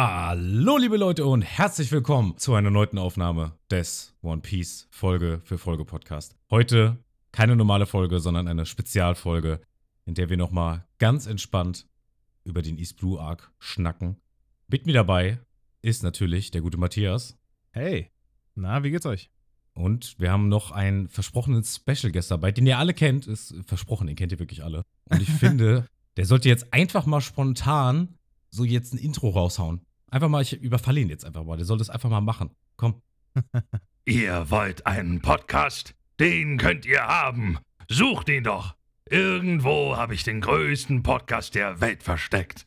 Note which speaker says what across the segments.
Speaker 1: Hallo liebe Leute und herzlich willkommen zu einer neuen Aufnahme des One Piece Folge für Folge Podcast. Heute keine normale Folge, sondern eine Spezialfolge, in der wir nochmal ganz entspannt über den East Blue Arc schnacken. Mit mir dabei ist natürlich der gute Matthias
Speaker 2: Hey, na, wie geht's euch?
Speaker 1: und wir haben noch einen versprochenen Special Guest dabei, den ihr alle kennt. Ist versprochen, den kennt ihr wirklich alle. Und ich finde, der sollte jetzt einfach mal spontan so jetzt ein Intro raushauen. Einfach mal, ich überfalle ihn jetzt einfach mal. Der soll das einfach mal machen. Komm.
Speaker 3: Ihr wollt einen Podcast? Den könnt ihr haben. Sucht ihn doch. Irgendwo habe ich den größten Podcast der Welt versteckt.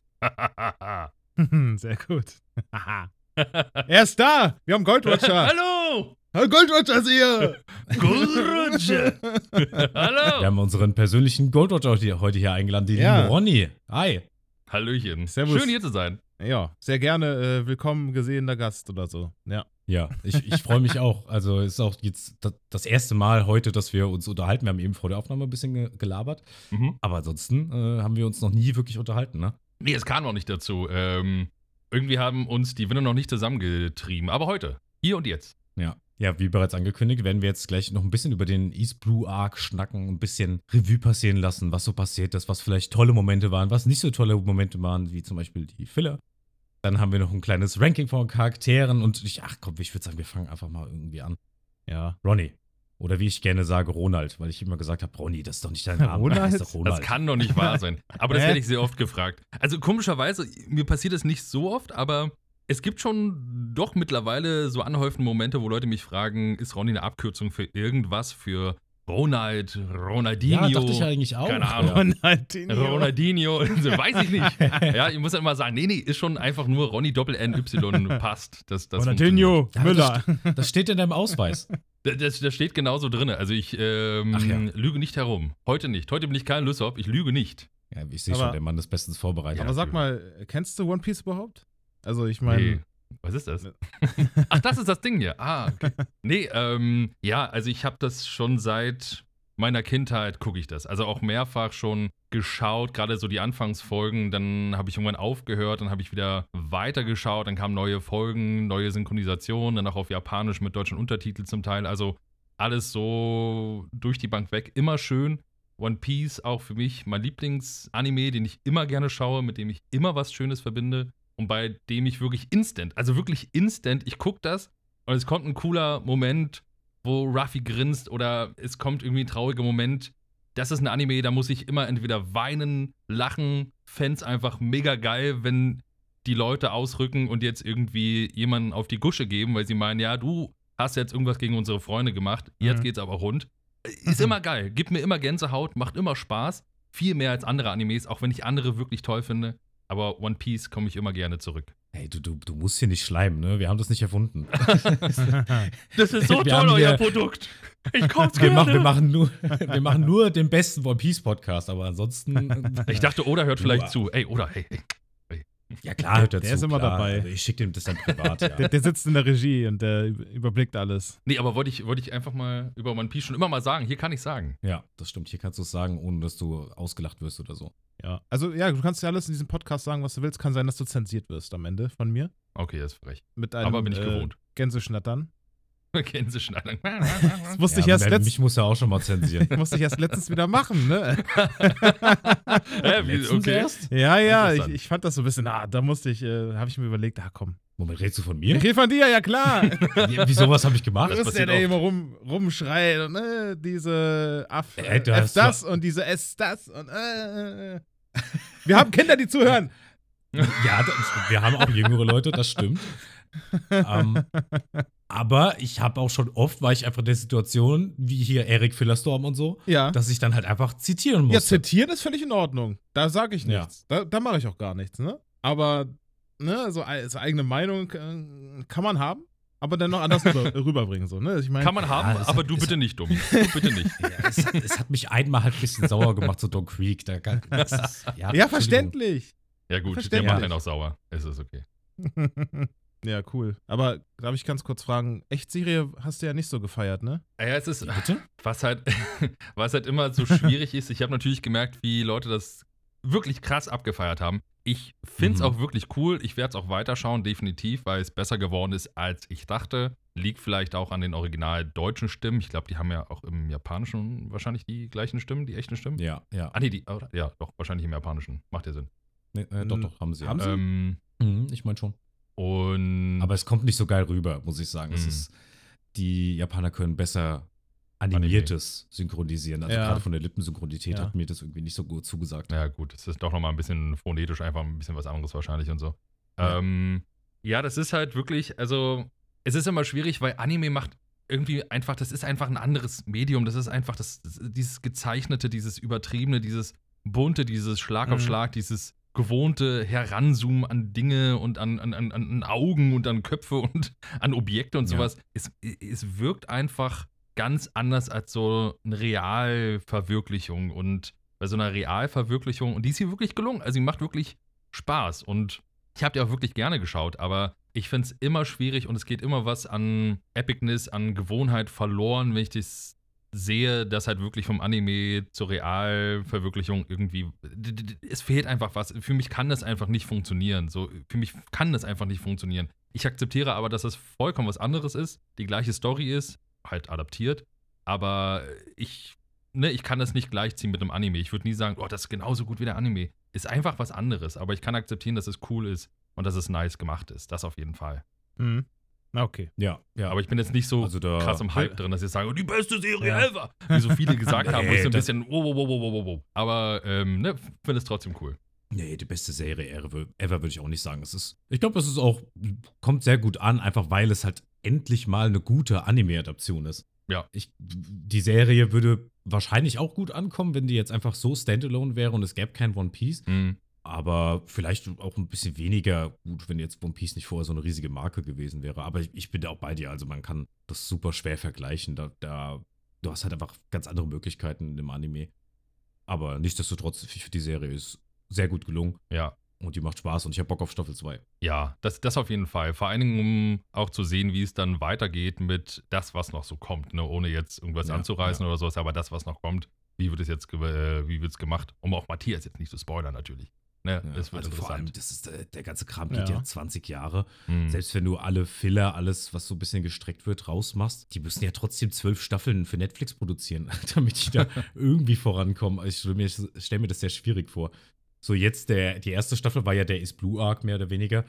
Speaker 2: Sehr gut. er ist da! Wir haben Gold Roger!
Speaker 4: Hallo!
Speaker 2: Gold Roger ist hier!
Speaker 3: Gurrutsche.
Speaker 1: Wir
Speaker 3: Oh.
Speaker 4: Hallo!
Speaker 1: haben unseren persönlichen Goldrotter heute hier eingeladen, den
Speaker 2: Ja.
Speaker 1: lieben Ronny. Hi.
Speaker 4: Hallöchen.
Speaker 2: Servus.
Speaker 4: Schön hier zu sein.
Speaker 2: ja, sehr gerne äh, willkommen gesehener Gast oder so. Ja.
Speaker 1: Ja, ich, ich freue mich auch. Also es ist auch jetzt das, das erste Mal heute, dass wir uns unterhalten. Wir haben eben vor der Aufnahme ein bisschen ge gelabert.
Speaker 4: Mhm.
Speaker 1: Aber ansonsten äh, haben wir uns noch nie wirklich unterhalten, ne?
Speaker 4: Nee, es kam noch nicht dazu. Ähm, irgendwie haben uns die Winner noch nicht zusammengetrieben. Aber heute. Hier und jetzt.
Speaker 1: Ja. Ja, wie bereits angekündigt, werden wir jetzt gleich noch ein bisschen über den East Blue Arc schnacken, ein bisschen Revue passieren lassen, was so passiert ist, was vielleicht tolle Momente waren, was nicht so tolle Momente waren, wie zum Beispiel die Filler. Dann haben wir noch ein kleines Ranking von Charakteren und ich, ach komm, ich würde sagen, wir fangen einfach mal irgendwie an.
Speaker 2: Ja.
Speaker 1: Ronny. Oder wie ich gerne sage, Ronald, weil ich immer gesagt habe, Ronny, das ist doch nicht dein Name.
Speaker 2: Ronald?
Speaker 1: heißt doch Ronald.
Speaker 4: Das kann doch nicht wahr sein. Aber das
Speaker 2: Hä?
Speaker 4: werde ich sehr oft gefragt. Also komischerweise, mir passiert das nicht so oft, aber es gibt schon doch mittlerweile so anhäufende Momente, wo Leute mich fragen, ist Ronny eine Abkürzung für irgendwas, für Ronald, Ronaldinho?
Speaker 1: ja, dachte ich halt, eigentlich auch.
Speaker 4: Keine Ahnung.
Speaker 2: Ronaldinho.
Speaker 4: Ronaldinho, Also weiß ich nicht. Ja, ich muss ja immer sagen, nee, nee, ist schon einfach nur Ronny Doppel NY passt. Das, das
Speaker 2: Ronaldinho
Speaker 1: Ja,
Speaker 2: Müller.
Speaker 1: Ja. Das steht in deinem Ausweis.
Speaker 4: funktioniert. Das, das steht genauso drin. Also ich ähm,
Speaker 1: Ach ja.
Speaker 4: lüge nicht herum. Heute nicht. Heute bin ich Karl Lüssop, ich lüge nicht.
Speaker 1: Ja, ich sehe
Speaker 2: Aber-
Speaker 1: schon, der Mann ist bestens vorbereitet.
Speaker 2: Aber sag mal, kennst du One Piece überhaupt? Also, ich meine.
Speaker 4: Was ist das? Ach, das ist das Ding hier. Ah, okay. Nee, ähm, ja, also ich habe das schon seit meiner Kindheit gucke ich das. Also auch mehrfach schon geschaut, gerade so die Anfangsfolgen, dann habe ich irgendwann aufgehört, dann habe ich wieder weitergeschaut, dann kamen neue Folgen, neue Synchronisationen, dann auch auf Japanisch mit deutschen Untertiteln zum Teil. Also alles so durch die Bank weg, immer schön. One Piece auch für mich mein Lieblingsanime, den ich immer gerne schaue, mit dem ich immer was Schönes verbinde und bei dem ich wirklich instant, also wirklich instant, ich gucke das und es kommt ein cooler Moment, wo Ruffy grinst oder es kommt irgendwie ein trauriger Moment. Das ist ein Anime, da muss ich immer entweder weinen, lachen, fänd's einfach mega geil, wenn die Leute ausrücken und jetzt irgendwie jemanden auf die Gusche geben, weil sie meinen, ja, du hast jetzt irgendwas gegen unsere Freunde gemacht, jetzt
Speaker 2: Mhm.
Speaker 4: geht's aber rund. Ist immer geil, gibt mir immer Gänsehaut, macht immer Spaß, viel mehr als andere Animes, auch wenn ich andere wirklich toll finde. Aber One Piece komme ich immer gerne zurück.
Speaker 1: Hey, du, du, du musst hier nicht schleimen, ne? Wir haben das nicht erfunden.
Speaker 4: Das ist
Speaker 1: so Wir toll, haben euer hier-
Speaker 4: Produkt. Ich kauf's
Speaker 1: Wir
Speaker 2: ne?
Speaker 1: machen, wir, machen nur, wir machen nur den besten One Piece Podcast, aber ansonsten.
Speaker 4: Ich dachte, Oda hört vielleicht
Speaker 1: Uah.
Speaker 4: zu. Ey, Oda, hey. hey.
Speaker 1: ja, klar, hört er
Speaker 2: Der
Speaker 1: zu,
Speaker 2: ist immer
Speaker 1: klar.
Speaker 2: dabei.
Speaker 1: Also ich schicke dem das dann privat. Ja.
Speaker 2: Der, der sitzt in der Regie und der üb- überblickt alles.
Speaker 4: Nee, aber wollte ich, wollte ich einfach mal über One Piece schon immer mal sagen. Hier kann ich sagen.
Speaker 1: ja, das stimmt. Hier kannst du es sagen, ohne dass du ausgelacht wirst oder so.
Speaker 2: Ja. Also, ja, du kannst ja alles in diesem Podcast sagen, was du willst. Kann sein, dass du zensiert wirst am Ende von mir.
Speaker 4: Okay, das ist frech.
Speaker 2: Mit einem
Speaker 4: Aber bin ich
Speaker 2: äh,
Speaker 4: gewohnt.
Speaker 2: Gänseschnattern.
Speaker 4: Gänseschneidung.
Speaker 2: Das musste ich
Speaker 1: ja,
Speaker 2: erst
Speaker 1: aber
Speaker 2: letztens.
Speaker 1: mich muss er auch schon mal zensieren.
Speaker 2: Musste ich erst letztens wieder machen, ne?
Speaker 4: Hä, wie-
Speaker 1: Letztens
Speaker 4: okay.
Speaker 1: erst?
Speaker 2: Ja, ja, ich,
Speaker 4: Interessant.
Speaker 2: ich fand das so ein bisschen, ah, da musste ich, äh, habe ich mir überlegt, ah, komm.
Speaker 1: Moment, redest du von
Speaker 2: Ich
Speaker 1: mir?
Speaker 2: rede von dir, ja klar.
Speaker 1: Wie- Wieso, was habe ich
Speaker 2: Du
Speaker 1: gemacht?
Speaker 4: Das
Speaker 2: bist der,
Speaker 4: passiert
Speaker 2: der
Speaker 4: oft.
Speaker 2: immer rum, rumschreit und äh, diese Aff,
Speaker 1: Ey,
Speaker 2: äh,
Speaker 1: du
Speaker 2: F
Speaker 1: hast
Speaker 2: das und diese S das und äh, äh, äh. Wir haben Kinder, die zuhören.
Speaker 1: Ja, das, wir haben auch jüngere Leute, das stimmt. Ähm, aber ich habe auch schon oft, war ich einfach in der Situation, wie hier Erik Fillerstorm und so,
Speaker 2: Ja.
Speaker 1: dass ich dann halt einfach zitieren
Speaker 2: ja,
Speaker 1: muss.
Speaker 2: zitieren ist völlig in Ordnung. Da sage ich
Speaker 1: Ja.
Speaker 2: nichts. Da, da mache ich auch gar nichts, ne? Aber, ne, so ei- so eigene Meinung äh, kann man haben, aber dann noch anders rüber- rüberbringen, so, ne? Ich meine,
Speaker 4: Kann man haben,
Speaker 1: das
Speaker 4: aber
Speaker 1: hat-
Speaker 4: du
Speaker 1: das
Speaker 4: bitte nicht, dumm. Du bitte nicht.
Speaker 1: Ja, es, es hat mich einmal halt ein bisschen sauer gemacht, so Don Creek. Da kann, das ist-
Speaker 2: Ja,
Speaker 1: Entschuldigung.
Speaker 2: verständlich.
Speaker 4: Ja, gut, der
Speaker 2: Verständlich.
Speaker 4: macht einen auch sauer. Es ist okay.
Speaker 2: ja, cool. Aber darf ich ganz kurz fragen, echt Serie hast du ja nicht so gefeiert, ne?
Speaker 4: Ja, es ist,
Speaker 1: Bitte?
Speaker 4: Was halt, was halt immer so schwierig ist, ich habe natürlich gemerkt, wie Leute das wirklich krass abgefeiert haben. Ich finde es
Speaker 1: Mhm.
Speaker 4: auch wirklich cool. Ich werde es auch weiterschauen, definitiv, weil es besser geworden ist, als ich dachte. Liegt vielleicht auch an den original deutschen Stimmen. Ich glaube, die haben ja auch im Japanischen wahrscheinlich die gleichen Stimmen, die echten Stimmen.
Speaker 1: Ja, ja.
Speaker 4: Ah, nee, die, oder? ja, doch, wahrscheinlich im Japanischen. Macht ja Sinn.
Speaker 1: Nee, äh, doch, doch, haben sie.
Speaker 2: Haben
Speaker 1: ja.
Speaker 2: sie?
Speaker 4: Ähm,
Speaker 1: Mhm, ich meine schon.
Speaker 4: und
Speaker 1: Aber es kommt nicht so geil rüber, muss ich sagen. Es
Speaker 4: Mhm.
Speaker 1: ist, die Japaner können besser animiertes synchronisieren. Also
Speaker 2: Ja.
Speaker 1: gerade von der Lippensynchronität
Speaker 2: Ja.
Speaker 1: hat mir das irgendwie nicht so gut zugesagt.
Speaker 4: Ja, gut, es ist doch nochmal ein bisschen phonetisch, einfach ein bisschen was anderes wahrscheinlich und so.
Speaker 1: Ja.
Speaker 4: Ja. Ähm, ja, das ist halt wirklich, also, es ist immer schwierig, weil Anime macht irgendwie einfach, das ist einfach ein anderes Medium. Das ist einfach das, das dieses Gezeichnete, dieses Übertriebene, dieses Bunte, dieses Schlag auf
Speaker 2: Mhm.
Speaker 4: Schlag, dieses gewohnte Heranzoomen an Dinge und an, an, an, an Augen und an Köpfe und an Objekte und
Speaker 1: Ja.
Speaker 4: sowas. Es, es wirkt einfach ganz anders als so eine Realverwirklichung. Und bei so einer Realverwirklichung, und die ist hier wirklich gelungen. Also, sie macht wirklich Spaß. Und ich habe die auch wirklich gerne geschaut, aber ich finde es immer schwierig und es geht immer was an Epicness, an Gewohnheit verloren, wenn ich das sehe, dass halt wirklich vom Anime zur Realverwirklichung irgendwie. d- d- d- Es fehlt einfach was. Für mich kann das einfach nicht funktionieren. So, für mich kann das einfach nicht funktionieren. Ich akzeptiere aber, dass das vollkommen was anderes ist, die gleiche Story ist, halt adaptiert, aber ich, ne, ich kann das nicht gleichziehen mit einem Anime. Ich würde nie sagen, oh, das ist genauso gut wie der Anime. Ist einfach was anderes, aber ich kann akzeptieren, dass es cool ist und dass es nice gemacht ist. Das auf jeden Fall.
Speaker 2: Mhm. Na, okay.
Speaker 1: ja. ja.
Speaker 4: Aber ich bin jetzt nicht so
Speaker 1: also da,
Speaker 4: krass im Hype drin, dass ich sage, die beste Serie
Speaker 2: Ja.
Speaker 4: ever. Wie so viele gesagt haben, wo
Speaker 1: Nee,
Speaker 4: ich so ein
Speaker 1: das-
Speaker 4: bisschen, oh, oh, oh, oh, oh, oh, oh. Aber ähm, ne, finde es trotzdem cool.
Speaker 1: Nee, die beste Serie ever, ever würde ich auch nicht sagen. Es ist, ich glaube, es ist auch, kommt sehr gut an, einfach weil es halt endlich mal eine gute Anime-Adaption ist.
Speaker 4: Ja.
Speaker 1: Ich, die Serie würde wahrscheinlich auch gut ankommen, wenn die jetzt einfach so standalone wäre und es gäbe kein One Piece.
Speaker 4: Mhm.
Speaker 1: Aber vielleicht auch ein bisschen weniger gut, wenn jetzt One Piece nicht vorher so eine riesige Marke gewesen wäre. Aber ich, ich bin da auch bei dir. Also man kann das super schwer vergleichen. Da, da, du hast halt einfach ganz andere Möglichkeiten im Anime. Aber nichtsdestotrotz, ich finde die Serie ist sehr gut gelungen.
Speaker 4: Ja,
Speaker 1: Und die macht Spaß und ich habe Bock auf Staffel 2.
Speaker 4: Ja, das, das auf jeden Fall. Vor allen Dingen, um auch zu sehen, wie es dann weitergeht mit das, was noch so kommt, ne? ohne jetzt irgendwas
Speaker 1: Ja,
Speaker 4: anzureißen oder sowas, aber das, was noch kommt, wie wird es jetzt ge- äh, wie wird's gemacht? Um auch Matthias jetzt nicht zu spoilern, natürlich. Ne? das wird
Speaker 1: also vor allem,
Speaker 4: interessant.
Speaker 1: das ist, äh, der ganze Kram geht ja,
Speaker 2: Ja.
Speaker 1: 20 Jahre.
Speaker 4: Mhm.
Speaker 1: Selbst wenn du alle Filler, alles, was so ein bisschen gestreckt wird, rausmachst, die müssen ja trotzdem zwölf Staffeln für Netflix produzieren, damit die da irgendwie vorankommen. Also ich stelle mir, ich stell mir das sehr schwierig vor. So jetzt, der, die erste Staffel war ja der Is Blue Arc mehr oder weniger.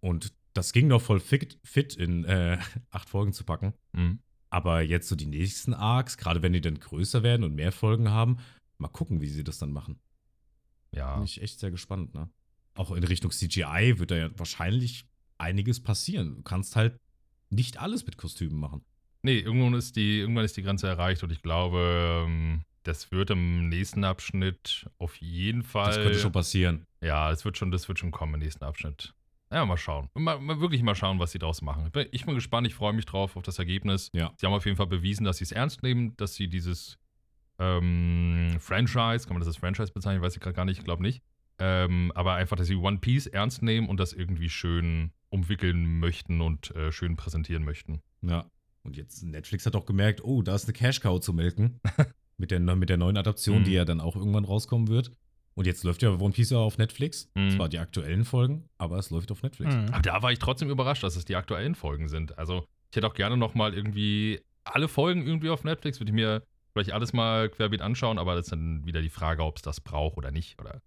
Speaker 1: Und das ging noch voll fit, fit in äh, acht Folgen zu packen.
Speaker 4: Mhm.
Speaker 1: Aber jetzt so die nächsten Arcs, gerade wenn die dann größer werden und mehr Folgen haben, mal gucken, wie sie das dann machen.
Speaker 4: Ja.
Speaker 1: Bin ich echt sehr gespannt, ne? Auch in Richtung CGI wird da ja wahrscheinlich einiges passieren. Du kannst halt nicht alles mit Kostümen machen.
Speaker 4: Nee, irgendwann ist, die, irgendwann ist die Grenze erreicht und ich glaube, ähm, das wird im nächsten Abschnitt auf jeden Fall.
Speaker 1: Das könnte schon passieren.
Speaker 4: Ja, das wird schon, das wird schon kommen im nächsten Abschnitt. Ja, mal schauen. Mal, mal wirklich mal schauen, was sie draus machen. Ich bin, ich bin gespannt, ich freue mich drauf auf das Ergebnis.
Speaker 1: Ja.
Speaker 4: Sie haben auf jeden Fall bewiesen, dass sie es ernst nehmen, dass sie dieses ähm, Franchise, kann man das als Franchise bezeichnen? Weiß ich gerade gar nicht, ich glaube nicht. Ähm, aber einfach, dass sie One Piece ernst nehmen und das irgendwie schön umwickeln möchten und äh, schön präsentieren möchten.
Speaker 1: Ja. Und jetzt Netflix hat auch gemerkt, oh, da ist eine Cash Cow zu melken. mit, der, mit der neuen Adaption,
Speaker 4: Mhm.
Speaker 1: die ja dann auch irgendwann rauskommen wird. Und jetzt läuft ja One Piece auch auf Netflix.
Speaker 4: Mhm.
Speaker 1: Zwar die aktuellen Folgen, aber es läuft auf Netflix.
Speaker 2: Mhm.
Speaker 4: Aber da war ich trotzdem überrascht, dass es die aktuellen Folgen sind. Also, ich hätte auch gerne nochmal irgendwie alle Folgen irgendwie auf Netflix, würde ich mir vielleicht alles mal querbeet anschauen, aber das ist dann wieder die Frage, ob es das braucht oder nicht. Oder.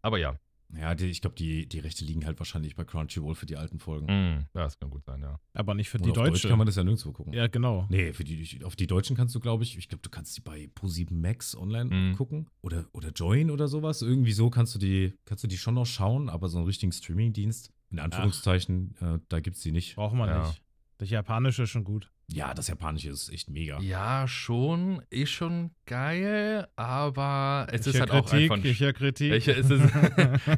Speaker 4: Aber ja,
Speaker 1: Ja, die, ich glaube, die, die Rechte liegen halt wahrscheinlich bei Crunchyroll für die alten Folgen.
Speaker 4: mm, ja, das kann gut sein, ja.
Speaker 2: Aber nicht für
Speaker 1: Und
Speaker 2: Mhm. die
Speaker 1: auf Deutsch
Speaker 2: Deutsche.
Speaker 1: kann man das ja nirgendwo gucken.
Speaker 2: ja, genau.
Speaker 1: Nee, für die, auf die Deutschen kannst du, glaube ich, ich glaube, du kannst die bei Pro7 Max online
Speaker 4: Mhm.
Speaker 1: gucken oder, oder Join oder sowas. Irgendwie so kannst du die, kannst du die schon noch schauen, aber so einen richtigen Streamingdienst, in Anführungszeichen, äh, da gibt's die nicht.
Speaker 2: Brauchen wir
Speaker 4: Ja.
Speaker 2: nicht. Das Japanische ist schon gut.
Speaker 1: Ja, das Japanische ist echt mega.
Speaker 4: Ja, schon, ist schon geil, aber es
Speaker 2: ich
Speaker 4: ist
Speaker 2: höre
Speaker 4: halt auch
Speaker 2: Kritik,
Speaker 4: einfach. ein
Speaker 2: ich höre Kritik.
Speaker 4: Ich- es ist-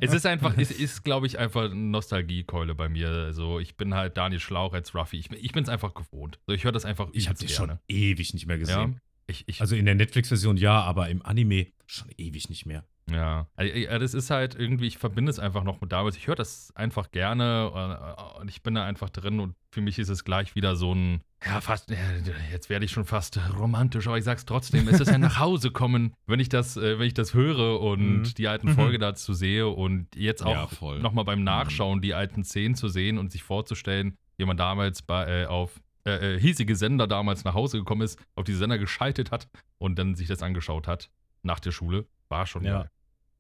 Speaker 4: Es ist einfach, es ist, glaube ich, einfach eine Nostalgiekeule bei mir. Also, ich bin halt Daniel Schlauch als Ruffy. Ich, bin- ich bin es einfach gewohnt. Also, ich höre das einfach
Speaker 1: ich habe
Speaker 4: übelst
Speaker 1: die schon
Speaker 4: gerne.
Speaker 1: ewig nicht mehr
Speaker 4: Ja,
Speaker 1: gesehen.
Speaker 4: ich, ich,
Speaker 1: Also in der Netflix-Version ja, aber im Anime schon ewig nicht mehr.
Speaker 4: Ja, also, äh, das ist halt irgendwie, ich verbinde es einfach noch mit damals. Ich höre das einfach gerne äh, und ich bin da einfach drin und für mich ist es gleich wieder so ein, ja, fast, äh, jetzt werde ich schon fast romantisch, aber ich sag's trotzdem, es ist ein nach Hause kommen, wenn ich das, äh, wenn ich das höre und
Speaker 2: Mhm.
Speaker 4: die alten
Speaker 2: Mhm.
Speaker 4: Folge dazu sehe und jetzt
Speaker 1: Ja,
Speaker 4: auch
Speaker 1: voll.
Speaker 4: nochmal beim Nachschauen die alten Szenen zu sehen und sich vorzustellen, wie man damals bei, äh, auf äh, äh, hiesige Sender damals nach Hause gekommen ist, auf die Sender geschaltet hat und dann sich das angeschaut hat nach der Schule. War schon
Speaker 2: Ja.
Speaker 4: geil.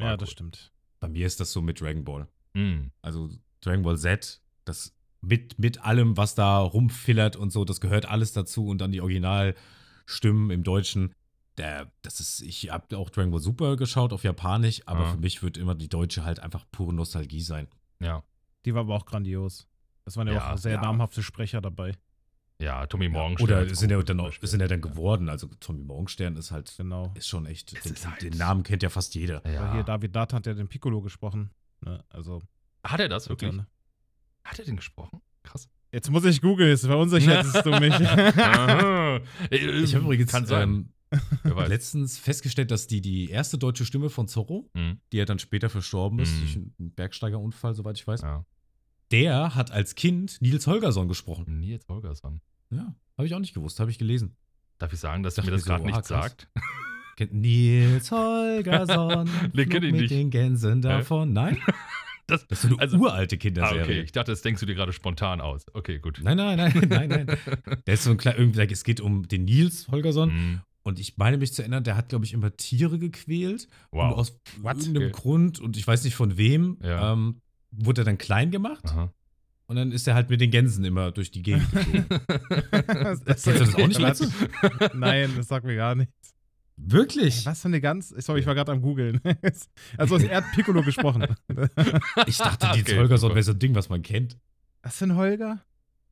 Speaker 2: Ja,
Speaker 4: War
Speaker 2: das
Speaker 4: cool.
Speaker 2: stimmt.
Speaker 1: Bei mir ist das so mit Dragon Ball.
Speaker 4: Mm.
Speaker 1: Also Dragon Ball Z, das mit, mit allem, was da rumfillert und so, das gehört alles dazu und dann die Originalstimmen im Deutschen. Der, das ist, ich habe auch Dragon Ball Super geschaut auf Japanisch, aber
Speaker 4: Ja.
Speaker 1: für mich wird immer die Deutsche halt einfach pure Nostalgie sein.
Speaker 4: Ja.
Speaker 2: Die war aber auch grandios. Es waren ja,
Speaker 4: Ja,
Speaker 2: auch sehr
Speaker 1: ja.
Speaker 2: namhafte Sprecher dabei.
Speaker 4: Ja, Tommy Morgenstern.
Speaker 1: Oder
Speaker 4: als
Speaker 1: sind ja
Speaker 4: Goku
Speaker 1: dann
Speaker 4: zum
Speaker 1: auch,
Speaker 4: Beispiel.
Speaker 1: sind ja dann geworden. Also Tommy Morgenstern ist halt,
Speaker 2: Genau.
Speaker 1: ist schon echt,
Speaker 4: Es
Speaker 1: den,
Speaker 4: ist halt-
Speaker 1: den Namen kennt ja fast jeder.
Speaker 2: Weil Hier,
Speaker 4: Ja.
Speaker 2: David Data hat ja den Piccolo gesprochen. Ne? Also,
Speaker 4: Hat er das wirklich?
Speaker 2: dann-
Speaker 4: Hat er den gesprochen? Krass.
Speaker 2: Jetzt muss ich googeln, jetzt verunsichertest du mich.
Speaker 4: Aha. Äh,
Speaker 1: Ich habe übrigens
Speaker 4: Kann sein.
Speaker 1: ähm,
Speaker 4: Wer weiß.
Speaker 1: letztens festgestellt, dass die, die erste deutsche Stimme von Zorro,
Speaker 4: Mhm.
Speaker 1: die ja dann später verstorben ist,
Speaker 4: Mhm.
Speaker 1: durch einen Bergsteigerunfall, soweit ich weiß,
Speaker 4: Ja.
Speaker 1: der hat als Kind Nils Holgersson gesprochen.
Speaker 4: Nils Holgersson.
Speaker 1: Ja, habe ich auch nicht gewusst, habe ich gelesen.
Speaker 4: Darf ich sagen, dass
Speaker 1: Dachte
Speaker 4: mir das
Speaker 1: mir so,
Speaker 4: gerade
Speaker 1: ah,
Speaker 4: nichts
Speaker 1: krass.
Speaker 4: sagt?
Speaker 1: Kennt Nils Holgersson
Speaker 4: Nee, kenn
Speaker 1: flog
Speaker 4: ich
Speaker 1: mit
Speaker 4: nicht.
Speaker 1: den Gänsen davon. Nein?
Speaker 4: Das-
Speaker 1: ist so eine
Speaker 4: also-
Speaker 1: uralte
Speaker 4: Ah,
Speaker 1: Kinderserie.
Speaker 4: okay. Ich dachte, das denkst du dir gerade spontan aus. Okay, gut.
Speaker 1: Nein, nein, nein, nein, nein. Der ist so ein kleiner, irgendwie, like, es geht um den Nils Holgersson.
Speaker 4: Mhm.
Speaker 1: Und ich meine mich zu erinnern, der hat, glaube ich, immer Tiere gequält. Und
Speaker 4: Wow.
Speaker 1: aus irgendeinem
Speaker 4: Okay.
Speaker 1: Grund, und ich weiß nicht von wem,
Speaker 4: Ja.
Speaker 1: ähm, wurde er dann klein gemacht.
Speaker 4: Aha.
Speaker 1: Und dann ist er halt mit den Gänsen immer durch die Gegend geflogen.
Speaker 2: das
Speaker 1: Kennst du das auch nicht,
Speaker 2: Hat-
Speaker 1: Matze?
Speaker 2: Nein, das sagt mir gar nichts.
Speaker 1: Wirklich?
Speaker 2: Was für eine ganz. Sorry, ich war gerade am Googeln. Also, er hat Piccolo gesprochen.
Speaker 1: Ich dachte, Nils
Speaker 4: Okay,
Speaker 1: Holgersson
Speaker 4: super.
Speaker 1: wäre so ein Ding, was man kennt.
Speaker 2: Was für ein Holger?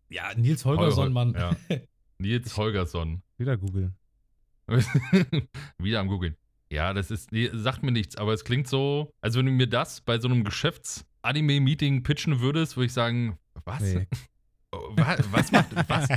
Speaker 1: Ja, Nils Holgersson, Mann.
Speaker 4: Ja. Nils Holgersson.
Speaker 2: Wieder googeln.
Speaker 4: Wieder am Googeln. Ja, das ist, nee, sagt mir nichts, aber es klingt so, also wenn du mir das bei so einem Geschäfts-Anime-Meeting pitchen würdest, würde ich sagen, was?
Speaker 2: Nee.
Speaker 4: Oh, wa- Was macht, was?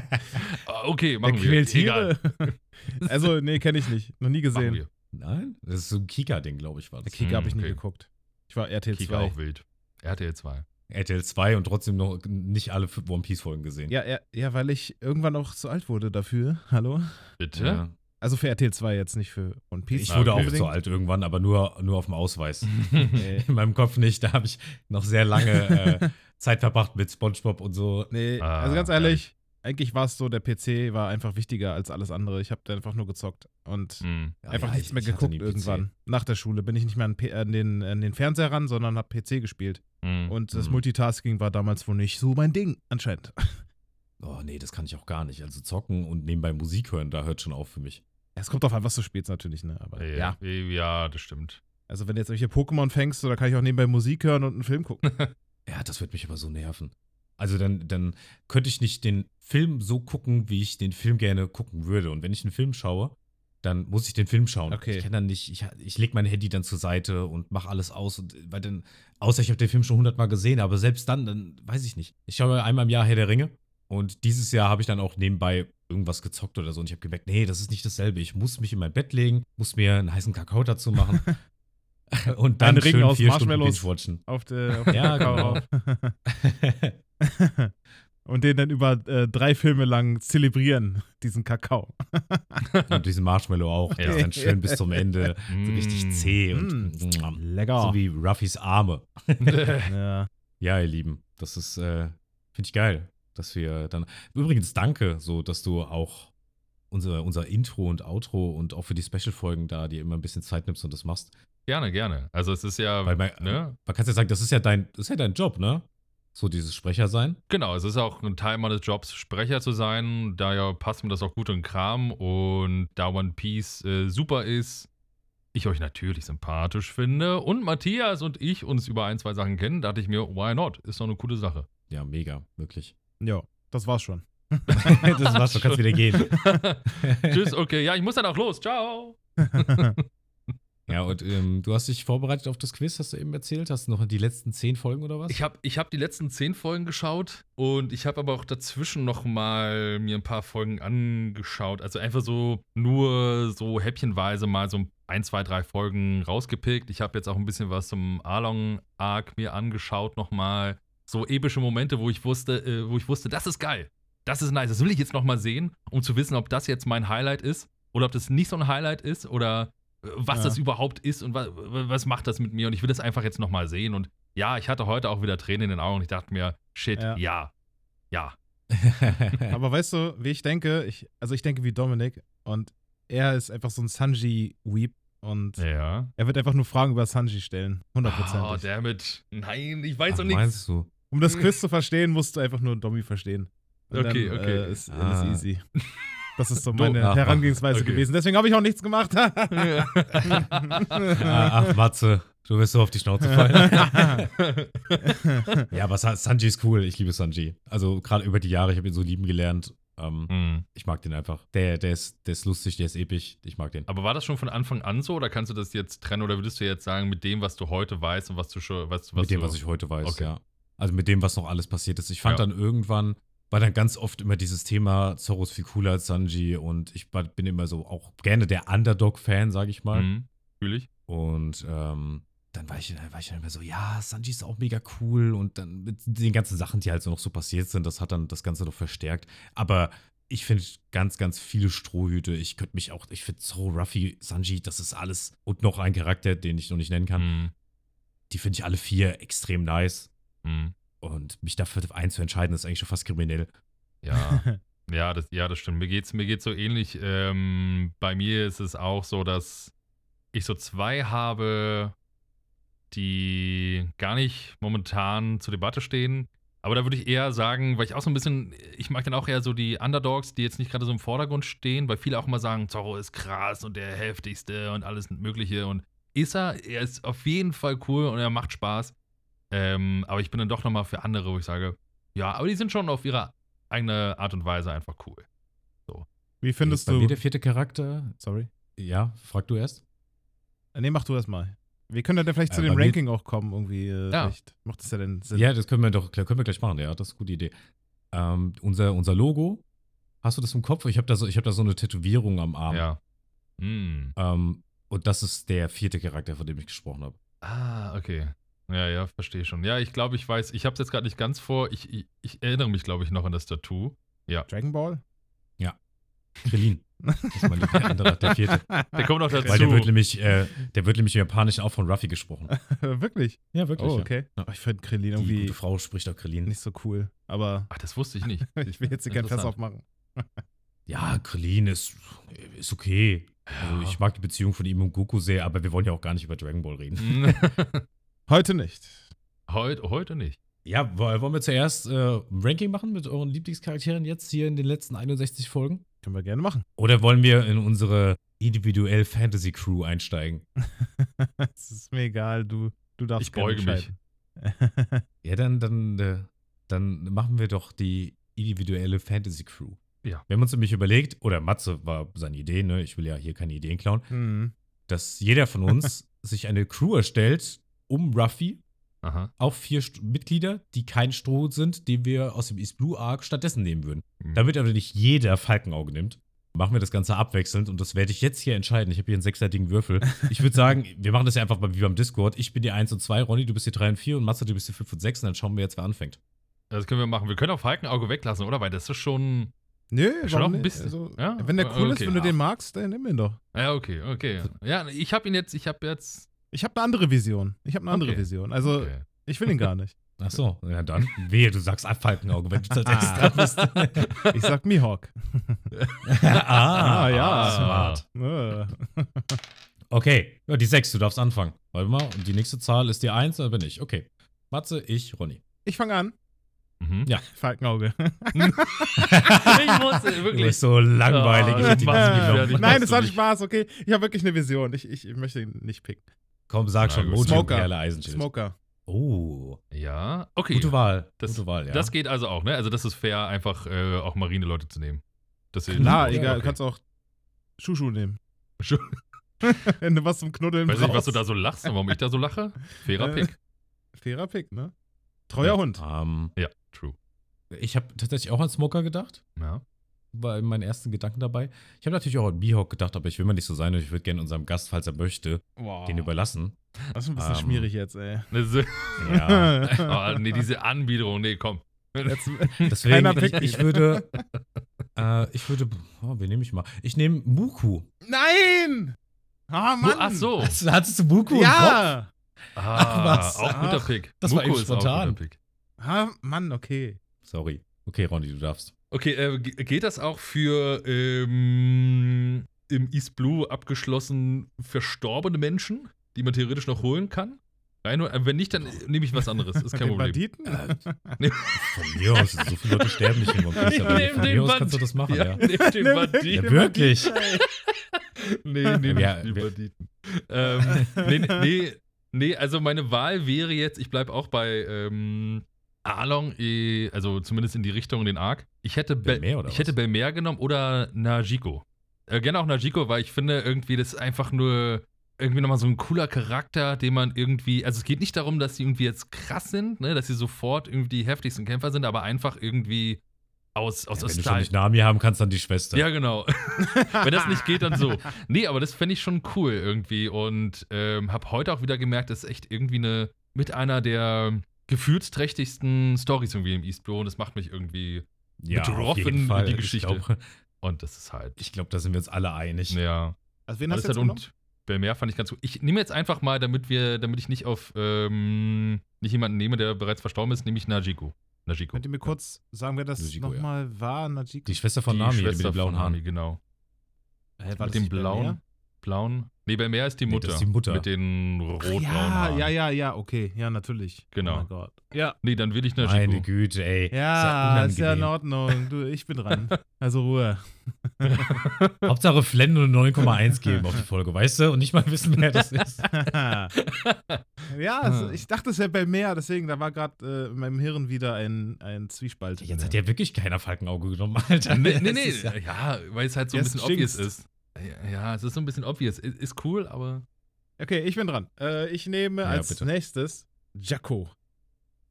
Speaker 4: Oh, Okay, machen
Speaker 2: Der
Speaker 4: wir.
Speaker 2: quält
Speaker 4: Egal.
Speaker 2: Tiere. Also, nee, kenne ich nicht. Noch nie
Speaker 4: Machen
Speaker 2: gesehen.
Speaker 4: wir.
Speaker 1: Nein? Das ist so ein Kika-Ding, glaube ich, war
Speaker 2: Der
Speaker 1: das.
Speaker 2: Kika habe ich nie
Speaker 4: Okay.
Speaker 2: geguckt. Ich war RTL
Speaker 4: Kika
Speaker 2: 2.
Speaker 4: auch wild. RTL 2.
Speaker 1: RTL 2 und trotzdem noch nicht alle One Piece-Folgen gesehen.
Speaker 2: Ja, ja, ja, weil ich irgendwann auch zu alt wurde dafür. Hallo?
Speaker 4: Bitte?
Speaker 1: Ja.
Speaker 2: Also für RTL 2 jetzt, nicht für One Piece.
Speaker 1: Ich
Speaker 4: Ah,
Speaker 1: wurde
Speaker 4: okay.
Speaker 1: auch zu alt irgendwann, aber nur, nur auf dem Ausweis.
Speaker 2: Nee,
Speaker 1: In meinem Kopf nicht. Da habe ich noch sehr lange äh, Zeit verbracht mit Spongebob und so.
Speaker 2: nee
Speaker 4: Ah,
Speaker 2: also ganz ehrlich, eigentlich war es so, der PC war einfach wichtiger als alles andere. Ich habe da einfach nur gezockt und
Speaker 4: Hm.
Speaker 1: Ja,
Speaker 2: einfach
Speaker 1: ja,
Speaker 2: nichts
Speaker 1: ich-
Speaker 2: mehr
Speaker 1: ich hatte
Speaker 2: geguckt
Speaker 1: nie PC.
Speaker 2: irgendwann. Nach der Schule bin ich nicht mehr an, P an, den, an den Fernseher ran, sondern habe PC gespielt.
Speaker 4: Hm.
Speaker 2: Und das
Speaker 1: Mhm.
Speaker 2: Multitasking war damals wohl nicht so mein Ding, anscheinend.
Speaker 1: Oh, nee, das kann ich auch gar nicht. Also zocken und nebenbei Musik hören, da hört schon auf für mich.
Speaker 2: Es kommt drauf an, was du spielst natürlich, ne? Aber ja.
Speaker 4: Ja. ja, das stimmt.
Speaker 2: Also wenn du jetzt irgendwelche Pokémon fängst, so, da kann ich auch nebenbei Musik hören und einen Film gucken.
Speaker 1: Ja, das wird mich aber so nerven. Also dann, dann könnte ich nicht den Film so gucken, wie ich den Film gerne gucken würde. Und wenn ich einen Film schaue, dann muss ich den Film schauen.
Speaker 2: Okay.
Speaker 1: Ich kann dann nicht, ich, ich lege mein Handy dann zur Seite und mache alles aus. Und, weil dann, außer ich habe den Film schon hundertmal gesehen, aber selbst dann, dann weiß ich nicht. Ich schaue einmal im Jahr Herr der Ringe und dieses Jahr habe ich dann auch nebenbei irgendwas gezockt oder so. Und ich habe gemerkt, nee, das ist nicht dasselbe. Ich muss mich in mein Bett legen, muss mir einen heißen Kakao dazu machen. und dann
Speaker 2: Einen Ring
Speaker 1: schön
Speaker 2: aus
Speaker 1: vier Stunden
Speaker 2: Marshmallows.
Speaker 1: binge-watchen.
Speaker 2: Auf der, auf der
Speaker 1: Ja,
Speaker 2: Cover. Und den dann über äh, drei Filme lang zelebrieren, diesen Kakao.
Speaker 1: Und diesen Marshmallow auch. Der
Speaker 4: Ja.
Speaker 1: ist dann schön bis zum Ende so richtig
Speaker 4: Hm.
Speaker 1: zäh
Speaker 2: Mm.
Speaker 1: und
Speaker 4: Ah.
Speaker 2: Lecker.
Speaker 1: so wie Ruffys Arme.
Speaker 2: ja.
Speaker 1: Ja, ihr Lieben, das ist, äh, finde ich geil, dass wir dann. Übrigens, danke, so, dass du auch unser, unser Intro und Outro und auch für die Special-Folgen da dir immer ein bisschen Zeit nimmst und das machst.
Speaker 4: Gerne, gerne. Also es ist ja,
Speaker 1: Weil man,
Speaker 4: ne?
Speaker 1: man kann ja sagen, das ist ja dein, das ist ja dein Job, ne? So dieses Sprecher sein.
Speaker 4: Genau, es ist auch ein Teil meines Jobs, Sprecher zu sein. Daher passt mir das auch gut in den Kram. Und da One Piece äh, super ist, ich euch natürlich sympathisch finde und Matthias und ich uns über ein, zwei Sachen kennen, dachte ich mir, why not? Ist doch eine coole Sache.
Speaker 1: Ja, mega, wirklich.
Speaker 2: ja, das war's schon.
Speaker 1: das war's, du kannst wieder gehen.
Speaker 4: Tschüss, okay. Ja, ich muss dann auch los. Ciao.
Speaker 1: Ja, und ähm, du hast dich vorbereitet auf das Quiz, hast du eben erzählt? Hast du noch die letzten zehn Folgen oder was?
Speaker 4: Ich habe ich hab die letzten zehn Folgen geschaut und ich habe aber auch dazwischen noch mal mir ein paar Folgen angeschaut. Also einfach so nur so häppchenweise mal so ein ein, zwei, drei Folgen rausgepickt. Ich habe jetzt auch ein bisschen was zum Along-Arc mir angeschaut nochmal. So epische Momente, wo ich wusste, äh, wo ich wusste, das ist geil. Das ist nice. Das will ich jetzt nochmal sehen, um zu wissen, ob das jetzt mein Highlight ist oder ob das nicht so ein Highlight ist oder äh, was
Speaker 2: Ja.
Speaker 4: das überhaupt ist und was, was macht das mit mir. Und ich will das einfach jetzt nochmal sehen. Und ja, ich hatte heute auch wieder Tränen in den Augen und ich dachte mir, shit,
Speaker 2: Ja.
Speaker 4: ja. ja.
Speaker 2: Aber weißt du, wie ich denke? Ich, also ich denke wie Dominik und er ist einfach so ein Sanji-Weep und
Speaker 4: Ja.
Speaker 2: er wird einfach nur Fragen über Sanji stellen.
Speaker 1: Ah,
Speaker 4: Oh,
Speaker 2: Hundertprozentig.
Speaker 4: damit. Nein, ich weiß
Speaker 1: Ach,
Speaker 4: doch nichts.
Speaker 1: Meinst du?
Speaker 2: um das Quiz zu verstehen, musst du einfach nur Domi verstehen. Und
Speaker 4: Okay,
Speaker 2: dann,
Speaker 4: okay.
Speaker 2: Äh, ist
Speaker 1: Ah.
Speaker 2: alles easy. Das ist so
Speaker 4: Du-
Speaker 2: meine
Speaker 1: Ach,
Speaker 2: Herangehensweise
Speaker 4: okay.
Speaker 2: gewesen. Deswegen habe ich auch nichts gemacht.
Speaker 1: Ah, ach, Watze, du wirst so auf die Schnauze fallen. ja, aber Sa- Sanji ist cool. Ich liebe Sanji. Also gerade über die Jahre, ich habe ihn so lieben gelernt. Ähm,
Speaker 4: Hm.
Speaker 1: Ich mag den einfach. Der, der, ist, der ist lustig, der ist episch. Ich mag den.
Speaker 4: Aber war das schon von Anfang an so oder kannst du das jetzt trennen oder würdest du jetzt sagen, mit dem, was du heute weißt und was du schon. Was, was
Speaker 1: mit dem,
Speaker 4: du,
Speaker 1: was ich heute weiß,
Speaker 4: Okay.
Speaker 1: ja. Also mit dem, was noch alles passiert ist. Ich fand
Speaker 4: Ja.
Speaker 1: dann irgendwann, war dann ganz oft immer dieses Thema, Zorro ist viel cooler als Sanji und ich war, bin immer so auch gerne der Underdog-Fan, sage ich mal.
Speaker 4: Hm, Fühl ich.
Speaker 1: Und ähm, dann war ich, dann war ich dann immer so, ja, Sanji ist auch mega cool und dann mit den ganzen Sachen, die halt so noch so passiert sind, das hat dann das Ganze noch verstärkt. Aber ich finde ganz, ganz viele Strohhüte. Ich könnte mich auch, ich finde Zorro, Ruffy, Sanji, das ist alles und noch ein Charakter, den ich noch nicht nennen
Speaker 2: Mhm.
Speaker 1: kann.
Speaker 4: Hm,
Speaker 1: Die finde ich alle vier extrem nice.
Speaker 4: hm.
Speaker 1: Und mich dafür einzuentscheiden, ist eigentlich schon fast kriminell.
Speaker 4: Ja. ja, das, ja, das stimmt. Mir geht's, mir geht's so ähnlich. Ähm, bei mir ist es auch so, dass ich so zwei habe, die gar nicht momentan zur Debatte stehen. Aber da würde ich eher sagen, weil ich auch so ein bisschen, ich mag dann auch eher so die Underdogs, die jetzt nicht gerade so im Vordergrund stehen, weil viele auch immer sagen, Zorro ist krass und der heftigste und alles Mögliche. Und ist er, er ist auf jeden Fall cool und er macht Spaß. Ähm, aber ich bin dann doch nochmal für andere, wo ich sage, ja, aber die sind schon auf ihre eigene Art und Weise einfach cool.
Speaker 2: Wie findest
Speaker 1: Bei mir
Speaker 2: du.
Speaker 1: der vierte Charakter?
Speaker 2: Sorry.
Speaker 1: Ja, frag du erst.
Speaker 2: Äh, Nee, mach du erst mal. Wir können dann vielleicht
Speaker 1: Äh,
Speaker 2: zu
Speaker 1: bei
Speaker 2: dem
Speaker 1: mir-
Speaker 2: Ranking auch kommen, irgendwie. Äh,
Speaker 4: Ja.
Speaker 2: Vielleicht macht das ja dann Sinn.
Speaker 1: Ja, das können wir doch können wir gleich machen. Ja, das ist eine gute Idee. Ähm, unser, unser Logo, hast du das im Kopf? Ich habe da, so, ich hab da so eine Tätowierung am Arm.
Speaker 4: Ja. Hm.
Speaker 1: Ähm, und das ist der vierte Charakter, von dem ich gesprochen habe.
Speaker 4: Ah, okay. Ja, ja, verstehe schon. Ja, ich glaube, ich weiß, ich habe es jetzt gerade nicht ganz vor. Ich, ich, ich erinnere mich, glaube ich, noch an das Tattoo.
Speaker 2: Dragon Ball?
Speaker 1: Krillin. Das ist mein lieber anderer, der vierte.
Speaker 2: Ah,
Speaker 4: Der kommt noch dazu.
Speaker 1: Weil der wird, nämlich, äh, der wird nämlich im Japanischen auch von Ruffy gesprochen.
Speaker 2: Wirklich?
Speaker 1: Ja, wirklich.
Speaker 2: Oh, okay.
Speaker 1: Ja.
Speaker 2: Oh, Ich finde Krillin
Speaker 1: Die
Speaker 2: irgendwie
Speaker 1: gute Frau spricht auch Krillin.
Speaker 2: nicht so cool. Aber
Speaker 4: Ach, das wusste ich nicht.
Speaker 2: ich will jetzt hier kein Fass
Speaker 4: Interessant.
Speaker 2: aufmachen.
Speaker 1: Ja, Krillin ist, ist okay. Also ich mag die Beziehung von ihm und Goku sehr, aber wir wollen ja auch gar nicht über Dragon Ball reden.
Speaker 2: Heute nicht.
Speaker 4: Hm. Heut, heute nicht.
Speaker 1: Ja, wo- wollen wir zuerst äh, ein Ranking machen mit euren Lieblingscharakteren jetzt hier in den letzten 61 Folgen?
Speaker 2: Können wir gerne machen.
Speaker 1: Oder wollen wir in unsere individuell Fantasy Crew einsteigen?
Speaker 2: Es ist mir egal, du, du darfst
Speaker 4: Ich beuge
Speaker 2: gerne
Speaker 4: mich.
Speaker 2: entscheiden.
Speaker 1: Ja, dann, dann, äh, dann machen wir doch die individuelle Fantasy Crew.
Speaker 4: Ja.
Speaker 1: Wir haben uns nämlich überlegt, oder Matze war seine Idee, ne? Ich will ja hier keine Ideen klauen,
Speaker 2: Hm.
Speaker 1: dass jeder von uns sich eine Crew erstellt um Ruffy,
Speaker 4: Aha.
Speaker 1: auch vier St Mitglieder, die kein Stroh sind, den wir aus dem East Blue Arc stattdessen nehmen würden.
Speaker 4: Mhm.
Speaker 1: Damit aber nicht jeder Falkenauge nimmt, machen wir das Ganze abwechselnd und das werde ich jetzt hier entscheiden. Ich habe hier einen sechsseitigen Würfel. Ich würde sagen, wir machen das ja einfach bei- wie beim Discord. Ich bin die 1 und 2, Ronny, du bist die 3 und 4 und Matze, du bist die 5 und 6 und dann schauen wir jetzt, wer anfängt.
Speaker 4: Das können wir machen. Wir können auch Falkenauge weglassen, oder? Weil das ist schon.
Speaker 2: Nö,
Speaker 4: Schon
Speaker 2: warum
Speaker 4: auch ein
Speaker 2: nicht?
Speaker 4: bisschen.
Speaker 2: Also,
Speaker 4: Ja,
Speaker 2: wenn der cool ist,
Speaker 4: okay.
Speaker 2: wenn du den magst, dann nimm ihn doch.
Speaker 4: Ja, okay, okay. Ja, ich habe ihn jetzt. Ich habe jetzt.
Speaker 2: Ich habe eine andere Vision. Ich habe eine andere
Speaker 4: Okay.
Speaker 2: Vision.
Speaker 1: Äh.
Speaker 2: Also,
Speaker 4: Okay.
Speaker 2: ich will ihn gar nicht.
Speaker 1: Ach so, ja dann. Wehe, du sagst Falkenauge, wenn du tatsächlich dran bist.
Speaker 2: Ich sag Mihawk.
Speaker 1: ah,
Speaker 2: ja.
Speaker 1: Smart.
Speaker 2: Äh.
Speaker 1: Okay, ja, die 6, du darfst anfangen. Warte mal, und die nächste Zahl ist die 1, dann bin ich. Okay. Matze, ich, Ronny.
Speaker 2: Ich fange an.
Speaker 4: Mhm.
Speaker 1: Ja.
Speaker 2: Falkenauge.
Speaker 4: Ich musste
Speaker 1: Du
Speaker 4: wirklich.
Speaker 1: bist so langweilig.
Speaker 4: Oh,
Speaker 1: ich hätte die
Speaker 4: Mann.
Speaker 1: Maske genommen.
Speaker 4: Ja, die-
Speaker 2: Nein,
Speaker 4: machst
Speaker 2: das
Speaker 4: du
Speaker 2: hat
Speaker 4: nicht.
Speaker 2: Spaß, okay. Ich habe wirklich eine Vision. Ich, ich, ich möchte ihn nicht picken.
Speaker 1: Komm, sag schon.
Speaker 4: Na gut.
Speaker 1: Mojo,
Speaker 2: Smoker.
Speaker 1: Perle, Eisenschild.
Speaker 2: Smoker.
Speaker 1: Oh,
Speaker 4: Ja. Okay.
Speaker 1: gute Wahl.
Speaker 4: Das-
Speaker 1: gute Wahl, ja.
Speaker 4: Das geht also auch, ne? Also das ist fair, einfach äh, auch Marineleute zu nehmen. Das ist-
Speaker 2: Na,
Speaker 1: Ja,
Speaker 2: egal,
Speaker 4: okay.
Speaker 2: kannst auch Schuschu nehmen.
Speaker 4: Schu-
Speaker 2: Wenn du was zum Knuddeln
Speaker 4: Weiß nicht, was du da
Speaker 2: brauchst.
Speaker 4: so lachst und warum ich da so lache. Fairer
Speaker 2: Äh.
Speaker 4: Pick.
Speaker 2: Fairer Pick, ne? Treuer Hund.
Speaker 4: Ah.
Speaker 1: Ähm,
Speaker 4: Ja, true.
Speaker 1: ich habe tatsächlich auch an Smoker gedacht.
Speaker 4: Ja.
Speaker 1: war mein ersten Gedanken dabei. Ich habe natürlich auch an Mihawk gedacht, aber ich will mal nicht so sein und ich würde gerne unserem Gast, falls er möchte,
Speaker 2: Wow.
Speaker 4: Ah.
Speaker 1: den überlassen.
Speaker 2: Das ist ein bisschen
Speaker 1: Ähm,
Speaker 2: schwierig jetzt, ey.
Speaker 4: Das ist-
Speaker 1: Ja.
Speaker 4: oh, nee, diese Anbiederung, nee, komm.
Speaker 2: Jetzt,
Speaker 1: Deswegen,
Speaker 2: Keiner
Speaker 1: ich,
Speaker 2: pickt
Speaker 1: ich würde. Äh, ich würde. Oh, wen nehme ich mal? Ich nehme Buku.
Speaker 2: Nein! Ah, Mann!
Speaker 4: Ach so.
Speaker 1: Hast, du- hattest du Buku im Kopf?
Speaker 2: Ja!
Speaker 4: Ah,
Speaker 1: was?
Speaker 4: auch guter
Speaker 2: Ach,
Speaker 4: Pick.
Speaker 1: das war
Speaker 4: Muko
Speaker 1: eben
Speaker 4: ist auch
Speaker 1: spontan.
Speaker 4: guter Pick.
Speaker 2: Ah, Mann, okay.
Speaker 1: Sorry. Okay, Ronny, du darfst.
Speaker 4: Okay, äh, ge- geht das auch für ähm, im East Blue abgeschlossen verstorbene Menschen, die man theoretisch noch holen kann? Rein, äh, wenn nicht, dann äh, nehme ich was anderes. Ist kein
Speaker 2: den
Speaker 4: Problem.
Speaker 2: Banditen?
Speaker 1: Von mir aus, so viele Leute sterben nicht im One Piece,
Speaker 4: Ich
Speaker 1: aber
Speaker 4: nehm
Speaker 1: von
Speaker 4: den
Speaker 1: mir aus
Speaker 4: Band.
Speaker 1: kannst du das machen, ja.
Speaker 4: Nimm den
Speaker 2: Nimm
Speaker 1: Ja,
Speaker 4: Banditen.
Speaker 1: wirklich.
Speaker 4: Nee, nee, nicht
Speaker 1: Ja,
Speaker 4: die
Speaker 1: wir-
Speaker 4: Banditen. Ähm, nee, nee, nee, nee, also meine Wahl wäre jetzt, ich bleibe auch bei ähm, Along, eh, also zumindest in die Richtung, in den Arc. Ich hätte, Be
Speaker 1: Belmer oder
Speaker 4: ich
Speaker 1: was?
Speaker 4: hätte Belmer genommen oder Najiko. Äh, gerne auch Najiko, weil ich finde, irgendwie das ist einfach nur irgendwie nochmal so ein cooler Charakter, den man irgendwie, also es geht nicht darum, dass sie irgendwie jetzt krass sind, ne, dass sie sofort irgendwie die heftigsten Kämpfer sind, aber einfach irgendwie aus, aus,
Speaker 1: Ja,
Speaker 4: aus
Speaker 1: wenn du schon nicht Nami haben kannst, dann die Schwester.
Speaker 4: ja, genau. Wenn das nicht geht, dann so. Nee, aber das fände ich schon cool irgendwie. Und ähm, habe heute auch wieder gemerkt, das ist echt irgendwie eine, mit einer der gefühlsträchtigsten Stories irgendwie im East Blue. Und das macht mich irgendwie.
Speaker 1: ja
Speaker 4: betroffen in die Geschichte.
Speaker 1: Ich glaube,
Speaker 4: Und das ist halt.
Speaker 1: glaub, da sind wir uns alle einig.
Speaker 4: Ja.
Speaker 2: Also, wen hast
Speaker 4: Alles
Speaker 2: du jetzt
Speaker 4: halt
Speaker 2: genommen?
Speaker 4: und Belmer fand ich ganz gut. Ich nehme jetzt einfach mal, damit wir, damit ich nicht auf ähm, nicht jemanden nehme, der bereits verstorben ist, nehme ich Najiko. Najiko.
Speaker 2: Könnt ihr mir kurz sagen, wer das
Speaker 1: Najiko, ja.
Speaker 2: nochmal war? Najiko?
Speaker 1: Die Schwester von Nami, die mit den
Speaker 4: Schwester
Speaker 1: blauen
Speaker 4: von Nami,
Speaker 1: Haaren.
Speaker 4: Genau.
Speaker 2: Hä, war
Speaker 4: mit
Speaker 2: das
Speaker 4: dem
Speaker 2: nicht bei
Speaker 4: blauen.
Speaker 2: mir?
Speaker 4: Blauen. Nee, Belmer ist die
Speaker 1: Nee,
Speaker 4: Mutter.
Speaker 1: das ist die Mutter.
Speaker 4: Mit den rotblauen
Speaker 2: Ja,
Speaker 4: Haaren.
Speaker 2: ja, ja, ja, okay. Ja, natürlich.
Speaker 4: Genau.
Speaker 2: Oh mein Gott. Ja.
Speaker 4: Nee, dann will ich Najiko.
Speaker 1: Meine Güte, ey.
Speaker 2: Ja, ist ja in
Speaker 1: unangenehm.
Speaker 2: Ordnung. Du, ich bin dran. Also Ruhe.
Speaker 1: Hauptsache Flennen und 9,1 geben auf die Folge, weißt du? Und nicht mal wissen, wer das ist.
Speaker 2: ja,
Speaker 1: Ah.
Speaker 2: es, ich dachte, es wäre bei mehr, deswegen, da war gerade äh, in meinem Hirn wieder ein, ein Zwiespalt.
Speaker 1: Jetzt hat ja wirklich keiner Falkenauge genommen, Alter.
Speaker 4: Nee,
Speaker 1: Das
Speaker 4: nee, nee.
Speaker 1: ist ja-
Speaker 4: Ja, weil es halt so ein
Speaker 2: Jetzt
Speaker 4: bisschen obvious
Speaker 2: jinxed.
Speaker 4: ist. Ja, Ja, es ist so ein bisschen obvious. I- Ist cool, aber.
Speaker 2: Okay, ich bin dran. Äh, ich nehme
Speaker 1: Ja,
Speaker 2: als
Speaker 1: bitte.
Speaker 2: nächstes Jacko.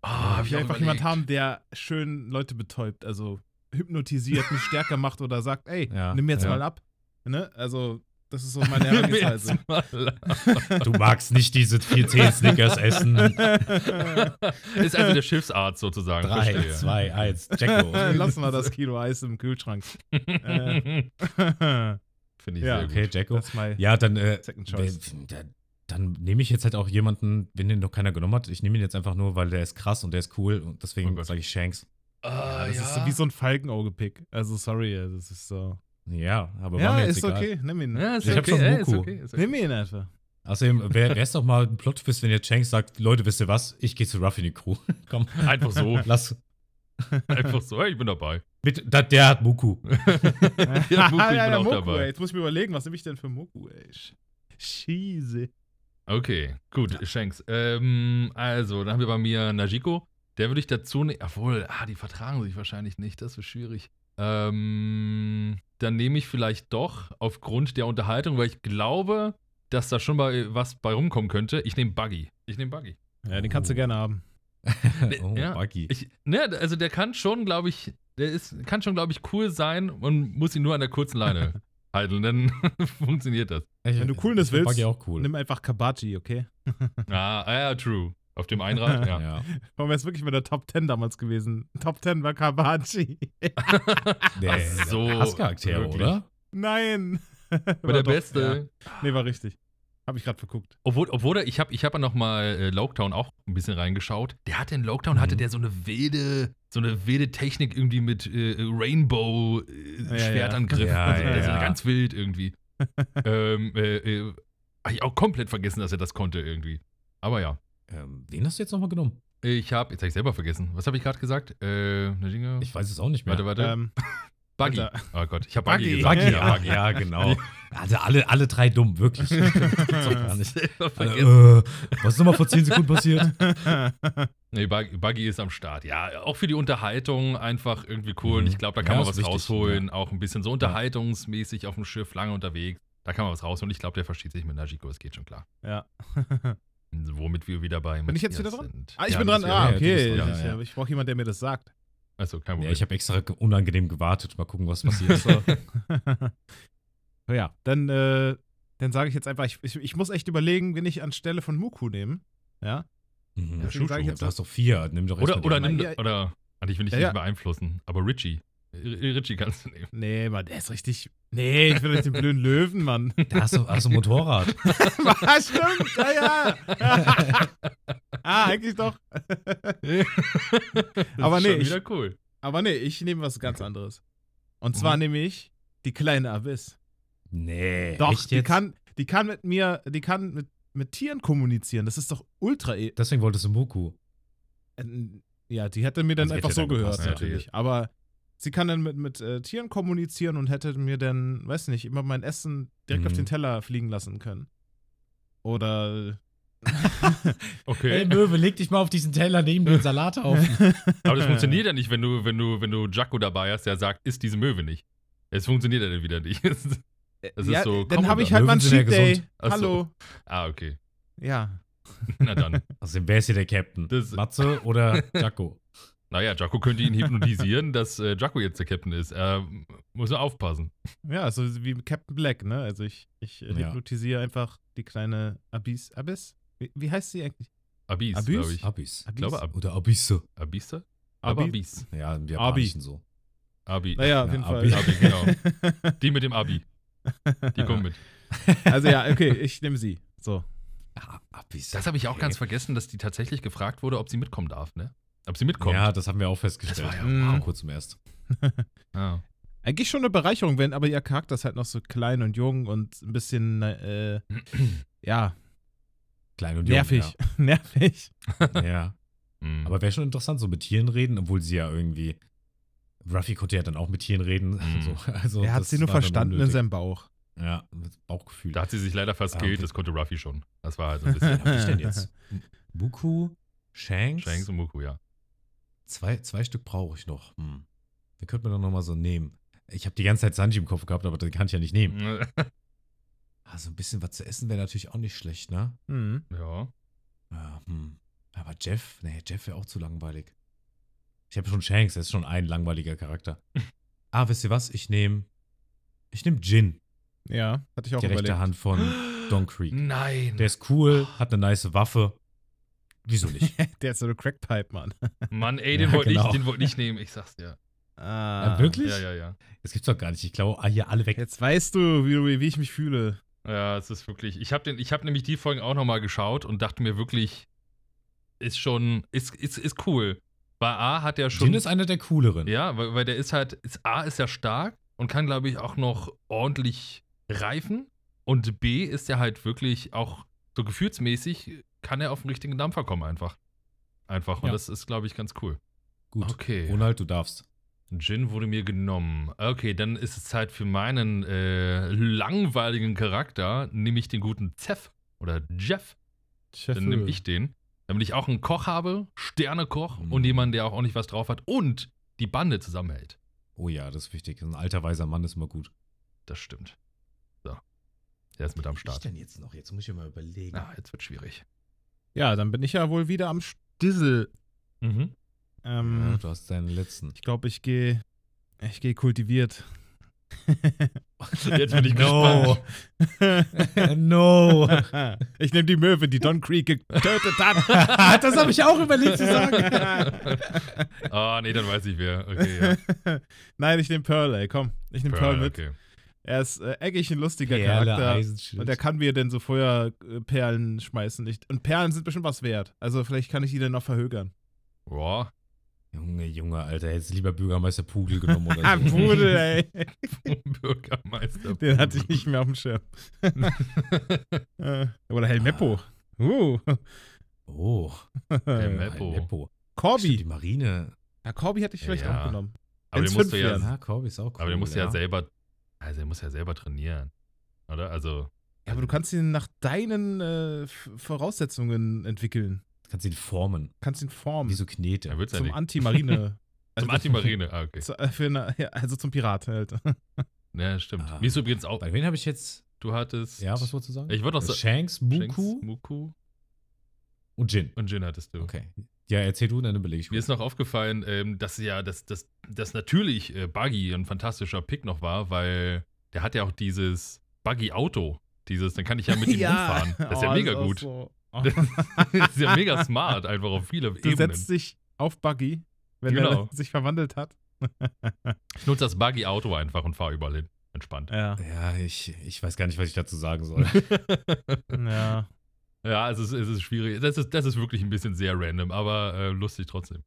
Speaker 4: Oh,
Speaker 2: ich will einfach jemand haben, der schön Leute betäubt, also hypnotisiert, mich stärker macht oder sagt, ey,
Speaker 1: Ja,
Speaker 2: nimm jetzt
Speaker 1: ja.
Speaker 2: mal ab. Ne? Also, das ist so meine Herangehensweise.
Speaker 1: Du magst nicht diese 410 Snickers essen.
Speaker 4: ist also der Schiffsarzt sozusagen.
Speaker 1: Drei,
Speaker 4: verstehe.
Speaker 1: zwei, eins, Jacko.
Speaker 2: Äh, Lassen wir das Kilo Eis im Kühlschrank. Äh.
Speaker 4: Finde ich
Speaker 2: Ja,
Speaker 4: sehr gut.
Speaker 1: Okay, Jacko.
Speaker 2: das ist mein
Speaker 1: Ja, dann, äh,
Speaker 2: Second
Speaker 1: wer-
Speaker 2: Choice.
Speaker 1: da- dann nehme ich jetzt halt auch jemanden, wenn den noch keiner genommen hat. Ich nehme ihn jetzt einfach nur, weil der ist krass und der ist cool und
Speaker 4: Oh
Speaker 1: deswegen
Speaker 4: Gott.
Speaker 1: sage ich Shanks.
Speaker 4: Ah,
Speaker 2: Das ist
Speaker 4: ja.
Speaker 2: so wie so ein Falkenauge-Pick. Also, sorry, das ist so.
Speaker 1: Ja, aber war
Speaker 2: Ja,
Speaker 1: mir jetzt
Speaker 2: ist
Speaker 1: egal.
Speaker 2: okay, nimm ihn.
Speaker 4: Ja, ist
Speaker 1: Ich hab
Speaker 4: okay,
Speaker 1: schon
Speaker 4: äh, ist
Speaker 1: Muko.
Speaker 4: okay. Ist okay.
Speaker 2: Nimm ihn einfach.
Speaker 1: Außerdem wäre es doch mal ein Plot-Twist, wenn jetzt Shanks sagt, Leute, wisst ihr was? Ich gehe zu Ruff in die Crew. Komm,
Speaker 4: Einfach so.
Speaker 1: lass.
Speaker 4: Einfach so. Hey, ich bin dabei.
Speaker 1: Mit, da, der hat Muku.
Speaker 4: Ja, Muko, ich bin auch
Speaker 2: Moku,
Speaker 4: dabei.
Speaker 2: Ey. Jetzt muss ich mir überlegen, was nehme ich denn für Moku, ey. Sch- Scheiße.
Speaker 4: Okay, gut, Shanks. Ähm, also, dann haben wir bei mir Najiko. Der würde ich dazu nehmen. Obwohl, ah, die vertragen sich wahrscheinlich nicht. Das ist schwierig. Ähm, dann nehme ich vielleicht doch aufgrund der Unterhaltung, weil ich glaube, dass da schon mal äh, was bei rumkommen könnte. Ich nehme Buggy. Ich nehme Buggy.
Speaker 2: Ja, den kannst du
Speaker 1: Oh.
Speaker 2: gerne haben.
Speaker 1: oh,
Speaker 4: ja,
Speaker 1: Buggy.
Speaker 4: Ich, ne, also der kann schon, glaube ich, der ist, kann schon, glaube ich, cool sein und muss ihn nur an der kurzen Leine halten. Dann funktioniert das.
Speaker 1: Wenn
Speaker 2: du Coolness willst,
Speaker 1: Buggy auch cool.
Speaker 2: Nimm einfach Kabachi, okay?
Speaker 4: Ah, ah, ja, true. Auf dem Einrad, ja.
Speaker 1: ja.
Speaker 2: Warum wäre es wirklich bei der Top 10 damals gewesen? Top 10 war Kabachi.
Speaker 1: Der
Speaker 4: Ach so,
Speaker 1: Hasscharaktere,
Speaker 4: wirklich.
Speaker 1: oder?
Speaker 2: Nein.
Speaker 4: Aber der Beste.
Speaker 2: Ja. Nee, war richtig. Hab ich gerade verguckt.
Speaker 4: Obwohl, obwohl er- ich habe ich hab ja noch mal äh, Lockdown auch ein bisschen reingeschaut. Der hatte in Lockdown
Speaker 1: Mhm.
Speaker 4: hatte der so eine wilde so eine wilde Technik irgendwie mit äh, Rainbow äh,
Speaker 2: Ja, ja.
Speaker 4: Schwertangriff.
Speaker 1: Ja,
Speaker 4: also,
Speaker 1: ja,
Speaker 4: also
Speaker 1: ja.
Speaker 4: ganz wild irgendwie. ähm, äh, äh, hab ich auch komplett vergessen, dass er das konnte irgendwie. Aber ja,
Speaker 1: Ähm, wen hast du jetzt nochmal genommen?
Speaker 4: ich habe jetzt habe ich selber vergessen. Was habe ich gerade gesagt? Äh, ne Dinge?
Speaker 1: Ich weiß es auch nicht mehr.
Speaker 4: warte, warte.
Speaker 2: Ähm,
Speaker 4: Buggy.
Speaker 2: Alter.
Speaker 4: Oh Gott, ich habe Buggy,
Speaker 2: Buggy.
Speaker 4: gesagt.
Speaker 1: Buggy,
Speaker 2: Ja.
Speaker 1: ja, ja, genau. Also alle, alle drei dumm, wirklich. Das gibt's doch gar nicht.
Speaker 4: Selber
Speaker 1: Alle,
Speaker 4: vergessen.
Speaker 1: äh, was ist nochmal vor 10 Sekunden passiert?
Speaker 4: Nee, Buggy, Buggy ist am Start. Ja, auch für die Unterhaltung einfach irgendwie cool. Und
Speaker 1: Mhm.
Speaker 4: ich glaube, da kann
Speaker 1: Ja,
Speaker 4: man
Speaker 1: ist
Speaker 4: was
Speaker 1: wichtig,
Speaker 4: rausholen. Auch ein bisschen so unterhaltungsmäßig auf dem Schiff, lange unterwegs. Da kann man was rausholen. Ich glaube, der versteht sich mit Najiko, es geht schon klar.
Speaker 2: ja.
Speaker 4: Womit wir wieder bei
Speaker 2: Bin ich jetzt
Speaker 4: Matthias
Speaker 2: wieder dran?
Speaker 4: sind.
Speaker 2: Ah, ich
Speaker 4: Ja,
Speaker 2: bin
Speaker 4: du
Speaker 2: dran.
Speaker 4: bist
Speaker 1: ja,
Speaker 2: Ah,
Speaker 1: ja, du
Speaker 2: okay.
Speaker 1: bist dran,
Speaker 2: ich
Speaker 1: ja, ja.
Speaker 2: ich brauche jemanden, der mir das sagt.
Speaker 4: Also
Speaker 1: Ja,
Speaker 4: kein Problem.
Speaker 1: ich habe extra ge- unangenehm gewartet. Mal gucken, was passiert. So.
Speaker 2: ja, dann, äh, dann sage ich jetzt einfach, ich, ich, ich muss echt überlegen, wen ich anstelle von Muku nehmen. Ja.
Speaker 1: Mhm.
Speaker 2: Deswegen sag ich jetzt
Speaker 1: du
Speaker 2: mal-
Speaker 1: hast doch vier. Nimm doch
Speaker 4: oder
Speaker 1: erst mal
Speaker 4: oder
Speaker 1: den.
Speaker 4: nimm
Speaker 2: Ja, ja.
Speaker 4: oder also ich will dich
Speaker 2: Ja,
Speaker 4: nicht
Speaker 2: ja.
Speaker 4: beeinflussen, aber Richie. R- Richie kannst du nehmen.
Speaker 2: Nee, Mann, der ist richtig. Nee, ich will nicht den blöden Löwen, Mann.
Speaker 1: Da hast du, hast du ein Motorrad.
Speaker 2: ah, stimmt, ja, ja. ah, eigentlich doch.
Speaker 4: Das
Speaker 2: Aber
Speaker 4: ist
Speaker 2: nee,
Speaker 4: schon
Speaker 2: ich-
Speaker 4: wieder cool.
Speaker 2: Aber nee, ich nehme was ganz anderes. Und zwar
Speaker 1: Mhm.
Speaker 2: nehme ich die kleine Abyss.
Speaker 1: Nee.
Speaker 2: Doch,
Speaker 1: echt
Speaker 2: die
Speaker 1: jetzt?
Speaker 2: kann, die kann mit mir, die kann mit, mit Tieren kommunizieren. Das ist doch ultra. e-
Speaker 1: Deswegen wolltest du Muku.
Speaker 2: Äh, Ja, die hätte mir dann
Speaker 1: Also die
Speaker 2: einfach
Speaker 1: hätte
Speaker 2: so
Speaker 1: dann
Speaker 2: gehört,
Speaker 1: gepasst, ja.
Speaker 2: natürlich. Aber sie kann dann mit, mit äh, Tieren kommunizieren und hätte mir dann, weiß nicht, immer mein Essen direkt auf
Speaker 1: Mhm.
Speaker 2: den Teller fliegen lassen können. Oder.
Speaker 1: Ey,
Speaker 4: Okay.
Speaker 1: Möwe, leg dich mal auf diesen Teller neben den Salat auf.
Speaker 4: aber das funktioniert ja nicht, wenn du wenn du wenn du Jacko dabei hast, der sagt, isst diese Möwe nicht. Es funktioniert ja dann wieder nicht. Das ist
Speaker 2: ja,
Speaker 4: so, komm,
Speaker 2: dann habe ich
Speaker 4: oder?
Speaker 2: halt mal einen
Speaker 1: Möwen sind ja
Speaker 2: Cheat Day.
Speaker 1: gesund.
Speaker 4: Ach so.
Speaker 2: Hallo.
Speaker 4: ah, okay.
Speaker 2: Ja.
Speaker 4: Na dann.
Speaker 1: Also, wer ist hier der Captain?
Speaker 4: Das-
Speaker 1: Matze oder Jacko?
Speaker 4: Naja, Jacko könnte ihn hypnotisieren, dass äh, Jacko jetzt der Captain ist. Ähm, muss er aufpassen.
Speaker 2: Ja, so wie Captain Black, ne? Also ich, ich äh,
Speaker 1: Ja.
Speaker 2: hypnotisiere einfach die kleine Abyss. Abyss? Wie, wie heißt sie eigentlich?
Speaker 4: Abis,
Speaker 2: Abis?
Speaker 4: glaube ich.
Speaker 1: Abis.
Speaker 2: Abyss?
Speaker 4: glaube, Ab
Speaker 1: Oder Abisse.
Speaker 4: Abisa? Aber
Speaker 2: Abi?
Speaker 4: Abis.
Speaker 1: Ja, im Japanischen so.
Speaker 4: Abi.
Speaker 2: Naja, auf
Speaker 1: Ja,
Speaker 2: jeden
Speaker 1: Abi.
Speaker 2: Fall.
Speaker 4: Abi, genau. Die mit dem Abi. Die kommen mit.
Speaker 2: Also ja, okay, ich nehme sie. So.
Speaker 1: Ah, Abis.
Speaker 4: Das habe ich auch ganz vergessen, dass die tatsächlich gefragt wurde, ob sie mitkommen darf, ne? Ob sie mitkommt.
Speaker 1: Ja, das haben wir auch festgestellt.
Speaker 4: Das war
Speaker 2: ja-
Speaker 1: Auch kurz zum Erst.
Speaker 4: Ah.
Speaker 2: Eigentlich schon eine Bereicherung, wenn aber ihr Charakter ist halt noch so klein und jung und ein bisschen, äh, ja,
Speaker 1: Klein und jung.
Speaker 2: nervig. nervig.
Speaker 1: Ja. ja.
Speaker 4: Mhm.
Speaker 1: Aber wäre schon interessant, so mit Tieren reden, obwohl sie ja irgendwie. Ruffy konnte ja dann auch mit Tieren reden.
Speaker 4: Mhm.
Speaker 1: So, also
Speaker 2: er hat
Speaker 1: das
Speaker 2: sie nur
Speaker 1: war dann
Speaker 2: verstanden in
Speaker 1: unnötig.
Speaker 2: seinem Bauch.
Speaker 1: Ja, mit Bauchgefühl.
Speaker 4: da hat sie sich leider
Speaker 1: Ah,
Speaker 4: fast gilt,
Speaker 1: okay.
Speaker 4: das konnte Ruffy schon. Das war halt so ein bisschen.
Speaker 1: Wen hab ich denn jetzt? Buku, Shanks.
Speaker 4: Shanks und Muku, ja.
Speaker 1: Zwei, zwei Stück brauche ich noch. Hm. Den könnte man doch nochmal so nehmen. Ich habe die ganze Zeit Sanji im Kopf gehabt, aber den kann ich ja nicht
Speaker 4: Mhm.
Speaker 1: nehmen. Also ein bisschen was zu essen wäre natürlich auch nicht schlecht, ne?
Speaker 2: Mhm.
Speaker 4: ja.
Speaker 1: Ja, hm. Aber Jeff, nee, Jeff wäre auch zu langweilig. Ich habe schon Shanks, er ist schon ein langweiliger Charakter. ah, wisst ihr was? Ich nehme. Ich nehme Jin,
Speaker 2: Ja, hatte ich auch
Speaker 1: die rechte
Speaker 2: überlegt.
Speaker 1: Hand von Don Creek.
Speaker 4: Nein.
Speaker 1: Der ist cool, hat eine nice Waffe. Wieso nicht?
Speaker 2: Der ist so eine Crackpipe, Mann.
Speaker 4: Mann, ey,
Speaker 1: Ja,
Speaker 4: den wollte
Speaker 1: genau.
Speaker 4: ich, den wollte ich nehmen, ich sag's dir.
Speaker 2: Ah,
Speaker 1: Ja, wirklich?
Speaker 4: Ja, ja, ja.
Speaker 1: Das gibt's doch gar nicht. Ich glaube, ah, hier alle weg.
Speaker 2: Jetzt weißt du, wie, du- wie ich mich fühle.
Speaker 4: Ja, es ist wirklich. Ich habe hab nämlich die Folgen auch nochmal geschaut und dachte mir wirklich, ist schon, ist, ist, ist cool. Bei A hat er schon.
Speaker 1: Jin ist einer der cooleren.
Speaker 4: ja, weil, weil der ist halt, ist, A ist ja stark und kann, glaube ich, auch noch ordentlich reifen. Und B ist er halt wirklich auch so gefühlsmäßig, kann er auf den richtigen Dampfer kommen einfach. Einfach. Und
Speaker 1: Ja.
Speaker 4: das ist, glaube ich, ganz cool.
Speaker 1: Gut.
Speaker 4: Okay.
Speaker 1: Ronald, du darfst.
Speaker 4: Jin wurde mir genommen. Okay, dann ist es Zeit für meinen äh, langweiligen Charakter, nämlich den guten Zeff oder Jeff. Dann nehme ich den. Damit ich auch einen Koch habe, Sternekoch
Speaker 1: Mhm.
Speaker 4: und jemanden, der auch ordentlich was drauf hat und die Bande zusammenhält.
Speaker 1: Oh ja, das ist wichtig. Ein alter, weiser Mann ist immer gut.
Speaker 4: Das stimmt. So. Der ist mit am
Speaker 1: Was ich
Speaker 4: Start.
Speaker 1: denn jetzt noch? Jetzt muss ich mir mal überlegen.
Speaker 4: Ah, jetzt wird schwierig.
Speaker 2: Ja, dann bin ich ja wohl wieder am Stissel.
Speaker 4: Mhm.
Speaker 2: Ähm,
Speaker 1: Ja, du hast deinen letzten.
Speaker 2: Ich glaube, ich gehe. Ich gehe kultiviert.
Speaker 4: Jetzt bin ich
Speaker 1: No.
Speaker 4: gespannt. Äh,
Speaker 1: no.
Speaker 2: ich nehme die Möwe, die Don Creek getötet hat.
Speaker 1: das habe ich auch überlegt zu
Speaker 4: Ah, nee, dann weiß ich wer. Okay, ja.
Speaker 2: Nein, ich nehme Pearl, ey, komm. Ich nehme Pearl, mit.
Speaker 4: okay.
Speaker 2: Er ist äh, eckig ein lustiger
Speaker 1: Perle,
Speaker 2: Charakter.
Speaker 1: Eisenschild.
Speaker 2: Und er kann mir denn so Feuerperlen schmeißen. Ich, und Perlen sind bestimmt was wert. Also vielleicht kann ich die dann noch verhögern.
Speaker 4: Boah.
Speaker 1: Junge, Junge, Alter, hättest du lieber Bürgermeister Pugel genommen
Speaker 2: Ah,
Speaker 1: oder so.
Speaker 2: Pudel, ey.
Speaker 4: Bürgermeister.
Speaker 2: Den hatte ich nicht mehr auf dem Schirm. Äh, Oder Hell Meppo. Uh.
Speaker 1: oh,
Speaker 4: Hey,
Speaker 1: ein
Speaker 4: Meppo.
Speaker 1: Meppo. Stimmt, Die
Speaker 2: Corby.
Speaker 1: Marine.
Speaker 2: Ja, Corby hätte ich vielleicht
Speaker 4: Ja.
Speaker 2: auch genommen.
Speaker 4: Aber
Speaker 2: Wenn's
Speaker 4: den musst du
Speaker 2: fünf
Speaker 4: ja,
Speaker 2: wären.
Speaker 1: Ja, Corby ist auch cool.
Speaker 4: aber den musst du ja,
Speaker 1: ja
Speaker 4: selber, also den musst du ja selber trainieren, oder? Also
Speaker 2: Ja, aber du kannst ihn nach deinen äh, F- Voraussetzungen entwickeln.
Speaker 1: Kannst ihn formen.
Speaker 2: Kannst ihn formen.
Speaker 1: Wie so Knete.
Speaker 4: er wird's ja
Speaker 2: zum
Speaker 4: nicht.
Speaker 2: Antimarine. Also
Speaker 1: Also
Speaker 4: Zum Antimarine, ah, okay.
Speaker 2: Zu, äh, für eine, ja, also zum Pirat halt.
Speaker 4: Ja, stimmt.
Speaker 1: Ah.
Speaker 4: Mir ist übrigens auch,
Speaker 1: Bei wen habe ich jetzt?
Speaker 4: du hattest.
Speaker 1: Ja, was wolltest du sagen?
Speaker 4: Ich wollte noch sagen,
Speaker 1: Shanks,
Speaker 4: Shanks,
Speaker 1: Buku
Speaker 4: Muku
Speaker 1: und Jin.
Speaker 4: und Jin hattest du.
Speaker 1: Okay. Ja, erzähl du, dann belege ich.
Speaker 4: Mir ist noch aufgefallen, ähm, dass ja, dass, dass, dass natürlich äh, Buggy ein fantastischer Pick noch war, weil der hat ja auch dieses Buggy-Auto. Dieses, dann kann ich ja mit ihm rumfahren. Das ist ja
Speaker 2: Oh,
Speaker 4: mega
Speaker 2: auch
Speaker 4: gut.
Speaker 2: so- Oh.
Speaker 4: Das ist ja mega smart, einfach auf viele
Speaker 2: Du
Speaker 4: Ebenen.
Speaker 2: setzt dich auf Buggy, wenn
Speaker 4: Genau.
Speaker 2: er sich verwandelt hat.
Speaker 4: Ich nutze das Buggy-Auto einfach und fahre überall hin. Entspannt.
Speaker 2: Ja.
Speaker 1: ja, ich, ich weiß gar nicht, was ich dazu sagen soll.
Speaker 2: ja.
Speaker 4: Ja, es ist, es ist schwierig. Das ist, das ist wirklich ein bisschen sehr random, aber äh, lustig trotzdem.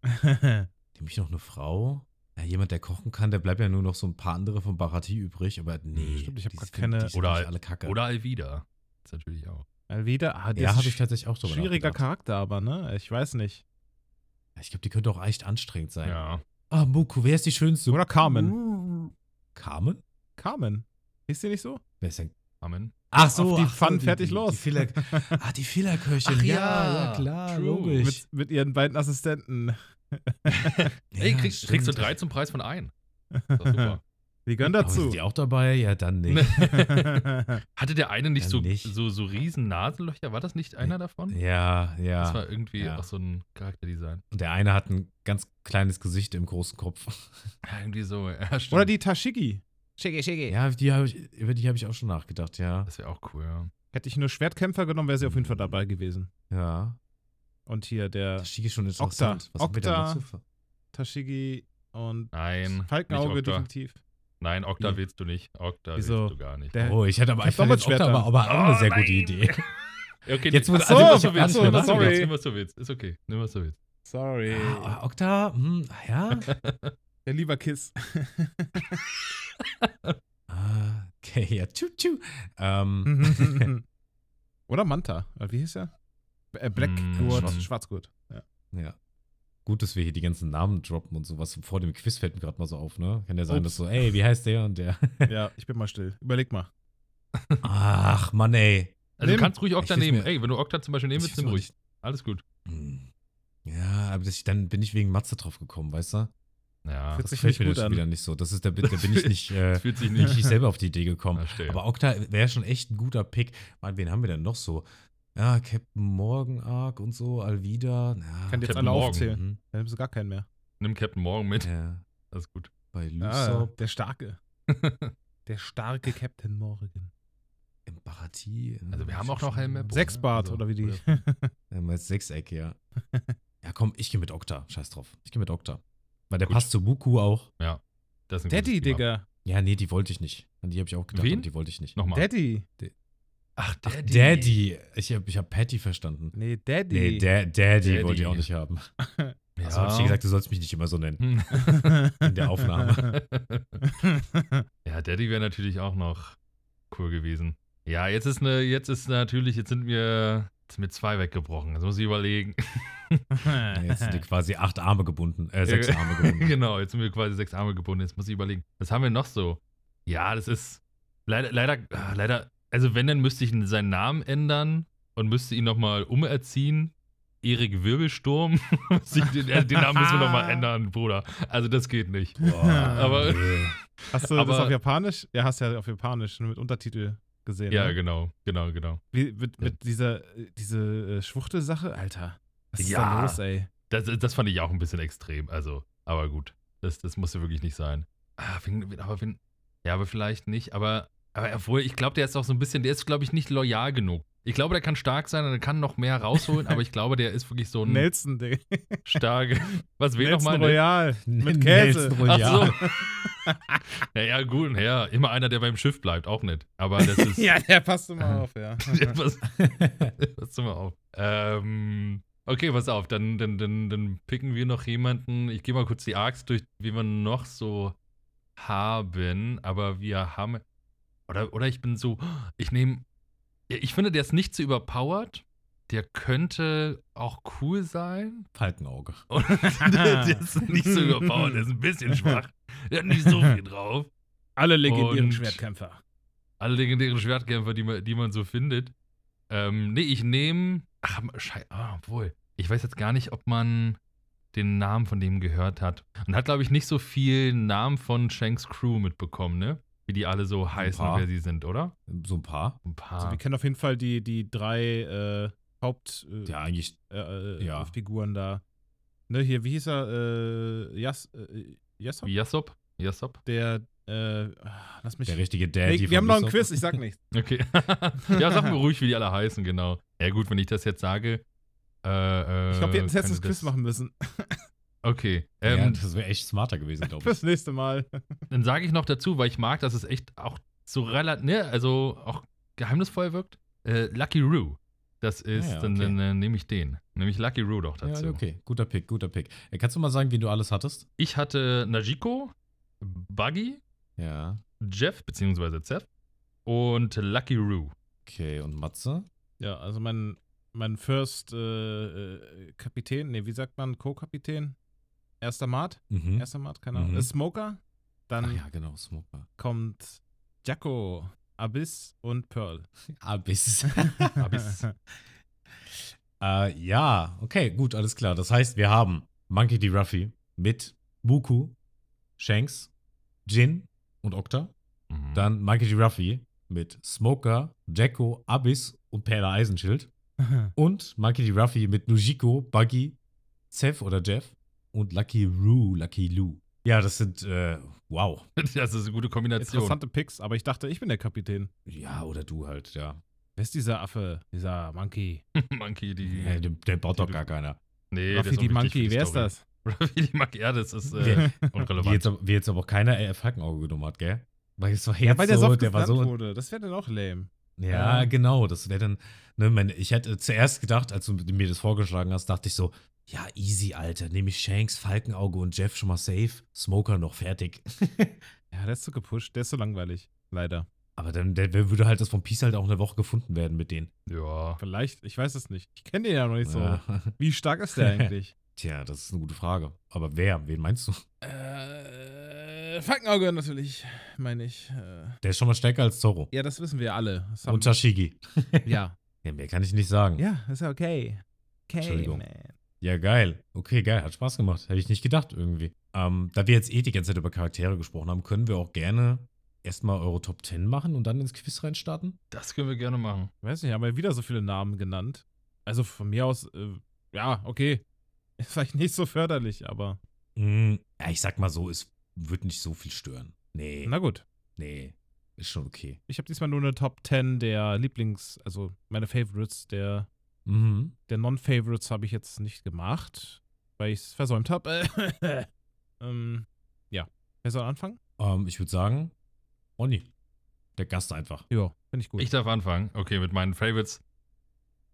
Speaker 1: Nämlich noch eine Frau. Ja, jemand, der kochen kann, der bleibt ja nur noch so ein paar andere von Barati übrig, aber nee.
Speaker 2: Stimmt, ich hab
Speaker 1: die
Speaker 2: grad
Speaker 1: sind-
Speaker 2: keine-
Speaker 1: die sind
Speaker 4: Oder-
Speaker 1: nicht alle kacke.
Speaker 4: Oder Alvida. Das ist natürlich auch.
Speaker 2: Alvida, ah, der
Speaker 1: ja, habe ich
Speaker 2: ist ein
Speaker 1: tatsächlich auch drüber
Speaker 2: schwieriger
Speaker 1: nachgedacht.
Speaker 2: Charakter, aber, ne? Ich weiß nicht.
Speaker 1: Ja, Ich glaube, die könnte auch echt anstrengend sein.
Speaker 4: Ja.
Speaker 1: Ah, Muku, wer ist die schönste?
Speaker 2: Oder Carmen.
Speaker 1: Uh. Carmen?
Speaker 2: Carmen. Ist die nicht so?
Speaker 1: Wer ist denn?
Speaker 4: Amen.
Speaker 1: Ach
Speaker 2: Auf die Pfannen fertig
Speaker 1: die,
Speaker 2: los.
Speaker 1: Die Fehler, ah, die Fehlerköchin.
Speaker 4: Ach
Speaker 1: ja,
Speaker 4: ja,
Speaker 1: ja, klar,
Speaker 4: true.
Speaker 1: logisch.
Speaker 2: Mit, mit ihren beiden Assistenten.
Speaker 1: Ja,
Speaker 4: Ey, kriegst, kriegst du
Speaker 1: stimmt.
Speaker 4: drei zum Preis von ein. Das ist super.
Speaker 2: Die gehören
Speaker 1: Aber sind
Speaker 2: dazu.
Speaker 1: die auch dabei? Ja, dann
Speaker 4: Ne.
Speaker 1: nicht.
Speaker 4: Hatte der eine nicht,
Speaker 1: Dann
Speaker 4: so,
Speaker 1: nicht.
Speaker 4: so so riesen Nasenlöcher? War das nicht einer davon?
Speaker 1: ja,
Speaker 4: Das
Speaker 1: ja.
Speaker 4: war irgendwie
Speaker 1: Ja.
Speaker 4: auch so ein Charakterdesign.
Speaker 1: Und der eine hat ein ganz kleines Gesicht im großen Kopf.
Speaker 4: Ja, Irgendwie so. Ja, stimmt.
Speaker 2: Oder die Tashigi.
Speaker 1: Ja, die hab ich, über die habe ich auch schon nachgedacht, ja.
Speaker 4: Das wäre auch cool, ja.
Speaker 2: Hätte ich nur Schwertkämpfer genommen, wäre sie auf jeden Fall dabei gewesen.
Speaker 1: Ja.
Speaker 2: Und hier der
Speaker 1: Das schick ist schon interessant.
Speaker 2: Okta.
Speaker 1: Was haben wir denn noch
Speaker 2: Okta.
Speaker 1: so ver-
Speaker 2: Tashigi und
Speaker 4: Nein.
Speaker 2: Falkenauge
Speaker 4: nicht Okta.
Speaker 2: definitiv.
Speaker 4: Nein, Okta
Speaker 2: Wie?
Speaker 4: willst du nicht. Okta
Speaker 2: Wieso?
Speaker 4: willst du gar nicht.
Speaker 2: Der,
Speaker 1: Oh, ich hatte aber
Speaker 2: Ich hab
Speaker 1: ich fand jetzt Okta
Speaker 2: Doppelschwerter.
Speaker 1: aber, aber auch eine
Speaker 3: Oh,
Speaker 1: sehr gute
Speaker 3: nein.
Speaker 1: Idee.
Speaker 4: Okay,
Speaker 1: Jetzt
Speaker 4: nimm-
Speaker 1: wurde-
Speaker 4: also,
Speaker 2: Ach so,
Speaker 4: nimm, was du willst,
Speaker 2: ach so,
Speaker 4: nimm, was du
Speaker 2: sorry.
Speaker 4: willst, nimm, was du willst. Ist okay. Nimm, was du willst.
Speaker 2: Sorry.
Speaker 1: Ah, Okta, hm, ah, ja.
Speaker 2: Der lieber Kiss.
Speaker 1: Ah, okay, ja, tschu, tschu. Ähm,
Speaker 2: Mhm. Oder Manta. Oder Wie hieß er? B- Äh, Blackgurt,
Speaker 1: Mm,
Speaker 2: Schwarzgurt. Ja.
Speaker 1: ja. Gut, dass wir hier die ganzen Namen droppen und sowas. Vor dem Quiz fällt mir gerade mal so auf, ne? Kann ja sein, dass so, ey, wie heißt der und der?
Speaker 2: ja, ich bin mal still. Überleg mal.
Speaker 1: Ach, Mann, ey.
Speaker 4: Also,
Speaker 2: Nimm.
Speaker 4: du kannst ruhig
Speaker 1: Ich
Speaker 4: Okta
Speaker 1: will's
Speaker 4: nehmen.
Speaker 1: mir-
Speaker 4: Ey, wenn du Okta zum Beispiel nehmen
Speaker 1: Ich
Speaker 4: willst,
Speaker 1: weiß
Speaker 4: nimm
Speaker 1: auch
Speaker 4: ruhig. Alles gut.
Speaker 1: Hm. Ja, aber das, dann bin ich wegen Matze drauf gekommen, weißt du?
Speaker 4: Ja,
Speaker 2: Fühlt
Speaker 1: Das
Speaker 2: sich
Speaker 1: fällt
Speaker 2: nicht
Speaker 1: mir
Speaker 2: gut
Speaker 1: dann schon
Speaker 2: an.
Speaker 1: wieder nicht so. Das ist, da bin, da bin ich nicht, äh,
Speaker 4: das fühlt sich
Speaker 1: bin
Speaker 4: nicht.
Speaker 1: ich nicht selber auf die Idee gekommen.
Speaker 4: Verstehe.
Speaker 1: Aber Okta wäre schon echt ein guter Pick. Mann, wen haben wir denn noch so? Ja, Captain Morgan Ark und so, Alvida. Ja,
Speaker 2: Kann die jetzt
Speaker 4: Captain
Speaker 2: alle
Speaker 4: Morgan.
Speaker 2: aufzählen.
Speaker 1: Mhm.
Speaker 2: Dann haben sie gar keinen mehr.
Speaker 4: nimm Captain Morgan mit.
Speaker 1: Ja,
Speaker 4: Alles gut.
Speaker 1: bei
Speaker 2: Ah,
Speaker 1: Lysop,
Speaker 2: der starke. der starke Captain Morgan.
Speaker 1: im Barati.
Speaker 4: Also, wir haben auch noch Helm Map.
Speaker 2: Sechsbart
Speaker 4: Also,
Speaker 2: oder wie die.
Speaker 1: Ähm, als Sechseck, ja. ja, komm, ich gehe mit Okta. Scheiß drauf. Ich gehe mit Okta. Weil der
Speaker 4: Gut.
Speaker 1: passt zu Buku auch.
Speaker 4: Das ist ein gutes
Speaker 2: Daddy,
Speaker 4: Team-Up.
Speaker 2: Digga.
Speaker 1: Ja, nee, die wollte ich nicht. An die habe ich auch gedacht,
Speaker 4: Wen?
Speaker 1: aber die wollte ich nicht.
Speaker 4: Nochmal.
Speaker 2: Daddy.
Speaker 4: Ach,
Speaker 1: Ach, Daddy. Ich habe ich hab Patty verstanden.
Speaker 2: Nee, Daddy.
Speaker 1: Nee, da Daddy,
Speaker 4: Daddy.
Speaker 1: wollte ich auch nicht haben.
Speaker 4: Ja.
Speaker 1: Also habe ich dir gesagt, du sollst mich nicht immer so nennen.
Speaker 4: Hm.
Speaker 1: in der Aufnahme.
Speaker 4: ja, Daddy wäre natürlich auch noch cool gewesen. Ja, jetzt ist eine, jetzt ist natürlich, jetzt sind wir jetzt mit zwei weggebrochen. Jetzt muss ich überlegen.
Speaker 1: Ja, jetzt sind dir quasi acht Arme gebunden. Äh, sechs
Speaker 4: Ja.
Speaker 1: Arme gebunden.
Speaker 4: genau, jetzt sind wir quasi sechs Arme gebunden. Jetzt muss ich überlegen. Was haben wir noch so? Ja, das ist leider, leider, ah, leider. Also wenn, dann müsste ich seinen Namen ändern und müsste ihn nochmal umerziehen. Erik Wirbelsturm. Müsste ich den, äh, den Namen müssen wir nochmal ändern, Bruder. Also das geht nicht.
Speaker 1: Boah,
Speaker 4: Aber-
Speaker 1: nee.
Speaker 2: Hast du das
Speaker 4: Aber-
Speaker 2: auf Japanisch? Ja, hast ja auf Japanisch mit Untertitel gesehen.
Speaker 4: Ja,
Speaker 2: ne?
Speaker 4: genau, genau, genau.
Speaker 2: Wie, mit, mit dieser äh, diese äh, Schwuchte-Sache, Alter. Was ist
Speaker 4: Ja.
Speaker 2: da los, ey?
Speaker 4: Das, das fand ich auch ein bisschen extrem. Also, aber gut. Das, das musste wirklich nicht sein. Ah, wen, wen- aber wen, ja, aber vielleicht nicht. Aber, aber obwohl, ich glaube, der ist auch so ein bisschen, der ist, glaube ich, nicht loyal genug. Ich glaube, der kann stark sein und der kann noch mehr rausholen, aber ich glaube, der ist wirklich so ein
Speaker 2: Nelson, Digga.
Speaker 4: starker. Was will
Speaker 2: Nelson
Speaker 4: nochmal?
Speaker 2: Royal. Mit
Speaker 1: Nelson
Speaker 2: Käse.
Speaker 1: Royal.
Speaker 4: naja, gut, ja. Immer einer, der beim Schiff bleibt, auch nicht. Aber das ist.
Speaker 2: Ja, der passt immer auf, ja.
Speaker 4: was, was tun wir auf? Ähm, okay, pass auf, dann, dann, dann, dann picken wir noch jemanden. Ich gehe mal kurz die Arcs durch, wie wir noch so haben, aber wir haben. Oder, oder ich bin so, ich nehme. Ich finde, der ist nicht zu überpowered. Der könnte auch cool sein.
Speaker 1: Falkenauge.
Speaker 4: Und der ist nicht so überpowered, der ist ein bisschen schwach. Der hat nicht so viel drauf
Speaker 2: Alle
Speaker 4: legendären
Speaker 2: legendären
Speaker 4: Und-
Speaker 2: Schwertkämpfer.
Speaker 4: alle legendären Schwertkämpfer, die man, die man so findet. Ähm, nee, ich nehme. Ach, scheiße. Ah, obwohl. Ich weiß jetzt gar nicht, ob man den Namen von dem gehört hat. Und hat, glaube ich, nicht so viel Namen von Shanks Crew mitbekommen, ne? Wie die alle so heißen und
Speaker 1: paar.
Speaker 4: wer sie sind, oder?
Speaker 1: So ein paar.
Speaker 4: Ein paar.
Speaker 2: Also, wir kennen auf jeden Fall die, die drei äh, Haupt. Äh,
Speaker 1: Ja, eigentlich.
Speaker 2: äh, äh,
Speaker 1: Ja.
Speaker 2: Figuren da. Ne, hier, wie hieß er? Äh, Jas, äh, Jassop?
Speaker 4: Jassop? Jassop?
Speaker 2: Der, äh, ah, lass mich.
Speaker 1: Der richtige Daddy.
Speaker 2: nee, wir
Speaker 1: von
Speaker 2: haben noch einen
Speaker 1: Ubisoft.
Speaker 2: Quiz, ich sag nichts.
Speaker 4: Okay. ja, sag mir ruhig, wie die alle heißen, genau. Ja, gut, wenn ich das jetzt sage. Äh,
Speaker 2: Ich glaube, wir
Speaker 4: äh,
Speaker 2: hätten jetzt das
Speaker 4: könnte
Speaker 2: Quiz machen müssen.
Speaker 4: Okay.
Speaker 1: ja,
Speaker 4: Ähm,
Speaker 1: das wäre echt smarter gewesen, glaube ich.
Speaker 2: Fürs nächste Mal.
Speaker 4: dann sage ich noch dazu, weil ich mag, dass es echt auch so relativ, ne, also auch geheimnisvoll wirkt. Äh, Lucky Roo. Das ist,
Speaker 1: Ah ja,
Speaker 4: dann,
Speaker 1: okay.
Speaker 4: dann, dann nehme ich den. Nehme ich Lucky Roo doch dazu.
Speaker 1: Ja, okay, guter Pick, guter Pick. Äh, Kannst du mal sagen, wen du alles hattest?
Speaker 4: Ich hatte Najiko, Buggy,
Speaker 1: Ja.
Speaker 4: Jeff, beziehungsweise Zef und Lucky Roo.
Speaker 1: Okay, und Matze?
Speaker 2: Ja, also mein, mein First äh, äh, Kapitän, nee, wie sagt man, Co-Kapitän? Erster Mart,
Speaker 1: Mhm.
Speaker 2: erster Mart, keine Ahnung.
Speaker 1: Mhm.
Speaker 2: Ist Smoker, dann
Speaker 1: Ach ja, genau, Smoker.
Speaker 2: kommt Jacko, Abyss und Pearl.
Speaker 1: Ah, Abyss.
Speaker 4: Abyss.
Speaker 1: äh, ja, okay, gut, alles klar. Das heißt, wir haben Monkey D. Ruffy mit Buku, Shanks, Jin und Okta.
Speaker 4: Mhm.
Speaker 1: Dann Monkey D. Ruffy mit Smoker, Jacko, Abyss und Perla Eisenschild. Und Monkey D. Ruffy mit Nujiko, Buggy, Seth oder Jeff und Lucky Roo, Lucky Lou. Ja, das sind, äh, wow.
Speaker 4: Das ist eine gute Kombination.
Speaker 2: Interessante Picks, aber ich dachte, ich bin der Kapitän.
Speaker 1: Ja, oder du halt, ja.
Speaker 2: Wer ist dieser Affe? Dieser Monkey.
Speaker 4: Monkey,
Speaker 2: Mhm.
Speaker 4: die.
Speaker 1: ja den, den baut doch gar keiner.
Speaker 4: Nee, das
Speaker 2: Raffi
Speaker 4: ist auch
Speaker 2: die
Speaker 4: wichtig für
Speaker 2: Monkey, wer ist
Speaker 4: Story.
Speaker 2: das?
Speaker 4: Raffi die Monkey, ja, das ist äh,
Speaker 1: Wer- Wie
Speaker 4: unrelevant.
Speaker 1: jetzt, aber- wie jetzt aber keiner AF Hackenauge genommen hat, gell? Weil es war jetzt
Speaker 2: Ja, weil der
Speaker 1: so,
Speaker 2: Soft
Speaker 1: der war
Speaker 2: genannt
Speaker 1: so.
Speaker 2: wurde. Das wäre dann auch lame.
Speaker 1: Ja,
Speaker 2: Ja.
Speaker 1: genau. Das wäre dann, ne, meine, ich hätte zuerst gedacht, als du mir das vorgeschlagen hast, dachte ich so, ja, easy, Alter. Nehme ich Shanks, Falkenauge und Jeff schon mal safe, Smoker noch fertig.
Speaker 2: Ja, der ist so gepusht, der ist so langweilig. Leider.
Speaker 1: Aber dann, dann würde halt das von Peace halt auch eine Woche gefunden werden mit denen.
Speaker 4: Ja.
Speaker 2: Vielleicht, ich weiß es nicht. Ich kenne den ja noch nicht so.
Speaker 1: Ja.
Speaker 2: Wie stark ist der eigentlich?
Speaker 1: Tja, das ist eine gute Frage. Aber wer? Wen meinst du?
Speaker 2: äh, Falkenauge natürlich, meine ich. Äh,
Speaker 1: Der ist schon mal stärker als Zorro.
Speaker 2: ja, das wissen wir alle. Das haben-
Speaker 1: und Tashigi.
Speaker 2: ja.
Speaker 1: Ja, mehr kann ich nicht sagen.
Speaker 2: Ja, ist ja okay. Okay,
Speaker 1: Entschuldigung.
Speaker 2: man.
Speaker 1: Ja, geil. Okay, geil. Hat Spaß gemacht. Hätte ich nicht gedacht irgendwie. Ähm, da wir jetzt eh die ganze Zeit über Charaktere gesprochen haben, können wir auch gerne erstmal eure Top 10 machen und dann ins Quiz reinstarten.
Speaker 4: Das können wir gerne machen.
Speaker 2: Weiß nicht, haben wir wieder so viele Namen genannt. Also von mir aus, äh, ja, okay. Ist vielleicht nicht so förderlich, aber
Speaker 4: Mhm.
Speaker 1: Mm, ja, ich sag mal so, es wird nicht so viel stören. Nee,
Speaker 2: na gut.
Speaker 1: nee. Ist schon okay.
Speaker 2: Ich habe diesmal nur eine Top 10 der Lieblings-, also meine Favorites, der,
Speaker 1: Mhm.
Speaker 2: der Non-Favorites habe ich jetzt nicht gemacht, weil ich es versäumt habe. ähm, ja. Wer soll anfangen?
Speaker 1: Ähm, ich würde sagen, Ronny. Der Gast einfach.
Speaker 2: Ja, finde ich gut.
Speaker 4: Ich darf anfangen. Okay, mit meinen Favorites.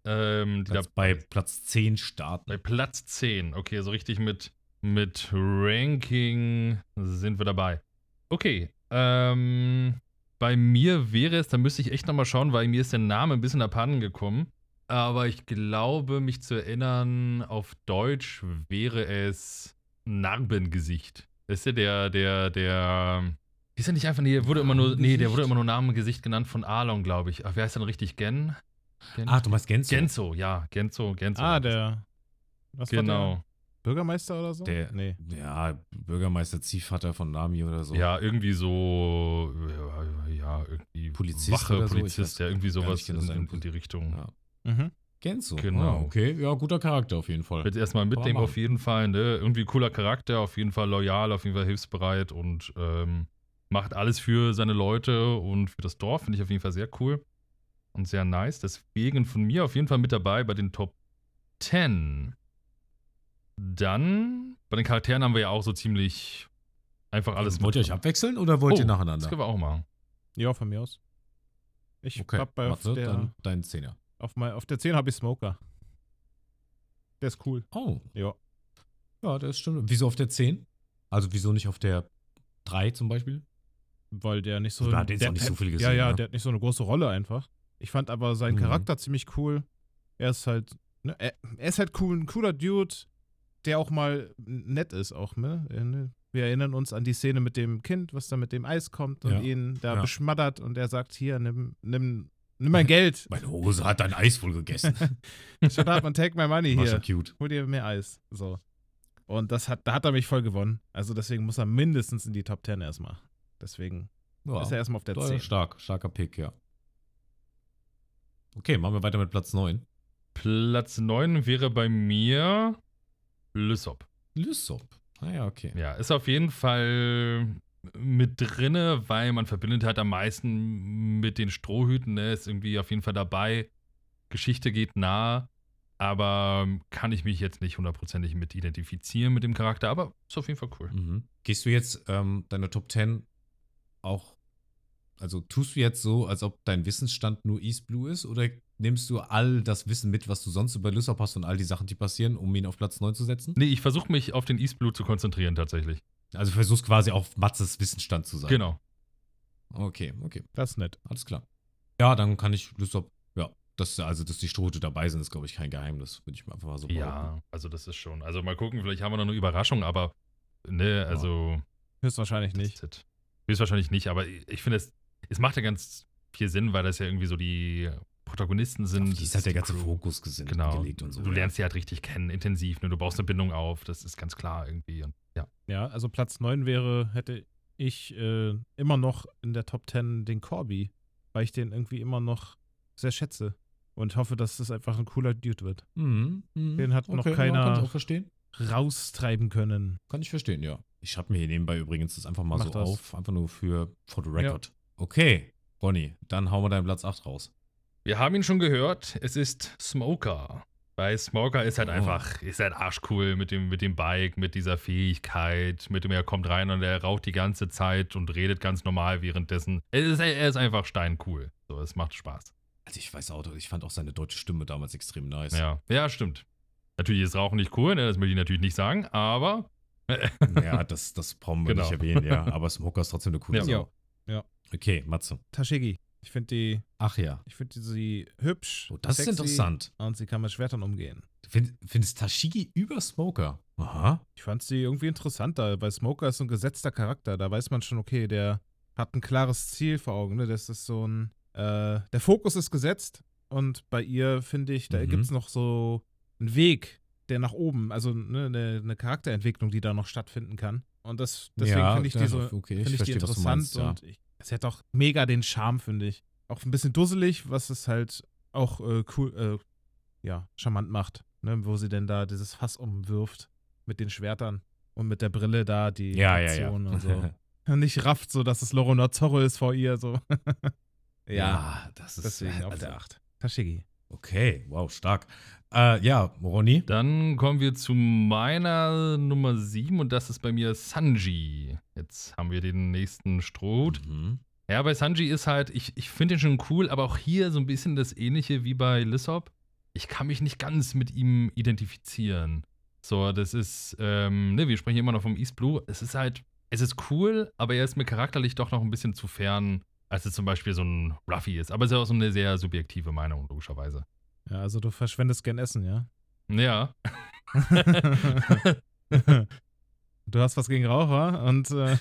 Speaker 4: Ähm, die da
Speaker 1: Platz, bei Platz 10 starten.
Speaker 4: bei Platz 10. Okay, so richtig mit, mit Ranking sind wir dabei. Okay, ähm, bei mir wäre es, da müsste ich echt nochmal schauen, weil mir ist der Name ein bisschen abhanden gekommen. Aber ich glaube, mich zu erinnern, auf Deutsch wäre es Narbengesicht. Das ist ja der, der, der. Ist ja nicht einfach, nee, der wurde immer nur, nee, der wurde immer nur Namengesicht genannt von Arlong, glaube ich. Ach, wer heißt denn richtig? Gen? Gen?
Speaker 1: Ach, Ah, du meinst Genzo.
Speaker 4: Genzo, ja, Genzo, Genzo.
Speaker 2: ah, der. Was war
Speaker 4: Genau.
Speaker 2: der? Bürgermeister oder so?
Speaker 1: Der-
Speaker 2: nee.
Speaker 1: Ja, Bürgermeister, Ziehvater von Nami oder so.
Speaker 4: Ja, irgendwie so, ja, ja, irgendwie
Speaker 1: Polizist
Speaker 4: Wache,
Speaker 1: oder so, ich weiß
Speaker 4: Polizist, ja, irgendwie
Speaker 1: gar
Speaker 4: sowas
Speaker 1: nicht, genau,
Speaker 4: in,
Speaker 1: sein
Speaker 4: in, in die Richtung.
Speaker 1: Ja.
Speaker 2: Mhm.
Speaker 1: Genzo.
Speaker 4: Genau.
Speaker 1: Ah, okay, ja, guter Charakter auf jeden Fall.
Speaker 4: Jetzt erstmal
Speaker 1: Kann
Speaker 4: mitnehmen,
Speaker 1: man
Speaker 4: auf
Speaker 1: machen.
Speaker 4: jeden Fall, ne? Irgendwie cooler Charakter, auf jeden Fall loyal, auf jeden Fall hilfsbereit und ähm, macht alles für seine Leute und für das Dorf, finde ich auf jeden Fall sehr cool und sehr nice. Deswegen von mir auf jeden Fall mit dabei bei den Top 10. Dann, bei den Charakteren haben wir ja auch so ziemlich einfach alles
Speaker 1: wollt ihr euch
Speaker 4: mit-
Speaker 1: abwechseln oder wollt
Speaker 4: Oh,
Speaker 1: ihr
Speaker 4: Das
Speaker 1: nacheinander?
Speaker 4: können wir auch machen.
Speaker 2: Ja, von mir aus. Ich
Speaker 1: Okay,
Speaker 2: hab bei auf
Speaker 1: Matze,
Speaker 2: der,
Speaker 1: dann dein Zehner.
Speaker 2: auf, mein, auf der 10 habe ich Smoker. Der ist cool.
Speaker 1: Oh,
Speaker 2: Ja.
Speaker 1: ja, das stimmt. Wieso auf der 10? Also wieso nicht auf der 3 zum Beispiel?
Speaker 2: Weil der nicht so.
Speaker 1: Also Da hat er jetzt
Speaker 2: der,
Speaker 1: auch nicht so viel
Speaker 2: Ja,
Speaker 1: gesehen,
Speaker 2: ja,
Speaker 1: ne?
Speaker 2: der hat nicht so eine große Rolle einfach. Ich fand aber seinen
Speaker 1: Mhm.
Speaker 2: Charakter ziemlich cool. Er ist halt. Ne, er, er ist halt cool, ein cooler Dude, der auch mal nett ist, auch, ne? Er, ne? Wir erinnern uns an die Szene mit dem Kind, was da mit dem Eis kommt und
Speaker 1: Ja.
Speaker 2: ihn da
Speaker 1: Ja.
Speaker 2: beschmattert und er sagt: Hier, nimm, nimm, nimm mein Geld.
Speaker 1: Meine Hose hat dein Eis wohl gegessen.
Speaker 2: Shut up and take my money
Speaker 1: War
Speaker 2: hier.
Speaker 1: schon cute.
Speaker 2: Hol dir mehr Eis. So. Und das hat, da hat er mich voll gewonnen. Also deswegen muss er mindestens in die Top 10 erstmal. Deswegen
Speaker 1: Ja,
Speaker 2: ist er erstmal auf der
Speaker 1: doll
Speaker 2: 10.
Speaker 1: stark, starker Pick, ja. Okay, machen wir weiter mit Platz 9.
Speaker 4: Platz 9 wäre bei mir Lysop.
Speaker 1: Lysop. Ah ja, okay.
Speaker 4: Ja, ist auf jeden Fall mit drinne, weil man verbindet halt am meisten mit den Strohhüten. Ne? Ist irgendwie auf jeden Fall dabei. Geschichte geht nah, aber kann ich mich jetzt nicht hundertprozentig mit identifizieren mit dem Charakter, aber ist auf jeden Fall cool.
Speaker 1: Mhm. Gehst du jetzt ähm, deine Top 10 auch, also tust du jetzt so, als ob dein Wissensstand nur East Blue ist oder nimmst du all das Wissen mit, was du sonst über Lysop hast und all die Sachen, die passieren, um ihn auf Platz 9 zu setzen?
Speaker 4: Nee, ich versuche mich auf den East Blue zu konzentrieren tatsächlich.
Speaker 1: Also versuchst quasi auf Matzes Wissensstand zu sein.
Speaker 4: Genau.
Speaker 1: Okay, okay,
Speaker 2: Das ist nett.
Speaker 1: alles klar. Ja, dann kann ich Lysop, ja, dass, also, dass die Strohhüte dabei sind, ist, glaube ich, kein Geheimnis. Würde ich mir einfach mal so behaupten.
Speaker 4: Ja, also das ist schon. Also mal gucken, vielleicht haben wir noch eine Überraschung, aber ne, also
Speaker 2: Höchstwahrscheinlich nicht.
Speaker 4: Das, das, wahrscheinlich nicht, aber ich finde es, es macht ja ganz viel Sinn, weil das ja irgendwie so die Protagonisten sind.
Speaker 1: Auf die ist halt der ganze
Speaker 4: Crew.
Speaker 1: Fokus gesinn-
Speaker 4: Genau.
Speaker 1: gelegt und so.
Speaker 4: Du lernst sie halt richtig kennen, intensiv. Ne? Du baust eine Bindung auf, das ist ganz klar irgendwie. Und, ja.
Speaker 2: Ja, also Platz 9 wäre, hätte ich äh, immer noch in der Top 10 den Corby, weil ich den irgendwie immer noch sehr schätze und hoffe, dass das einfach ein cooler Dude wird.
Speaker 1: Mhm, mhm.
Speaker 2: Den hat noch
Speaker 1: ja,
Speaker 2: keiner-
Speaker 1: Kann ich auch verstehen.
Speaker 2: Raustreiben können.
Speaker 1: Kann ich verstehen, ja. Ich schreibe mir hier nebenbei übrigens das einfach mal
Speaker 2: Mach
Speaker 1: so
Speaker 2: das.
Speaker 1: auf, einfach nur für for the record. Okay, Ronny, dann hauen wir deinen Platz 8 raus.
Speaker 4: Wir haben ihn schon gehört, es ist Smoker. Weil Smoker ist halt
Speaker 1: Oh.
Speaker 4: einfach, ist halt arschcool mit dem, mit dem Bike, mit dieser Fähigkeit, mit dem er kommt rein und er raucht die ganze Zeit und redet ganz normal währenddessen. Er ist, er ist einfach steincool. So, es macht Spaß.
Speaker 1: Also ich weiß auch, ich fand auch seine deutsche Stimme damals extrem nice.
Speaker 4: Ja, ja, stimmt. Natürlich ist Rauchen nicht cool, ne? das möchte ich natürlich nicht sagen, aber
Speaker 1: Ja, das, das brauchen wir
Speaker 4: Genau.
Speaker 1: nicht erwähnen, ja. Aber Smoker ist trotzdem eine coole
Speaker 4: Ja.
Speaker 1: Sau.
Speaker 2: Ja.
Speaker 1: Okay, Matze.
Speaker 2: Tashigi. Ich finde die,
Speaker 1: Ach ja.
Speaker 2: ich finde sie hübsch.
Speaker 1: Oh, das
Speaker 2: sexy,
Speaker 1: ist interessant.
Speaker 2: Und sie kann mit Schwertern umgehen.
Speaker 1: Du find, findest Tashigi über Smoker? Aha.
Speaker 2: Ich fand sie irgendwie interessanter, weil Smoker ist so ein gesetzter Charakter. Da weiß man schon, okay, der hat ein klares Ziel vor Augen. Ne? Das ist so ein. Äh, der Fokus ist gesetzt und bei ihr, finde ich, da
Speaker 1: Mhm.
Speaker 2: gibt es noch so einen Weg, der nach oben, also ne, eine, eine Charakterentwicklung, die da noch stattfinden kann. Und das, deswegen
Speaker 1: Ja,
Speaker 2: finde ich die
Speaker 1: ja,
Speaker 2: so
Speaker 1: okay, ich
Speaker 2: finde ich die
Speaker 1: verstehe, was du
Speaker 2: interessant
Speaker 1: meinst, ja.
Speaker 2: und ich, es hat auch mega den Charme, finde ich. Auch ein bisschen dusselig, was es halt auch äh, cool, äh, ja, charmant macht, ne? wo sie denn da dieses Fass umwirft mit den Schwertern und mit der Brille da die
Speaker 1: Ja, ja, ja.
Speaker 2: Aktion und so. Und nicht rafft so, dass es Lorona Zorro ist vor ihr, so.
Speaker 1: das halt, also
Speaker 2: deswegen auf der 8. Tashigi.
Speaker 1: Okay, wow, stark. Äh, ja, Ronny.
Speaker 4: Dann kommen wir zu meiner Nummer 7 und das ist bei mir Sanji. Jetzt haben wir den nächsten Strohhut.
Speaker 1: Mhm.
Speaker 4: Ja, bei Sanji ist halt, ich, ich finde den schon cool, aber auch hier so ein bisschen das ähnliche wie bei Lissop. Ich kann mich nicht ganz mit ihm identifizieren. So, das ist, ähm, ne, wir sprechen immer noch vom East Blue. Es ist halt, es ist cool, aber er ist mir charakterlich doch noch ein bisschen zu fern, als es zum Beispiel so ein Ruffy ist. Aber es ist auch so eine sehr subjektive Meinung, logischerweise.
Speaker 2: Ja, also du verschwendest gern Essen, ja?
Speaker 4: Ja.
Speaker 2: du hast was gegen Raucher und äh,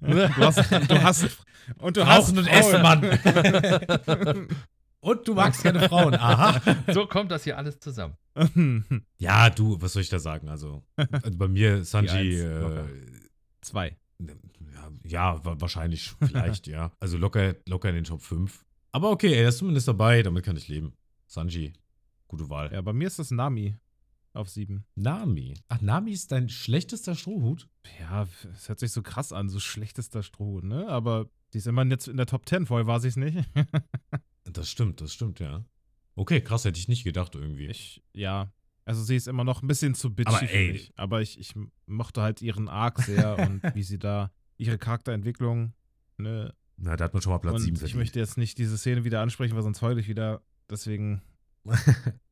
Speaker 2: du hast, du hast und du hast
Speaker 1: Rauchen und Essen,
Speaker 2: Mann.
Speaker 1: Und du magst keine Frauen. Aha.
Speaker 4: So kommt das hier alles zusammen.
Speaker 1: Ja, du, was soll ich da sagen? Also, also bei mir, Sanji,
Speaker 2: Die Eins,
Speaker 1: äh,
Speaker 2: locker. Zwei.
Speaker 1: ja, ja, wa- wahrscheinlich, vielleicht, ja. Also locker, locker in den Top 5. Aber okay, er ist zumindest dabei, damit kann ich leben. Sanji, gute Wahl.
Speaker 2: Ja, bei mir ist das Nami auf sieben.
Speaker 1: Nami. Ach, Nami ist dein schlechtester Strohhut?
Speaker 2: Ja, es hört sich so krass an, so schlechtester Stroh, ne? Aber die ist immerhin jetzt in der Top 10, vorher war sie es nicht.
Speaker 1: Das stimmt, das stimmt, ja. Okay, krass, hätte ich nicht gedacht irgendwie.
Speaker 2: Ich, ja. Also sie ist immer noch ein bisschen zu bitchy
Speaker 1: Aber ey.
Speaker 2: für mich. Aber ich, ich mochte halt ihren Arc sehr und wie sie da ihre Charakterentwicklung, ne?
Speaker 1: Na, da hat man schon mal Platz
Speaker 2: und
Speaker 1: 7
Speaker 2: ich möchte jetzt nicht diese Szene wieder ansprechen, weil sonst heule ich wieder. Deswegen.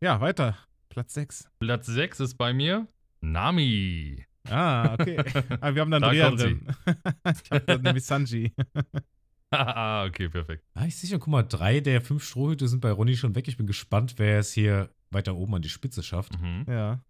Speaker 2: ja, weiter. Platz 6.
Speaker 4: Platz 6 ist bei mir Nami.
Speaker 2: Ah, okay. ah, wir haben dann
Speaker 4: Da
Speaker 2: Rea
Speaker 4: kommt sie.
Speaker 2: drin. ich hab dann nämlich Sanji.
Speaker 4: Ah, okay, perfekt.
Speaker 1: Ah, ich sehe schon, guck mal, drei der fünf Strohhüte sind bei Ronny schon weg. Ich bin gespannt, wer es hier weiter oben an die Spitze schafft.
Speaker 4: Mhm.
Speaker 2: Ja.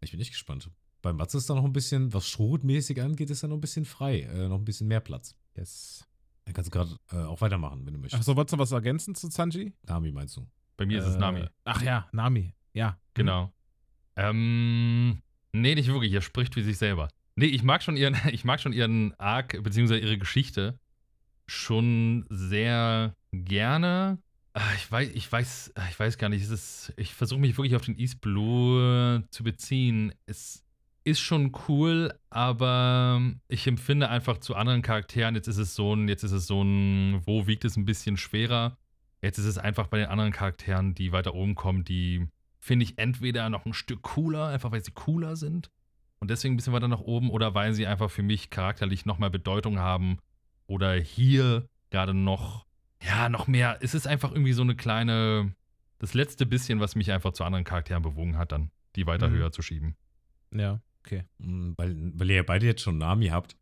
Speaker 1: Ich bin nicht gespannt. Bei Matze ist da noch ein bisschen, was Strohhutmäßig angeht, ist da noch ein bisschen frei. Äh, noch ein bisschen mehr Platz.
Speaker 2: Yes.
Speaker 1: Dann kannst du gerade äh, auch weitermachen, wenn du möchtest.
Speaker 2: Achso, wolltest du was ergänzen zu Sanji?
Speaker 1: Nami meinst du?
Speaker 4: Bei mir ist es
Speaker 2: Äh,
Speaker 4: Nami.
Speaker 2: Ach ja, Nami. Ja.
Speaker 4: Genau. Ähm, nee, nicht wirklich. Er spricht wie sich selber. Nee, ich mag schon ihren, ich mag schon ihren Arc, beziehungsweise ihre Geschichte schon sehr gerne. Ah, Ich weiß, ich weiß, ich weiß gar nicht. Es ist, ich versuche mich wirklich auf den East Blue zu beziehen. Es, ist schon cool, aber ich empfinde einfach zu anderen Charakteren, jetzt ist es so ein, jetzt ist es so ein, wo wiegt es ein bisschen schwerer. Jetzt ist es einfach bei den anderen Charakteren, die weiter oben kommen, die finde ich entweder noch ein Stück cooler, einfach weil sie cooler sind und deswegen ein bisschen weiter nach oben oder weil sie einfach für mich charakterlich noch mehr Bedeutung haben oder hier gerade noch, ja, noch mehr. Es ist einfach irgendwie so eine kleine, das letzte bisschen, was mich einfach zu anderen Charakteren bewogen hat, dann die weiter
Speaker 2: Mhm.
Speaker 4: höher zu schieben.
Speaker 2: Hm, Ja, okay.
Speaker 1: Mm, Weil, weil ihr ja beide jetzt schon Nami habt.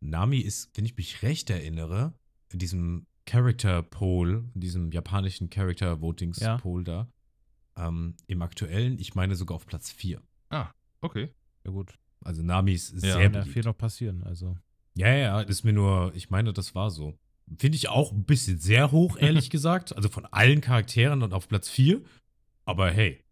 Speaker 1: Nami ist, wenn ich mich recht erinnere, in diesem Character Poll, in diesem japanischen Character Votings
Speaker 2: Ja.
Speaker 1: Poll da, ähm, im aktuellen, ich meine sogar auf Platz 4.
Speaker 4: Okay.
Speaker 2: Ja, gut.
Speaker 1: Also Nami ist
Speaker 4: Ja,
Speaker 1: sehr
Speaker 2: Kann ja
Speaker 1: beliebt.
Speaker 2: viel noch passieren, also.
Speaker 1: Ja, ja, ja, ist mir nur, ich meine, das war so. Finde ich auch ein bisschen sehr hoch, ehrlich gesagt. Also von allen Charakteren und auf Platz 4. Aber hey,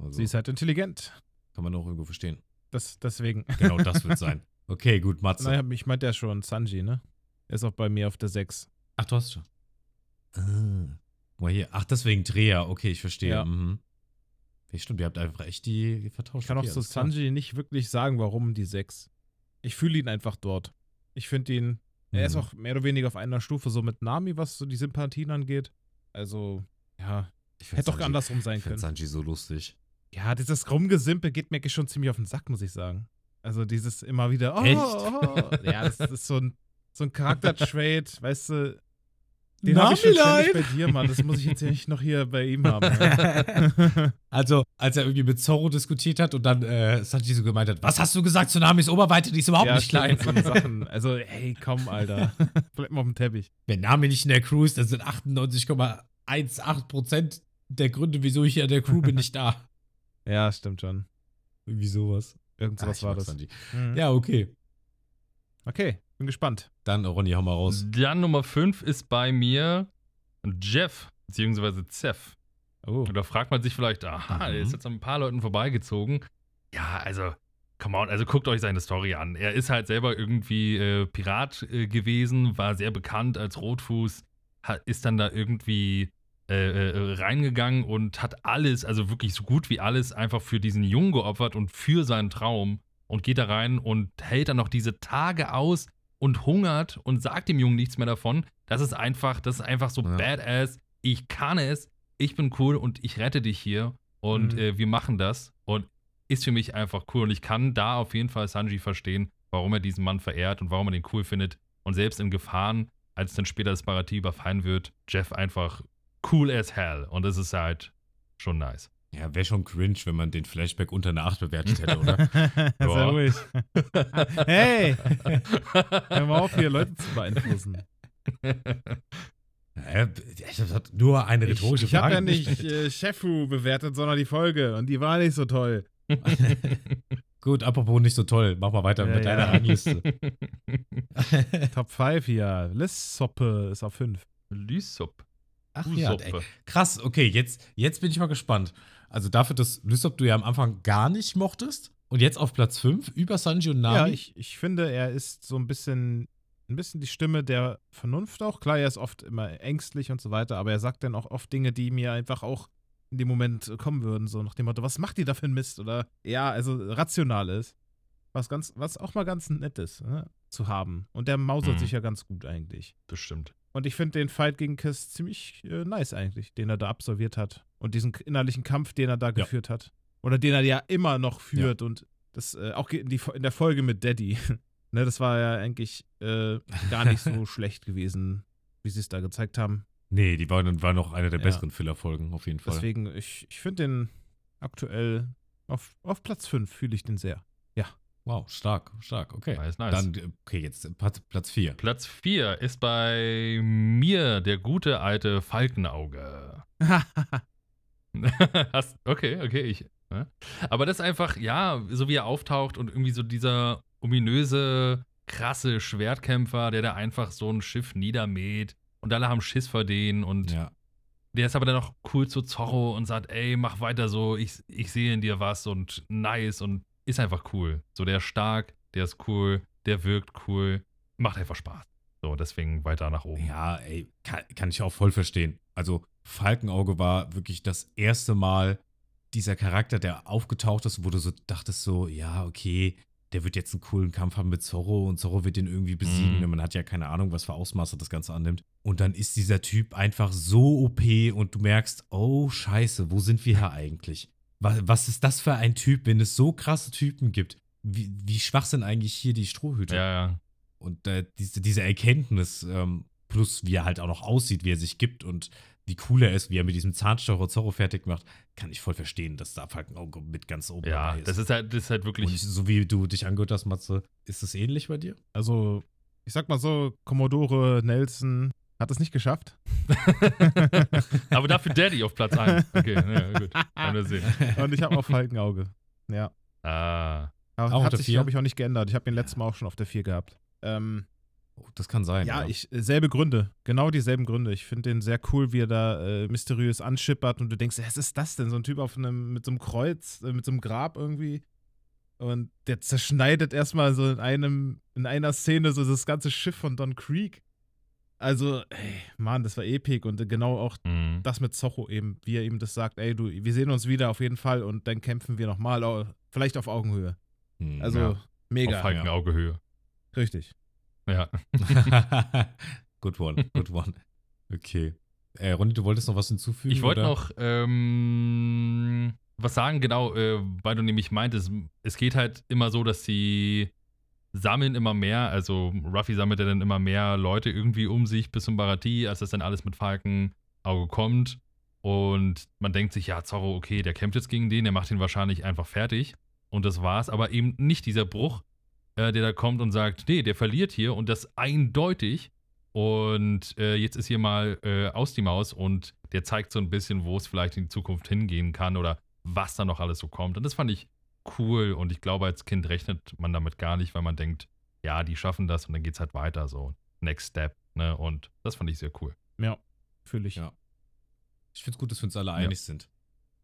Speaker 1: also,
Speaker 2: Sie ist halt intelligent.
Speaker 1: kann man auch irgendwo verstehen.
Speaker 2: Das, deswegen.
Speaker 1: Genau das wird sein. Okay, gut, Matze.
Speaker 2: Naja, ich meinte ja schon Sanji, ne? Er ist auch bei mir auf der 6.
Speaker 1: Ach, du hast schon. Ah. Guck mal hier. Ach, deswegen Dreher. Okay, ich verstehe.
Speaker 2: Ja.
Speaker 1: Mhm. Ja, stimmt, ihr habt einfach echt die, die
Speaker 4: Oh,
Speaker 1: vertauscht.
Speaker 2: Ich kann auch
Speaker 1: Okay,
Speaker 2: zu
Speaker 1: alles klar.
Speaker 2: Sanji nicht wirklich sagen, warum die 6. Ich fühle ihn einfach dort. Ich finde ihn, er ist
Speaker 1: Mhm.
Speaker 2: auch mehr oder weniger auf einer Stufe so mit Nami, was so die Sympathien angeht. Also, ja,
Speaker 1: Ich find
Speaker 2: hätte doch
Speaker 1: Sanji-
Speaker 2: andersrum sein
Speaker 1: Ich finde
Speaker 2: können.
Speaker 1: Sanji so lustig.
Speaker 2: Ja, dieses Rumgesimpel geht mir schon ziemlich auf den Sack, muss ich sagen. Also dieses immer wieder, oh,
Speaker 1: Echt?
Speaker 2: oh. ja, das ist so ein, so ein Charakter-Trait, weißt du, den
Speaker 1: Nami
Speaker 2: habe ich schon
Speaker 1: leid.
Speaker 2: ständig bei dir, Mann. Das muss ich jetzt hier nicht noch hier bei ihm haben. ne?
Speaker 1: Also, als er irgendwie mit Zorro diskutiert hat und dann äh, Sanji so gemeint hat, was hast du gesagt zu Namis Oberweite, die ist überhaupt
Speaker 2: ja,
Speaker 1: nicht klein.
Speaker 2: stimmt, So eine Sachen. Also, hey, komm, Alter. Bleib mal auf dem Teppich.
Speaker 1: Wenn Nami nicht in der Crew ist, dann sind 98,18% der Gründe, wieso ich hier in der Crew bin, nicht da.
Speaker 2: Ja, stimmt schon.
Speaker 1: Irgendwie sowas.
Speaker 2: Irgend
Speaker 1: Ach,
Speaker 2: sowas
Speaker 1: Ah, ich
Speaker 2: war
Speaker 1: mag
Speaker 2: das.
Speaker 1: Sanji.
Speaker 2: Mhm.
Speaker 1: Ja, okay.
Speaker 2: Okay, bin gespannt.
Speaker 1: Dann, Ronny, hau mal raus.
Speaker 4: Dann Nummer 5 ist bei mir Jeff, beziehungsweise Zef.
Speaker 2: Oh,
Speaker 4: Und da fragt man sich vielleicht, aha, der
Speaker 1: Mhm.
Speaker 4: ist jetzt an ein paar Leuten vorbeigezogen. Ja, also, come on, also guckt euch seine Story an. Er ist halt selber irgendwie äh, Pirat äh, gewesen, war sehr bekannt als Rotfuß, ha- ist dann da irgendwie äh, äh, reingegangen und hat alles, also wirklich so gut wie alles, einfach für diesen Jungen geopfert und für seinen Traum und geht da rein und hält dann noch diese Tage aus und hungert und sagt dem Jungen nichts mehr davon. Das ist einfach, das ist einfach so
Speaker 1: Ja.
Speaker 4: badass. Ich kann es, ich bin cool und ich rette dich hier und
Speaker 2: Mhm.
Speaker 4: äh, wir machen das und ist für mich einfach cool und ich kann da auf jeden Fall Sanji verstehen, warum er diesen Mann verehrt und warum er den cool findet und selbst in Gefahren, als dann später das Paradies überfallen wird, Jeff einfach cool as hell und das ist halt schon nice.
Speaker 1: Ja, wäre schon cringe, wenn man den Flashback unter eine 8 bewertet hätte, oder?
Speaker 2: sei
Speaker 4: Ja.
Speaker 2: ruhig. hey, hör mal auf, hier Leute zu beeinflussen.
Speaker 1: Hä? Ich hab nur eine rhetorische
Speaker 2: ich, ich hab
Speaker 1: Frage.
Speaker 2: ja nicht
Speaker 1: gestellt.
Speaker 2: äh, Chefu bewertet, sondern die Folge. Und die war nicht so toll.
Speaker 1: Gut, apropos nicht so toll. Mach mal weiter
Speaker 2: Ja,
Speaker 1: mit
Speaker 2: ja.
Speaker 1: deiner Rangliste.
Speaker 2: Top 5 hier. Lissoppe ist auf 5.
Speaker 4: Lysop.
Speaker 1: Ach
Speaker 4: Usoppe.
Speaker 1: Krass, okay, jetzt, jetzt bin ich mal gespannt. Also dafür, dass Lysop du ja am Anfang gar nicht mochtest und jetzt auf Platz 5 über Sanji und Nami.
Speaker 2: Ja, ich, ich finde, er ist so ein bisschen, ein bisschen die Stimme der Vernunft auch. Klar, er ist oft immer ängstlich und so weiter, aber er sagt dann auch oft Dinge, die mir einfach auch in dem Moment kommen würden. So nach dem Motto, was macht ihr da für ein Mist? Oder ja, also rational ist. Was, ganz, was auch mal ganz nett ist, ne? zu haben. Und der mausert
Speaker 4: Mhm.
Speaker 2: sich ja ganz gut eigentlich.
Speaker 4: Bestimmt.
Speaker 2: Und ich finde den Fight gegen Kiss ziemlich äh, nice eigentlich, den er da absolviert hat. Und diesen innerlichen Kampf, den er da geführt hat. Oder den er ja immer noch führt. Und das äh, auch in, die, in der Folge mit Daddy. ne, das war ja eigentlich äh, gar nicht so schlecht gewesen, wie sie es da gezeigt haben.
Speaker 1: nee, die waren, waren noch eine der
Speaker 2: Ja.
Speaker 1: besseren Filler-Folgen, auf jeden Fall.
Speaker 2: Deswegen, ich, ich finde den aktuell auf, auf Platz 5 fühle ich den sehr.
Speaker 1: Wow, stark, stark, okay.
Speaker 4: Nice, nice.
Speaker 1: Dann, äh, okay, jetzt äh, Platz- Platz 4.
Speaker 4: Platz 4 ist bei mir der gute alte Falkenauge. Hast, okay, okay, ich. Ne? Aber das ist einfach, ja, so wie er auftaucht und irgendwie so dieser ominöse, krasse Schwertkämpfer, der da einfach so ein Schiff niedermäht und alle haben Schiss vor denen und
Speaker 1: Ja.
Speaker 4: der ist aber dann auch cool zu Zorro und sagt, ey, mach weiter so, ich, ich sehe in dir was und nice und ist einfach cool. So, der ist stark, der ist cool, der wirkt cool, macht einfach Spaß. So, deswegen weiter nach oben.
Speaker 1: Ja, ey, kann, kann ich auch voll verstehen. Also, Falkenauge war wirklich das erste Mal, dieser Charakter, der aufgetaucht ist, wo du so dachtest, so, ja, okay, der wird jetzt einen coolen Kampf haben mit Zorro und Zorro wird ihn irgendwie besiegen.
Speaker 4: Mhm.
Speaker 1: Und man hat ja keine Ahnung, was für Ausmaße das Ganze annimmt. Und dann ist dieser Typ einfach so OP und du merkst, oh Scheiße, wo sind wir hier eigentlich? Was, was ist das für ein Typ, wenn es so krasse Typen gibt? Wie, wie schwach sind eigentlich hier die Strohhüte?
Speaker 4: Ja, ja.
Speaker 1: Und äh, diese, diese Erkenntnis, ähm, plus wie er halt auch noch aussieht, wie er sich gibt und wie cool er ist, wie er mit diesem Zahnstocher Zorro fertig macht, kann ich voll verstehen, dass da Falkenauge mit ganz oben
Speaker 4: Ja,
Speaker 1: dabei
Speaker 4: das ist halt, das ist halt
Speaker 1: und
Speaker 4: wirklich.
Speaker 1: so wie du dich angehört hast, Matze, ist es ähnlich bei dir?
Speaker 2: Also, ich sag mal so, Commodore Nelson hat es nicht geschafft.
Speaker 4: Aber dafür Daddy auf Platz 1. Okay, ja, gut. Haben wir sehen.
Speaker 2: Und ich habe auch Falkenauge. Ja.
Speaker 4: Ah.
Speaker 2: Aber
Speaker 1: Auch auf
Speaker 2: hat
Speaker 1: der
Speaker 2: sich,
Speaker 1: Vier?
Speaker 2: glaube ich, auch nicht geändert. Ich habe den letzten Mal auch schon auf der 4 gehabt. Ähm,
Speaker 1: Oh, das kann sein.
Speaker 2: ja, ich, äh, selbe Gründe. Genau dieselben Gründe. Ich finde den sehr cool, wie er da äh, mysteriös anschippert und du denkst, was ist das denn? So ein Typ auf einem, mit so einem Kreuz, äh, mit so einem Grab irgendwie. Und der zerschneidet erstmal so in einem, in einer Szene so das ganze Schiff von Don Creek. Also, ey, Mann, das war epic und äh, genau auch
Speaker 4: Mhm.
Speaker 2: das mit Zorro eben, wie er ihm das sagt, ey, du, wir sehen uns wieder auf jeden Fall und dann kämpfen wir nochmal, vielleicht auf Augenhöhe.
Speaker 1: Hm,
Speaker 2: Also,
Speaker 1: ja.
Speaker 2: mega.
Speaker 4: Auf Falkenaugehöhe.
Speaker 2: Richtig.
Speaker 4: Ja.
Speaker 1: good one, good one. Okay. Äh, Ronny, du wolltest noch was hinzufügen?
Speaker 4: Ich wollte
Speaker 1: oder?
Speaker 4: noch ähm, was sagen, genau, äh, weil du nämlich meintest, es geht halt immer so, dass sie sammeln immer mehr, also Ruffy sammelt ja dann immer mehr Leute irgendwie um sich bis zum Barati, als das dann alles mit Falkenauge kommt. Und man denkt sich, ja, Zorro, okay, der kämpft jetzt gegen den, der macht ihn wahrscheinlich einfach fertig. Und das war's, aber eben nicht dieser Bruch, äh, der da kommt und sagt, nee, der verliert hier und das eindeutig. Und äh, jetzt ist hier mal äh, aus die Maus und der zeigt so ein bisschen, wo es vielleicht in die Zukunft hingehen kann oder was da noch alles so kommt. Und das fand ich cool und ich glaube, als Kind rechnet man damit gar nicht, weil man denkt, ja, die schaffen das und dann geht's halt weiter so. Next Step, ne? Und das fand ich sehr cool.
Speaker 2: Ja, fühle ich.
Speaker 1: Ja. Ich finde es gut, dass wir uns alle
Speaker 4: Ja.
Speaker 1: einig sind.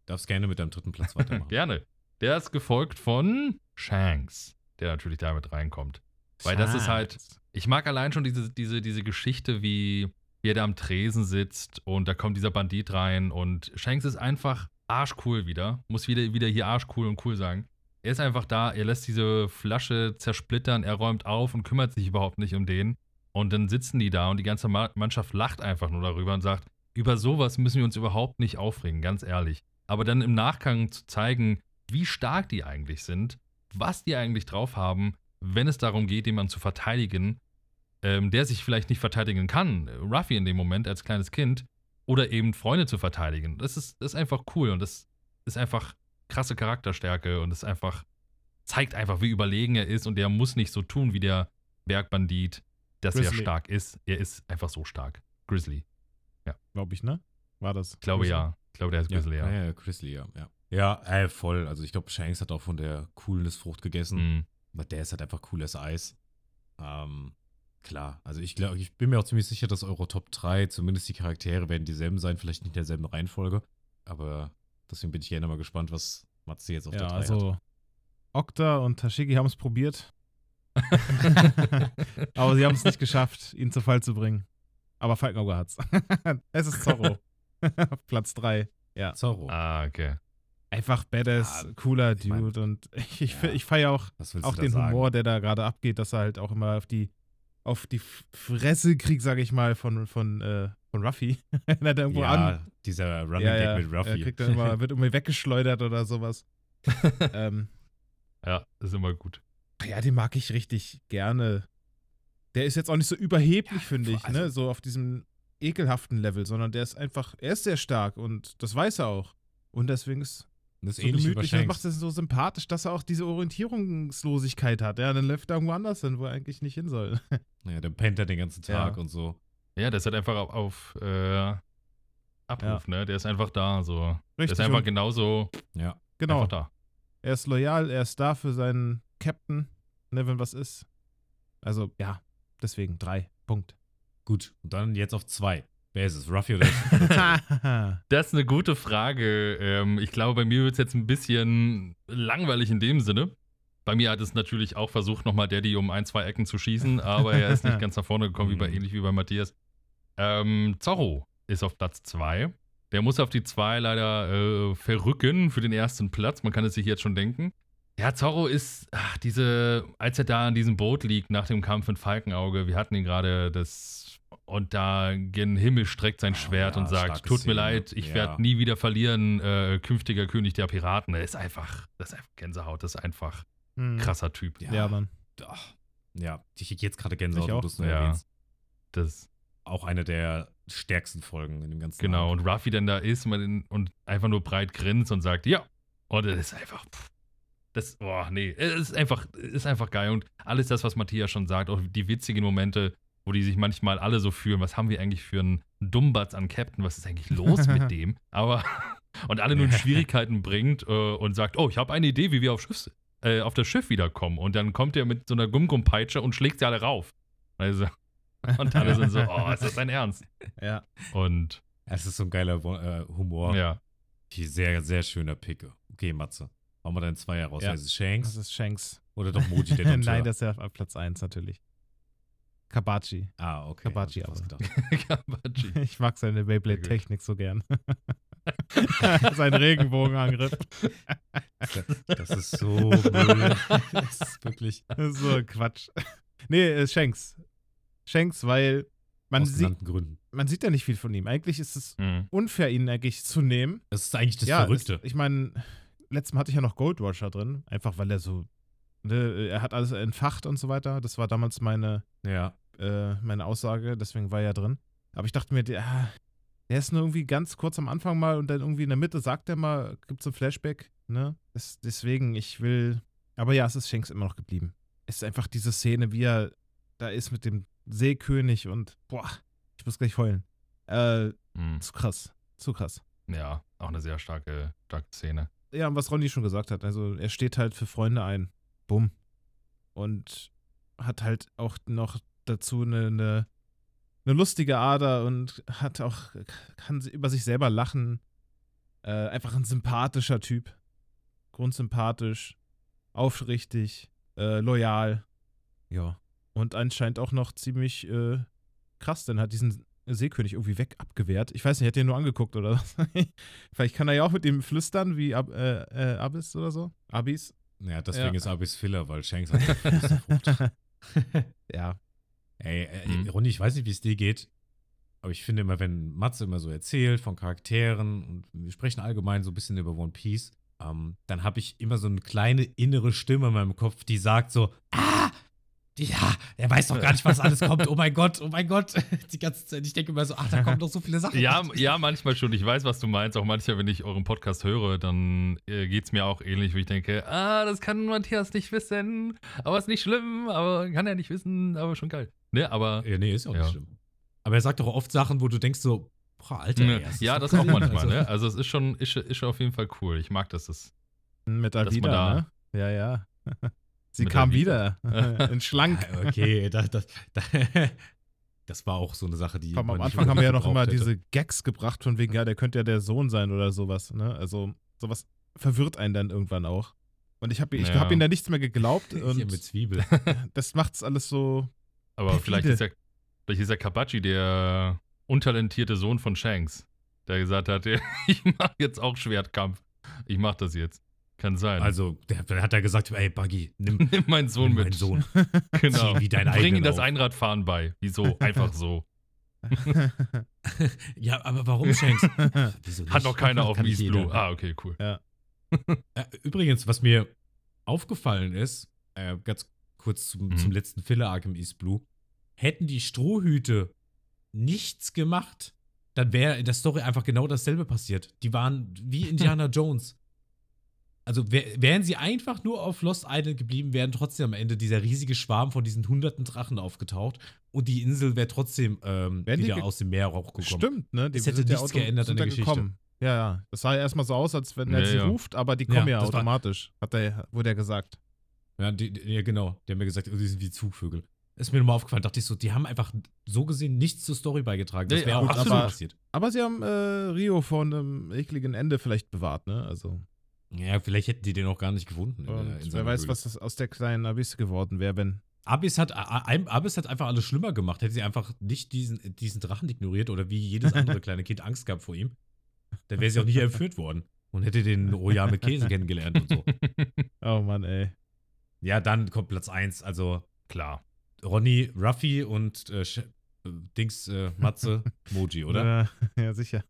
Speaker 1: Darfst gerne mit deinem dritten Platz weitermachen.
Speaker 4: Gerne. Der ist gefolgt von Shanks, der natürlich damit reinkommt. Weil das ist halt, ich mag allein schon diese, diese, diese Geschichte, wie, wie er da am Tresen sitzt und da kommt dieser Bandit rein und Shanks ist einfach arschcool wieder. Muss wieder, wieder hier arschcool und cool sagen. Er ist einfach da, er lässt diese Flasche zersplittern, er räumt auf und kümmert sich überhaupt nicht um den. Und dann sitzen die da und die ganze Ma- Mannschaft lacht einfach nur darüber und sagt, über sowas müssen wir uns überhaupt nicht aufregen, ganz ehrlich. Aber dann im Nachgang zu zeigen, wie stark die eigentlich sind, was die eigentlich drauf haben, wenn es darum geht, jemanden zu verteidigen, ähm, der sich vielleicht nicht verteidigen kann, Ruffy in dem Moment als kleines Kind, oder eben Freunde zu verteidigen. Das ist, das ist einfach cool und das ist einfach krasse Charakterstärke und das ist einfach, zeigt einfach, wie überlegen er ist und der muss nicht so tun wie der Bergbandit, dass er
Speaker 2: Grizzly.
Speaker 4: stark ist. Er ist einfach so stark. Grizzly.
Speaker 2: Glaube ich, ne? War das?
Speaker 4: Ich glaube ja. Ich glaube, der ist Grizzly, ja.
Speaker 1: ja. ja, ja, Grizzly, ja. Ja, ja äh, voll. Also ich glaube, Shanks hat auch von der Coolness-Frucht gegessen.
Speaker 4: Mhm.
Speaker 1: Weil der ist halt einfach cooles Eis. Ähm, klar, also ich glaube, ich bin mir auch ziemlich sicher, dass eure Top 3, zumindest die Charaktere, werden dieselben sein, vielleicht nicht in derselben Reihenfolge. Aber deswegen bin ich gerne mal gespannt, was Matze jetzt auf
Speaker 2: Ja,
Speaker 1: der 3 hat.
Speaker 2: also Okta und Tashigi haben es probiert. Aber sie haben es nicht geschafft, ihn zu Fall zu bringen. Aber Falkenauge hat's. es ist Zorro. Auf Platz 3.
Speaker 1: Zorro.
Speaker 4: Ah, okay.
Speaker 2: Einfach badass,
Speaker 1: Ja,
Speaker 2: cooler
Speaker 1: ich mein-
Speaker 2: Dude. und ich, ich, fe-
Speaker 1: Ja.
Speaker 2: ich feiere auch,
Speaker 1: was willst
Speaker 2: auch
Speaker 1: du da
Speaker 2: den
Speaker 1: sagen?
Speaker 2: Humor, der da gerade abgeht, dass er halt auch immer auf die, auf die F- Fresse kriegt, sage ich mal, von, von, äh, von Ruffy. Wenn er da irgendwo
Speaker 1: ja,
Speaker 2: an,
Speaker 1: dieser Running
Speaker 2: ja, ja.
Speaker 1: Gag mit
Speaker 2: Er
Speaker 1: Ruffy.
Speaker 2: kriegt dann immer, wird irgendwie weggeschleudert oder sowas. ähm,
Speaker 4: Ja, ist immer gut.
Speaker 2: ja, den mag ich richtig gerne. Der ist jetzt auch nicht so überheblich, finde ich,
Speaker 1: also-
Speaker 2: ne? So auf diesem ekelhaften Level, sondern der ist einfach, er ist sehr stark und das weiß er auch. Und deswegen ist
Speaker 1: das ist
Speaker 2: so
Speaker 1: ähnlich wie bei
Speaker 2: gemütlich und
Speaker 1: Shanks.
Speaker 2: macht es so sympathisch, dass er auch diese Orientierungslosigkeit hat. Ja, dann läuft er irgendwo anders hin, wo er eigentlich nicht hin soll.
Speaker 1: Ja, der pennt er den ganzen
Speaker 2: Ja.
Speaker 1: Tag und so.
Speaker 4: Ja, der ist halt einfach auf, auf äh, Abruf, ne? Der ist einfach da, so. Der
Speaker 2: Richtig.
Speaker 4: ist einfach
Speaker 2: und-
Speaker 4: genauso
Speaker 1: Ja.
Speaker 2: genau.
Speaker 4: einfach da.
Speaker 2: Er ist loyal, er ist da für seinen Captain, ne, wenn was ist. Also, ja, deswegen drei. Punkt.
Speaker 1: Gut. Und dann jetzt auf zwei. Wer ist es? Ruffy oder ich?
Speaker 4: Das ist eine gute Frage. Ähm, ich glaube, bei mir wird es jetzt ein bisschen langweilig in dem Sinne. Bei mir hat es natürlich auch versucht, nochmal Daddy um ein, zwei Ecken zu schießen, aber er ist nicht ganz nach vorne gekommen, wie bei,
Speaker 1: Mhm.
Speaker 4: ähnlich wie bei Matthias. Ähm, Zorro ist auf Platz zwei. Der muss auf die 2 leider äh, verrücken für den ersten Platz. Man kann es sich jetzt schon denken. Ja, Zorro ist, ach, diese, als er da an diesem Boot liegt nach dem Kampf in Falkenauge, wir hatten ihn gerade, das, und da gen Himmel streckt sein
Speaker 1: Oh,
Speaker 4: Schwert
Speaker 1: ja,
Speaker 4: und sagt,
Speaker 1: starke
Speaker 4: tut mir
Speaker 1: Szene.
Speaker 4: leid, ich
Speaker 1: Ja.
Speaker 4: werde nie wieder verlieren, äh, künftiger König der Piraten. Er ist einfach, das ist einfach Gänsehaut, das ist einfach
Speaker 2: Mhm.
Speaker 4: krasser Typ.
Speaker 2: Ja, Mann.
Speaker 1: Ach, ja, ich krieg jetzt gerade Gänsehaut,
Speaker 2: Ich
Speaker 1: wo
Speaker 2: auch.
Speaker 1: du es nur
Speaker 4: Ja.
Speaker 1: erwähnst.
Speaker 4: Das,
Speaker 1: Auch eine der stärksten Folgen in dem ganzen
Speaker 4: genau,
Speaker 1: Abend.
Speaker 4: und Ruffy dann da ist man in, und einfach nur breit grinst und sagt, ja. Und das ist einfach, pff, das, boah, nee, es ist einfach, es ist einfach geil. Und alles das, was Matthias schon sagt, auch die witzigen Momente, wo die sich manchmal alle so fühlen, was haben wir eigentlich für einen Dummbatz an Captain, was ist eigentlich los mit dem? Aber, und alle nur in Schwierigkeiten bringt äh, und sagt, oh, ich habe eine Idee, wie wir auf, Schiff, äh, auf das Schiff wiederkommen. Und dann kommt er mit so einer Gumgum-Peitsche und schlägt sie alle rauf. Also, und alle sind so, oh, ist das dein Ernst?
Speaker 2: Ja.
Speaker 4: Und
Speaker 1: Es ist so ein geiler Wo- äh, Humor.
Speaker 4: Ja.
Speaker 1: Okay, sehr, sehr schöner Pick. Okay, Matze. Hau mal deinen Zweier raus.
Speaker 2: Ja.
Speaker 1: Ja. Ist es Shanks
Speaker 2: Das ist Shanks.
Speaker 1: oder doch Moji, der Dummtöter?
Speaker 2: Nein, das ist ja auf Platz 1 natürlich. Kabachi.
Speaker 1: Ah, okay.
Speaker 2: Kabachi
Speaker 1: hab ich fast
Speaker 2: aber.
Speaker 1: gedacht.
Speaker 4: Kabachi.
Speaker 2: Ich mag seine Beyblade-Technik so gern. Sein
Speaker 4: Sein
Speaker 2: Regenbogenangriff.
Speaker 1: Das ist so blöd. Das ist wirklich
Speaker 2: so Quatsch. Nee, äh, Shanks. Shanks, weil man,
Speaker 1: aus
Speaker 2: sieht,
Speaker 1: genannten Gründen.
Speaker 2: man sieht ja nicht viel von ihm. Eigentlich ist es
Speaker 4: Mhm.
Speaker 2: unfair, ihn eigentlich zu nehmen.
Speaker 1: Das ist eigentlich das
Speaker 2: ja,
Speaker 1: Verrückte.
Speaker 2: Es, ich meine, letztes Mal hatte ich ja noch Gold Rusher drin, einfach weil er so, ne, er hat alles entfacht und so weiter. Das war damals meine,
Speaker 1: ja.
Speaker 2: äh, meine Aussage, deswegen war er drin. Aber ich dachte mir, der, ah, der ist nur irgendwie ganz kurz am Anfang mal und dann irgendwie in der Mitte sagt er mal, gibt es ein Flashback, ne? Das, deswegen, ich will. Aber ja, es ist Shanks immer noch geblieben. Es ist einfach diese Szene, wie er da ist mit dem Seekönig und boah, ich muss gleich heulen. Äh,
Speaker 4: Mhm.
Speaker 2: zu krass. Zu krass.
Speaker 4: Ja, auch eine sehr starke, starke Szene.
Speaker 2: ja, und was Ronny schon gesagt hat, also er steht halt für Freunde ein. Bumm. Und hat halt auch noch dazu eine, eine, eine lustige Ader und hat auch, kann sie- über sich selber lachen. Äh, einfach ein sympathischer Typ. Grundsympathisch, aufrichtig, äh, loyal. Ja. Und anscheinend auch noch ziemlich äh, krass, denn hat diesen Seekönig irgendwie weg abgewehrt. Ich weiß nicht, hat den nur angeguckt oder was? Vielleicht kann er ja auch mit dem flüstern, wie Ab, äh, äh, Abis oder so. Abis.
Speaker 1: Ja, deswegen
Speaker 2: Ja.
Speaker 1: ist Abis Filler, weil Shanks hat Frucht.
Speaker 2: ja.
Speaker 1: Ey, äh,
Speaker 4: Mhm.
Speaker 1: Ronny, ich weiß nicht, wie es dir geht, aber ich finde immer, wenn Matze immer so erzählt von Charakteren und wir sprechen allgemein so ein bisschen über One Piece, ähm, dann habe ich immer so eine kleine innere Stimme in meinem Kopf, die sagt so, ah, ja, er weiß doch gar nicht, was alles kommt. Oh mein Gott, oh mein Gott. Die ganze Zeit, ich denke immer so, ach, da kommen doch so viele Sachen.
Speaker 4: Ja, ja, manchmal schon. Ich weiß, was du meinst. Auch manchmal, wenn ich euren Podcast höre, dann äh, geht es mir auch ähnlich, wo ich denke, ah, das kann Matthias nicht wissen. Aber ist nicht schlimm, aber kann er nicht wissen, aber schon geil. Ne, aber
Speaker 1: Ja, nee, ist ja auch
Speaker 4: Ja.
Speaker 1: nicht schlimm. Aber er sagt doch oft Sachen, wo du denkst so, boah, Alter. ey, ist
Speaker 4: ne, ja,
Speaker 1: doch
Speaker 4: das auch
Speaker 1: crazy.
Speaker 4: manchmal,
Speaker 1: Also,
Speaker 4: ne? Also es ist schon, ist, ist schon auf jeden Fall cool. Ich mag das. das
Speaker 2: Mit
Speaker 4: Dass man
Speaker 2: Avida,
Speaker 4: da-
Speaker 2: ne? Ja, ja. Sie
Speaker 4: Mit
Speaker 2: kam
Speaker 4: Avida.
Speaker 2: wieder. in Schlank.
Speaker 1: Ah, Okay, das, das, das, das war auch so eine Sache, die.
Speaker 2: Komm,
Speaker 1: man
Speaker 2: am
Speaker 1: nicht
Speaker 2: Anfang haben wir ja noch
Speaker 1: gebraucht
Speaker 2: immer
Speaker 1: hätte.
Speaker 2: diese Gags gebracht, von wegen, ja, der könnte ja der Sohn sein oder sowas. Ne? Also, sowas verwirrt einen dann irgendwann auch. Und ich habe ich
Speaker 4: Ja.
Speaker 2: hab ihm da nichts mehr geglaubt
Speaker 1: Hier mit
Speaker 2: und
Speaker 1: Zwiebel.
Speaker 2: das macht's alles so.
Speaker 4: Aber vielleicht
Speaker 2: Perfide.
Speaker 4: ist, ja, vielleicht ist ja Kabachi der untalentierte Sohn von Shanks, der gesagt hat, ich mache jetzt auch Schwertkampf. Ich mache das jetzt. Kann sein.
Speaker 1: Also, der, dann hat er gesagt, ey, Buggy, nimm,
Speaker 4: Nimm meinen Sohn
Speaker 1: nimm
Speaker 4: mit.
Speaker 1: meinen Sohn.
Speaker 4: Genau.
Speaker 1: Zieh wie deinen
Speaker 4: Bring ihm
Speaker 1: eigenen
Speaker 4: das
Speaker 1: auf.
Speaker 4: Einradfahren bei. Wieso? Einfach so.
Speaker 1: Ja, aber warum, Shanks? Wieso
Speaker 4: Hat
Speaker 1: nicht?
Speaker 4: noch keiner auf
Speaker 1: Kann nicht
Speaker 4: Mies Blue.
Speaker 1: jeder.
Speaker 4: Ah, okay, cool.
Speaker 1: Äh, Übrigens, was mir aufgefallen ist, äh, ganz kurz zum,
Speaker 4: Mhm.
Speaker 1: zum letzten Filler-Arc im East Blue, hätten die Strohhüte nichts gemacht, dann wäre in der Story einfach genau dasselbe passiert. Die waren wie Indiana Jones. Also wär, wären sie einfach nur auf Lost Island geblieben, wären trotzdem am Ende dieser riesige Schwarm von diesen hunderten Drachen aufgetaucht und die Insel wäre trotzdem ähm,
Speaker 2: Wären die
Speaker 1: wieder
Speaker 2: ge-
Speaker 1: aus dem Meer hochgekommen.
Speaker 2: Stimmt, ne?
Speaker 1: Es hätte
Speaker 2: sind ja
Speaker 1: nichts
Speaker 2: autom-
Speaker 1: geändert
Speaker 2: sind
Speaker 1: an der
Speaker 2: ja
Speaker 1: Geschichte.
Speaker 2: gekommen. Ja, ja. Das sah ja erstmal so aus, als wenn er
Speaker 4: Ja,
Speaker 2: sie
Speaker 4: ja.
Speaker 2: ruft, aber die
Speaker 1: Ja,
Speaker 2: kommen ja,
Speaker 1: das war-
Speaker 2: automatisch, hat er, wurde ja gesagt.
Speaker 1: Ja, die, die, ja, genau. Die haben mir gesagt, oh, die sind wie Zugvögel. Ist mir nochmal aufgefallen, dachte ich so, die haben einfach so gesehen nichts zur Story beigetragen. Das
Speaker 4: Ja,
Speaker 1: wäre
Speaker 4: ja,
Speaker 1: auch
Speaker 2: gut,
Speaker 1: absolut
Speaker 2: aber-
Speaker 1: passiert.
Speaker 2: Aber sie haben äh, Rio vor einem ekligen Ende vielleicht bewahrt, ne? Also,
Speaker 1: Ja, vielleicht hätten die den auch gar nicht gefunden. in der- in
Speaker 2: und wer
Speaker 1: seiner
Speaker 2: weiß,
Speaker 1: Höhle.
Speaker 2: was das aus der kleinen Abysse geworden wäre, wenn.
Speaker 1: Abis hat, A- A- Abis hat einfach alles schlimmer gemacht. Hätte sie einfach nicht diesen, diesen Drachen ignoriert oder wie jedes andere kleine Kind Angst gehabt vor ihm, Dann wäre sie auch nicht entführt worden und hätte den Royal mit Käse kennengelernt und so.
Speaker 2: Oh Mann, ey.
Speaker 1: Ja, dann kommt Platz 1. Also
Speaker 4: Klar.
Speaker 1: Ronny, Ruffy und äh, Sch- äh, Dings, äh, Matze, Moji, oder?
Speaker 2: Ja, ja, sicher.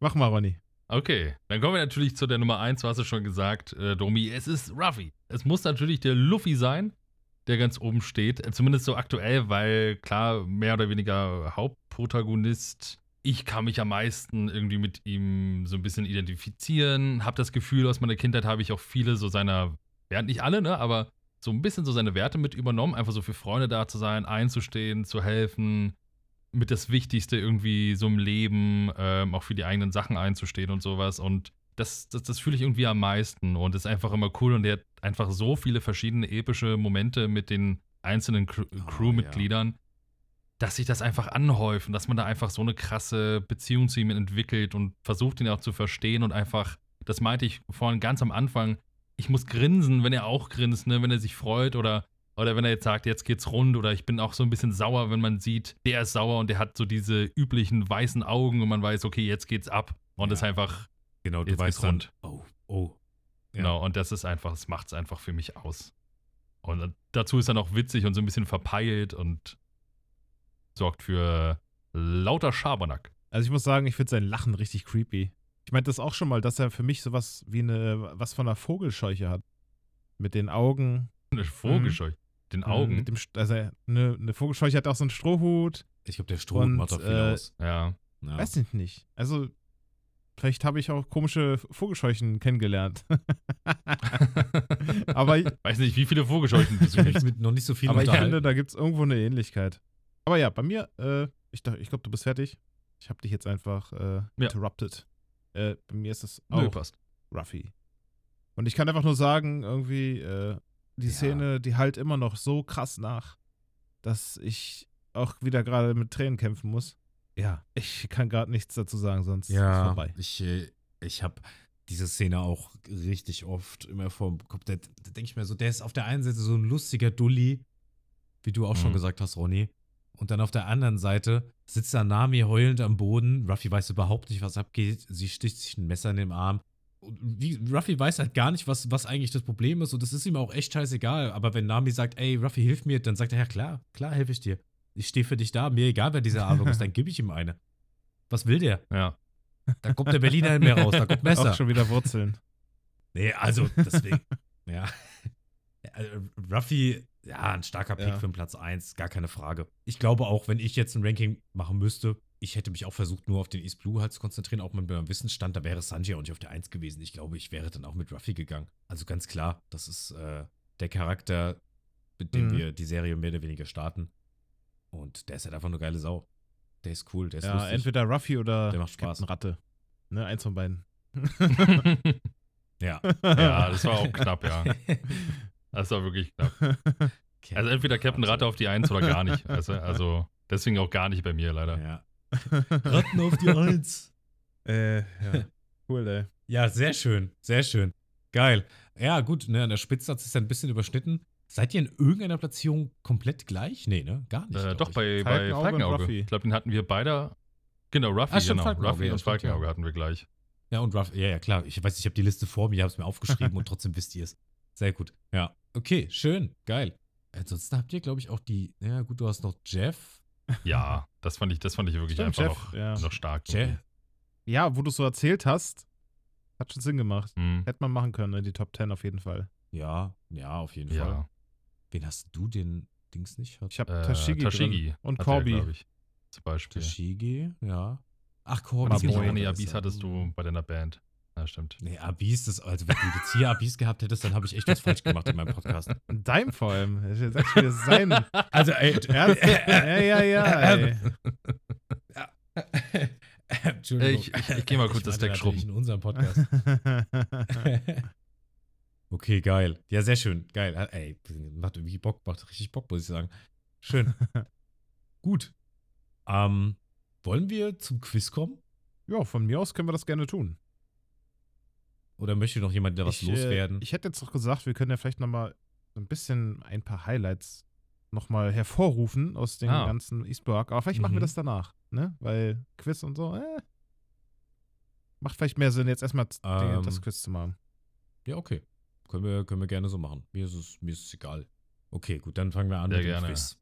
Speaker 2: Mach mal, Ronny.
Speaker 4: Okay, dann kommen wir natürlich zu der Nummer 1, du hast es schon gesagt, äh, Domi. Es ist Ruffy. Es muss natürlich der Luffy sein, der ganz oben steht. Äh, Zumindest so aktuell, weil klar, mehr oder weniger Hauptprotagonist. Ich kann mich am meisten irgendwie mit ihm so ein bisschen identifizieren. Hab das Gefühl, aus meiner Kindheit habe ich auch viele so seiner, während nicht alle, ne, aber so ein bisschen so seine Werte mit übernommen. Einfach so für Freunde da zu sein, einzustehen, zu helfen, mit das Wichtigste irgendwie so im Leben, ähm, auch für die eigenen Sachen einzustehen und sowas. Und das, das, das fühle ich irgendwie am meisten und ist einfach immer cool. Und er hat einfach so viele verschiedene epische Momente mit den einzelnen Cr Crewmitgliedern, dass sich das einfach anhäufen, dass man da einfach so eine krasse Beziehung zu ihm entwickelt und versucht ihn auch zu verstehen und einfach, das meinte ich vorhin ganz am Anfang, ich muss grinsen, wenn er auch grinst, ne? wenn er sich freut oder oder wenn er jetzt sagt, jetzt geht's rund oder ich bin auch so ein bisschen sauer, wenn man sieht, der ist sauer und der hat so diese üblichen weißen Augen und man weiß, okay, jetzt geht's ab. Und das ist
Speaker 1: Ja.
Speaker 4: einfach,
Speaker 1: Genau, du
Speaker 4: Jetzt
Speaker 1: weißt
Speaker 4: geht's
Speaker 1: dann.
Speaker 4: rund.
Speaker 1: Oh, oh. Ja.
Speaker 4: genau, und das ist einfach, das macht's einfach für mich aus. Und dazu ist dann auch witzig und so ein bisschen verpeilt und sorgt für lauter Schabernack.
Speaker 2: Also ich muss sagen, ich finde sein Lachen richtig creepy. Ich meinte das auch schon mal, dass er für mich sowas wie eine, was von einer Vogelscheuche hat. Mit den Augen.
Speaker 4: Eine Vogelscheuche. Den
Speaker 1: Mhm.
Speaker 4: Augen.
Speaker 2: Mit dem, St- also er- eine, eine Vogelscheuche hat auch so einen Strohhut.
Speaker 1: Ich glaube, der Strom
Speaker 2: Und,
Speaker 1: macht doch viel
Speaker 2: äh,
Speaker 1: aus.
Speaker 4: ja.
Speaker 1: Ja.
Speaker 2: Weiß ich nicht. Also, vielleicht habe ich auch komische Vogelscheuchen kennengelernt. aber ich,
Speaker 4: Weiß nicht, wie viele Vogelscheuchen bist du
Speaker 1: Ich
Speaker 4: jetzt?
Speaker 1: mit noch nicht so viel
Speaker 2: aber ich
Speaker 1: unterhalten.
Speaker 2: finde, da gibt es irgendwo eine Ähnlichkeit. Aber ja, bei mir, äh, ich, dach- ich glaube, du bist fertig. Ich habe dich jetzt einfach äh, interrupted. Äh, bei mir ist es auch
Speaker 4: passt.
Speaker 2: Ruffy. Und ich kann einfach nur sagen, irgendwie, äh, die
Speaker 1: Ja.
Speaker 2: Szene, die halt immer noch so krass nach, dass ich auch wieder gerade mit Tränen kämpfen muss. Ja, ich kann gerade nichts dazu sagen, sonst ist
Speaker 1: Ja,
Speaker 2: vorbei.
Speaker 1: ich, äh, ich habe diese Szene auch richtig oft immer vor dem Kopf. Da, da denke ich mir so, der ist auf der einen Seite so ein lustiger Dulli, wie du auch schon
Speaker 4: Mhm.
Speaker 1: gesagt hast, Ronny. Und dann auf der anderen Seite sitzt da Nami heulend am Boden. Ruffy weiß überhaupt nicht, was abgeht. Sie sticht sich ein Messer in den Arm. Und wie, Ruffy weiß halt gar nicht, was, was eigentlich das Problem ist. Und das ist ihm auch echt scheißegal. Aber wenn Nami sagt, ey, Ruffy, hilf mir, dann sagt er, ja klar, klar helfe ich dir. Ich stehe für dich da. Mir egal, wer dieser Arme ist, dann gebe ich ihm eine. Was will der?
Speaker 4: Ja.
Speaker 1: Da kommt der Berliner in mir raus, da kommt
Speaker 2: Auch
Speaker 1: Messer.
Speaker 2: schon wieder Wurzeln.
Speaker 1: Nee, also deswegen. ja. Also, Ruffy, ja, ein starker Pick
Speaker 2: Ja.
Speaker 1: für den Platz 1, gar keine Frage. Ich glaube auch, wenn ich jetzt ein Ranking machen müsste, ich hätte mich auch versucht, nur auf den East Blue halt zu konzentrieren, auch mit meinem Wissensstand, da wäre Sanji auch nicht auf der 1 gewesen. Ich glaube, ich wäre dann auch mit Ruffy gegangen. Also ganz klar, das ist äh, der Charakter, mit dem
Speaker 2: Mhm.
Speaker 1: wir die Serie mehr oder weniger starten. Und der ist halt einfach eine geile Sau. Der ist cool, der ist
Speaker 2: ja,
Speaker 1: lustig.
Speaker 2: entweder Ruffy oder
Speaker 1: Der macht Spaß.
Speaker 2: Captain Ratte. Ne, eins von beiden.
Speaker 1: ja.
Speaker 4: ja, das war auch knapp, ja. Das war wirklich knapp. Also entweder Captain Ratte auf die Eins oder gar nicht. Weißt du? Also deswegen auch gar nicht bei mir leider.
Speaker 1: Ja. Ratten auf die Eins.
Speaker 2: äh, ja. Cool, ey.
Speaker 1: Ja, sehr schön, sehr schön. Geil. Ja, gut, ne, an der Spitze hat sich dann ein bisschen überschnitten. Seid ihr in irgendeiner Platzierung komplett gleich? Nee, ne? Gar nicht.
Speaker 4: Äh,
Speaker 1: glaub
Speaker 4: doch,
Speaker 1: ich.
Speaker 4: bei, bei
Speaker 2: Falkenauge und
Speaker 4: Falkenauge.
Speaker 2: Ruffy.
Speaker 4: Ich glaube, den hatten wir beide. Genau, Ruffy,
Speaker 1: Ah, stimmt,
Speaker 4: genau.
Speaker 1: Falkenauge,
Speaker 4: Ruffy
Speaker 1: ja,
Speaker 4: und
Speaker 1: stimmt,
Speaker 4: Falkenauge
Speaker 1: ja.
Speaker 4: hatten wir gleich.
Speaker 1: Ja, und Ruff, ja, ja, klar. Ich weiß, ich habe die Liste vor mir, habe es mir aufgeschrieben und trotzdem wisst ihr es. Sehr gut. Ja. Okay, schön, geil. Ansonsten habt ihr, glaube ich, auch die. Ja, gut, du hast noch Jeff.
Speaker 4: Ja, das fand ich, das fand ich wirklich
Speaker 2: Stimmt,
Speaker 4: einfach
Speaker 2: Jeff,
Speaker 4: noch,
Speaker 2: ja.
Speaker 4: noch stark.
Speaker 1: Jeff.
Speaker 2: Ja, wo du es so erzählt hast, hat schon Sinn gemacht.
Speaker 4: Mhm.
Speaker 2: Hätte man machen können, ne? die Top 10 auf jeden Fall.
Speaker 1: Ja, ja, auf jeden Fall.
Speaker 4: Ja.
Speaker 1: Wen hast du den Dings nicht? Hat
Speaker 2: Ich habe
Speaker 4: Äh,
Speaker 2: Tashigi,
Speaker 4: Tashigi
Speaker 2: drin und
Speaker 4: hat er,
Speaker 2: Corby.
Speaker 4: glaub ich, zum Beispiel.
Speaker 1: Tashigi, ja. Ach, Corby.
Speaker 4: Abis,
Speaker 2: Mabui.
Speaker 1: genau,
Speaker 4: genau, nee,
Speaker 1: da ist
Speaker 4: Abis
Speaker 1: er. Mhm.
Speaker 4: hattest du bei deiner Band. Ja, stimmt.
Speaker 1: Nee, Abis, das, also wenn du jetzt hier Abis gehabt hättest, dann habe ich echt was falsch gemacht in meinem Podcast.
Speaker 2: Und Dein vor allem. Er sagt schon wieder sein.
Speaker 1: Also, ey,
Speaker 2: Ernst? ja, ja, ja. Ey.
Speaker 1: äh, Entschuldigung.
Speaker 4: Ich- ich- ich geh mal kurz das
Speaker 1: meinte
Speaker 4: Deck
Speaker 1: natürlich
Speaker 4: schrubben.
Speaker 1: In unserem Podcast. okay, geil. Ja, sehr schön. Geil. Ah, Ey, macht irgendwie Bock, macht richtig Bock, muss ich sagen. Schön. Gut. Ähm, wollen wir zum Quiz kommen?
Speaker 2: ja, von mir aus können wir das gerne tun.
Speaker 1: Oder möchte noch jemand da was
Speaker 2: ich, äh,
Speaker 1: loswerden?
Speaker 2: Ich hätte jetzt doch gesagt, wir können ja vielleicht nochmal so ein bisschen ein paar Highlights nochmal hervorrufen aus den
Speaker 4: Ah.
Speaker 2: ganzen Eastburg. Aber vielleicht machen wir
Speaker 1: Mhm.
Speaker 2: das danach, ne? Weil Quiz und so, äh, Macht vielleicht mehr Sinn, jetzt erstmal z- den-
Speaker 1: Ähm.
Speaker 2: das Quiz zu machen.
Speaker 1: Ja, okay. Können wir, können wir gerne so machen. Mir ist es, mir ist es egal. Okay, gut, dann fangen wir an
Speaker 4: Sehr
Speaker 1: mit
Speaker 4: gerne.
Speaker 1: dem Quiz.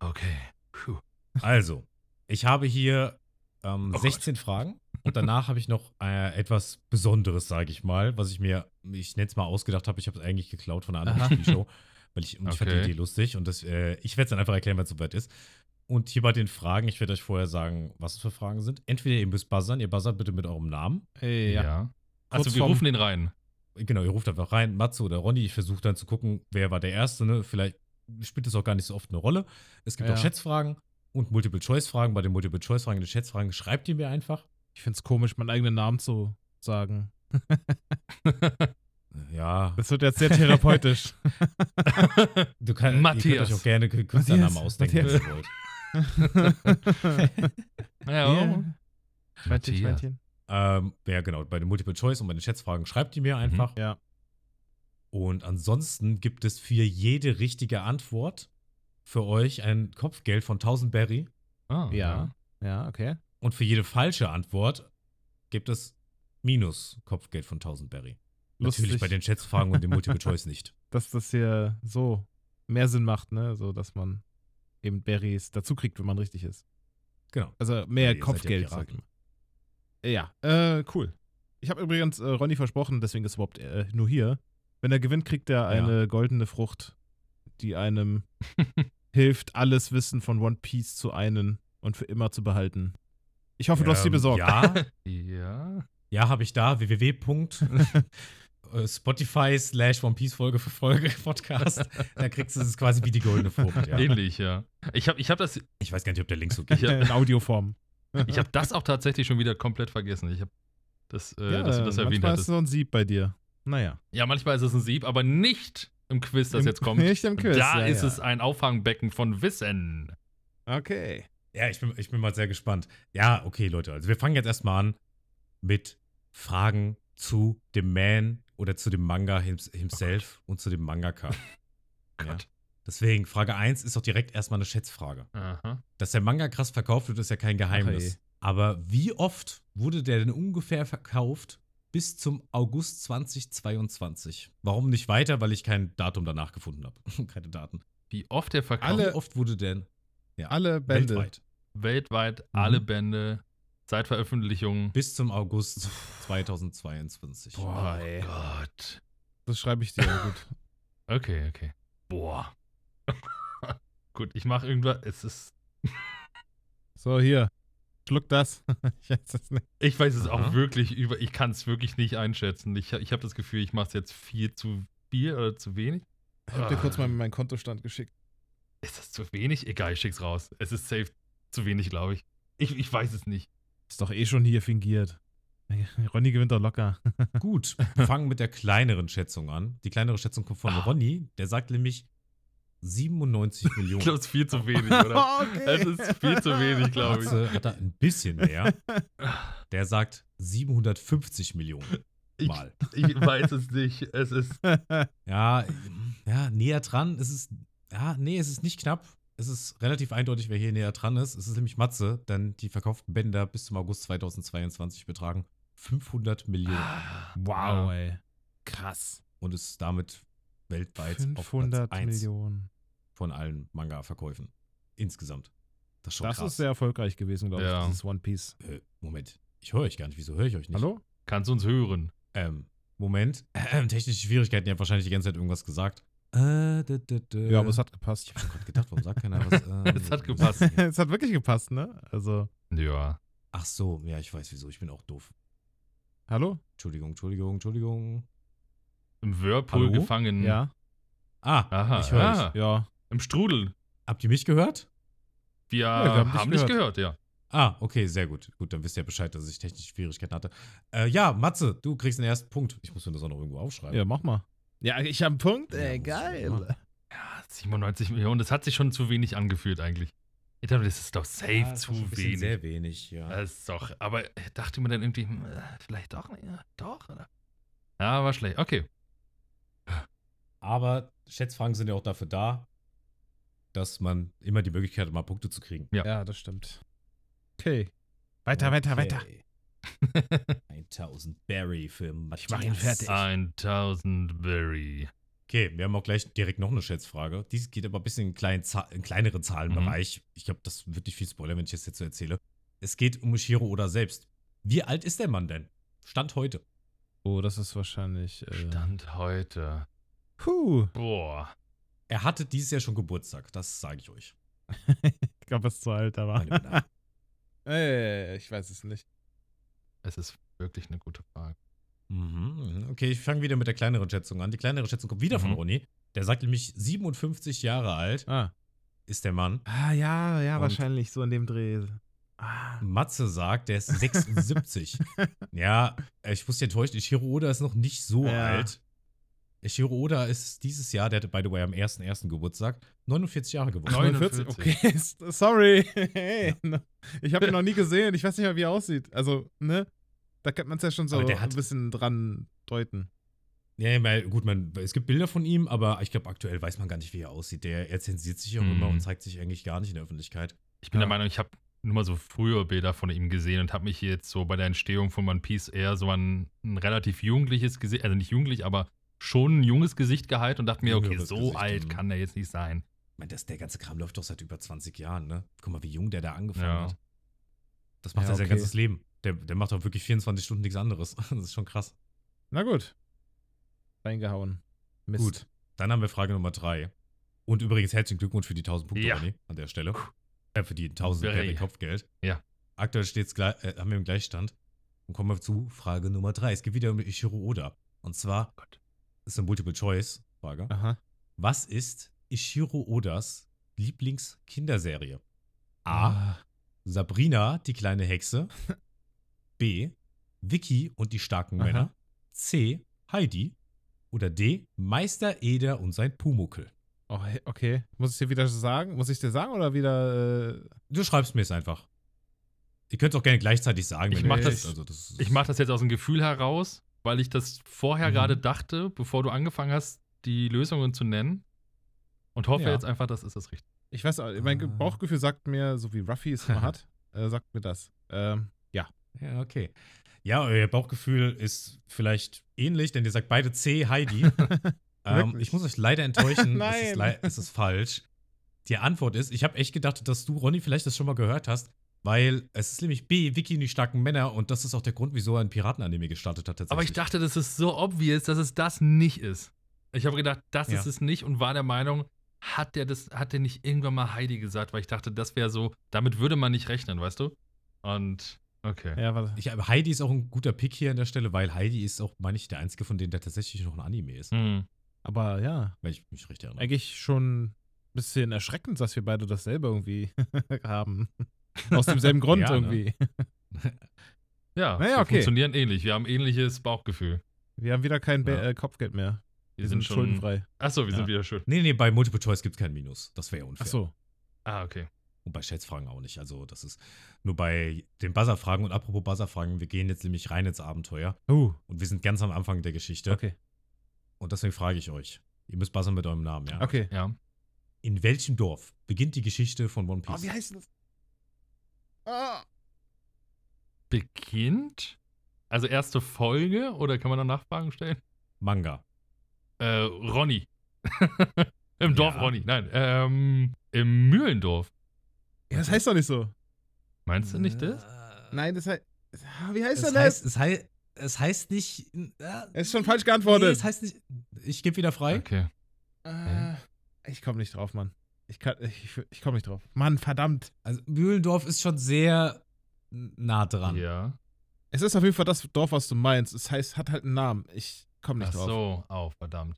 Speaker 4: Okay. Puh.
Speaker 1: Also, ich habe hier ähm,
Speaker 4: Oh
Speaker 1: 16 Fragen und danach habe ich noch äh, etwas Besonderes, sage ich mal, was ich mir, ich nenne es mal ausgedacht habe. Ich habe es eigentlich geklaut von einer
Speaker 2: Aha.
Speaker 1: anderen Spielshow, weil ich, und ich fand die
Speaker 4: Okay.
Speaker 1: Idee lustig und das, äh, ich werde es dann einfach erklären, wenn es soweit ist. Und hier bei den Fragen, ich werde euch vorher sagen, was es für Fragen sind. Entweder ihr müsst buzzern, ihr buzzert bitte mit eurem Namen.
Speaker 2: Ey, ja.
Speaker 4: Also
Speaker 2: Kurz
Speaker 4: wir
Speaker 2: vorm-
Speaker 4: rufen den rein.
Speaker 1: Genau, ihr ruft einfach rein, Matze oder Ronny. Ich versuche dann zu gucken, wer war der Erste. Ne? Vielleicht spielt das auch gar nicht so oft eine Rolle. Es gibt
Speaker 2: Ja.
Speaker 1: auch Schätzfragen und Multiple-Choice-Fragen. Bei den Multiple-Choice-Fragen und den Schätzfragen schreibt ihr mir einfach.
Speaker 2: Ich find's komisch, meinen eigenen Namen zu sagen.
Speaker 1: Ja,
Speaker 2: Das wird jetzt sehr therapeutisch.
Speaker 1: du kann, ihr könnt
Speaker 4: Matthias.
Speaker 1: euch auch gerne K- Künstlernamen
Speaker 2: Matthias,
Speaker 1: ausdenken, wenn ihr wollt.
Speaker 4: ja.
Speaker 2: Schweinchen,
Speaker 4: Matthias.
Speaker 2: Schweinchen.
Speaker 1: Ähm, ja, genau. Bei den Multiple-Choice und bei den Schätzfragen schreibt ihr mir einfach.
Speaker 2: Mhm, Ja.
Speaker 1: Und ansonsten gibt es für jede richtige Antwort für euch ein Kopfgeld von 1000 Berry.
Speaker 4: Ah,
Speaker 2: Ja. Ja, okay.
Speaker 1: Und für jede falsche Antwort gibt es minus Kopfgeld von 1000 Berry. Natürlich
Speaker 2: Lustig.
Speaker 1: bei den Schätzfragen und dem Multiple Choice nicht.
Speaker 2: Dass das hier so mehr Sinn macht, ne? So, dass man eben Berries dazu kriegt, wenn man richtig ist.
Speaker 1: Genau.
Speaker 2: Also mehr
Speaker 1: ihr seid
Speaker 4: halt
Speaker 1: ja
Speaker 2: Kopfgeld.
Speaker 1: Piraten.
Speaker 2: sag ich mal. Ja, äh, cool. Ich habe übrigens äh, Ronny versprochen, deswegen ist er überhaupt äh, nur hier. Wenn er gewinnt, kriegt er
Speaker 1: Ja.
Speaker 2: eine goldene Frucht, die einem hilft, alles Wissen von One Piece zu einen und für immer zu behalten. Ich hoffe, du hast sie
Speaker 1: Ähm,
Speaker 2: besorgt.
Speaker 1: Ja,
Speaker 4: Ja.
Speaker 1: ja habe ich da. www.spotify slash One Piece Folge für Folge Podcast. Da kriegst du es quasi wie die goldene Frucht. Ja.
Speaker 4: Ähnlich, ja. Ich habe ich hab das,
Speaker 1: Ich weiß gar nicht, ob der Link so geht.
Speaker 4: Ja.
Speaker 2: In Audioform.
Speaker 4: ich hab das auch tatsächlich schon wieder komplett vergessen. Ich habe das, äh, dass du das erwähnt
Speaker 2: manchmal ist
Speaker 4: hattest.
Speaker 2: so ein Sieb bei dir. Naja.
Speaker 4: Ja, manchmal ist es ein Sieb, aber nicht im Quiz, das
Speaker 2: Im-
Speaker 4: jetzt kommt.
Speaker 2: nicht im Quiz,
Speaker 4: Da
Speaker 2: ja,
Speaker 4: ist
Speaker 2: ja.
Speaker 4: es ein Auffangbecken von Wissen.
Speaker 2: Okay.
Speaker 1: Ja, ich bin, ich bin mal sehr gespannt. Ja, okay, Leute. Also wir fangen jetzt erstmal an mit Fragen zu dem Man oder zu dem Manga hims-
Speaker 2: Oh
Speaker 1: himself und zu dem Mangaka.
Speaker 4: Gott.
Speaker 1: Deswegen, Frage 1 ist doch direkt erstmal eine Schätzfrage.
Speaker 4: Aha.
Speaker 1: Dass der Manga krass verkauft wird, ist ja kein Geheimnis.
Speaker 2: Ach,
Speaker 1: Aber wie oft wurde der denn ungefähr verkauft bis zum August 2022? Warum nicht weiter? Weil ich kein Datum danach gefunden habe. Keine Daten.
Speaker 4: Wie oft der verkauft
Speaker 2: Alle
Speaker 1: wie oft wurde denn
Speaker 2: Alle Bände.
Speaker 1: weltweit
Speaker 4: weltweit
Speaker 2: Mhm.
Speaker 4: alle Bände seit Veröffentlichung.
Speaker 1: bis zum August Ah, 2022?
Speaker 2: Boah, ey.
Speaker 4: Oh Gott.
Speaker 2: Das schreibe ich dir. Gut.
Speaker 4: Okay, okay. Boah. Gut, ich mache irgendwas. Es ist.
Speaker 2: So, hier. Schluck das. ich weiß es nicht.
Speaker 4: Ich weiß es auch
Speaker 1: Aha.
Speaker 4: wirklich über. Ich kann es wirklich nicht einschätzen. Ich, ich habe das Gefühl, ich mache es jetzt viel zu viel oder zu wenig.
Speaker 2: Ich hab dir kurz
Speaker 4: Ah.
Speaker 2: mal meinen Kontostand geschickt.
Speaker 4: Ist das zu wenig? Egal, ich schick's raus. Es ist safe zu wenig, glaube ich. ich. Ich weiß es nicht.
Speaker 2: Ist doch eh schon hier fingiert. Ronny gewinnt doch locker.
Speaker 1: Gut, wir fangen mit der kleineren Schätzung an. Die kleinere Schätzung kommt von
Speaker 4: Ah.
Speaker 1: Ronny. Der sagt nämlich 97
Speaker 4: Ich
Speaker 1: Millionen.
Speaker 4: glaube, es ist viel zu wenig, oder? Es ist viel zu wenig, glaube ich.
Speaker 1: Matze hat da ein bisschen mehr. Der sagt 750 Millionen
Speaker 4: Ich,
Speaker 1: Mal.
Speaker 4: ich weiß es nicht. Es ist.
Speaker 1: Ja, ja, näher dran. Es ist, ja, nee, es ist nicht knapp. Es ist relativ eindeutig, wer hier näher dran ist. Es ist nämlich Matze, denn die verkauften Bänder bis zum August 2022 betragen 500 Millionen
Speaker 2: Wow, ey.
Speaker 1: Krass. und ist damit weltweit auf Platz
Speaker 2: 500
Speaker 1: 1
Speaker 2: Millionen.
Speaker 1: von allen Manga-Verkäufen. Insgesamt. Das ist schon
Speaker 2: Das
Speaker 1: krass.
Speaker 2: ist sehr erfolgreich gewesen, glaube ich,
Speaker 4: Ja.
Speaker 2: dieses One Piece.
Speaker 1: äh, Moment, ich höre euch gar nicht. Wieso höre ich euch nicht?
Speaker 2: Hallo?
Speaker 4: Kannst du uns hören?
Speaker 1: Ähm, Moment. technische Schwierigkeiten. Ihr habt wahrscheinlich die ganze Zeit irgendwas gesagt. Äh, d, d, d.
Speaker 2: Ja, aber es hat gepasst.
Speaker 1: Ich habe gerade gedacht, warum sagt keiner was? Ähm,
Speaker 4: Es hat gepasst.
Speaker 2: es hat wirklich gepasst, ne? Also,
Speaker 4: Ja.
Speaker 1: Ach so, ja, ich weiß wieso. Ich bin auch doof.
Speaker 2: hallo?
Speaker 1: Entschuldigung, Entschuldigung, Entschuldigung.
Speaker 4: Im Whirlpool
Speaker 1: Hallo?
Speaker 4: gefangen.
Speaker 2: Ja.
Speaker 1: Ah,
Speaker 4: Aha,
Speaker 1: ich höre
Speaker 4: Mhm. ah.
Speaker 1: euch.
Speaker 2: Ja.
Speaker 4: Im Strudel.
Speaker 1: Habt ihr mich gehört?
Speaker 4: Wir,
Speaker 2: wir haben
Speaker 4: haben,
Speaker 2: dich
Speaker 4: dich gehört, ja.
Speaker 1: Ah, okay, sehr gut. Gut, dann wisst ihr Bescheid, dass ich technische Schwierigkeiten hatte. Äh, ja, Matze, du kriegst den ersten Punkt. Ich muss mir das auch noch irgendwo aufschreiben.
Speaker 2: Ja, mach mal. Ja, ich habe einen Punkt,
Speaker 1: ey, geil.
Speaker 4: 97 Millionen, das hat sich schon zu wenig angefühlt eigentlich. Ich dachte, das ist doch safe
Speaker 1: Ja, das war schon ein
Speaker 4: zu
Speaker 1: bisschen
Speaker 4: wenig. Äh.
Speaker 1: Sehr wenig, ja.
Speaker 4: Das ist doch, aber dachte man dann irgendwie, hm, äh, vielleicht doch, nicht, ja, doch, oder? Ja, war schlecht. Okay.
Speaker 1: Aber Schätzfragen sind ja auch dafür da, dass man immer die Möglichkeit hat, mal Punkte zu kriegen.
Speaker 2: Ja, das stimmt. Okay. Weiter, weiter,
Speaker 1: Okay.
Speaker 2: weiter.
Speaker 1: 1000 Barry für Matthias.
Speaker 2: mach ihn fertig.
Speaker 4: 1000 Berry.
Speaker 1: Okay, wir haben auch gleich direkt noch eine Schätzfrage. Die geht aber ein bisschen in, kleinen Za- in kleineren Zahlenbereich. Ich glaube, das wird nicht viel spoilern, wenn ich das jetzt so erzähle. Es geht um Shiro Oda selbst. Wie alt ist der Mann denn? Stand heute.
Speaker 2: Oh, das ist wahrscheinlich. Äh,
Speaker 4: Stand heute.
Speaker 2: Puh.
Speaker 4: Boah.
Speaker 1: Er hatte dieses Jahr schon Geburtstag, das sage ich euch.
Speaker 2: Ich glaube, was zu alt da war.
Speaker 1: Meine Männer.
Speaker 2: Äh, ich weiß es nicht.
Speaker 4: Es ist wirklich eine gute Frage.
Speaker 1: Mhm, Okay, ich fange wieder mit der kleineren Schätzung an. Die kleinere Schätzung kommt wieder von
Speaker 4: Mhm.
Speaker 1: Ronny. Der sagt nämlich, 57 Jahre alt
Speaker 2: Ah.
Speaker 1: ist der Mann.
Speaker 2: Ah, ja, ja,
Speaker 1: Und-
Speaker 2: wahrscheinlich so in dem Dreh. Ah.
Speaker 1: Matze sagt, der ist 76. ja, ich muss dich enttäuschen, Ishiro Oda ist noch nicht so
Speaker 2: Ja.
Speaker 1: alt. Ishiro Oda ist dieses Jahr, der hatte, by the way, am 1.1. Geburtstag, 49 Jahre geworden.
Speaker 4: 49.
Speaker 2: Okay, sorry. Hey, Ich habe ihn noch nie gesehen. Ich weiß nicht mal, wie er aussieht. Also, ne? Da kann man es ja schon so
Speaker 1: Aber der
Speaker 2: ein
Speaker 1: hat-
Speaker 2: bisschen dran deuten.
Speaker 1: Ja, ja, weil, gut, man, es gibt Bilder von ihm, aber ich glaube, aktuell weiß man gar nicht, wie er aussieht. Der, er zensiert sich auch
Speaker 4: Mhm.
Speaker 1: immer und zeigt sich eigentlich gar nicht in der Öffentlichkeit.
Speaker 4: Ich bin
Speaker 2: Ja.
Speaker 4: der Meinung, ich habe nur mal so frühe Bilder von ihm gesehen und habe mich jetzt so bei der Entstehung von One Piece eher so an ein relativ jugendliches Gesicht, also nicht jugendlich, aber schon ein junges Gesicht gehalten und dachte mir, okay,
Speaker 1: Jüngeres
Speaker 4: so
Speaker 1: Gesicht,
Speaker 4: alt
Speaker 1: mhm.
Speaker 4: kann er jetzt nicht sein.
Speaker 1: Ich meine, das, der ganze Kram läuft doch seit über 20 Jahren, ne? Guck mal, wie jung der da angefangen
Speaker 4: Ja.
Speaker 1: hat. Das macht
Speaker 2: Ja,
Speaker 1: er sein
Speaker 2: okay.
Speaker 1: ganzes Leben. Der, der macht auch wirklich 24 Stunden nichts anderes. Das ist schon krass.
Speaker 2: Na gut. Reingehauen. Mist.
Speaker 1: Gut. Dann haben wir Frage Nummer drei. Und übrigens herzlichen Glückwunsch für die 1000 Punkte,
Speaker 4: Ja.
Speaker 1: Ronny, an der Stelle. Äh, für die 1000
Speaker 4: Very.
Speaker 1: Berry Kopfgeld.
Speaker 4: Ja.
Speaker 1: Aktuell steht's gleich, äh, haben wir im Gleichstand. Und kommen wir zu Frage Nummer drei. Es geht wieder um Ishiro Oda. Und zwar
Speaker 4: Oh Gott.
Speaker 1: ist eine Multiple-Choice-Frage.
Speaker 2: Aha.
Speaker 1: Was ist Ishiro Odas Lieblingskinderserie? A.
Speaker 4: Ah.
Speaker 1: Sabrina, die kleine Hexe. B. Vicky und die starken
Speaker 2: Aha.
Speaker 1: Männer. C. Heidi. Oder D. Meister Eder und sein Pumuckel.
Speaker 2: Oh, he- okay. Muss ich dir wieder sagen? Muss ich dir sagen oder wieder. Äh,
Speaker 1: Du schreibst mir es einfach. Ihr könnt es auch gerne gleichzeitig sagen.
Speaker 4: Ich
Speaker 1: wenn ihr
Speaker 4: mach
Speaker 1: wollt.
Speaker 4: das-
Speaker 1: Also das ist-
Speaker 4: Ich mache das jetzt aus dem Gefühl heraus, weil ich das vorher
Speaker 1: Mhm.
Speaker 4: gerade dachte, bevor du angefangen hast, die Lösungen zu nennen. Und hoffe
Speaker 1: Ja.
Speaker 4: jetzt einfach, das ist das Richtige.
Speaker 2: ich weiß, auch- mein Ge-
Speaker 1: Ah.
Speaker 2: Bauchgefühl sagt mir, so wie Ruffy es immer hat, äh, sagt mir das. Ähm,
Speaker 1: Ja, okay. Ja, euer Bauchgefühl ist vielleicht ähnlich, denn ihr sagt beide C, Heidi. ähm,
Speaker 2: Wirklich?
Speaker 1: ich muss euch leider enttäuschen. Es, ist
Speaker 2: Nein.
Speaker 1: lei- es ist falsch. Die Antwort ist, ich habe echt gedacht, dass du, Ronny, vielleicht das schon mal gehört hast, weil es ist nämlich B, Vicky und die starken Männer und das ist auch der Grund, wieso er ein Piratenanime gestartet hat tatsächlich.
Speaker 4: Aber ich dachte, das ist so obvious, dass es das nicht ist. Ich habe gedacht, das
Speaker 1: Ja.
Speaker 4: ist es nicht und war der Meinung, hat der das, hat der nicht irgendwann mal Heidi gesagt, weil ich dachte, das wäre so, damit würde man nicht rechnen, weißt du? Und okay.
Speaker 2: ja, warte.
Speaker 1: Ich, aber Heidi ist auch ein guter Pick hier an der Stelle, weil Heidi ist auch, meine ich, der einzige von denen, der tatsächlich noch ein Anime ist.
Speaker 4: Hm.
Speaker 2: Aber ja,
Speaker 1: Wenn ich mich richtig erinnere.
Speaker 2: eigentlich schon ein bisschen erschreckend, dass wir beide dasselbe irgendwie haben. Aus demselben Grund
Speaker 1: Ja, ne?
Speaker 2: irgendwie.
Speaker 4: Ja,
Speaker 2: Naja,
Speaker 4: wir
Speaker 2: okay.
Speaker 4: funktionieren ähnlich. Wir haben ähnliches Bauchgefühl.
Speaker 2: Wir haben wieder kein Be
Speaker 1: Ja.
Speaker 2: äh, Kopfgeld mehr.
Speaker 4: Wir, sind, schon.
Speaker 2: schuldenfrei.
Speaker 4: Achso, wir
Speaker 2: Ja.
Speaker 4: sind wieder schuld.
Speaker 1: Nee, nee, bei Multiple Choice gibt es kein Minus. Das wäre ja unfair.
Speaker 2: Ach so.
Speaker 4: Ah, okay.
Speaker 1: Und bei Schätzfragen auch nicht. Also, das ist nur bei den Buzzerfragen. Und apropos Buzzerfragen, wir gehen jetzt nämlich rein ins Abenteuer.
Speaker 2: Uh,
Speaker 1: Und wir sind ganz am Anfang der Geschichte.
Speaker 2: okay.
Speaker 1: Und deswegen frage ich euch. Ihr müsst buzzern mit eurem Namen, ja?
Speaker 2: Okay.
Speaker 4: Ja.
Speaker 1: In welchem Dorf beginnt die Geschichte von One Piece?
Speaker 2: Oh, heißt das? Ah.
Speaker 4: Beginnt? Also erste Folge oder kann man noch Nachfragen stellen?
Speaker 1: Manga.
Speaker 4: Äh, Ronny. Im Dorf
Speaker 1: Ja.
Speaker 4: Ronny. Nein, ähm, im Mühlendorf.
Speaker 2: Ja, das heißt doch nicht so.
Speaker 4: Meinst du nicht
Speaker 1: Äh,
Speaker 4: das?
Speaker 2: Nein, das heißt. Ah, Wie heißt
Speaker 1: Es
Speaker 2: denn das?
Speaker 1: heißt, es, heißt, es heißt nicht. Äh,
Speaker 2: Es ist schon falsch
Speaker 1: nee,
Speaker 2: geantwortet.
Speaker 1: es heißt nicht. Ich gebe wieder frei.
Speaker 4: Okay.
Speaker 2: Ah, ich komme nicht drauf, Mann. Ich, kann- ich, ich komme nicht drauf. Mann, verdammt.
Speaker 1: Also, Mühlendorf ist schon sehr nah dran.
Speaker 4: Ja.
Speaker 2: Es ist auf jeden Fall das Dorf, was du meinst. Es heißt, hat halt einen Namen. Ich komme
Speaker 4: Ach
Speaker 2: nicht drauf.
Speaker 4: so, oh, verdammt.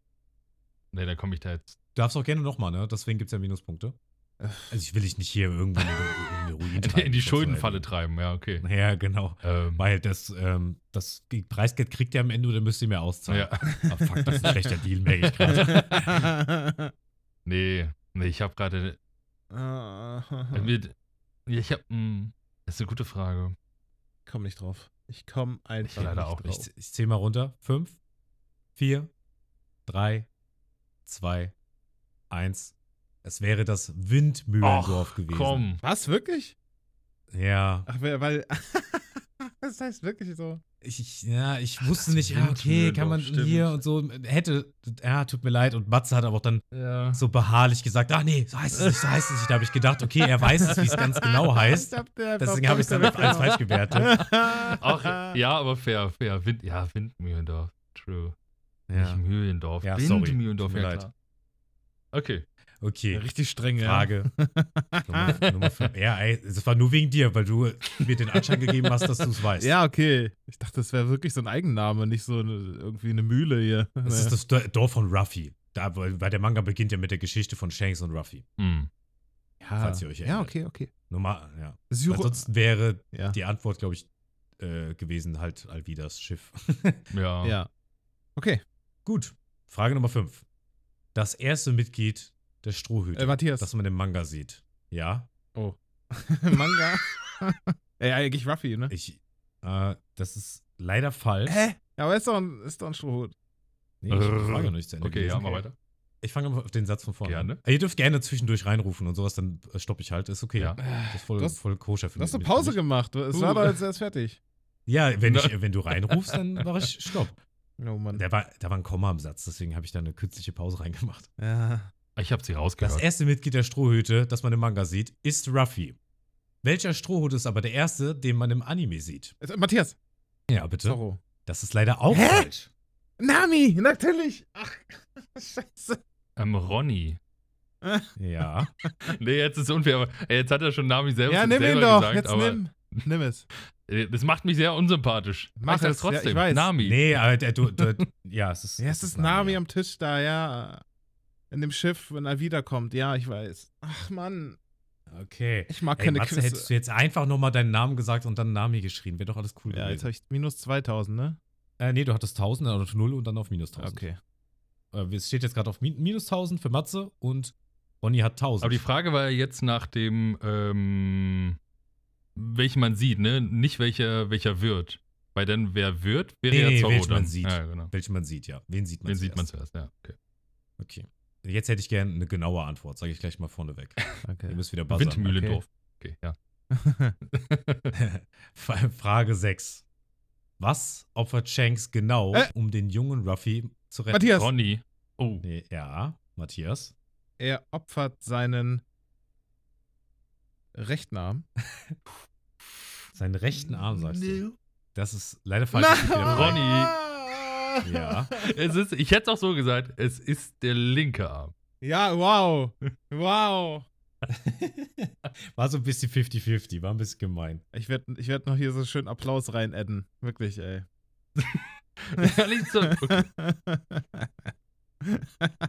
Speaker 4: Nee, da komme ich da jetzt.
Speaker 1: Du darfst auch gerne nochmal, ne? Deswegen gibt es ja Minuspunkte. Also, ich will dich nicht hier irgendwo in die- in die Ruin treiben,
Speaker 4: In die
Speaker 1: sozusagen.
Speaker 4: Schuldenfalle treiben, ja, okay.
Speaker 1: Ja, genau.
Speaker 4: Ähm,
Speaker 1: Weil das, ähm, das Preisgeld kriegt ihr am Ende oder müsst ihr mir auszahlen.
Speaker 4: ja.
Speaker 1: Ah, fuck, das ist ein schlechter Deal, merke ich gerade.
Speaker 4: Nee, nee, ich habe gerade.
Speaker 2: Ah,
Speaker 4: Äh, ich habe. Das ist eine gute Frage.
Speaker 2: Ich komme nicht drauf. Ich komme einfach
Speaker 4: leider
Speaker 2: nicht
Speaker 4: auch
Speaker 2: drauf.
Speaker 1: Ich, z- ich zähle mal runter. Fünf, vier, drei, zwei, eins. Es wäre das Windmühlendorf
Speaker 4: Och,
Speaker 1: gewesen.
Speaker 4: Komm.
Speaker 2: Was, wirklich?
Speaker 1: Ja.
Speaker 2: Ach, weil, weil Das heißt wirklich so.
Speaker 1: Ich, ich, ja, ich wusste
Speaker 4: das
Speaker 1: nicht, ja, okay,
Speaker 4: Windmühle,
Speaker 1: kann man
Speaker 4: stimmt.
Speaker 1: hier und so. Hätte, ja, tut mir leid. Und Matze hat aber auch dann
Speaker 4: Ja.
Speaker 1: so beharrlich gesagt, ach nee, so heißt es nicht, so heißt es nicht. Da habe ich gedacht, okay, er weiß es, wie es ganz genau heißt.
Speaker 2: hab dir einfach
Speaker 1: Deswegen habe ich es dann
Speaker 2: Punkte
Speaker 1: als falsch gewertet.
Speaker 2: weggenommen.
Speaker 4: Ach, ja, aber fair, fair. Wind, ja, Windmühlendorf. True. Nicht
Speaker 1: Ja.
Speaker 4: Mühlendorf.
Speaker 1: Ja, sorry.
Speaker 4: Windmühlendorf,
Speaker 1: Tut mir
Speaker 4: ja
Speaker 1: leid.
Speaker 4: klar. Okay.
Speaker 1: Okay.
Speaker 2: Richtig streng, ja.
Speaker 1: Frage. Nummer, Nummer fünf. Ja, ey, das war nur wegen dir, weil du mir den Anschein gegeben hast, dass du es weißt.
Speaker 2: Ja, okay. Ich dachte, das wäre wirklich so ein Eigenname, nicht so eine, irgendwie eine Mühle hier.
Speaker 1: Das ist das Dor- Dorf von Ruffy. Da, weil weil der Manga beginnt ja mit der Geschichte von Shanks und Ruffy.
Speaker 4: Hm.
Speaker 2: ja.
Speaker 1: falls ihr euch
Speaker 2: Ja,
Speaker 1: erinnert.
Speaker 2: okay, okay.
Speaker 1: Normal, ja.
Speaker 2: Syro
Speaker 1: Ansonsten wäre
Speaker 2: ja.
Speaker 1: die Antwort, glaube ich, äh, gewesen, halt Alvidas Schiff.
Speaker 4: Ja.
Speaker 2: ja. Okay,
Speaker 1: Gut. Frage Nummer 5. Das erste Mitglied der Strohhüte,
Speaker 2: äh, Matthias.
Speaker 1: das man im Manga sieht. Ja,
Speaker 2: oh. Manga. Ey, eigentlich Ruffy, ne?
Speaker 1: ich. Äh, das ist leider falsch.
Speaker 2: Hä? Ja, aber ist doch ein, ist doch ein Strohhut.
Speaker 1: Nee, ich hab die Frage noch nicht zu Ende
Speaker 4: Okay, ja,
Speaker 1: gelesen.
Speaker 4: mal weiter.
Speaker 1: Ich fange auf den Satz von vorne.
Speaker 4: Gerne.
Speaker 1: an. Ihr dürft gerne zwischendurch reinrufen und sowas, dann stoppe ich halt. Ist okay.
Speaker 4: Ja.
Speaker 1: Das ist voll,
Speaker 2: Du hast-
Speaker 1: voll koscher für
Speaker 2: Du hast eine
Speaker 1: mich.
Speaker 2: Pause gemacht. Es
Speaker 4: Uh.
Speaker 2: war doch jetzt erst fertig.
Speaker 1: Ja, wenn, ich, wenn du reinrufst, dann mache ich Stopp.
Speaker 2: Oh Mann.
Speaker 1: Da war, da war ein Komma am Satz, deswegen habe ich da eine künstliche Pause reingemacht.
Speaker 2: Ja.
Speaker 4: Ah, Ich habe sie
Speaker 1: Das
Speaker 4: rausgehört.
Speaker 1: erste Mitglied der Strohhüte, das man im Manga sieht, ist Ruffy. Welcher Strohhut ist aber der erste, den man im Anime sieht?
Speaker 2: Äh, Matthias.
Speaker 1: Ja, bitte.
Speaker 2: Zorro.
Speaker 1: Das ist leider auch
Speaker 2: Hä?
Speaker 1: falsch.
Speaker 2: Nami, natürlich. Ach, scheiße.
Speaker 4: ähm, Ronny.
Speaker 1: Ja.
Speaker 4: Nee, jetzt ist es unfair. Aber ey, jetzt hat er schon Nami selbst
Speaker 2: Ja, nimm
Speaker 4: selber
Speaker 2: ihn doch.
Speaker 4: gesagt.
Speaker 2: jetzt
Speaker 4: aber
Speaker 2: nimm. Nimm es.
Speaker 4: äh, Das macht mich sehr unsympathisch.
Speaker 2: Mach
Speaker 4: ich sag's
Speaker 2: es, ja, ich
Speaker 4: trotzdem.
Speaker 2: weiß.
Speaker 4: Nami.
Speaker 1: Nee, aber der, du, du, ja, es ist.
Speaker 2: Ja, es ist Nami
Speaker 1: ja.
Speaker 2: am Tisch da, ja. In dem Schiff, wenn er wiederkommt. Ja, ich weiß. Ach, Mann.
Speaker 1: Okay.
Speaker 2: Ich mag
Speaker 1: Ey,
Speaker 2: keine
Speaker 1: Matze,
Speaker 2: Quizze.
Speaker 1: hättest du jetzt einfach nochmal deinen Namen gesagt und dann Nami geschrien, wäre doch alles cool
Speaker 2: Ja, jetzt
Speaker 1: gewesen.
Speaker 2: habe ich minus 2000, ne?
Speaker 1: Äh, nee, du hattest 1000, dann auf 0 und dann auf minus 1000.
Speaker 2: Okay.
Speaker 1: Äh, es steht jetzt gerade auf min minus 1000 für Matze und Ronny hat 1000.
Speaker 4: Aber die Frage war ja jetzt nach dem, ähm, welchen man sieht, ne? Nicht welcher, welcher wird. Weil dann, wer wird, wäre
Speaker 1: Nee,
Speaker 4: ja Zorro
Speaker 1: welchen
Speaker 4: dann.
Speaker 1: man sieht.
Speaker 4: Ja, genau.
Speaker 1: Welchen man sieht, ja. Wen sieht man
Speaker 4: Den sieht man
Speaker 1: zuerst?
Speaker 4: zuerst, ja. Okay.
Speaker 1: Okay. Jetzt hätte ich gerne eine genaue Antwort, sage ich gleich mal vorneweg. Ihr
Speaker 2: Danke.
Speaker 1: müsst wieder buzzern.
Speaker 4: Windmühlendorf. Okay, ja.
Speaker 1: Fra- Frage 6. Was opfert Shanks genau,
Speaker 2: Äh.
Speaker 1: um den jungen Ruffy zu retten?
Speaker 2: Matthias,
Speaker 4: Ronny. Oh.
Speaker 1: Nee, ja, Matthias.
Speaker 2: er opfert seinen rechten Arm.
Speaker 1: Seinen rechten Arm, sagst du. Das ist leider falsch.
Speaker 2: Nein!
Speaker 1: Ich bin wieder bereit.
Speaker 2: Ronny.
Speaker 1: Ja.
Speaker 4: Es ist, ich hätte es auch so gesagt, es ist der linke Arm.
Speaker 2: Ja, wow. Wow.
Speaker 1: War so ein bisschen 50-50, war ein bisschen gemein.
Speaker 2: Ich werde ich werd noch hier so schön Applaus rein adden. Wirklich, ey.
Speaker 4: Ehrlich so. Okay.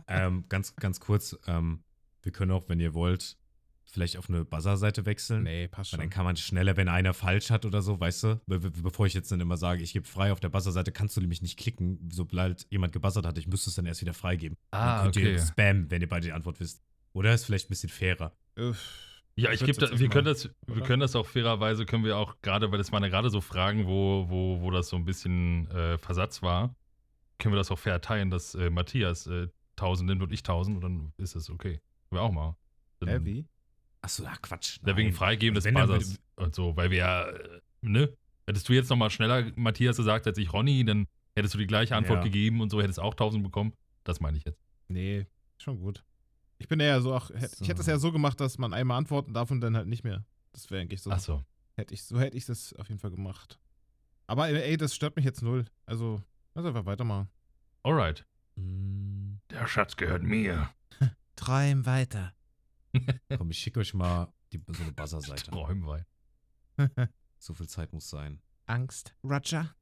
Speaker 1: ähm, ganz, ganz kurz, ähm, wir können auch, wenn ihr wollt, vielleicht auf eine Buzzer-Seite wechseln.
Speaker 2: nee, passt
Speaker 1: Weil dann
Speaker 2: schon.
Speaker 1: kann man schneller, wenn einer falsch hat oder so, weißt du, be be bevor ich jetzt dann immer sage, ich gebe frei auf der Buzzer-Seite, kannst du nämlich nicht klicken, sobald jemand gebuzzert hat. Ich müsste es dann erst wieder freigeben.
Speaker 4: Ah,
Speaker 1: dann könnt
Speaker 4: okay.
Speaker 1: ihr spam, wenn ihr beide die Antwort wisst. Oder ist vielleicht ein bisschen fairer.
Speaker 2: Uff.
Speaker 4: Ja, ich
Speaker 2: Ich
Speaker 4: gebe
Speaker 2: würd's
Speaker 4: da,
Speaker 2: jetzt
Speaker 4: wir
Speaker 2: mal,
Speaker 4: können das, wir
Speaker 2: oder?
Speaker 4: können das auch fairerweise, können wir auch gerade, weil das waren ja gerade so Fragen, wo, wo, wo das so ein bisschen äh, Versatz war, können wir das auch fair teilen, dass äh, Matthias äh, 1000 nimmt und ich 1000 und dann ist das okay. Können wir auch mal. Dann,
Speaker 2: Hä, wie?
Speaker 1: Achso, ja, Quatsch.
Speaker 4: Ja, wegen Freigeben des
Speaker 1: Wenn, dann
Speaker 4: Buzzers und so, weil wir ja, äh, ne? Hättest du jetzt nochmal schneller Matthias gesagt als ich Ronny, dann hättest du die gleiche Antwort
Speaker 1: Ja.
Speaker 4: gegeben und so, hättest auch 1000 bekommen. Das meine ich jetzt.
Speaker 2: Nee, schon gut. Ich bin eher so, ach, hätt, ich hätte es
Speaker 1: So.
Speaker 2: ja so gemacht, dass man einmal antworten darf und dann halt nicht mehr. Das wäre eigentlich so.
Speaker 4: Ach so.
Speaker 2: Hätte ich, so hätte ich das auf jeden Fall gemacht. Aber äh, ey, das stört mich jetzt null. Also, lass einfach weitermachen.
Speaker 4: Alright.
Speaker 1: Mm,
Speaker 3: Der Schatz gehört mir.
Speaker 2: Träum weiter.
Speaker 1: Komm, ich schicke euch mal die, so eine Buzzer-Seite.
Speaker 4: Träumwein.
Speaker 1: So viel Zeit muss sein.
Speaker 2: Angst, Roger.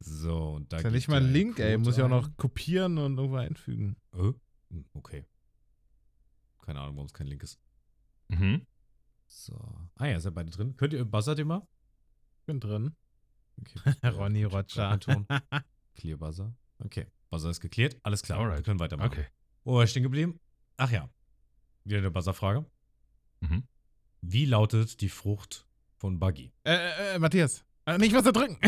Speaker 1: So, und da
Speaker 2: Ist ja
Speaker 1: geht
Speaker 2: nicht mal
Speaker 1: der
Speaker 2: ein Link, ey.
Speaker 1: Code
Speaker 2: Muss ich auch
Speaker 1: ein.
Speaker 2: noch kopieren und irgendwo einfügen.
Speaker 1: Äh? Hm, Okay. Keine Ahnung, warum es kein Link ist.
Speaker 4: mhm.
Speaker 1: So. Ah ja, seid beide drin. Könnt ihr buzzert ihr mal?
Speaker 2: Ich bin drin.
Speaker 1: Okay.
Speaker 2: Ronny
Speaker 1: Ich hab
Speaker 2: Roger.
Speaker 1: grad keinen Ton. Clear Buzzer. Okay. Buzzer ist geklärt. Alles klar.
Speaker 4: Alright.
Speaker 1: Wir können weitermachen.
Speaker 4: Okay.
Speaker 1: Wo war ich stehen geblieben? Ach ja. Wieder eine Buzzer-Frage.
Speaker 4: Mhm.
Speaker 1: Wie lautet die Frucht von Buggy?
Speaker 2: Äh, äh, äh, Matthias. Äh, nicht was drücken.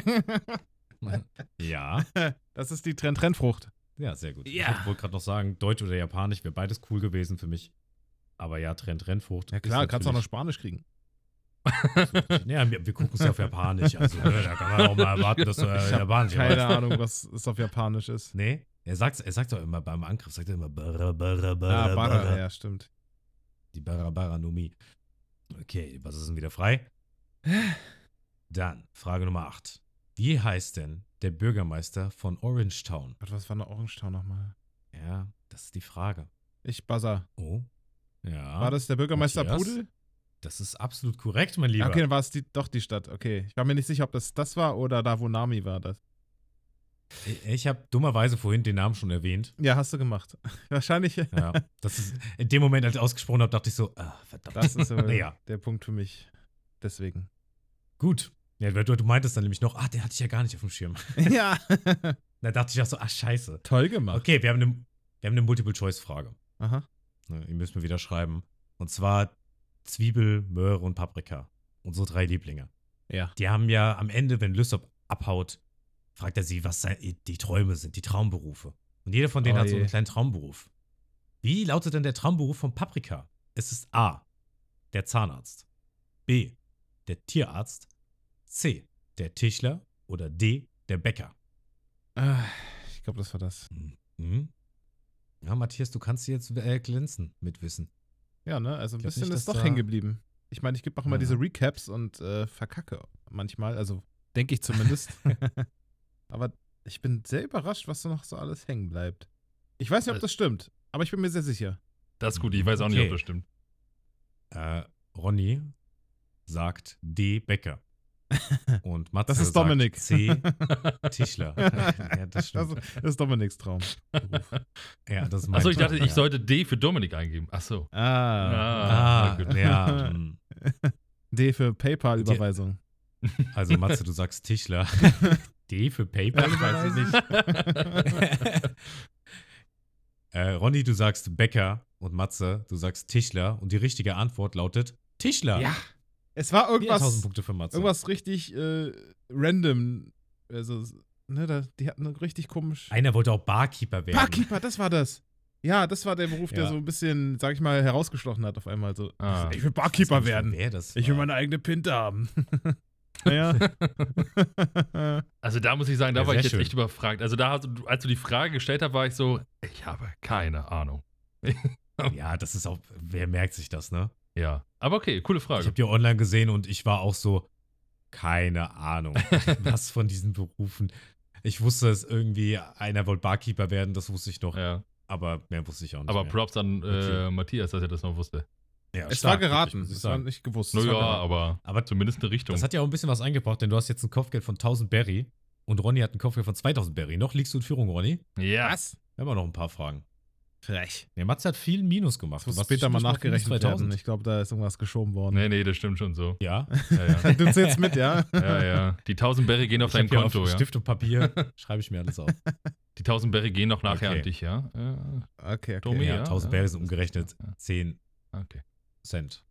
Speaker 1: ja.
Speaker 2: das ist die Trend-Trend-Frucht.
Speaker 1: Ja, sehr gut.
Speaker 2: Ja.
Speaker 1: Ich wollte gerade noch sagen, Deutsch oder Japanisch wäre beides cool gewesen für mich. Aber ja, Trend, Trendfrucht.
Speaker 2: Ja klar, kannst du auch noch Spanisch kriegen.
Speaker 1: Ja, wir, wir gucken es ja auf Japanisch. Also, ne, da kann man auch mal erwarten, dass du äh,
Speaker 2: ich hab
Speaker 1: Japanisch
Speaker 2: keine
Speaker 1: weißt.
Speaker 2: Ahnung, was es auf Japanisch ist.
Speaker 1: Nee, er sagt, er sagt doch immer beim Angriff, sagt er immer barra, barra, barra,
Speaker 2: Ah, Barra,
Speaker 1: barra.
Speaker 2: ja, stimmt.
Speaker 1: Die barra, barra Numi. Okay, was ist denn wieder frei? Dann, Frage Nummer 8. Wie heißt denn der Bürgermeister von Orangetown?
Speaker 2: Warte, was war eine Orangetown nochmal?
Speaker 1: Ja, das ist die Frage.
Speaker 2: Ich buzzer.
Speaker 1: Oh. Ja.
Speaker 2: War das der Bürgermeister
Speaker 1: Matthias?
Speaker 2: Pudel?
Speaker 1: Das ist absolut korrekt, mein Lieber.
Speaker 2: Ja, okay, dann war es die, doch die Stadt. Okay. Ich war mir nicht sicher, ob das das war oder da, wo Nami war. Das.
Speaker 1: Ich- Äh, Ich habe dummerweise vorhin den Namen schon erwähnt.
Speaker 2: Ja, hast du gemacht. Wahrscheinlich. äh,
Speaker 1: Ja, das ist, in dem Moment, als ich ausgesprochen habe, dachte ich so, ah, verdammt.
Speaker 2: Das ist äh,
Speaker 1: Ja.
Speaker 2: der Punkt für mich. Deswegen.
Speaker 1: Gut. Ja, weil du, du meintest dann nämlich noch, ah, den hatte ich ja gar nicht auf dem Schirm.
Speaker 2: Ja.
Speaker 1: Da dachte ich auch so, ah, scheiße.
Speaker 2: Toll gemacht.
Speaker 1: Okay, wir haben eine, wir haben eine Multiple-Choice-Frage.
Speaker 2: Aha.
Speaker 1: Ne, ihr müsst mir wieder schreiben. Und zwar Zwiebel, Möhre und Paprika. Unsere drei Lieblinge.
Speaker 2: Ja.
Speaker 1: Die haben ja am Ende, wenn Lysop abhaut, fragt er sie, was sei- die Träume sind, die Traumberufe. Und jeder von denen
Speaker 2: Oh
Speaker 1: hat so einen
Speaker 2: je.
Speaker 1: kleinen Traumberuf. Wie lautet denn der Traumberuf von Paprika? Es ist A. Der Zahnarzt. B. Der Tierarzt. C. Der Tischler. Oder D. Der Bäcker.
Speaker 2: Ah, Ich glaube, das war das.
Speaker 1: Mhm. Ja, Matthias, du kannst sie jetzt äh, glänzen mit Wissen.
Speaker 2: Ja, ne? Also ein
Speaker 1: Ich glaub
Speaker 2: bisschen
Speaker 1: nicht,
Speaker 2: ist
Speaker 1: dass
Speaker 2: doch
Speaker 1: da-
Speaker 2: hängen geblieben. Ich meine, ich gebe auch immer
Speaker 1: Ja.
Speaker 2: diese Recaps und äh, verkacke manchmal. Also denke ich zumindest. aber ich bin sehr überrascht, was da noch so alles hängen bleibt. Ich weiß nicht,
Speaker 1: Äh.
Speaker 2: ob das stimmt, aber ich bin mir sehr sicher.
Speaker 4: Das ist gut, ich weiß auch nicht,
Speaker 1: Okay.
Speaker 4: ob das stimmt.
Speaker 1: Äh, Ronny sagt D. Bäcker. Und Matze
Speaker 2: Das ist
Speaker 1: Also sagt
Speaker 2: Dominik.
Speaker 1: C. Tischler. ja, das stimmt.
Speaker 2: Das, das ist Dominiks Traum.
Speaker 1: Ja, das ist mein
Speaker 4: Achso, ich dachte,
Speaker 1: Traum,
Speaker 4: ich
Speaker 1: ja.
Speaker 4: sollte D für Dominik eingeben. Achso.
Speaker 1: Ah,
Speaker 2: Ah.
Speaker 4: Ah, gut.
Speaker 1: ja. hm.
Speaker 2: D für PayPal-Überweisung.
Speaker 1: Also, Matze, du sagst Tischler. D für PayPal, weiß ich nicht. Äh, Ronny, du sagst Bäcker und Matze, du sagst Tischler. Und die richtige Antwort lautet Tischler.
Speaker 2: Ja. Es war
Speaker 1: Wieder 1000
Speaker 2: irgendwas,
Speaker 1: Punkte für Matze.
Speaker 2: irgendwas richtig äh, random. Also, ne, da, die hatten richtig komisch.
Speaker 1: Einer wollte auch Barkeeper werden.
Speaker 2: Barkeeper, das war das. Ja, das war der Beruf, der
Speaker 1: Ja.
Speaker 2: so ein bisschen, sag ich mal, herausgeschlossen hat auf einmal. So,
Speaker 4: Ah.
Speaker 2: ich will
Speaker 1: Ich weiß gar
Speaker 2: Barkeeper
Speaker 1: nicht mehr,
Speaker 2: werden.
Speaker 1: Wer das
Speaker 2: Ich will
Speaker 1: war.
Speaker 2: meine eigene Pinte haben. naja.
Speaker 4: Also da muss ich sagen, da
Speaker 1: Ja,
Speaker 4: war
Speaker 1: sehr
Speaker 4: ich jetzt
Speaker 1: schön.
Speaker 4: echt überfragt. Also da, hast du- als du die Frage gestellt hast, war ich so, ich habe keine Ahnung.
Speaker 1: Ja, das ist auch. Wer merkt sich das, ne?
Speaker 4: Ja. Aber okay, coole
Speaker 1: Ich
Speaker 2: Also
Speaker 4: Frage.
Speaker 1: habe die online gesehen und ich war auch so, keine Ahnung, was von diesen Berufen. Ich wusste, dass irgendwie einer wollte Barkeeper werden, das wusste ich noch,
Speaker 4: Ja.
Speaker 1: aber mehr wusste ich auch nicht.
Speaker 4: Aber
Speaker 1: mehr.
Speaker 4: Props an äh,
Speaker 1: Okay.
Speaker 4: Matthias, dass er das noch wusste.
Speaker 1: Ja,
Speaker 2: es war
Speaker 1: stark, wirklich,
Speaker 2: geraten.
Speaker 1: muss ich
Speaker 2: Es war
Speaker 1: sagen.
Speaker 2: nicht gewusst. es
Speaker 4: Naja,
Speaker 2: war geraten.
Speaker 4: aber
Speaker 1: Aber
Speaker 4: zumindest eine Richtung.
Speaker 1: genau. das hat ja auch ein bisschen was eingebracht, denn du hast jetzt ein Kopfgeld von 1000 Berry und Ronny hat ein Kopfgeld von 2000 Berry. Noch liegst du in Führung, Ronny.
Speaker 4: ja.
Speaker 2: Was?
Speaker 1: Wir haben auch noch ein paar Fragen.
Speaker 2: Frech.
Speaker 1: Ja, Matze hat viel Minus gemacht.
Speaker 2: Das muss
Speaker 1: Du warst
Speaker 2: später mal
Speaker 1: bestimmt auf
Speaker 2: nachgerechnet
Speaker 1: 2000.
Speaker 2: werden. Ich glaube, da ist irgendwas geschoben worden.
Speaker 4: Nee, nee, das stimmt schon so.
Speaker 1: Ja,
Speaker 4: Ja, ja.
Speaker 2: Du zählst mit, ja?
Speaker 4: ja, ja. Die 1000 Berry gehen
Speaker 1: ich
Speaker 4: auf
Speaker 1: hab
Speaker 4: dein
Speaker 1: hier auf
Speaker 4: Konto, ja.
Speaker 1: Stift und Papier schreibe ich mir alles auf.
Speaker 4: Die 1000 Berry gehen noch nachher
Speaker 1: Okay.
Speaker 4: an dich, ja. Äh,
Speaker 2: Okay, okay.
Speaker 4: Domi,
Speaker 1: Ja,
Speaker 4: ja.
Speaker 1: 1000
Speaker 4: ja.
Speaker 1: Berry sind umgerechnet
Speaker 4: Ja.
Speaker 1: 10
Speaker 4: Okay.
Speaker 1: Cent.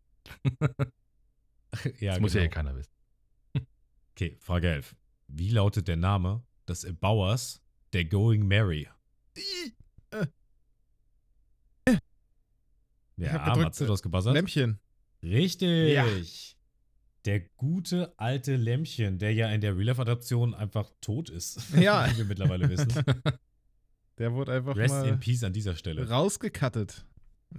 Speaker 4: Das
Speaker 1: ja,
Speaker 4: muss ja
Speaker 1: genau.
Speaker 4: eh keiner wissen.
Speaker 1: Okay, Frage 11. Wie lautet der Name des Erbauers der Going Mary?
Speaker 2: Ich hab
Speaker 1: Ja,
Speaker 2: gedrückt,
Speaker 1: Matze,
Speaker 2: äh,
Speaker 1: du hast gebuzzert.
Speaker 2: Lämpchen.
Speaker 1: Richtig.
Speaker 2: Ja.
Speaker 1: Der gute alte Lämpchen, der ja in der Real-Life-Adaption einfach tot ist.
Speaker 2: Ja.
Speaker 1: Wie wir mittlerweile wissen.
Speaker 2: Der wurde einfach
Speaker 1: Rest in
Speaker 2: mal
Speaker 1: Peace an dieser Stelle.
Speaker 2: rausgekattet.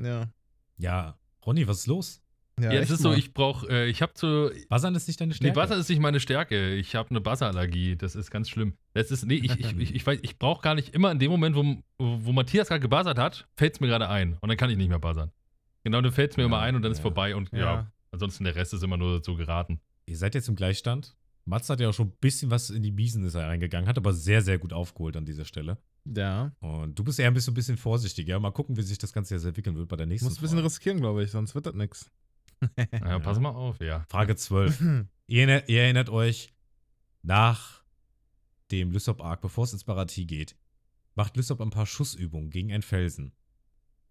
Speaker 2: Ja.
Speaker 1: Ja. Ronny, was ist los?
Speaker 4: Ja, es
Speaker 2: echt
Speaker 4: ist so,
Speaker 2: mal.
Speaker 4: ich brauche, äh, ich habe zu,
Speaker 1: Buzzern ist nicht deine
Speaker 4: Nee,
Speaker 1: Stärke.
Speaker 4: Buzzer ist nicht meine Stärke. Ich habe eine Buzzerallergie. Das ist ganz schlimm. Das ist, nee, ich, ich, ich, ich, weiß- ich brauche gar nicht immer in dem Moment, wo, wo Matthias gerade gebuzzert hat, fällt es mir gerade ein. Und dann kann ich nicht mehr buzzern. Genau, dann fällt es mir
Speaker 1: Ja,
Speaker 4: immer ein und dann ist
Speaker 1: ja.
Speaker 4: vorbei. Und ja.
Speaker 2: Ja.
Speaker 4: ansonsten der Rest ist immer nur so geraten.
Speaker 1: Ihr seid jetzt im Gleichstand. Mats hat ja auch schon ein bisschen was in die Wiesen ist er reingegangen, hat aber sehr, sehr gut aufgeholt an dieser Stelle.
Speaker 2: Ja.
Speaker 1: Und du bist eher ein bisschen, ein bisschen vorsichtig, ja? Mal gucken, wie sich das Ganze jetzt entwickeln wird bei der nächsten
Speaker 2: Muss ein bisschen
Speaker 1: Frage.
Speaker 2: riskieren, glaube ich, sonst wird das nix.
Speaker 4: Ja, pass mal auf, ja.
Speaker 1: Frage 12. ihr, erinnert, ihr erinnert euch, nach dem Lysop-Arc, bevor es ins Baratie geht, macht Lysop ein paar Schussübungen gegen einen Felsen.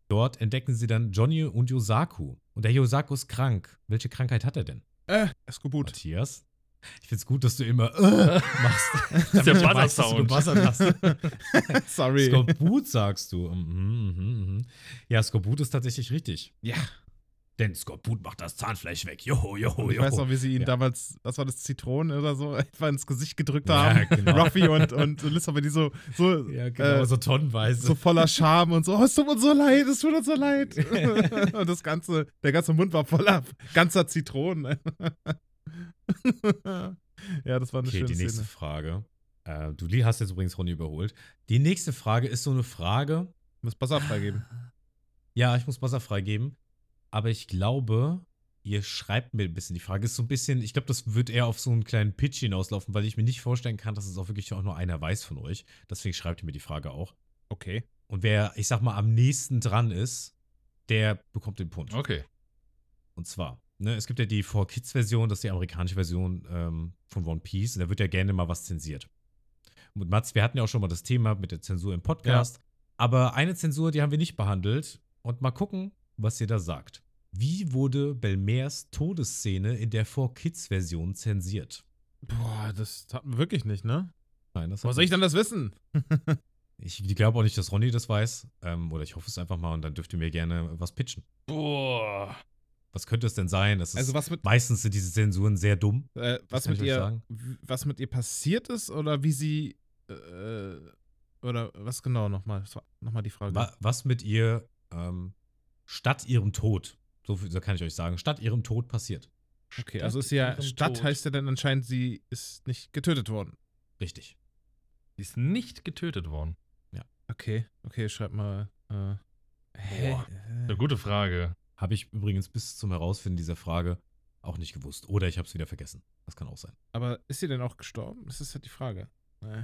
Speaker 1: Dort entdecken sie dann Johnny und Yosaku. Und der Yosaku ist krank. Welche Krankheit hat er denn?
Speaker 2: äh, ist gut.
Speaker 1: Matthias? Ich find's gut, dass du immer äh, machst.
Speaker 4: Das ist der
Speaker 1: damit du weißt, dass du
Speaker 4: Buzzer-Sound.
Speaker 1: gebuzzert hast.
Speaker 2: Sorry.
Speaker 1: Skorbut sagst du. Mhm, mhm, mhm. Ja, Skorbut ist tatsächlich richtig.
Speaker 2: Ja.
Speaker 1: denn Skorbut macht das Zahnfleisch weg. Joho, joho,
Speaker 2: Und ich
Speaker 1: joho.
Speaker 2: weiß noch, wie sie ihn
Speaker 1: Ja.
Speaker 2: damals, was war das, Zitronen oder so, einfach ins Gesicht gedrückt
Speaker 1: Ja,
Speaker 2: haben.
Speaker 1: genau.
Speaker 2: Ruffy und, und Elizabeth, die so, so,
Speaker 1: ja, genau,
Speaker 2: äh,
Speaker 1: so
Speaker 2: so,
Speaker 1: tonnenweise.
Speaker 2: voller Scham und so, oh, es tut uns so leid, es tut uns so leid. und das ganze, der ganze Mund war voller ganzer Zitronen. ja, das war eine
Speaker 1: Okay,
Speaker 2: schöne
Speaker 1: die nächste
Speaker 2: Szene.
Speaker 1: Frage. Äh, du Lee, hast jetzt übrigens Ronny überholt. Die nächste Frage ist so eine Frage.
Speaker 2: Muss Buzzer freigeben.
Speaker 1: Ja, ich muss Buzzer freigeben. Aber ich glaube, ihr schreibt mir ein bisschen. Die Frage ist so ein bisschen, ich glaube, das wird eher auf so einen kleinen Pitch hinauslaufen, weil ich mir nicht vorstellen kann, dass es auch wirklich auch nur einer weiß von euch. Deswegen schreibt ihr mir die Frage auch.
Speaker 2: Okay.
Speaker 1: Und wer, ich sag mal, am nächsten dran ist, der bekommt den Punkt.
Speaker 4: Okay.
Speaker 1: Und zwar, ne, es gibt ja die For Kids Version, das ist die amerikanische Version ähm, von One Piece. Und da wird ja gerne mal was zensiert. Und Mats, wir hatten ja auch schon mal das Thema mit der Zensur im Podcast. Aber eine Zensur, die haben wir nicht behandelt. Und mal gucken, was ihr da sagt. Wie wurde Belmers Todesszene in der For Kids Version zensiert?
Speaker 2: Boah, das hatten wir wirklich nicht, ne?
Speaker 1: Nein, das hat
Speaker 2: Wo soll ich denn das wissen?
Speaker 1: Ich glaube auch nicht, dass Ronny das weiß. Ähm, oder ich hoffe es einfach mal und dann dürft ihr mir gerne was pitchen.
Speaker 4: Boah.
Speaker 1: Was könnte es denn sein? Das ist,
Speaker 2: Also was mit,
Speaker 1: meistens sind diese Zensuren sehr dumm.
Speaker 2: äh,
Speaker 1: das
Speaker 2: was
Speaker 1: kann
Speaker 2: mit
Speaker 1: ich euch
Speaker 2: ihr,
Speaker 1: sagen.
Speaker 2: w- was mit ihr passiert ist oder wie sie, äh, oder was genau nochmal, nochmal die Frage.
Speaker 1: Wa was mit ihr ähm, statt ihrem Tod, so, viel, so kann ich euch sagen, statt ihrem Tod passiert.
Speaker 2: Okay, also ist ja,
Speaker 4: ihrem
Speaker 2: Stadt
Speaker 4: Tod.
Speaker 2: heißt ja dann anscheinend, sie ist nicht getötet worden.
Speaker 1: Richtig.
Speaker 4: Die ist nicht getötet worden.
Speaker 2: Okay, okay, schreib mal, äh, hä?
Speaker 4: Boah. Eine gute Frage.
Speaker 1: Habe ich übrigens bis zum Herausfinden dieser Frage auch nicht gewusst. Oder ich habe es wieder vergessen. Das kann auch sein.
Speaker 2: Aber ist sie denn auch gestorben? Das ist halt die Frage. Äh.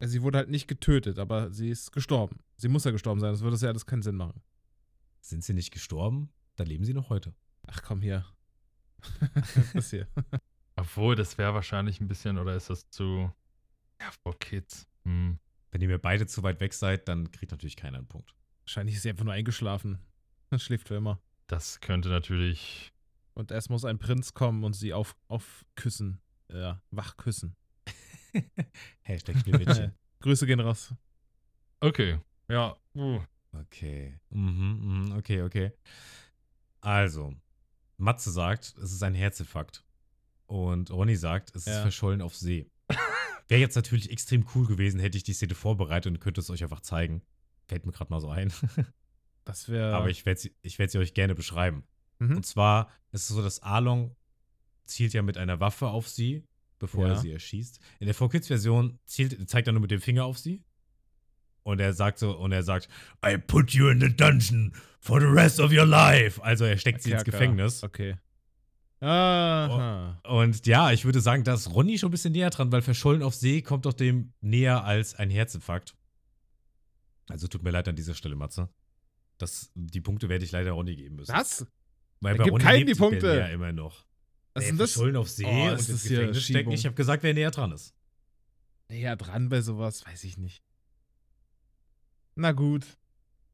Speaker 2: Also sie wurde halt nicht getötet, aber sie ist gestorben. Sie muss ja gestorben sein, sonst würde das ja alles keinen Sinn machen.
Speaker 1: Sind sie nicht gestorben? Dann leben sie noch heute.
Speaker 2: Ach komm hier. das hier.
Speaker 4: Obwohl, das wäre wahrscheinlich ein bisschen, oder ist das zu. Ja, for Kids. Hm.
Speaker 1: Wenn ihr mir beide zu weit weg seid, dann kriegt natürlich keiner einen Punkt.
Speaker 2: Wahrscheinlich ist sie einfach nur eingeschlafen. Dann schläft für immer.
Speaker 4: Das könnte natürlich.
Speaker 2: Und erst muss ein Prinz kommen und sie auf, aufküssen. Ja, wachküssen.
Speaker 1: Hashtag Schneewittchen.
Speaker 2: Grüße gehen raus.
Speaker 4: Okay. Ja. Uh.
Speaker 1: Okay. Mhm, mhm, okay, okay. Also, Matze sagt, es ist ein Herzinfarkt. Und Ronny sagt, es ist
Speaker 2: Ja.
Speaker 1: verschollen auf See. Wäre jetzt natürlich extrem cool gewesen, hätte ich die Szene vorbereitet und könnte es euch einfach zeigen. Fällt mir gerade mal so ein.
Speaker 2: Das wäre.
Speaker 1: Aber ich werde sie, ich werd sie euch gerne beschreiben.
Speaker 2: Mhm.
Speaker 1: Und zwar ist es so, dass Arlong zielt ja mit einer Waffe auf sie, bevor
Speaker 2: Ja.
Speaker 1: er sie erschießt. In der 4Kids-Version zielt- zeigt er nur mit dem Finger auf sie. Und er sagt so, und er sagt, I put you in the dungeon for the rest of your life. Also er steckt sie ins
Speaker 2: Kerker.
Speaker 1: Gefängnis. Oh.
Speaker 2: Okay. Aha.
Speaker 1: Und ja, ich würde sagen, da ist Ronny schon ein bisschen näher dran, weil verschollen auf See kommt doch dem näher als ein Herzinfarkt. Also tut mir leid an dieser Stelle, Matze. Das, die Punkte werde ich leider Ronny geben müssen.
Speaker 2: Was?
Speaker 1: Weil
Speaker 2: Er
Speaker 1: bei
Speaker 2: gibt
Speaker 1: Ronny
Speaker 2: keinen
Speaker 1: lebt
Speaker 2: die
Speaker 1: Bella
Speaker 2: Punkte.
Speaker 1: Ja, immer noch.
Speaker 2: Was ist
Speaker 1: Ey,
Speaker 2: denn das?
Speaker 1: Verschollen auf See
Speaker 2: Oh,
Speaker 1: und ins
Speaker 2: ist das hier
Speaker 1: Gefängnis stecken.
Speaker 2: Schiebung.
Speaker 1: Ich habe gesagt, wer näher dran ist.
Speaker 2: Näher dran bei sowas, weiß ich nicht. Na gut.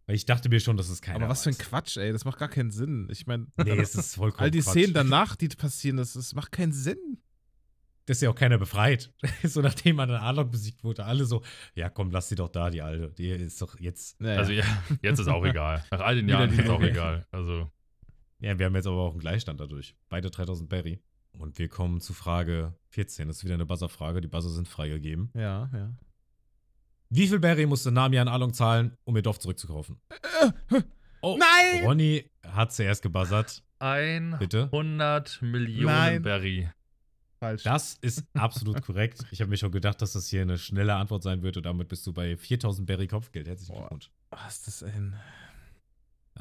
Speaker 1: Weil Ich dachte mir schon, dass es keiner
Speaker 2: Aber was für ein
Speaker 1: weiß.
Speaker 2: Quatsch, ey. Das macht gar keinen Sinn. Ich meine,
Speaker 1: Nee, es ist vollkommen
Speaker 2: all die
Speaker 1: Quatsch.
Speaker 2: Szenen danach, die passieren, das, das macht keinen Sinn.
Speaker 1: Das ist ja auch keiner befreit. so nachdem man an Arlong besiegt wurde, alle so, ja komm, lass sie doch da, die Alte. Die ist doch jetzt.
Speaker 2: Naja.
Speaker 4: Also, ja, jetzt ist auch egal. Nach all den
Speaker 2: Wieder
Speaker 4: Jahren
Speaker 2: die
Speaker 4: ist auch
Speaker 2: Logik.
Speaker 4: egal. Also,
Speaker 1: Ja, wir haben jetzt aber auch einen Gleichstand dadurch. Beide 3000 Berry. Und wir kommen zu Frage 14. Das ist wieder eine Buzzer-Frage. Die Buzzer sind freigegeben.
Speaker 2: ja, ja.
Speaker 1: Wie viel Berry musste Nami an Arlong zahlen, um ihr Dorf zurückzukaufen? Oh,
Speaker 2: Nein!
Speaker 1: Ronny hat zuerst gebuzzert.
Speaker 4: 100
Speaker 1: Bitte.
Speaker 4: Millionen
Speaker 2: Nein.
Speaker 4: Berry.
Speaker 2: Falsch.
Speaker 1: Das ist absolut korrekt. Ich habe mir schon gedacht, dass das hier eine schnelle Antwort sein wird und damit bist du bei 4000 Berry Kopfgeld. Herzlichen
Speaker 2: Boah.
Speaker 1: Glückwunsch.
Speaker 2: Was ist das ein.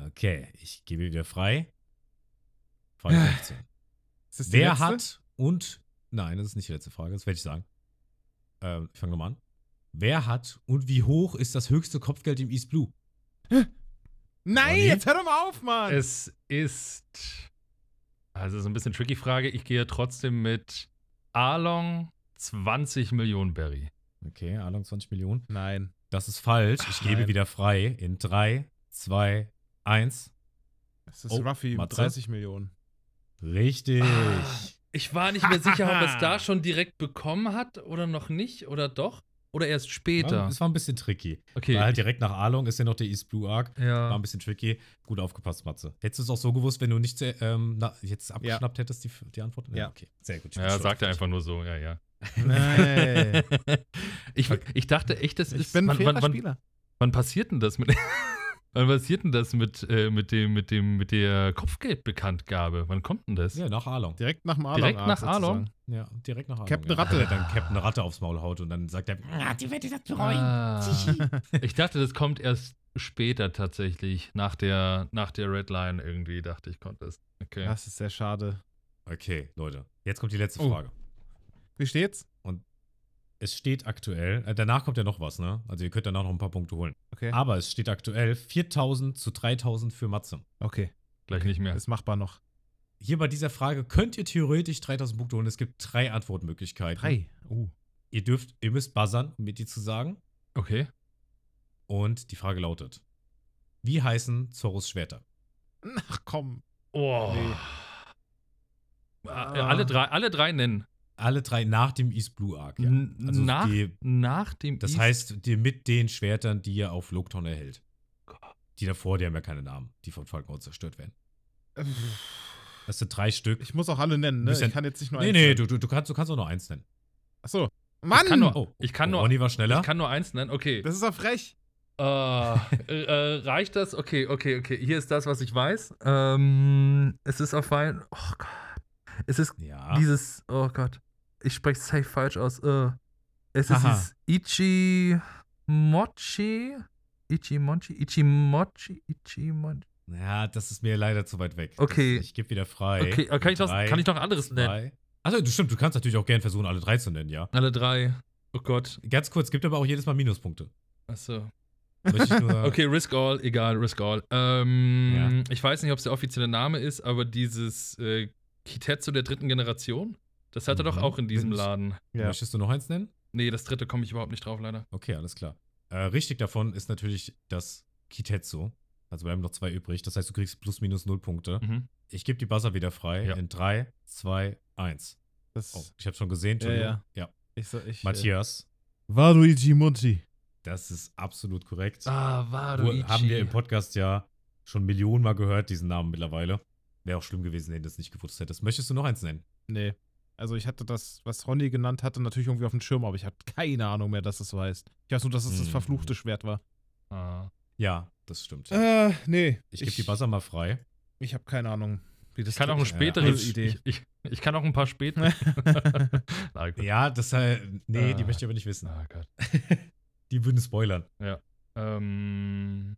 Speaker 1: Okay, ich gebe wieder frei. Frage 15.
Speaker 2: Äh, Ist das die
Speaker 1: Wer
Speaker 2: letzte?
Speaker 1: hat und. Nein, das ist nicht die letzte Frage, das werde ich sagen. Ähm, ich fange nochmal an. Wer hat und wie hoch ist das höchste Kopfgeld im East Blue?
Speaker 2: Nein,
Speaker 1: Ronny?
Speaker 2: jetzt hör doch mal auf, Mann!
Speaker 4: Es ist. Also, es ist ein bisschen tricky Frage. Ich gehe trotzdem mit Arlong 20 Millionen Berry.
Speaker 1: Okay, Ahnung, 20 Millionen.
Speaker 2: Nein.
Speaker 1: Das ist falsch. Ich
Speaker 2: Ach,
Speaker 1: gebe
Speaker 2: nein.
Speaker 1: wieder frei in 3, 2, 1.
Speaker 2: Es ist
Speaker 1: Oh,
Speaker 2: Ruffy mit
Speaker 1: Matze?
Speaker 2: 30 Millionen.
Speaker 1: Richtig.
Speaker 2: Ah,
Speaker 4: Ich war nicht mehr sicher, ob er es da schon direkt bekommen hat oder noch nicht oder doch. Oder erst später?
Speaker 1: Das war ein bisschen tricky.
Speaker 4: Okay.
Speaker 1: Weil halt direkt nach Ahlung ist ja noch der East Blue Arc. War
Speaker 4: ja.
Speaker 1: ein bisschen tricky. Gut aufgepasst, Matze. Hättest du es auch so gewusst, wenn du nicht zu- ähm, na, jetzt abgeschnappt hättest, die, die Antwort?
Speaker 2: Ja.
Speaker 1: Okay, sehr gut. Ich bin
Speaker 4: ja,
Speaker 1: stolz
Speaker 4: sagt er
Speaker 1: auf dich.
Speaker 4: einfach nur so, ja, ja.
Speaker 2: Nee.
Speaker 4: ich, ich dachte echt, das ist.
Speaker 2: Ich bin ein
Speaker 4: wann,
Speaker 2: fairer
Speaker 4: wann, wann,
Speaker 2: Spieler.
Speaker 4: wann passiert denn das mit. wann passiert denn das mit, äh, mit, dem, mit, dem, mit der Kopfgeldbekanntgabe? Wann kommt denn das?
Speaker 1: Ja, nach Ahlung.
Speaker 2: Direkt nach dem Arlong.
Speaker 4: Direkt nach Arlong?
Speaker 1: Ja, direkt nach Ahlung.
Speaker 2: Captain
Speaker 1: ja.
Speaker 2: Ratte.
Speaker 1: Wenn er dann Captain Ratte aufs Maul haut und dann sagt er, "Ah, die werde das bereuen.
Speaker 4: Ah. ich dachte, das kommt erst später tatsächlich, nach der, nach der Red Line irgendwie, dachte ich, kommt das. Okay.
Speaker 2: Das ist sehr schade.
Speaker 1: Okay, Leute. Jetzt kommt die letzte
Speaker 2: Oh.
Speaker 1: Frage.
Speaker 2: Wie steht's?
Speaker 1: Es steht aktuell, äh, danach kommt ja noch was, ne? Also ihr könnt danach noch ein paar Punkte holen.
Speaker 2: Okay.
Speaker 1: Aber es steht aktuell 4000 zu 3000 für Matze.
Speaker 2: Okay.
Speaker 4: Gleich nicht mehr.
Speaker 2: Ist machbar noch.
Speaker 1: Hier bei dieser Frage könnt ihr theoretisch 3000 Punkte holen. Es gibt drei Antwortmöglichkeiten.
Speaker 2: Drei. Oh.
Speaker 1: Ihr dürft, ihr müsst buzzern, um mir die zu sagen.
Speaker 4: Okay.
Speaker 1: Und die Frage lautet: Wie heißen Zorros Schwerter?
Speaker 2: Ach komm.
Speaker 4: Oh. Ah, Alle, drei, alle drei nennen.
Speaker 1: Alle drei nach dem East Blue Arc. Ja.
Speaker 4: N-
Speaker 1: Also
Speaker 4: nach,
Speaker 1: die,
Speaker 4: nach dem
Speaker 1: das
Speaker 4: East-
Speaker 1: heißt, die, mit den Schwertern, die ihr auf Logtown erhält. Die davor, die haben ja keine Namen, die von Falkenhorst zerstört werden. Das sind drei Stück.
Speaker 2: Ich muss auch alle nennen, ne?
Speaker 1: Bisschen-
Speaker 2: Ich kann jetzt nicht nur
Speaker 1: Nee,
Speaker 2: eins
Speaker 1: nee,
Speaker 2: nennen.
Speaker 1: du, du, du, kannst, du kannst auch nur eins nennen.
Speaker 2: Achso. Mann!
Speaker 4: kann nur-
Speaker 1: Oh,
Speaker 4: Ich kann nur-
Speaker 1: Ronny war schneller.
Speaker 4: Ich kann nur eins nennen. Okay.
Speaker 2: das ist doch frech.
Speaker 4: Äh, äh, reicht das? Okay, okay, okay. Hier ist das, was ich weiß. Ähm, es ist auf Wein. Oh Gott. Es ist
Speaker 1: ja.
Speaker 4: dieses. Oh Gott. Ich spreche es safe falsch aus. Äh, es ist
Speaker 1: Haha.
Speaker 4: dieses Ichimochi. Ichimochi? Ichimochi? Ichimochi?
Speaker 1: ja, das ist mir leider zu weit weg.
Speaker 4: Okay.
Speaker 1: Das, ich gebe wieder frei.
Speaker 4: Okay, äh, kann ich, noch,
Speaker 1: Drei,
Speaker 4: kann ich noch ein anderes nennen?
Speaker 1: Drei. Also, du- stimmt, du kannst natürlich auch gern versuchen, alle drei zu nennen, ja.
Speaker 4: Alle drei. Oh Gott.
Speaker 1: Ganz kurz, gibt aber auch jedes Mal Minuspunkte.
Speaker 4: Achso.
Speaker 1: Möchte ich nur,
Speaker 4: Okay, Risk All, egal, Risk All. Ähm, Ich weiß nicht, ob es der offizielle Name ist, aber dieses äh, Kitetsu der dritten Generation, das hat er doch
Speaker 1: Mhm.
Speaker 4: auch in diesem
Speaker 1: Bin ich-
Speaker 4: Laden.
Speaker 2: Ja.
Speaker 1: Möchtest du noch eins nennen?
Speaker 4: Nee, das dritte komme ich überhaupt nicht drauf, leider.
Speaker 1: Okay, alles klar. Äh, richtig davon ist natürlich das Kitetsu. Also bleiben noch zwei übrig. Das heißt, du kriegst plus minus null Punkte.
Speaker 4: Mhm.
Speaker 1: Ich gebe die Buzzer wieder frei
Speaker 4: Ja.
Speaker 1: in 3, 2, 1.
Speaker 2: Das,
Speaker 1: Oh, ich habe schon gesehen.
Speaker 2: Ja, ja.
Speaker 1: Entschuldigung. Ja,
Speaker 2: ich, so- ich,
Speaker 1: Matthias,
Speaker 2: Äh, Waluigi Monti.
Speaker 1: das ist absolut korrekt.
Speaker 4: Ah, Waluigi.
Speaker 1: Wo- Haben wir im Podcast ja schon Millionen Mal gehört, diesen Namen mittlerweile. Wäre auch schlimm gewesen, wenn du das nicht gewusst hättest. Möchtest du noch eins nennen?
Speaker 2: Nee. Also ich hatte das, was Ronny genannt hatte, natürlich irgendwie auf dem Schirm, aber ich hatte keine Ahnung mehr, dass das so heißt. Ich weiß nur, dass es das
Speaker 1: Mhm.
Speaker 2: verfluchte Schwert war.
Speaker 4: Ah.
Speaker 1: Ja, das stimmt.
Speaker 2: Äh, nee.
Speaker 1: ich gebe die Buzzer mal frei.
Speaker 2: Ich habe keine Ahnung, wie das
Speaker 4: Ich kann auch ein
Speaker 2: klingt.
Speaker 4: späteres.
Speaker 2: Null Idee.
Speaker 4: Ich, ich, ich kann auch ein paar spätere. Na gut.
Speaker 1: Ja, das äh, Nee, die
Speaker 4: Ah.
Speaker 1: möchte ich aber nicht wissen.
Speaker 4: Ah, Gott.
Speaker 1: Die würden spoilern.
Speaker 4: Ähm,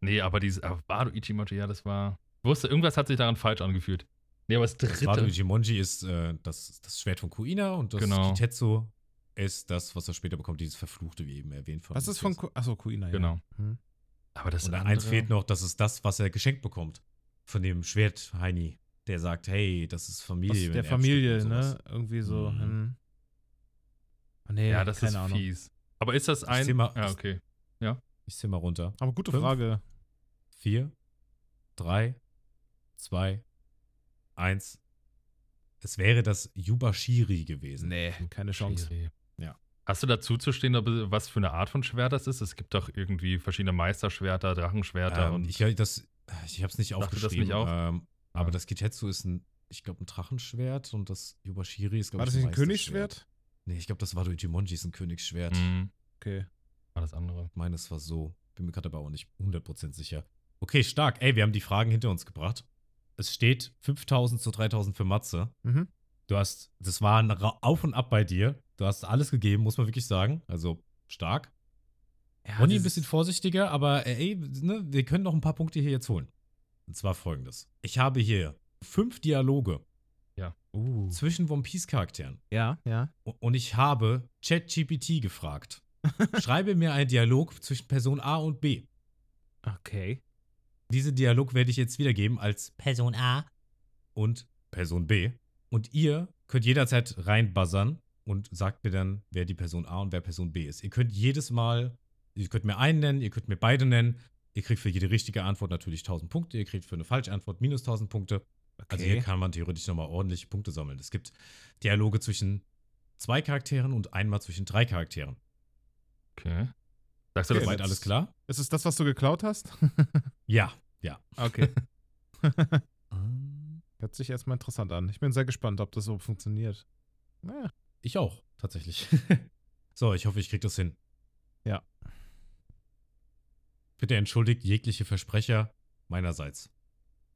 Speaker 4: nee, aber dieses. Ah, Waluigi Mochi, ja, das war. Ich wusste, irgendwas hat sich daran falsch angefühlt. Nee, aber das
Speaker 1: Das
Speaker 4: dritte.
Speaker 1: Waluigi Monji ist äh, das, das Schwert von Kuina und das
Speaker 4: Genau.
Speaker 1: Kitetsu ist das, was er später bekommt, dieses Verfluchte, wie eben erwähnt von.
Speaker 2: Was ist von
Speaker 1: Kuina?
Speaker 2: Ku Achso, Kuina, ja.
Speaker 4: Genau.
Speaker 2: Hm.
Speaker 4: Aber das
Speaker 1: Und
Speaker 4: andere,
Speaker 1: eins fehlt noch, das ist das, was er geschenkt bekommt. Von dem Schwert Heini. Der sagt, hey, das ist
Speaker 2: Aus
Speaker 1: Familie.
Speaker 2: der
Speaker 1: wenn
Speaker 2: Familie,
Speaker 1: Erbstück und sowas.
Speaker 2: ne? Irgendwie so.
Speaker 1: Mhm.
Speaker 2: Hm. Ah, Nee,
Speaker 4: Ja, das
Speaker 2: keine
Speaker 4: ist
Speaker 2: Ahnung.
Speaker 4: fies. Aber ist das ein.
Speaker 1: Thema-
Speaker 4: ja, okay.
Speaker 1: Ich zähl mal runter.
Speaker 2: Aber gute
Speaker 1: Fünf.
Speaker 2: Frage.
Speaker 1: Vier, drei, zwei, eins. Es wäre das Yubashiri gewesen.
Speaker 2: Nee, keine Chance.
Speaker 4: Schiri.
Speaker 1: Ja.
Speaker 4: Hast du dazu zu stehen, ob- was für eine Art von Schwert das ist? Es gibt doch irgendwie verschiedene Meisterschwerter, Drachenschwerter
Speaker 1: Ähm,
Speaker 4: und.
Speaker 1: ich das, ich habe es nicht
Speaker 4: Dachte das
Speaker 1: aufgeschrieben.
Speaker 4: nicht auf?
Speaker 1: Ähm, aber
Speaker 4: Ja.
Speaker 1: das Kitetsu ist ein, ich glaube, ein Drachenschwert und das Yubashiri ist, glaube
Speaker 2: War
Speaker 1: ich,
Speaker 2: das nicht ein
Speaker 1: Meisterschwert.
Speaker 2: Königsschwert?
Speaker 1: Nee, ich glaube, das war durch Jumonji ist ein Königsschwert. Ich
Speaker 4: Mhm.
Speaker 2: Okay.
Speaker 4: War das andere.
Speaker 1: meine, es war so. Bin mir gerade aber auch nicht 100% sicher. Okay, stark. Ey, wir haben die Fragen hinter uns gebracht. Es steht 5000 zu 3000 für Matze.
Speaker 2: Mhm.
Speaker 1: Du hast, das war ein Ra- Auf und Ab bei dir. Du hast alles gegeben, muss man wirklich sagen. Also stark.
Speaker 2: Ja,
Speaker 1: Ronny ein
Speaker 2: dieses-
Speaker 1: bisschen vorsichtiger, aber äh, ey, ne, wir können noch ein paar Punkte hier jetzt holen. Und zwar folgendes. Ich habe hier fünf Dialoge
Speaker 2: Uh.
Speaker 1: zwischen One Piece-Charakteren.
Speaker 2: Ja, ja.
Speaker 1: U- Und ich habe ChatGPT gefragt. Schreibe mir einen Dialog zwischen Person A und B.
Speaker 2: Okay.
Speaker 1: Diesen Dialog werde ich jetzt wiedergeben als Person A und Person B. Und ihr könnt jederzeit reinbuzzern und sagt mir dann, wer die Person A und wer Person B ist. Ihr könnt jedes Mal, ihr könnt mir einen nennen, ihr könnt mir beide nennen. Ihr kriegt für jede richtige Antwort natürlich 1000 Punkte, ihr kriegt für eine falsche Antwort minus 1000 Punkte. Also hier
Speaker 2: Okay.
Speaker 1: kann man theoretisch nochmal ordentliche Punkte sammeln. Es gibt Dialoge zwischen zwei Charakteren und einmal zwischen drei Charakteren.
Speaker 4: Okay. Sagst du
Speaker 2: Okay,
Speaker 4: das
Speaker 1: Soweit
Speaker 2: jetzt-
Speaker 1: alles klar?
Speaker 2: Ist es das, was du geklaut hast?
Speaker 1: Ja.
Speaker 2: Okay.
Speaker 1: Ähm.
Speaker 2: Hört sich erstmal interessant an. Ich bin sehr gespannt, ob das so funktioniert. Ja.
Speaker 1: Ich auch, tatsächlich. so, ich hoffe, ich krieg das hin.
Speaker 2: Ja.
Speaker 1: Bitte entschuldigt jegliche Versprecher meinerseits.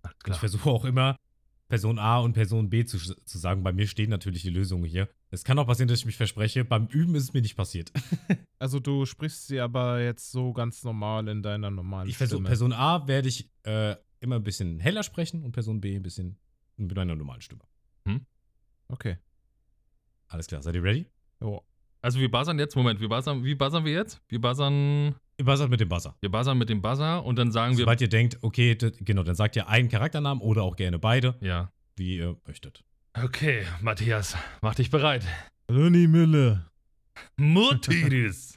Speaker 4: Alles
Speaker 1: Ich versuche auch immer, Person A und Person B zu, zu sagen. Bei mir stehen natürlich die Lösungen hier. Es kann auch passieren, dass ich mich verspreche. Beim Üben ist es mir nicht passiert.
Speaker 2: Also du sprichst sie aber jetzt so ganz normal in deiner normalen
Speaker 1: Ich versuche,
Speaker 2: Stimme.
Speaker 1: Person A werde ich äh, immer ein bisschen heller sprechen und Person B ein bisschen mit einer normalen Stimme.
Speaker 2: Okay.
Speaker 1: Alles klar, seid ihr ready?
Speaker 2: Jo.
Speaker 4: Also wir buzzern jetzt, Moment, wir buzzern, wie buzzern wir jetzt? Wir buzzern,
Speaker 1: Ihr buzzert mit dem Buzzer.
Speaker 4: wir buzzern mit dem Buzzer und dann sagen wir,
Speaker 1: Sobald ihr denkt, okay, d- genau, dann sagt ihr einen Charakternamen oder auch gerne beide,
Speaker 4: ja.
Speaker 1: wie ihr möchtet.
Speaker 4: Okay, Matthias, mach dich bereit.
Speaker 2: René Müller.
Speaker 4: Mutiris.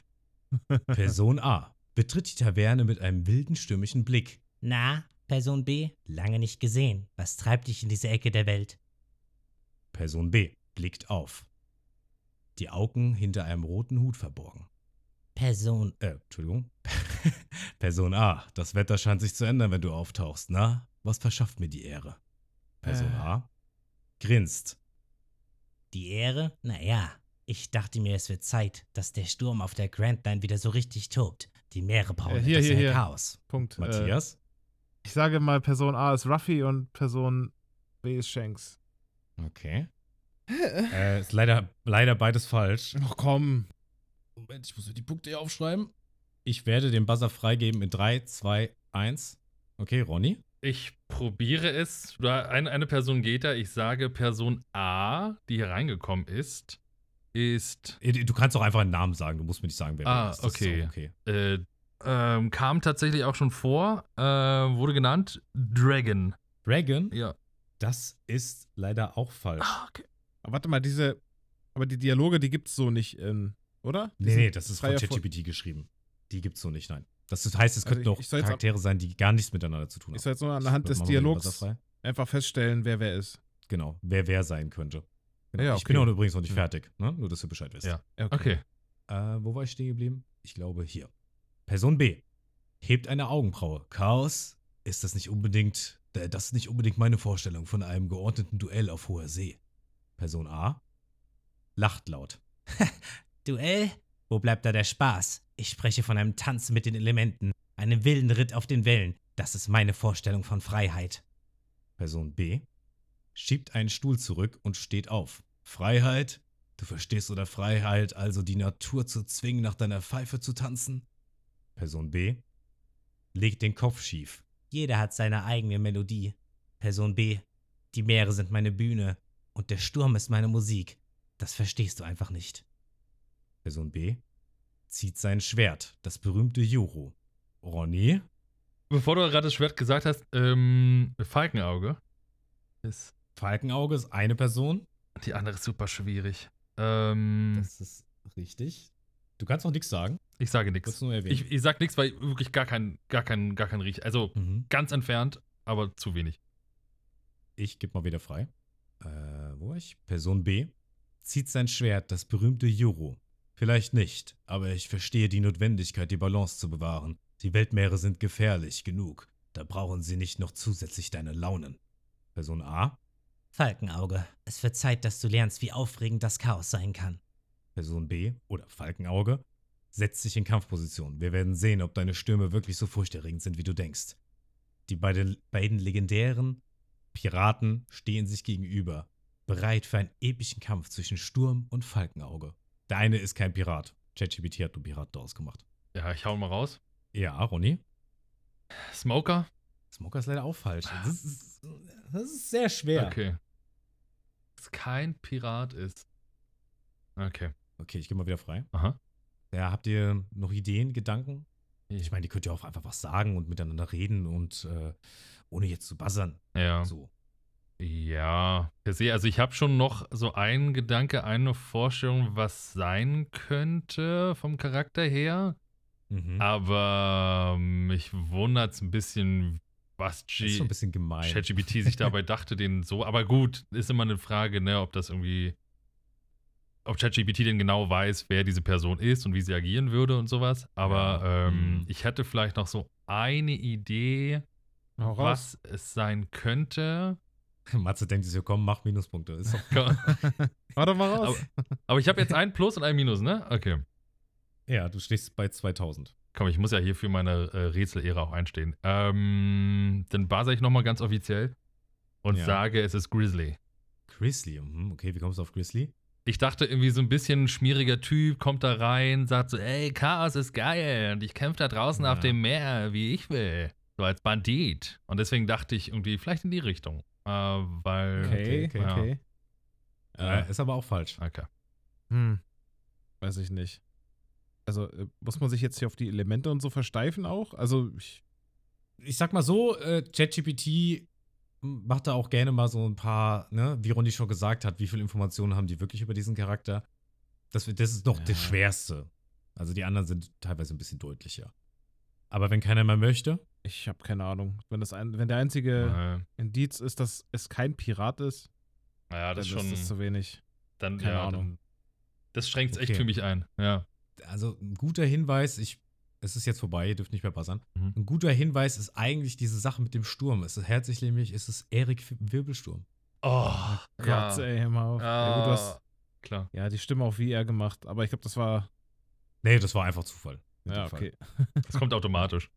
Speaker 1: Person A betritt die Taverne mit einem wilden stürmischen Blick.
Speaker 5: Na, Person B, lange nicht gesehen. Was treibt dich in diese Ecke der Welt?
Speaker 1: Person B blickt auf. Die Augen hinter einem roten Hut verborgen.
Speaker 5: Person
Speaker 1: Äh, Entschuldigung. Person A, das Wetter scheint sich zu ändern, wenn du auftauchst, na? Was verschafft mir die Ehre? Person
Speaker 2: Äh.
Speaker 1: A grinst.
Speaker 5: Die Ehre? Naja, ich dachte mir, es wird Zeit, dass der Sturm auf der Grand Line wieder so richtig tobt. Die Meere brauchen
Speaker 2: Äh, hier,
Speaker 5: etwas
Speaker 2: hier,
Speaker 5: hell
Speaker 2: hier.
Speaker 5: Chaos.
Speaker 2: Punkt. Äh,
Speaker 1: Matthias?
Speaker 2: ich sage mal, Person A ist Ruffy und Person B ist Shanks.
Speaker 1: Okay. äh, ist leider, leider beides falsch.
Speaker 2: Ach komm.
Speaker 1: Moment, ich muss mir die Punkte hier aufschreiben. Ich werde den Buzzer freigeben in 3, 2, 1. Okay, Ronny?
Speaker 4: Ich probiere es. Oder eine, eine Person geht da. Ich sage, Person A, die hier reingekommen ist, ist,
Speaker 1: Äh, Du kannst auch einfach einen Namen sagen, du musst mir nicht sagen, wer
Speaker 4: Ah,
Speaker 1: das ist. Das
Speaker 4: okay.
Speaker 1: Ist auch okay.
Speaker 4: äh, ähm, kam tatsächlich auch schon vor, äh, wurde genannt Dragon.
Speaker 1: Dragon,
Speaker 4: Ja.
Speaker 1: das ist leider auch falsch.
Speaker 4: okay.
Speaker 2: Aber warte mal, diese. Aber die Dialoge, die gibt's so nicht in. Oder? Die
Speaker 1: Nee,
Speaker 2: sind
Speaker 1: nee, das ist von
Speaker 2: freier Vor-
Speaker 1: ChatGPT geschrieben. Die gibt's so nicht, nein. Das ist- heißt, es
Speaker 2: Also
Speaker 1: könnten
Speaker 2: ich-
Speaker 1: auch
Speaker 2: ich soll jetzt am-
Speaker 1: Charaktere sein, die gar nichts miteinander zu tun haben.
Speaker 2: Ich soll jetzt nur anhand des
Speaker 1: Machen wir den
Speaker 2: Dialogs
Speaker 1: Buzzer frei.
Speaker 2: einfach feststellen, wer wer ist.
Speaker 1: Genau, wer wer sein könnte. Genau.
Speaker 2: Ja,
Speaker 1: Ich bin
Speaker 2: okay.
Speaker 1: auch übrigens noch nicht
Speaker 2: Ja.
Speaker 1: fertig, ne? nur dass du Bescheid wisst.
Speaker 4: Ja.
Speaker 2: Ja,
Speaker 4: Okay.
Speaker 1: Äh, wo war ich stehen geblieben? Ich glaube hier. Person B hebt eine Augenbraue. Chaos ist das nicht unbedingt, äh, das ist nicht unbedingt meine Vorstellung von einem geordneten Duell auf hoher See. Person A lacht laut.
Speaker 5: Duell? äh? Wo bleibt da der Spaß? Ich spreche von einem Tanz mit den Elementen, einem wilden Ritt auf den Wellen. Das ist meine Vorstellung von Freiheit.
Speaker 1: Person B schiebt einen Stuhl zurück und steht auf. Freiheit? Du verstehst oder Freiheit, also die Natur zu zwingen, nach deiner Pfeife zu tanzen? Person B legt den Kopf schief.
Speaker 5: Jeder hat seine eigene Melodie. Person B, die Meere sind meine Bühne und der Sturm ist meine Musik. Das verstehst du einfach nicht.
Speaker 1: Person B zieht sein Schwert, das berühmte Juro. Ronny?
Speaker 4: Bevor du gerade das Schwert gesagt hast, ähm, Falkenauge. Ist.
Speaker 1: Falkenauge ist eine Person.
Speaker 4: Die andere ist super schwierig. Ähm,
Speaker 1: ist richtig. Du kannst noch nichts sagen.
Speaker 4: ich sage nichts.
Speaker 1: Kurz nur erwähnen.
Speaker 4: Ich, ich sag nichts, weil wirklich gar kein, gar kein, gar kein Riech. Also
Speaker 1: mhm.
Speaker 4: ganz entfernt, aber zu wenig.
Speaker 1: Ich gebe mal wieder frei. Äh, wo war ich? Person B zieht sein Schwert, das berühmte Juro. Vielleicht nicht, aber ich verstehe die Notwendigkeit, die Balance zu bewahren. Die Weltmeere sind gefährlich genug. Da brauchen sie nicht noch zusätzlich deine Launen. Person A,
Speaker 5: Falkenauge, es wird Zeit, dass du lernst, wie aufregend das Chaos sein kann.
Speaker 1: Person B oder Falkenauge setzt sich in Kampfposition. Wir werden sehen, ob deine Stürme wirklich so furchterregend sind, wie du denkst. Die beide, beiden legendären Piraten stehen sich gegenüber, bereit für einen epischen Kampf zwischen Sturm und Falkenauge. Der eine ist kein Pirat. ChatGPT hat du Pirat daraus gemacht.
Speaker 4: Ja, ich hau mal raus.
Speaker 1: Ja, Ronny?
Speaker 4: Smoker?
Speaker 1: Smoker ist leider auch falsch. Das ist, das ist sehr schwer. Okay,
Speaker 4: Okay. Dass kein Pirat ist. Okay.
Speaker 1: okay ich gehe mal wieder frei.
Speaker 4: Aha.
Speaker 1: Ja, habt ihr noch Ideen, Gedanken? Ich
Speaker 4: Ich
Speaker 1: meine, die könnt ihr auch einfach was sagen und miteinander reden und äh, ohne jetzt zu buzzern.
Speaker 4: ja.
Speaker 1: So.
Speaker 4: Ja. Per se, also ich habe schon noch so einen Gedanke, eine Vorstellung, was sein könnte vom Charakter her.
Speaker 1: Mhm.
Speaker 4: Aber mich wundert es ein bisschen, was
Speaker 1: Das ist schon ein
Speaker 4: G
Speaker 1: bisschen gemein.
Speaker 4: ChatGPT sich dabei dachte, den so. Aber gut, ist immer eine Frage, ne, ob das irgendwie ob ChatGPT denn genau weiß, wer diese Person ist und wie sie agieren würde und sowas. Aber
Speaker 1: Ja.
Speaker 4: ähm,
Speaker 1: Mhm.
Speaker 4: ich hätte vielleicht noch so eine Idee,
Speaker 2: Hau raus.
Speaker 4: was es sein könnte.
Speaker 1: Matze denkt sich so, komm, mach Minuspunkte. Ist doch
Speaker 2: Warte mal raus.
Speaker 4: Aber ich habe jetzt ein Plus und ein Minus, ne? Okay.
Speaker 1: ja, du stehst bei 2000.
Speaker 4: Komm, ich muss ja hier für meine äh, Rätselehre auch einstehen. Ähm, dann basere ich nochmal ganz offiziell und
Speaker 1: Ja.
Speaker 4: sage, es ist Grizzly.
Speaker 1: Grizzly, mhm. okay, wie kommst du auf Grizzly?
Speaker 4: Ich dachte irgendwie so ein bisschen ein schmieriger Typ kommt da rein, sagt so, ey, Chaos ist geil und ich kämpfe da draußen
Speaker 1: Ja.
Speaker 4: auf dem Meer, wie ich will. So als Bandit. Und deswegen dachte ich irgendwie vielleicht in die Richtung. Äh, weil.
Speaker 1: Okay, okay,
Speaker 4: ja, Ja.
Speaker 1: Äh, ist aber auch falsch.
Speaker 4: okay.
Speaker 2: Hm. Weiß ich nicht. Also äh, muss man sich jetzt hier auf die Elemente und so versteifen auch? Also ich,
Speaker 1: Ich sag mal so, äh, ChatGPT macht da auch gerne mal so ein paar, ne, wie Ronny schon gesagt hat, wie viel Informationen haben die wirklich über diesen Charakter? Das, wird- das ist noch
Speaker 2: Ja.
Speaker 1: das Schwerste. Also die anderen sind teilweise ein bisschen deutlicher. Aber wenn keiner mehr möchte,
Speaker 2: ich habe keine Ahnung. Wenn, das ein, wenn der einzige
Speaker 4: Äh,
Speaker 2: Indiz ist, dass es kein Pirat ist,
Speaker 4: naja, das ist
Speaker 2: dann
Speaker 4: schon.
Speaker 2: ist das zu wenig.
Speaker 4: dann,
Speaker 2: keine
Speaker 4: ja,
Speaker 2: Ahnung.
Speaker 4: Dann, das schränkt es
Speaker 1: Okay.
Speaker 4: echt für mich ein. Ja.
Speaker 1: also ein guter Hinweis, ich, es ist jetzt vorbei, ihr dürft nicht mehr buzzern.
Speaker 4: Mhm.
Speaker 1: Ein guter Hinweis ist eigentlich diese Sache mit dem Sturm. Es ist herzlich nämlich, es ist Erik Wirbelsturm.
Speaker 4: Oh,
Speaker 2: Gott, ey, hör mal auf. Ja, gut, du hast,
Speaker 4: Klar.
Speaker 2: ja, die Stimme auch wie er gemacht, aber ich glaube, das war.
Speaker 1: Nee, das war einfach Zufall. In
Speaker 2: Ja,
Speaker 1: dem Fall.
Speaker 2: okay.
Speaker 4: Das kommt automatisch.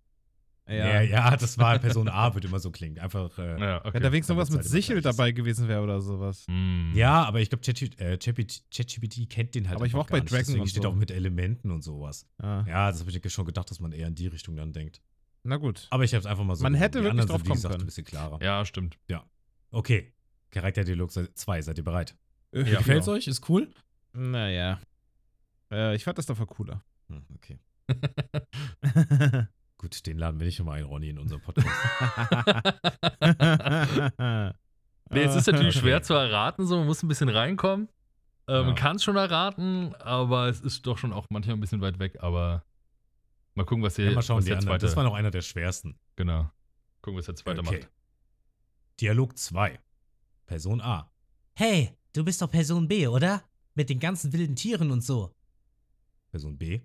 Speaker 1: Ja, ja, das war Person A, wird immer so klingen. Einfach. Äh, ja.
Speaker 4: Ja, okay. halt
Speaker 2: Wenn da wenigstens was mit
Speaker 1: Zeit übergleich
Speaker 2: Sichel
Speaker 1: ist.
Speaker 2: dabei gewesen wäre oder sowas.
Speaker 4: Hm.
Speaker 1: aber ich glaube, ChatGPT äh, ChatGPT ChatGPT kennt den halt.
Speaker 2: Aber ich war
Speaker 1: einfach
Speaker 2: auch bei
Speaker 1: gar nicht.
Speaker 2: Dragon
Speaker 1: Deswegen
Speaker 2: und
Speaker 1: steht
Speaker 2: so.
Speaker 1: auch mit Elementen und sowas.
Speaker 2: Ja.
Speaker 1: Ja, das habe ich schon gedacht, dass man eher in die Richtung dann denkt.
Speaker 2: Na gut.
Speaker 1: Aber ich habe es einfach mal so.
Speaker 2: Man
Speaker 1: genommen.
Speaker 2: hätte
Speaker 1: die
Speaker 2: wirklich
Speaker 1: anderen
Speaker 2: drauf
Speaker 1: sind, wie
Speaker 2: kommen
Speaker 1: gesagt,
Speaker 2: können.
Speaker 1: ein bisschen klarer.
Speaker 4: ja, stimmt.
Speaker 1: Okay. Charakterdialog 2, seid ihr bereit?
Speaker 2: Irgendwie
Speaker 4: Ja.
Speaker 1: Gefällt's
Speaker 2: auch.
Speaker 1: euch? Ist cool?
Speaker 2: Naja. Äh, ich fand das davor cooler.
Speaker 1: Hm, okay. Gut, den laden wir nicht nochmal ein, Ronny, in unserem Podcast.
Speaker 4: Nee, es ist
Speaker 2: Äh,
Speaker 4: natürlich
Speaker 1: Okay.
Speaker 4: schwer zu erraten, so man muss ein bisschen reinkommen. Äh, Man
Speaker 1: Ja.
Speaker 4: kann es schon erraten, aber es ist doch schon auch manchmal ein bisschen weit weg, aber mal gucken, was hier
Speaker 1: ja, mal schauen,
Speaker 4: was
Speaker 1: die
Speaker 4: der
Speaker 1: anderen.
Speaker 4: zweite.
Speaker 1: Das war noch einer der schwersten.
Speaker 4: genau. Gucken, was der zweite
Speaker 1: Okay.
Speaker 4: macht.
Speaker 1: Dialog 2. Person A.
Speaker 5: Hey, du bist doch Person B, oder? Mit den ganzen wilden Tieren und so.
Speaker 1: Person B.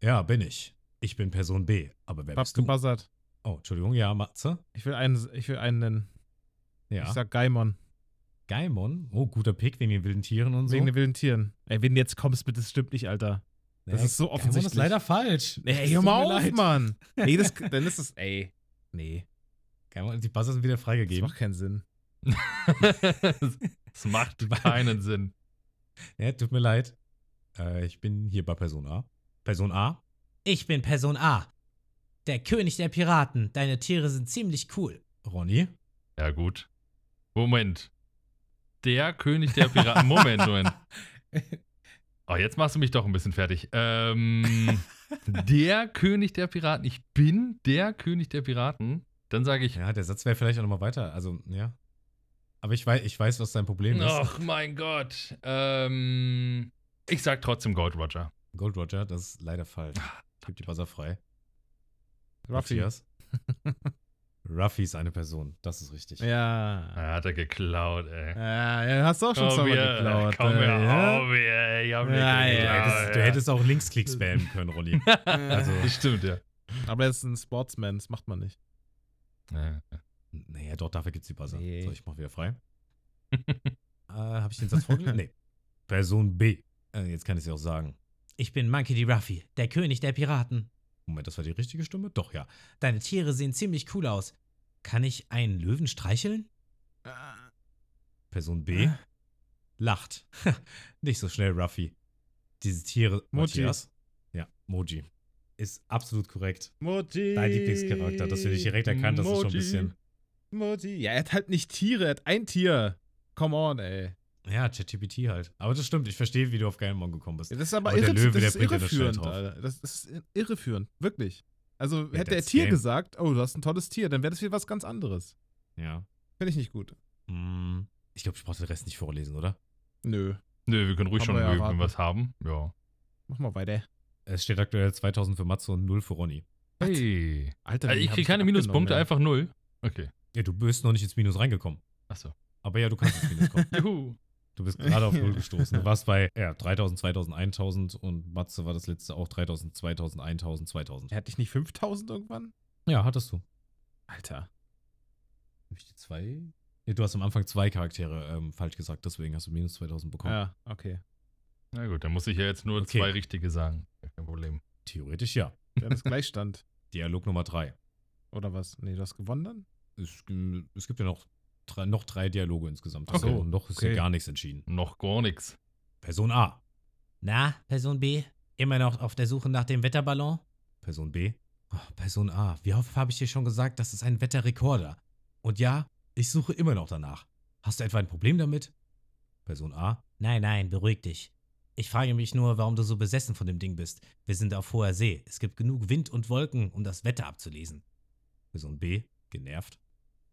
Speaker 1: Ja, bin ich. Ich bin Person B. Aber wer
Speaker 2: Babs
Speaker 1: bist du?
Speaker 2: gebuzzert.
Speaker 1: Oh, Entschuldigung, ja, Matze.
Speaker 2: Ich will einen, ich will einen nennen.
Speaker 1: Ja.
Speaker 2: Ich sag Gaimon.
Speaker 1: Gaimon. Oh, guter Pick wegen den wilden Tieren und so.
Speaker 2: Wegen den wilden Tieren. Ey, wenn du jetzt kommst, bitte, das stimmt nicht, Alter.
Speaker 1: Nee,
Speaker 2: das ist so
Speaker 1: Gaimon ist
Speaker 2: offensichtlich.
Speaker 1: leider falsch.
Speaker 2: Ey,
Speaker 1: Es
Speaker 2: hör
Speaker 1: tut
Speaker 2: mal
Speaker 1: mir
Speaker 2: auf,
Speaker 1: leid.
Speaker 2: Mann. Nee, das, dann ist das, ey. Nee,
Speaker 1: Gaimon, die Buzzer sind wieder
Speaker 2: das
Speaker 1: freigegeben.
Speaker 2: macht keinen Sinn.
Speaker 4: Es macht keinen Sinn.
Speaker 1: Ja, tut mir leid. Äh, ich bin hier bei Person A. Person A.
Speaker 5: Ich bin Person A. Der König der Piraten. Deine Tiere sind ziemlich cool.
Speaker 1: Ronny.
Speaker 4: Ja, gut. Moment. Der König der Piraten. Moment, Moment. Oh, jetzt machst du mich doch ein bisschen fertig. Ähm, der König der Piraten. Ich bin der König der Piraten. Dann sage ich.
Speaker 1: Ja, der Satz wäre vielleicht auch nochmal weiter. Also, ja. Aber ich weiß, ich weiß, was dein Problem ist.
Speaker 4: Ach, mein Gott. Ähm, ich sag trotzdem Gold Roger.
Speaker 1: Gold Roger, das ist leider falsch. Ich gebe die Buzzer frei.
Speaker 2: Ruffy.
Speaker 1: Matthias. Ruffy ist eine Person, das ist richtig.
Speaker 2: Ja.
Speaker 4: Ah, hat er geklaut, ey.
Speaker 2: Ja, ja, hast du auch schon
Speaker 4: Komm
Speaker 2: zweimal
Speaker 4: her,
Speaker 2: geklaut.
Speaker 4: Komm
Speaker 2: äh,
Speaker 4: her,
Speaker 2: ja?
Speaker 4: komm her, ey. Ich hab nicht
Speaker 2: Ja,
Speaker 1: Du,
Speaker 2: ja,
Speaker 4: geklaut,
Speaker 1: hättest, du hättest auch Linksklick spammen können, Ronny.
Speaker 2: Also.
Speaker 4: Das stimmt, ja.
Speaker 2: Aber er ist ein Sportsman, das macht man nicht.
Speaker 4: Ja.
Speaker 1: naja, doch, dafür gibt's die Buzzer.
Speaker 2: Nee.
Speaker 1: So, ich mach wieder frei. äh, Habe ich den Satz vorgelesen? Nee. Person B. Äh, jetzt kann ich ja auch sagen.
Speaker 5: Ich bin Monkey D. Ruffy, der König der Piraten.
Speaker 1: Moment, das war die richtige Stimme? Doch, ja.
Speaker 5: Deine Tiere sehen ziemlich cool aus. Kann ich einen Löwen streicheln?
Speaker 2: Ah,
Speaker 1: Person B. Lacht. Nicht so schnell, Ruffy. Diese Tiere.
Speaker 2: Moji.
Speaker 1: Matthias? Ja, Moji. Ist absolut korrekt.
Speaker 2: Mutti.
Speaker 1: Dein Lieblingscharakter, dass du dich direkt erkannt hast, ist schon ein bisschen.
Speaker 2: Mutti. Ja, er hat halt nicht Tiere, er hat ein Tier. Come on, ey.
Speaker 1: Ja, ChatGPT halt. Aber das stimmt, ich verstehe, wie du auf Gaimon gekommen bist.
Speaker 2: Ja, Das ist aber,
Speaker 1: Aber der
Speaker 2: irre,
Speaker 1: Löwe,
Speaker 2: das
Speaker 1: der
Speaker 2: ist
Speaker 1: bringt ja das
Speaker 2: irreführend,
Speaker 1: Schwein drauf.
Speaker 2: Alter. Das ist irreführend, wirklich. Also
Speaker 1: Ja,
Speaker 2: hätte er
Speaker 1: that's
Speaker 2: Tier
Speaker 1: game.
Speaker 2: gesagt, oh, du hast ein tolles Tier, dann wäre das wieder was ganz anderes.
Speaker 1: Ja.
Speaker 2: Finde ich nicht gut.
Speaker 1: Mm, Ich glaube, ich brauche den Rest nicht vorlesen, oder?
Speaker 2: Nö,
Speaker 4: Nö, wir können ruhig
Speaker 2: Haben
Speaker 4: schon
Speaker 2: wir ja
Speaker 4: irgendwie was haben. Ja.
Speaker 2: mach mal weiter.
Speaker 1: Es steht aktuell 2000 für Matze und 0 für Ronny.
Speaker 4: Hey.
Speaker 2: Alter,
Speaker 4: Äh,
Speaker 2: wen
Speaker 4: ich
Speaker 2: hab
Speaker 4: kriege keine
Speaker 2: abgenommen,
Speaker 4: Minuspunkte,
Speaker 2: ey?
Speaker 4: einfach null. Okay.
Speaker 1: Ja, du bist noch nicht ins Minus reingekommen.
Speaker 4: Achso.
Speaker 1: Aber ja, du kannst ins Minus kommen.
Speaker 4: Juhu.
Speaker 1: Du bist gerade auf Null gestoßen. Du warst bei ja, 3000, 2000, 1000 und Matze war das letzte auch 3000, 2000, 1000, 2000.
Speaker 2: Hatte ich nicht 5000 irgendwann?
Speaker 1: Ja, hattest du.
Speaker 2: Alter.
Speaker 1: Hab ich die zwei? Nee, du hast am Anfang zwei Charaktere ähm, falsch gesagt, deswegen hast du minus 2000 bekommen.
Speaker 2: Ja, okay.
Speaker 4: Na gut, dann muss ich ja jetzt nur
Speaker 1: Okay.
Speaker 4: zwei richtige sagen. Kein Problem.
Speaker 1: Theoretisch ja.
Speaker 2: Dann ist Gleichstand.
Speaker 1: Dialog Nummer drei.
Speaker 2: Oder was? Nee, du hast gewonnen dann?
Speaker 1: Es, ähm, es gibt ja noch drei, noch drei Dialoge insgesamt.
Speaker 4: Ach so,
Speaker 1: Also noch ist
Speaker 2: okay.
Speaker 1: hier gar nichts entschieden.
Speaker 4: Noch gar nichts.
Speaker 1: Person A.
Speaker 5: Na, Person B, immer noch auf der Suche nach dem Wetterballon?
Speaker 1: Person B.
Speaker 5: Oh, Person A, wie oft habe ich dir schon gesagt, das ist ein Wetterrekorder?
Speaker 1: Und ja, ich suche immer noch danach. Hast du etwa ein Problem damit? Person A.
Speaker 5: Nein, nein, beruhig dich. Ich frage mich nur, warum du so besessen von dem Ding bist. Wir sind auf hoher See. Es gibt genug Wind und Wolken, um das Wetter abzulesen.
Speaker 1: Person B. Genervt.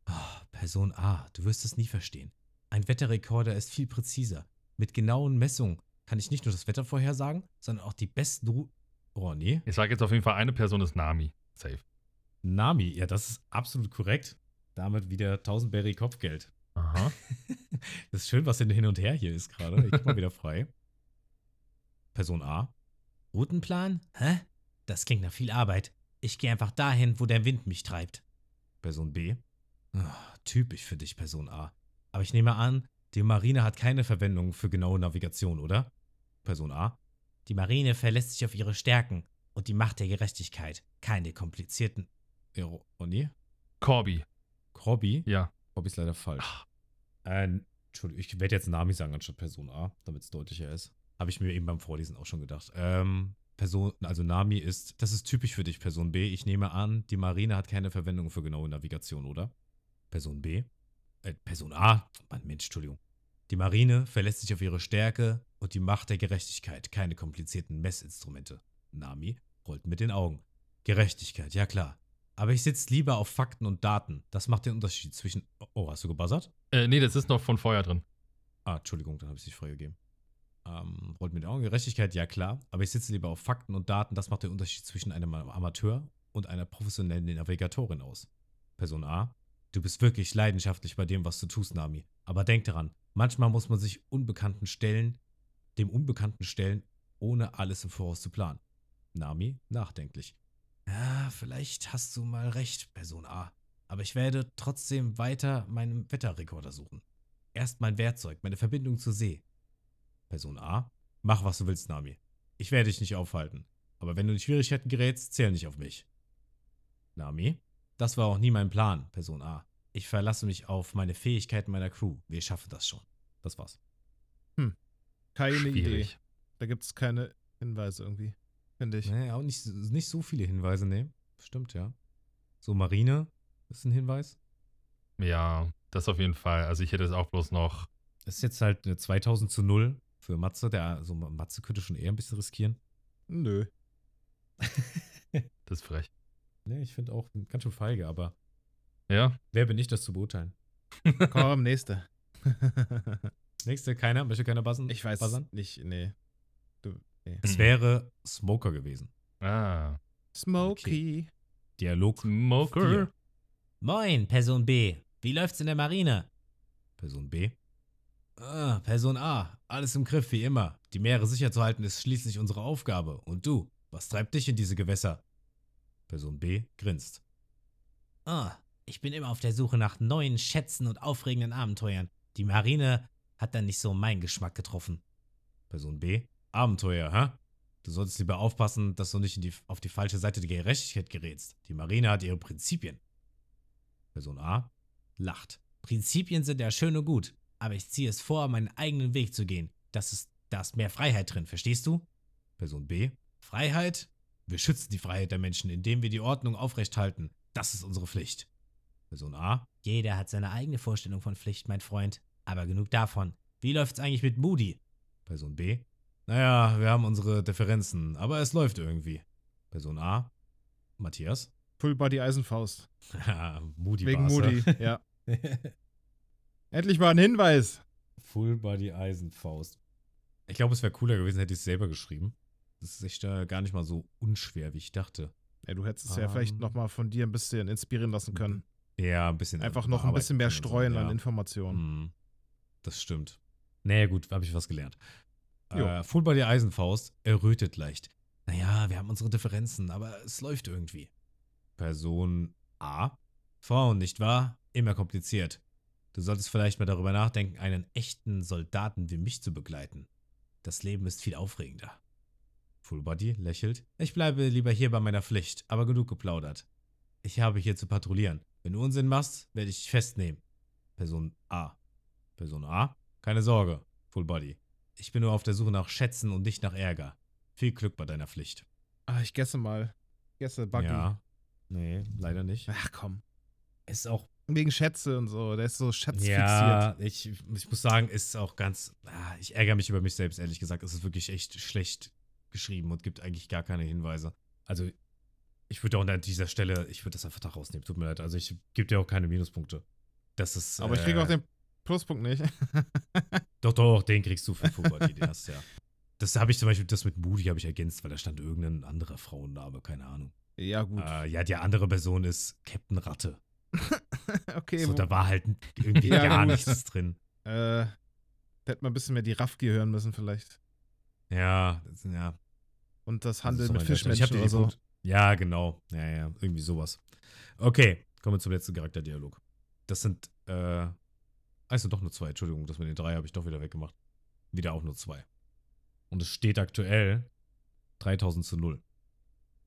Speaker 5: Oh, Person A, du wirst es nie verstehen. Ein Wetterrekorder ist viel präziser. Mit genauen Messungen kann ich nicht nur das Wetter vorhersagen, sondern auch die besten Ru
Speaker 1: Oh, nee.
Speaker 4: Ich sage jetzt auf jeden Fall, eine Person ist Nami. Safe.
Speaker 1: Nami. Ja, das ist absolut korrekt. Damit wieder 1000 Berry Kopfgeld.
Speaker 4: Aha.
Speaker 1: Das ist schön, was denn hin und her hier ist gerade. Ich bin mal wieder frei. Person A.
Speaker 5: Routenplan? Hä? Das klingt nach viel Arbeit. Ich gehe einfach dahin, wo der Wind mich treibt.
Speaker 1: Person B.
Speaker 5: Ah, typisch für dich, Person A. Aber ich nehme an, die Marine hat keine Verwendung für genaue Navigation, oder?
Speaker 1: Person A.
Speaker 5: Die Marine verlässt sich auf ihre Stärken und die Macht der Gerechtigkeit. Keine komplizierten.
Speaker 1: Ja, Oh, nee.
Speaker 4: Corby.
Speaker 1: Corby.
Speaker 4: Ja.
Speaker 1: Corby ist leider falsch. Äh, Entschuldigung, ich werde jetzt Nami sagen anstatt Person A, damit es deutlicher ist. Habe ich mir eben beim Vorlesen auch schon gedacht. Ähm, Person, also Nami ist, das ist typisch für dich, Person B. Ich nehme an, die Marine hat keine Verwendung für genaue Navigation, oder? Person B? Äh, Person A? Mann, Mensch, Entschuldigung. Die Marine verlässt sich auf ihre Stärke und die Macht der Gerechtigkeit. Keine komplizierten Messinstrumente. Nami rollt mit den Augen. Gerechtigkeit, ja klar. Aber ich sitze lieber auf Fakten und Daten. Das macht den Unterschied zwischen. Oh, hast du gebuzzert?
Speaker 4: Äh, nee, das ist noch von vorher drin.
Speaker 1: Ah, Entschuldigung, dann habe ich dich freigegeben. Ähm, rollt mit den Augen. Gerechtigkeit, ja klar. Aber ich sitze lieber auf Fakten und Daten. Das macht den Unterschied zwischen einem Amateur und einer professionellen Navigatorin aus. Person A. Du bist wirklich leidenschaftlich bei dem, was du tust, Nami. Aber denk daran, manchmal muss man sich Unbekannten stellen, dem Unbekannten stellen, ohne alles im Voraus zu planen. Nami, nachdenklich. Ah,
Speaker 5: Ja, vielleicht hast du mal recht, Person A. Aber ich werde trotzdem weiter meinen Wetterrekorder suchen.
Speaker 1: Erst mein Werkzeug, meine Verbindung zur See. Person A, mach was du willst, Nami. Ich werde dich nicht aufhalten. Aber wenn du in Schwierigkeiten gerätst, zähl nicht auf mich. Nami, das war auch nie mein Plan, Person A. Ich verlasse mich auf meine Fähigkeiten meiner Crew. Wir schaffen das schon. Das war's.
Speaker 2: Keine Idee.
Speaker 4: Schwierig.
Speaker 2: Da gibt es keine Hinweise irgendwie. Finde ich.
Speaker 1: Naja, auch nicht, nicht so viele Hinweise, ne? Stimmt, ja. So, Marine ist ein Hinweis.
Speaker 4: Ja, das auf jeden Fall. Also ich hätte es auch bloß noch.
Speaker 1: Das ist jetzt halt eine 2000 zu 0 für Matze. Der, also Matze könnte schon eher ein bisschen riskieren.
Speaker 2: Nö.
Speaker 4: Das ist frech.
Speaker 1: Ne, ich finde auch ganz schön feige, aber
Speaker 4: Ja?
Speaker 1: wer bin ich, das zu beurteilen?
Speaker 2: Komm, nächste.
Speaker 1: Nächste, keiner, möchte keiner buzzern?
Speaker 2: ich weiß Mhm.
Speaker 1: Buzzern?
Speaker 2: nicht, nee. Du, nee.
Speaker 1: Es wäre Smoker gewesen.
Speaker 4: Ah.
Speaker 2: Smokey.
Speaker 1: Dialog
Speaker 4: Smoker.
Speaker 1: Vier.
Speaker 5: Moin, Person B. Wie läuft's in der Marine?
Speaker 1: Person B.
Speaker 5: Ah, Person A.
Speaker 1: Alles im Griff, wie immer. Die Meere sicher zu halten ist schließlich unsere Aufgabe. Und du, was treibt dich in diese Gewässer? Person B grinst.
Speaker 5: Ah, ich bin immer auf der Suche nach neuen Schätzen und aufregenden Abenteuern. Die Marine hat dann nicht so meinen Geschmack getroffen.
Speaker 1: Person B. Abenteuer, hä? Du solltest lieber aufpassen, dass du nicht in die, auf die falsche Seite der Gerechtigkeit gerätst. Die Marine hat ihre Prinzipien. Person A. Lacht.
Speaker 5: Prinzipien sind ja schön und gut, aber ich ziehe es vor, meinen eigenen Weg zu gehen. Das ist, da ist mehr Freiheit drin, verstehst du?
Speaker 1: Person B. Freiheit? Wir schützen die Freiheit der Menschen, indem wir die Ordnung aufrecht halten. Das ist unsere Pflicht. Person A.
Speaker 5: Jeder hat seine eigene Vorstellung von Pflicht, mein Freund. Aber genug davon. Wie läuft's eigentlich mit Moody?
Speaker 1: Person B. Naja, wir haben unsere Differenzen, aber es läuft irgendwie. Person A. Matthias.
Speaker 2: Full Body Eisenfaust.
Speaker 1: Haha, Moody
Speaker 2: Wegen
Speaker 1: war's,
Speaker 2: Moody.
Speaker 1: ja.
Speaker 2: Ja. Endlich mal ein Hinweis.
Speaker 1: Full Body Eisenfaust. Ich glaube, es wäre cooler gewesen, hätte ich es selber geschrieben. Das ist echt äh, gar nicht mal so unschwer, wie ich dachte.
Speaker 2: Ja, du hättest es ja vielleicht
Speaker 1: Ähm.
Speaker 2: nochmal von dir ein bisschen inspirieren lassen können.
Speaker 1: Ja, ein bisschen.
Speaker 4: Hm,
Speaker 2: Einfach noch ein
Speaker 1: Arbeit
Speaker 2: bisschen mehr
Speaker 1: drin und so,
Speaker 2: streuen
Speaker 1: ja.
Speaker 2: an Informationen.
Speaker 1: Mhm. Das stimmt. Naja, gut, habe ich was gelernt.
Speaker 2: Jo.
Speaker 1: Äh, Fuhl bei der Eisenfaust errötet leicht. Naja, wir haben unsere Differenzen, aber es läuft irgendwie. Person A. Frauen, nicht wahr? Immer kompliziert. Du solltest vielleicht mal darüber nachdenken, einen echten Soldaten wie mich zu begleiten. Das Leben ist viel aufregender. Fullbody lächelt. Ich bleibe lieber hier bei meiner Pflicht, aber genug geplaudert. Ich habe hier zu patrouillieren. Wenn du Unsinn machst, werde ich dich festnehmen. Person A. Person A? Keine Sorge, Fullbody. Ich bin nur auf der Suche nach Schätzen und nicht nach Ärger. Viel Glück bei deiner Pflicht.
Speaker 2: Ah, ich gesse mal. Gesse Buggy.
Speaker 1: Ja. Nee, leider nicht.
Speaker 2: Ach komm.
Speaker 1: Ist auch
Speaker 2: Wegen Schätze und so. Der ist so schätzfixiert.
Speaker 1: Ja, ich, ich muss sagen, ist auch ganz. ah, Ich ärgere mich über mich selbst, ehrlich gesagt. Es ist wirklich echt schlecht geschrieben und gibt eigentlich gar keine Hinweise. Also, ich würde auch an dieser Stelle, ich würde das einfach da rausnehmen. Tut mir leid. Also, ich gebe dir auch keine Minuspunkte. Das ist.
Speaker 2: Aber ich kriege
Speaker 1: äh,
Speaker 2: auch den Pluspunkt nicht.
Speaker 1: Doch, doch, den kriegst du für Fußball, den hast, ja. Das habe ich zum Beispiel, das mit Moody habe ich ergänzt, weil da stand irgendein anderer Frauenname, keine Ahnung.
Speaker 2: ja, gut.
Speaker 1: Äh, ja, die andere Person ist Captain Ratte.
Speaker 2: okay.
Speaker 1: so,
Speaker 2: wo-
Speaker 1: da war halt irgendwie
Speaker 2: Ja,
Speaker 1: gar
Speaker 2: gut.
Speaker 1: nichts drin.
Speaker 2: äh, da hätte man ein bisschen mehr die Rafki hören müssen, vielleicht.
Speaker 1: Ja, das- ja,
Speaker 2: Und
Speaker 1: Das
Speaker 2: das
Speaker 1: ist
Speaker 2: Handeln
Speaker 1: doch
Speaker 2: mit
Speaker 1: mein letzter. Ich hab dir
Speaker 2: Fischmenschen oder
Speaker 1: den
Speaker 2: so.
Speaker 1: Punkt. Ja, genau. Ja, ja, irgendwie sowas. Okay, kommen wir zum letzten Charakterdialog. Das sind, äh, ah, es sind doch nur zwei, Entschuldigung, das mit den drei habe ich doch wieder weggemacht. Wieder auch nur zwei. Und es steht aktuell 3000 zu 0.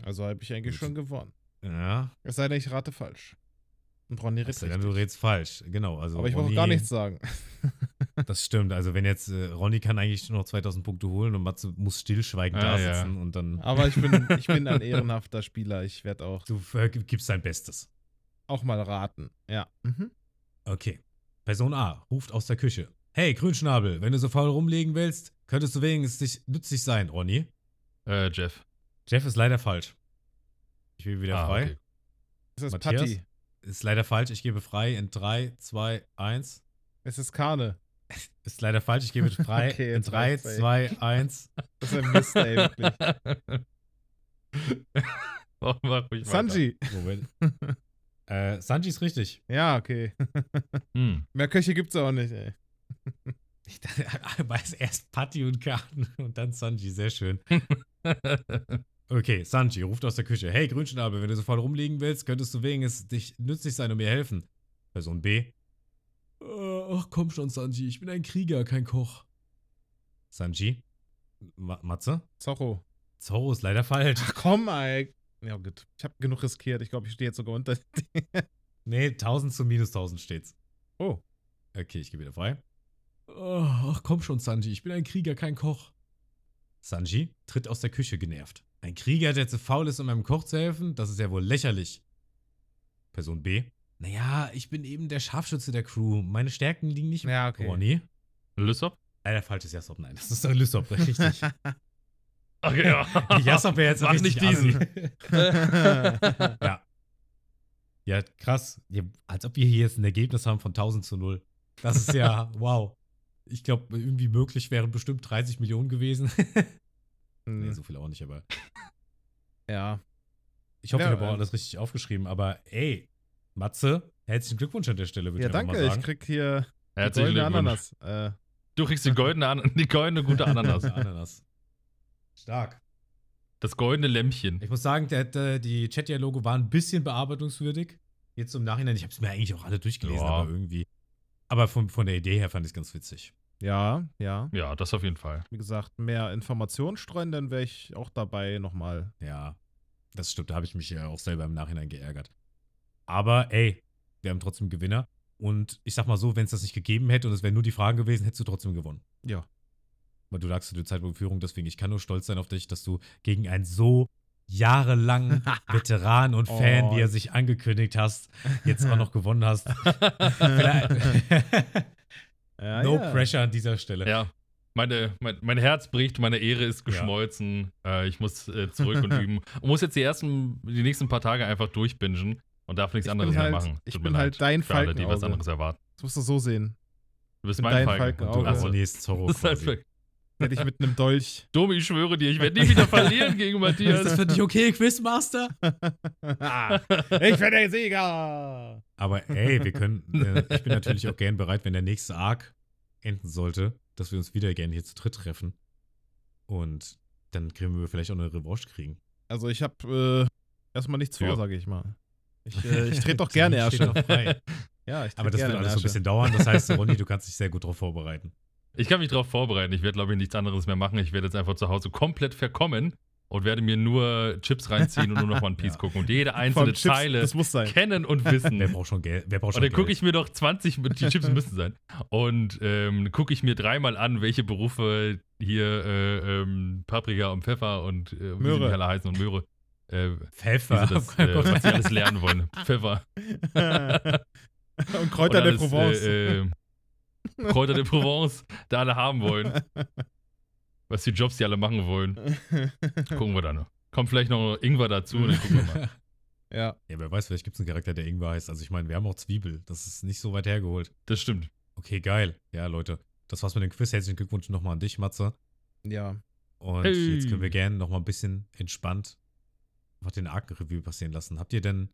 Speaker 2: Also habe ich eigentlich
Speaker 1: Gut.
Speaker 2: schon gewonnen.
Speaker 1: Ja,
Speaker 2: Es sei denn, ich rate falsch. Und Ronny
Speaker 1: es
Speaker 2: redet
Speaker 1: sei denn,
Speaker 2: richtig.
Speaker 1: du redest falsch. Genau, also.
Speaker 2: Aber ich brauche
Speaker 1: Ronny-
Speaker 2: gar nichts sagen.
Speaker 1: Das stimmt, also wenn jetzt, äh, Ronny kann eigentlich nur noch 2000 Punkte holen und Matze muss stillschweigend
Speaker 4: Ah,
Speaker 1: da
Speaker 4: ja.
Speaker 1: sitzen und dann.
Speaker 2: Aber ich bin, ich bin ein ehrenhafter Spieler. Ich werde auch,
Speaker 1: Du äh, gibst dein Bestes.
Speaker 2: auch mal raten. Ja. Mhm.
Speaker 1: Okay. Person A ruft aus der Küche. Hey, Grünschnabel, wenn du so faul rumlegen willst, könntest du wenigstens dich nützlich sein, Ronny.
Speaker 4: Äh, Jeff.
Speaker 1: Jeff ist leider falsch. Ich bin wieder
Speaker 4: Ah,
Speaker 1: frei.
Speaker 4: okay.
Speaker 2: Es ist
Speaker 1: Matthias?
Speaker 2: Patti.
Speaker 1: Ist leider falsch, ich gebe frei in 3, 2, 1.
Speaker 2: Es ist Kane.
Speaker 1: Ist leider falsch, ich gebe frei
Speaker 2: Okay,
Speaker 1: in
Speaker 2: jetzt
Speaker 1: 3,
Speaker 2: reicht's, ey.
Speaker 1: 2, 1.
Speaker 2: Das ist ein Mist, ey, wirklich.
Speaker 4: Mach mal ruhig weiter.
Speaker 2: Sanji.
Speaker 1: Moment. äh, Sanji ist richtig.
Speaker 2: Ja, okay.
Speaker 4: Hm.
Speaker 2: Mehr Köche gibt's auch nicht, ey.
Speaker 1: Ich dachte, weiß erst Patty und Karten und dann Sanji, sehr schön. Okay, Sanji ruft aus der Küche. Hey, Grünschnabel, wenn du so voll rumliegen willst, könntest du wegen es dich nützlich sein und mir helfen. Person B. Äh, ach komm schon, Sanji, ich bin ein Krieger, kein Koch. Sanji? Ma Matze?
Speaker 2: Zorro.
Speaker 1: Zorro ist leider falsch.
Speaker 2: Ach komm, ey. Ja, gut. Ich habe genug riskiert. Ich glaube, ich stehe jetzt sogar unter.
Speaker 1: Nee, 1000 zu minus 1000 steht's.
Speaker 2: Oh.
Speaker 1: Okay, ich gebe wieder frei. Oh, Ach komm schon, Sanji, ich bin ein Krieger, kein Koch. Sanji tritt aus der Küche genervt. Ein Krieger, der zu faul ist, um einem Koch zu helfen, das ist ja wohl lächerlich. Person B. Naja, ich bin eben der Scharfschütze der Crew. Meine Stärken liegen nicht
Speaker 2: Ja, okay.
Speaker 1: Ronny.
Speaker 4: Lysop?
Speaker 1: Leider E. falsches Jassop, nein. Das ist doch Lysop, richtig.
Speaker 4: Okay, ja.
Speaker 1: Jassop wäre jetzt
Speaker 4: Mach
Speaker 1: richtig
Speaker 4: nicht diesen.
Speaker 1: assi. ja. Ja, krass. Ja, als ob wir hier jetzt ein Ergebnis haben von 1000 zu 0. Das ist ja, wow. Ich glaube, irgendwie möglich wären bestimmt 30 Millionen gewesen.
Speaker 2: Mhm.
Speaker 1: nee, so viel auch nicht, aber.
Speaker 2: ja.
Speaker 1: Ich hoffe,
Speaker 2: Ja,
Speaker 1: ich habe auch
Speaker 2: äh,
Speaker 1: alles richtig aufgeschrieben, aber ey, Matze, herzlichen Glückwunsch an der Stelle, würde
Speaker 2: Ja,
Speaker 1: ich einfach
Speaker 2: danke.
Speaker 1: mal
Speaker 2: Ich
Speaker 1: sagen.
Speaker 2: krieg hier
Speaker 4: Herzlichen
Speaker 2: goldene
Speaker 4: Glückwunsch.
Speaker 2: Ananas. Äh,
Speaker 4: Du kriegst die goldene, An die goldene gute Ananas.
Speaker 1: Eine Ananas. Stark.
Speaker 4: Das goldene Lämpchen.
Speaker 1: Ich muss sagen, der, der, die Chat-Dialoge waren ein bisschen bearbeitungswürdig. Jetzt im Nachhinein, ich habe es mir eigentlich auch alle durchgelesen,
Speaker 4: Ja.
Speaker 1: aber irgendwie. Aber von, von der Idee her fand ich es ganz witzig.
Speaker 2: ja, ja.
Speaker 4: Ja, das auf jeden Fall.
Speaker 2: Wie gesagt, mehr Informationen streuen, dann wäre ich auch dabei nochmal.
Speaker 1: Ja, das stimmt. Da habe ich mich ja auch selber im Nachhinein geärgert. Aber ey, wir haben trotzdem Gewinner. Und ich sag mal so, wenn es das nicht gegeben hätte und es wären nur die Fragen gewesen, hättest du trotzdem gewonnen.
Speaker 2: Ja.
Speaker 1: Weil du lagst zu der Zeitpunkt in Führung, deswegen ich kann nur stolz sein auf dich, dass du gegen einen so jahrelangen Veteran und Fan,
Speaker 2: Oh.
Speaker 1: wie er sich angekündigt hast, jetzt auch noch gewonnen hast. Vielleicht-
Speaker 2: Ja,
Speaker 1: no
Speaker 2: Ah, ja.
Speaker 1: pressure an dieser Stelle.
Speaker 4: Ja. Meine, mein, mein Herz bricht, meine Ehre ist geschmolzen. Äh, ich muss äh, zurück und üben. Und muss jetzt die ersten, die nächsten paar Tage einfach durchbingen und darf nichts
Speaker 2: Ich
Speaker 4: anderes
Speaker 2: bin
Speaker 4: mehr
Speaker 2: halt-
Speaker 4: machen.
Speaker 2: ich
Speaker 4: Tut
Speaker 2: bin
Speaker 4: mir
Speaker 2: halt
Speaker 4: leid.
Speaker 2: dein
Speaker 4: Für alle, die was
Speaker 2: Falkenauge.
Speaker 4: anderes erwarten.
Speaker 2: Das musst du so sehen.
Speaker 4: Du bist
Speaker 2: bin
Speaker 4: mein
Speaker 2: dein
Speaker 4: Falken.
Speaker 1: Und du
Speaker 2: Falkenauge.
Speaker 4: Ach so.
Speaker 1: Ronny ist Zorro
Speaker 4: Das ist halt
Speaker 1: quasi.
Speaker 2: Hätte ich mit einem Dolch.
Speaker 4: Domi, ich schwöre dir, ich werde nie wieder verlieren gegen Matthias.
Speaker 1: für dich okay, Quizmaster?
Speaker 2: Ah, ich bin der Sieger!
Speaker 1: Aber ey, wir können, äh, ich bin natürlich auch gern bereit, wenn der nächste Arc enden sollte, dass wir uns wieder gerne hier zu dritt treffen. Und dann können wir vielleicht auch eine Revanche kriegen.
Speaker 2: Also ich habe äh, erstmal nichts vor,
Speaker 4: Ja.
Speaker 2: sage ich mal. Ich, äh, ich trete doch gerne
Speaker 1: Steht
Speaker 2: Asche.
Speaker 1: noch frei.
Speaker 2: Ja, ich
Speaker 1: Aber das wird
Speaker 2: tret gerne in
Speaker 1: alles so ein
Speaker 2: Asche.
Speaker 1: bisschen dauern. Das heißt, Ronny, du kannst dich sehr gut darauf vorbereiten.
Speaker 4: Ich kann mich darauf vorbereiten. Ich werde, glaube ich, nichts anderes mehr machen. Ich werde jetzt einfach zu Hause komplett verkommen und werde mir nur Chips reinziehen und nur noch One Piece
Speaker 1: Ja.
Speaker 4: gucken und jede
Speaker 2: Vor
Speaker 4: einzelne
Speaker 2: allem Chips,
Speaker 4: Zeile
Speaker 2: Das muss sein.
Speaker 4: kennen und wissen.
Speaker 1: Wer braucht schon Geld? Wer braucht schon
Speaker 4: Und Oh, dann
Speaker 1: Geld?
Speaker 4: gucke ich mir doch 20, die Chips müssen sein. Und ähm, gucke ich mir dreimal an, welche Berufe hier äh, ähm, Paprika und Pfeffer und äh, wie sie
Speaker 2: Möhre.
Speaker 4: nicht alle heißen und Möhre. Äh, wie
Speaker 1: Pfeffer. Oh
Speaker 4: sie das, äh, was sie alles lernen wollen. Pfeffer.
Speaker 2: Und
Speaker 4: Und
Speaker 2: Kräuter der
Speaker 4: alles,
Speaker 2: Provence.
Speaker 4: Äh, äh, Kräuter de Provence, da alle haben wollen. Was die Jobs die alle machen wollen. Gucken wir da noch. Kommt vielleicht noch Ingwer dazu und dann gucken wir mal.
Speaker 2: ja.
Speaker 1: ja, wer weiß, vielleicht gibt es einen Charakter, der irgendwer heißt. Also ich meine, wir haben auch Zwiebel. Das ist nicht so weit hergeholt.
Speaker 4: Das stimmt.
Speaker 1: Okay, geil. Ja, Leute. Das war's mit dem Quiz. Herzlichen Glückwunsch nochmal an dich, Matze.
Speaker 2: Ja.
Speaker 1: Und
Speaker 4: Hey.
Speaker 1: jetzt können wir gerne nochmal ein bisschen entspannt einfach den Arkenreview passieren lassen. Habt ihr denn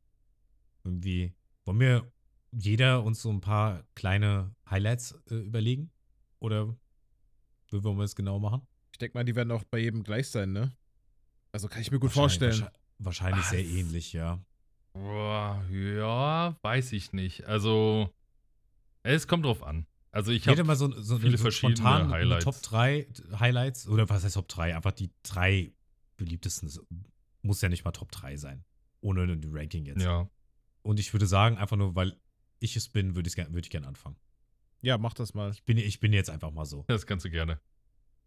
Speaker 1: irgendwie, wollen wir jeder uns so ein paar kleine Highlights äh, überlegen? Oder wie wollen wir es genau machen?
Speaker 2: Ich denke mal, die werden auch bei jedem gleich sein, ne? Also kann ich mir gut
Speaker 1: Wahrscheinlich-
Speaker 2: vorstellen.
Speaker 1: Wahrscheinlich sehr
Speaker 4: Was?
Speaker 1: ähnlich, ja.
Speaker 4: Boah, ja, weiß ich nicht. Also, es kommt drauf an. Also, ich
Speaker 1: Jeder
Speaker 4: habe.
Speaker 1: mal so, so,
Speaker 4: viele
Speaker 1: so
Speaker 4: verschiedene
Speaker 1: spontan
Speaker 4: Highlights.
Speaker 1: Top 3 Highlights oder was heißt Top 3? Einfach die drei beliebtesten. Es Muss ja nicht mal Top 3 sein. Ohne ein Ranking jetzt.
Speaker 4: Ja.
Speaker 1: Und ich würde sagen, einfach nur, weil ich es bin, würde ich gerne würd ich gern anfangen.
Speaker 2: Ja, mach das mal.
Speaker 1: Ich bin, ich bin jetzt einfach mal so.
Speaker 4: Das kannst du gerne.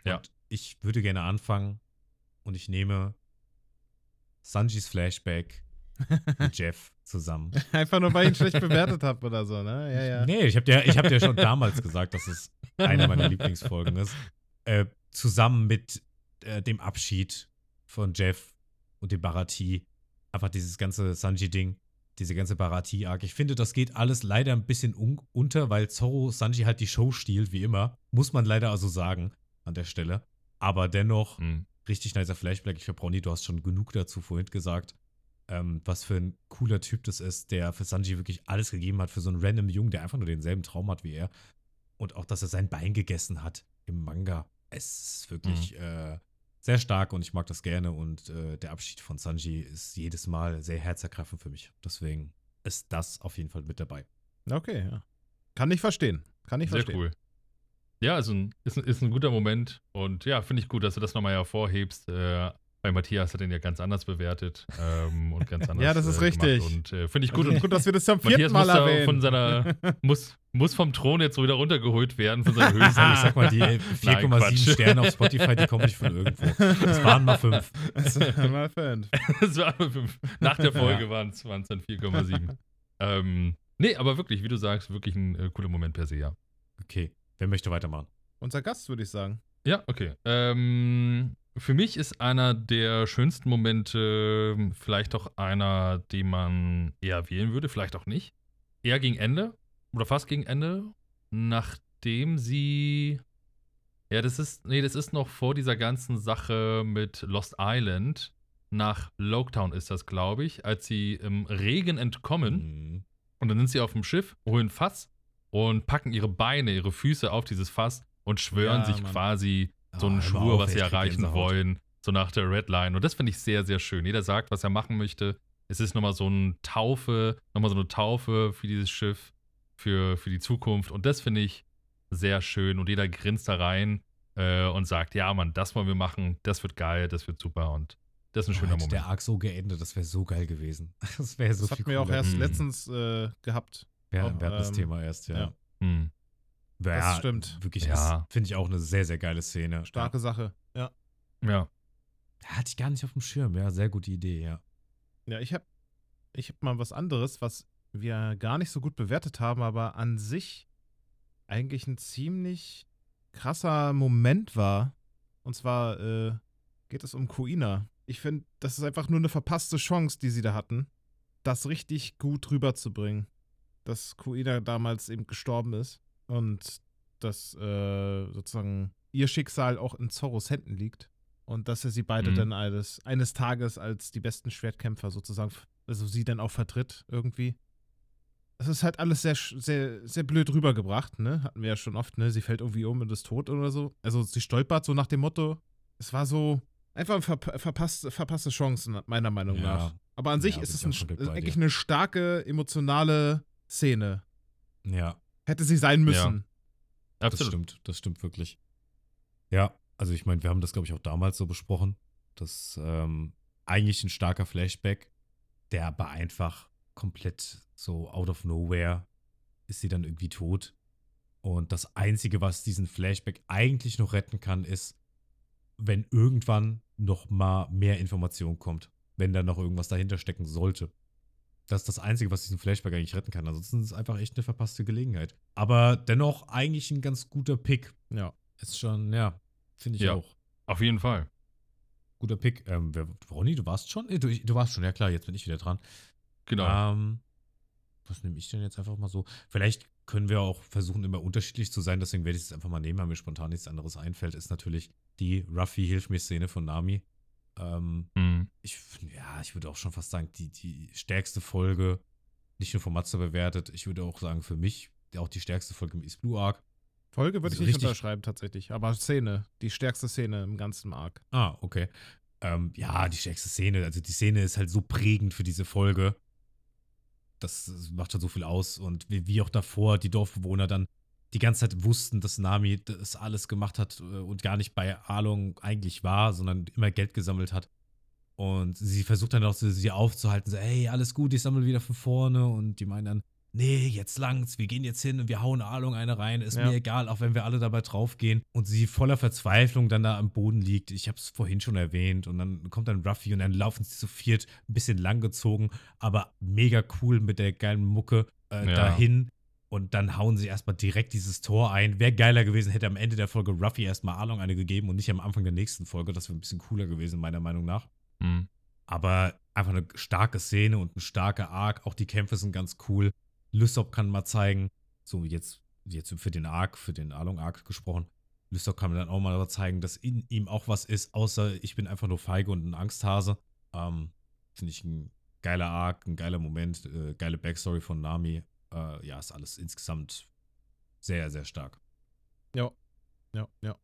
Speaker 4: Ja.
Speaker 1: Und ich würde gerne anfangen und ich nehme Sanjis Flashback mit Jeff zusammen.
Speaker 2: Einfach nur, weil ich ihn schlecht bewertet habe oder so, ne? Ja, ja.
Speaker 1: Nee, ich habe dir, ich hab dir schon damals gesagt, dass es eine meiner Lieblingsfolgen ist. Äh, zusammen mit äh, dem Abschied von Jeff und dem Barati. Einfach dieses ganze Sanji-Ding, diese ganze Barati-Arc. Ich finde, das geht alles leider ein bisschen un unter, weil Zorro Sanji halt die Show stiehlt, wie immer. Muss man leider also sagen an der Stelle. Aber dennoch
Speaker 4: Mhm.
Speaker 1: richtig nicer Flashback. Ich glaube, Ronny, du hast schon genug dazu vorhin gesagt, ähm, was für ein cooler Typ das ist, der für Sanji wirklich alles gegeben hat, für so einen random Jungen, der einfach nur denselben Traum hat wie er. Und auch, dass er sein Bein gegessen hat im Manga. Es ist wirklich äh, sehr stark und ich mag das gerne. Und äh, der Abschied von Sanji ist jedes Mal sehr herzergreifend für mich. Deswegen ist das auf jeden Fall mit dabei.
Speaker 2: Okay, ja. Kann ich verstehen. Kann ich
Speaker 4: Sehr
Speaker 2: verstehen.
Speaker 4: cool. Ja, also ein, ist, ein, ist ein guter Moment. Und ja, finde ich gut, dass du das nochmal hervorhebst. Äh, bei Matthias hat ihn ja ganz anders bewertet ähm, und ganz anders.
Speaker 2: Ja, das ist
Speaker 4: äh, gemacht.
Speaker 2: richtig.
Speaker 4: Und äh, finde ich
Speaker 2: Gut, und
Speaker 4: gut. Und
Speaker 2: Also, gut, dass wir das zum
Speaker 4: Matthias
Speaker 2: vierten
Speaker 4: muss,
Speaker 2: Mal
Speaker 4: da
Speaker 2: erwähnen.
Speaker 4: von seiner, muss, muss vom Thron jetzt so wieder runtergeholt werden, von seiner Höhe.
Speaker 1: Ich sag mal, die äh,
Speaker 4: Quatsch.
Speaker 1: 4,7 Sterne auf Spotify, die kommen nicht von irgendwo. Das waren mal fünf.
Speaker 2: Das waren mal fünf.
Speaker 4: Das war, nach der Folge waren es dann 4,7. ähm, nee, aber wirklich, wie du sagst, wirklich ein äh, cooler Moment per se, ja.
Speaker 1: Okay, wer möchte weitermachen?
Speaker 2: Unser Gast, würde ich sagen.
Speaker 4: Ja, okay. Ähm, für mich ist einer der schönsten Momente ähm, vielleicht auch einer, den man eher wählen würde, vielleicht auch nicht. Eher gegen Ende oder fast gegen Ende, nachdem sie. Ja, das ist. Nee, das ist noch vor dieser ganzen Sache mit Lost Island. Nach Loketown ist das, glaube ich, als sie im Regen entkommen.
Speaker 1: Mhm.
Speaker 4: Und dann sind sie auf dem Schiff, holen Fass und packen ihre Beine, ihre Füße auf dieses Fass und schwören
Speaker 2: Ja,
Speaker 4: sich
Speaker 2: Mann.
Speaker 4: quasi so
Speaker 1: Ah,
Speaker 4: einen
Speaker 1: hör
Speaker 4: Schwur,
Speaker 1: auf,
Speaker 4: was
Speaker 1: ey,
Speaker 4: sie
Speaker 1: ich krieg
Speaker 4: erreichen
Speaker 1: Gänsehaut.
Speaker 4: wollen, so nach der Red Line. Und das finde ich sehr, sehr schön. Jeder sagt, was er machen möchte. Es ist nochmal so eine Taufe, nochmal so eine Taufe für dieses Schiff, für, für die Zukunft. Und das finde ich sehr schön. Und jeder grinst da rein äh, und sagt, ja, Mann, das wollen wir machen, das wird geil, das wird super. Und das ist ein
Speaker 1: Oh,
Speaker 4: schöner
Speaker 1: hätte
Speaker 4: Moment.
Speaker 1: der Arc so geendet, das wäre so geil gewesen. Das wäre so
Speaker 2: Das
Speaker 1: viel
Speaker 2: hatten wir auch erst
Speaker 4: Mhm.
Speaker 2: letztens äh, gehabt.
Speaker 1: Wir,
Speaker 2: auch,
Speaker 1: wir hatten das
Speaker 2: ähm,
Speaker 1: Thema erst, ja.
Speaker 2: ja.
Speaker 4: Hm.
Speaker 1: Ja,
Speaker 2: Das stimmt.
Speaker 1: Wirklich,
Speaker 4: Ja.
Speaker 1: ja. finde ich auch eine sehr, sehr geile Szene.
Speaker 2: Starke Sache. Ja.
Speaker 4: Hm. Ja.
Speaker 1: Ja. Hatte ich gar nicht auf dem Schirm, ja. Sehr gute Idee, ja.
Speaker 2: Ja, ich habe ich hab mal was anderes, was wir gar nicht so gut bewertet haben, aber an sich eigentlich ein ziemlich krasser Moment war. Und zwar äh, geht es um Kuina. Ich finde, das ist einfach nur eine verpasste Chance, die sie da hatten, das richtig gut rüberzubringen. Dass Kuina damals eben gestorben ist und dass äh, sozusagen ihr Schicksal auch in Zorros Händen liegt. Und dass er sie beide
Speaker 4: Mhm.
Speaker 2: dann eines, eines Tages als die besten Schwertkämpfer sozusagen, also sie dann auch vertritt irgendwie. es ist halt alles sehr, sch- sehr, sehr blöd rübergebracht, ne? Hatten wir ja schon oft, ne? Sie fällt irgendwie um und ist tot oder so. Also sie stolpert so nach dem Motto. Es war so einfach ein verp verpasste, verpasste Chancen, meiner Meinung
Speaker 1: Ja.
Speaker 2: nach. Aber an sich
Speaker 1: Ja,
Speaker 2: ist
Speaker 1: bin
Speaker 2: es
Speaker 1: ich
Speaker 2: ein,
Speaker 1: auch
Speaker 2: sch-
Speaker 1: komplett
Speaker 2: ist
Speaker 1: bei
Speaker 2: eigentlich
Speaker 1: dir.
Speaker 2: eine starke emotionale Szene.
Speaker 1: Ja,
Speaker 2: Hätte sie sein müssen.
Speaker 1: das stimmt. Das stimmt wirklich. Ja, also ich meine, wir haben das, glaube ich, auch damals so besprochen. Das ähm, eigentlich ein starker Flashback, der aber einfach komplett so out of nowhere ist sie dann irgendwie tot. Und das Einzige, was diesen Flashback eigentlich noch retten kann, ist, wenn irgendwann noch mal mehr Information kommt. Wenn da noch irgendwas dahinter stecken sollte. Das ist das Einzige, was diesen Flashback eigentlich retten kann. Ansonsten ist es einfach echt eine verpasste Gelegenheit. Aber dennoch eigentlich ein ganz guter Pick.
Speaker 2: Ja.
Speaker 1: Ist schon, ja, finde ich
Speaker 4: Ja.
Speaker 1: auch.
Speaker 4: Auf jeden Fall.
Speaker 1: Guter Pick. Ähm, wer, Ronny, du warst schon? Äh, Du, ich- du warst schon, ja klar, jetzt bin ich wieder dran.
Speaker 4: Genau.
Speaker 1: Ähm, was nehme ich denn jetzt einfach mal so? Vielleicht können wir auch versuchen, immer unterschiedlich zu sein, deswegen werde ich es einfach mal nehmen, weil mir spontan nichts anderes einfällt, ist natürlich die Ruffy Hilf mir Szene von Nami. Ähm,
Speaker 4: Mhm.
Speaker 1: ich, ja, ich würde auch schon fast sagen, die, die stärkste Folge, nicht nur von Matze bewertet, ich würde auch sagen, für mich auch die stärkste Folge im East Blue Arc.
Speaker 2: Folge würde
Speaker 1: Also
Speaker 2: ich nicht
Speaker 1: richtig-
Speaker 2: unterschreiben, tatsächlich. Aber Szene, die stärkste Szene im ganzen Arc.
Speaker 1: Ah, okay. Ähm, ja, die stärkste Szene. Also die Szene ist halt so prägend für diese Folge. Das macht halt so viel aus. Und wie, wie auch davor die Dorfbewohner dann die ganze Zeit wussten, dass Nami das alles gemacht hat äh, und gar nicht bei Along eigentlich war, sondern immer Geld gesammelt hat. Und sie versucht dann auch so, sie aufzuhalten, so, hey, alles gut, ich sammle wieder von vorne. Und die meinen dann, nee, jetzt langs, wir gehen jetzt hin und wir hauen Alung eine rein, ist
Speaker 2: Ja.
Speaker 1: mir egal, auch wenn wir alle dabei draufgehen. Und sie voller Verzweiflung dann da am Boden liegt. Ich hab's vorhin schon erwähnt. Und dann kommt dann Ruffy und dann laufen sie zu viert, ein bisschen langgezogen, aber mega cool mit der geilen Mucke äh,
Speaker 4: Ja.
Speaker 1: dahin. Und dann hauen sie erstmal direkt dieses Tor ein. Wäre geiler gewesen, hätte am Ende der Folge Ruffy erstmal Along eine gegeben und nicht am Anfang der nächsten Folge. Das wäre ein bisschen cooler gewesen, meiner Meinung nach.
Speaker 4: Mhm.
Speaker 1: Aber einfach eine starke Szene und ein starker Arc. Auch die Kämpfe sind ganz cool. Lysop kann mal zeigen, so jetzt, jetzt für den Arc, für den Along-Arc gesprochen, Lysop kann mir dann auch mal zeigen, dass in ihm auch was ist, außer ich bin einfach nur feige und ein Angsthase. Ähm, Finde ich ein geiler Arc, ein geiler Moment, äh, geile Backstory von Nami. Äh, ja, ist alles insgesamt sehr, sehr stark.
Speaker 2: Ja, ja.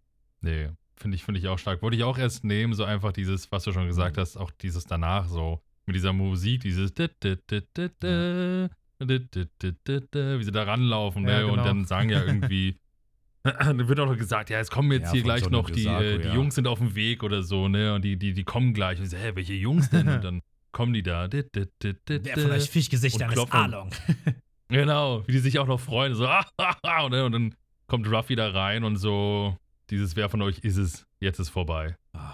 Speaker 4: Nee, finde ich, finde ich auch stark. Wollte ich auch erst nehmen, so einfach dieses, was du schon
Speaker 1: Mhm.
Speaker 4: gesagt hast, auch dieses danach so. Mit dieser Musik, dieses dit, dit, dit, dit, dit, dit, dit, dit, dit, dit, wie sie da ranlaufen,
Speaker 2: Ja,
Speaker 4: ne? Und
Speaker 2: genau.
Speaker 4: dann sagen ja irgendwie, dann wird auch noch gesagt, ja, es kommen jetzt
Speaker 1: Ja,
Speaker 4: hier
Speaker 1: von
Speaker 4: gleich
Speaker 1: Johnny
Speaker 4: noch die,
Speaker 1: Desarco,
Speaker 4: äh, die
Speaker 1: ja.
Speaker 4: Jungs sind auf dem Weg oder so, ne? Und die, die, die kommen gleich. Und ich so, hä, welche Jungs denn? Und dann kommen die da. Dit, dit, dit, dit, dit.
Speaker 1: Fischgesichtern
Speaker 4: Und klopfen. Genau, wie die sich auch noch freuen. So, ah, ah, ah, und, dann- und dann kommt Ruffy da rein und so, dieses Wer von euch ist es, jetzt ist vorbei.
Speaker 1: Ah,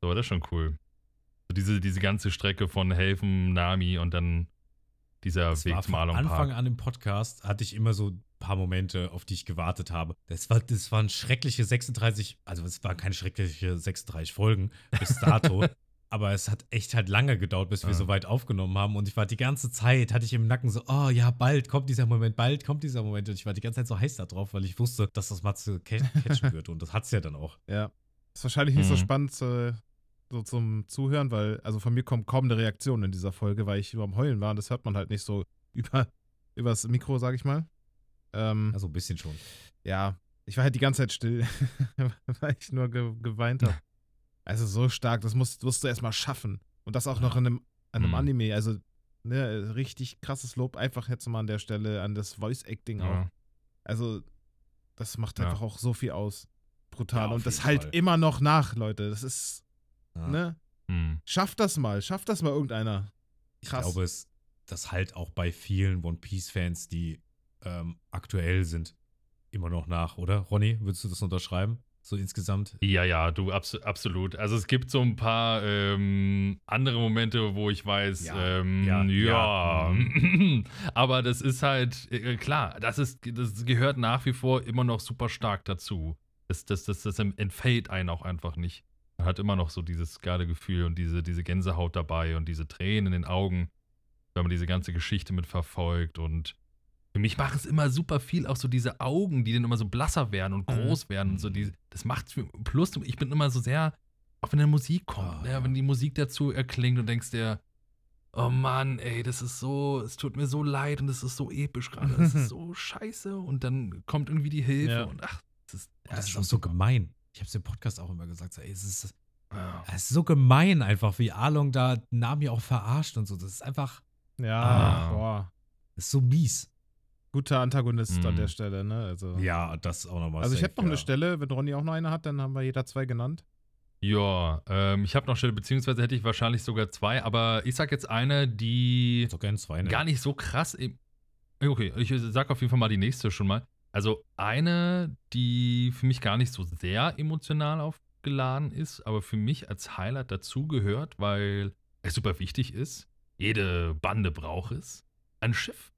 Speaker 4: So, das ist schon cool. So diese, diese ganze Strecke von Helfen, Nami und dann dieser
Speaker 1: Das
Speaker 4: Weg
Speaker 1: war
Speaker 4: zum
Speaker 1: von
Speaker 4: Along
Speaker 1: Anfang
Speaker 4: Park.
Speaker 1: an im Podcast hatte ich immer so ein paar Momente, auf die ich gewartet habe. Das, war, das waren schreckliche 36, also es waren keine schreckliche 36 Folgen bis dato. Aber es hat echt halt lange gedauert, bis wir
Speaker 4: Ja.
Speaker 2: Ah.
Speaker 1: so weit aufgenommen haben. Und ich war die ganze Zeit, hatte ich im Nacken so, oh ja, bald kommt dieser Moment, bald kommt dieser Moment. Und ich war die ganze Zeit so heiß da drauf, weil ich wusste, dass das Matze ca- catchen wird. Und das hat's ja dann auch.
Speaker 2: Ja. Ist wahrscheinlich nicht so
Speaker 4: Mhm.
Speaker 2: spannend äh, so zum Zuhören, weil, also von mir kommt kaum eine Reaktion in dieser Folge, weil ich über am Heulen war und das hört man halt nicht so über, übers Mikro, sag ich mal. Ähm,
Speaker 1: Also ein bisschen schon.
Speaker 2: ja, ich war halt die ganze Zeit still, weil ich nur ge geweint habe. Also so stark, das musst, musst du erstmal schaffen. Und das auch noch in einem, an einem
Speaker 4: Mhm.
Speaker 2: Anime. Also, ne, richtig krasses Lob einfach jetzt mal an der Stelle an das Voice-Acting auch.
Speaker 4: Ja.
Speaker 2: Also, das macht
Speaker 4: Ja.
Speaker 2: einfach auch so viel aus. Brutal.
Speaker 1: Ja, auf
Speaker 2: und das
Speaker 1: jeden
Speaker 2: halt
Speaker 1: Fall.
Speaker 2: immer noch nach, Leute. Das ist,
Speaker 1: Ja.
Speaker 2: ne?
Speaker 4: Hm.
Speaker 2: Schafft das mal. Schafft das mal irgendeiner. Krass.
Speaker 1: Ich glaube, es, das halt auch bei vielen One Piece-Fans, die ähm, aktuell sind, immer noch nach, oder? Ronny, würdest du das unterschreiben? So insgesamt?
Speaker 4: Ja, ja, du, abso absolut. Also es gibt so ein paar ähm, andere Momente, wo ich weiß,
Speaker 1: Ja,
Speaker 4: ähm,
Speaker 1: ja, Mhm.
Speaker 4: ja,
Speaker 1: ja.
Speaker 4: aber das ist halt, äh, klar, das, ist, das gehört nach wie vor immer noch super stark dazu. Das, das, das, das entfällt einen auch einfach nicht. Man hat immer noch so dieses geile Gefühl und diese, diese Gänsehaut dabei und diese Tränen in den Augen, wenn man diese ganze Geschichte mit verfolgt und für mich macht es immer super viel, auch so diese Augen, die dann immer so blasser werden und groß werden und so. Die, das macht für, plus, ich bin immer so sehr, auch wenn eine Musik kommt,
Speaker 1: Ah,
Speaker 4: ne,
Speaker 1: ja.
Speaker 4: wenn die Musik dazu erklingt und denkst dir, Oh Mann, ey, das ist so, es tut mir so leid und es ist so episch gerade. Es ist so scheiße und dann kommt irgendwie die Hilfe
Speaker 2: Ja.
Speaker 4: und ach, das ist,
Speaker 5: Das, ist
Speaker 4: schon
Speaker 5: auch so gemein. Ich habe es im Podcast auch immer gesagt. so, Ey, es, ist,
Speaker 4: Ja.
Speaker 5: es ist so gemein einfach, wie Arlong da Nami auch verarscht und so. Das ist einfach
Speaker 2: Ja,
Speaker 4: Ah.
Speaker 2: boah.
Speaker 5: das ist so mies.
Speaker 2: Guter Antagonist
Speaker 4: Mhm.
Speaker 2: an der Stelle, ne? Also,
Speaker 1: Ja, das auch nochmal.
Speaker 2: also ich
Speaker 1: safe,
Speaker 2: hätte noch eine
Speaker 1: ja.
Speaker 2: Stelle, wenn Ronny auch noch eine hat, dann haben wir jeder zwei genannt.
Speaker 4: Ja, ähm, ich habe noch Stelle, beziehungsweise hätte ich wahrscheinlich sogar zwei, aber ich sag jetzt eine, die
Speaker 1: Kannst auch gerne zwei ne? nehmen.
Speaker 4: gar nicht so krass. Im okay, ich äh, sag auf jeden Fall mal die nächste schon mal. Also eine, die für mich gar nicht so sehr emotional aufgeladen ist, aber für mich als Highlight dazugehört, weil es super wichtig ist. Jede Bande braucht es. Ein Schiff.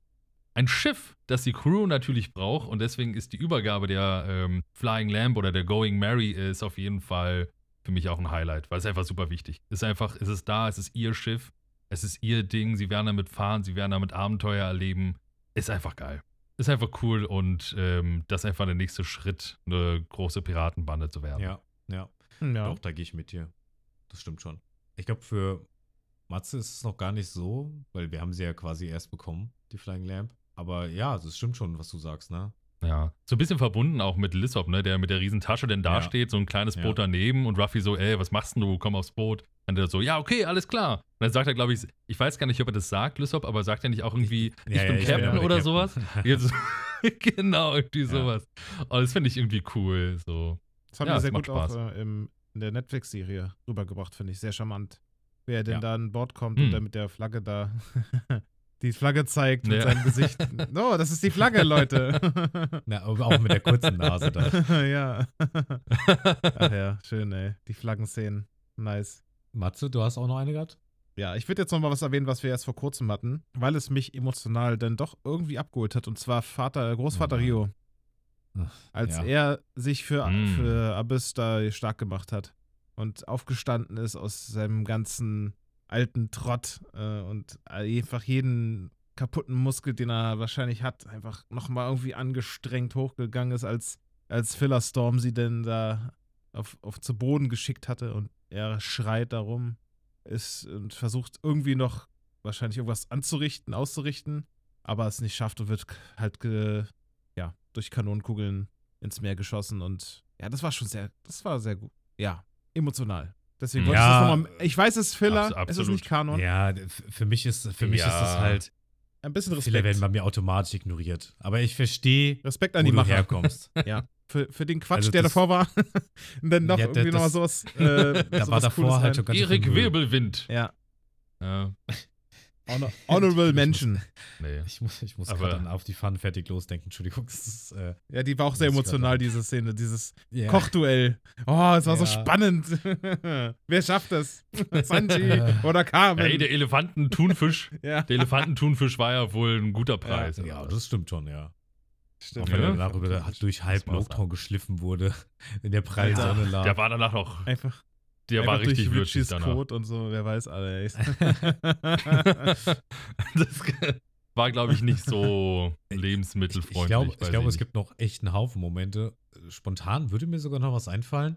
Speaker 4: Ein Schiff, das die Crew natürlich braucht und deswegen ist die Übergabe der ähm, Flying Lamb oder der Going Mary ist auf jeden Fall für mich auch ein Highlight, weil es einfach super wichtig ist. Einfach, es ist da, es ist ihr Schiff, es ist ihr Ding, sie werden damit fahren, sie werden damit Abenteuer erleben. Ist einfach geil. Ist einfach cool und ähm, das ist einfach der nächste Schritt, eine große Piratenbande zu werden.
Speaker 1: Ja, ja.
Speaker 2: Hm, Ja.
Speaker 1: Doch, da gehe ich mit dir. Das stimmt schon. Ich glaube, für Matze ist es noch gar nicht so, weil wir haben sie ja quasi erst bekommen, die Flying Lamp. Aber ja, das stimmt schon, was du sagst, ne?
Speaker 4: Ja. So ein bisschen verbunden auch mit Lissop, ne? der mit der riesen Tasche denn da
Speaker 1: Ja.
Speaker 4: steht, so ein kleines
Speaker 1: Ja.
Speaker 4: Boot daneben und Ruffy so, ey, was machst denn du? Komm aufs Boot. Und der so, ja, okay, alles klar. Und dann sagt er, glaube ich, ich weiß gar nicht, ob er das sagt, Lissop, aber sagt er nicht auch irgendwie, ich
Speaker 1: Ja, ja,
Speaker 4: bin
Speaker 1: ich bin
Speaker 4: Captain
Speaker 1: aber der
Speaker 4: oder
Speaker 1: Captain.
Speaker 4: sowas? Jetzt, genau, irgendwie
Speaker 1: Ja.
Speaker 4: sowas. Und das finde ich irgendwie cool. So.
Speaker 2: Das haben
Speaker 4: Ja,
Speaker 2: wir
Speaker 4: es
Speaker 2: sehr
Speaker 4: macht
Speaker 2: gut auch
Speaker 4: Spaß.
Speaker 2: äh, im, in der Netflix-Serie rübergebracht, finde ich. Sehr charmant. Wer denn
Speaker 1: Ja.
Speaker 2: da an Bord kommt
Speaker 4: Hm.
Speaker 2: und dann mit der Flagge da die Flagge zeigt mit
Speaker 4: Ja.
Speaker 2: seinem Gesicht. Oh, das ist die Flagge, Leute.
Speaker 1: Na, aber auch mit der kurzen Nase da.
Speaker 2: ja. Ach ja, schön, ey. Die Flaggenszenen. Nice.
Speaker 1: Matze, du hast auch noch eine gehabt?
Speaker 2: Ja, ich würde jetzt nochmal was erwähnen, was wir erst vor kurzem hatten, weil es mich emotional dann doch irgendwie abgeholt hat. Und zwar Vater, Großvater
Speaker 1: Mhm.
Speaker 2: Rio.
Speaker 1: Ach,
Speaker 2: Als
Speaker 1: ja.
Speaker 2: er sich für,
Speaker 4: Mhm.
Speaker 2: für Abyss da stark gemacht hat und aufgestanden ist aus seinem ganzen alten Trott äh, und einfach jeden kaputten Muskel, den er wahrscheinlich hat, einfach nochmal irgendwie angestrengt hochgegangen ist, als, als Filler Storm sie denn da auf, auf zu Boden geschickt hatte und er schreit darum, ist und versucht irgendwie noch wahrscheinlich irgendwas anzurichten, auszurichten, aber es nicht schafft und wird k- halt ge, ja, durch Kanonenkugeln ins Meer geschossen und ja, das war schon sehr, das war sehr gut. Ja, emotional. Deswegen wollte
Speaker 1: Ja.
Speaker 2: ich das nochmal, ich weiß, es ist Filler,
Speaker 4: Abs-
Speaker 2: es ist nicht
Speaker 4: absolut.
Speaker 2: Kanon.
Speaker 1: Ja, f- für mich ist, für mich ist
Speaker 4: Ja.
Speaker 1: das halt.
Speaker 2: Ein bisschen
Speaker 1: Fehler werden
Speaker 2: Respekt.
Speaker 1: bei mir automatisch ignoriert. Aber ich verstehe,
Speaker 2: Respekt
Speaker 1: wo
Speaker 2: an die
Speaker 1: du
Speaker 2: Macher.
Speaker 1: herkommst.
Speaker 2: Ja. Für, für den Quatsch,
Speaker 1: Also
Speaker 2: der
Speaker 1: das-
Speaker 2: davor war. und dann noch
Speaker 1: Ja,
Speaker 2: irgendwie
Speaker 1: das-
Speaker 2: nochmal sowas. Äh,
Speaker 1: Da war
Speaker 2: sowas
Speaker 1: davor
Speaker 2: Cooles rein.
Speaker 1: halt schon ganz schön
Speaker 4: Erik
Speaker 1: viel Müll.
Speaker 4: Wirbelwind.
Speaker 2: Ja.
Speaker 4: Ja,
Speaker 2: Honor Honorable
Speaker 1: Ich muss-
Speaker 2: Menschen.
Speaker 4: nee.
Speaker 1: Ich muss, ich muss
Speaker 4: Aber-
Speaker 1: gerade an auf die Fun fertig losdenken. Entschuldigung, das ist. Äh,
Speaker 2: Ja, die war auch sehr
Speaker 1: Muss ich
Speaker 2: emotional,
Speaker 1: grad
Speaker 2: diese Szene, dieses
Speaker 1: ja.
Speaker 2: Kochduell. Oh, es war so
Speaker 1: Ja.
Speaker 2: spannend. Wer schafft das? Sanji
Speaker 1: Äh.
Speaker 2: oder Carmen?
Speaker 4: Ey, der Elefantentunfisch.
Speaker 2: ja,
Speaker 4: der Elefantentunfisch war ja wohl ein guter Preis. also.
Speaker 1: Ja, das stimmt schon, ja. Auch
Speaker 2: stimmt.
Speaker 1: wenn er
Speaker 4: Ja.
Speaker 1: darüber hat- halt durch halb
Speaker 4: muss man
Speaker 1: Nocturne geschliffen wurde, in der prallen
Speaker 2: Alter.
Speaker 1: Sonne
Speaker 4: Der
Speaker 1: lag.
Speaker 4: war danach noch,
Speaker 2: Einfach,
Speaker 4: der
Speaker 2: einfach
Speaker 4: war richtig
Speaker 2: durch
Speaker 4: würzig
Speaker 2: Richis
Speaker 4: danach.
Speaker 2: Code und so, wer weiß, alle. ey.
Speaker 4: das war, glaube ich, nicht so
Speaker 1: Ich,
Speaker 4: lebensmittelfreundlich.
Speaker 1: ich glaube,
Speaker 4: weiß
Speaker 1: ich glaube es
Speaker 4: nicht.
Speaker 1: gibt noch echt einen Haufen Momente. Spontan würde mir sogar noch was einfallen.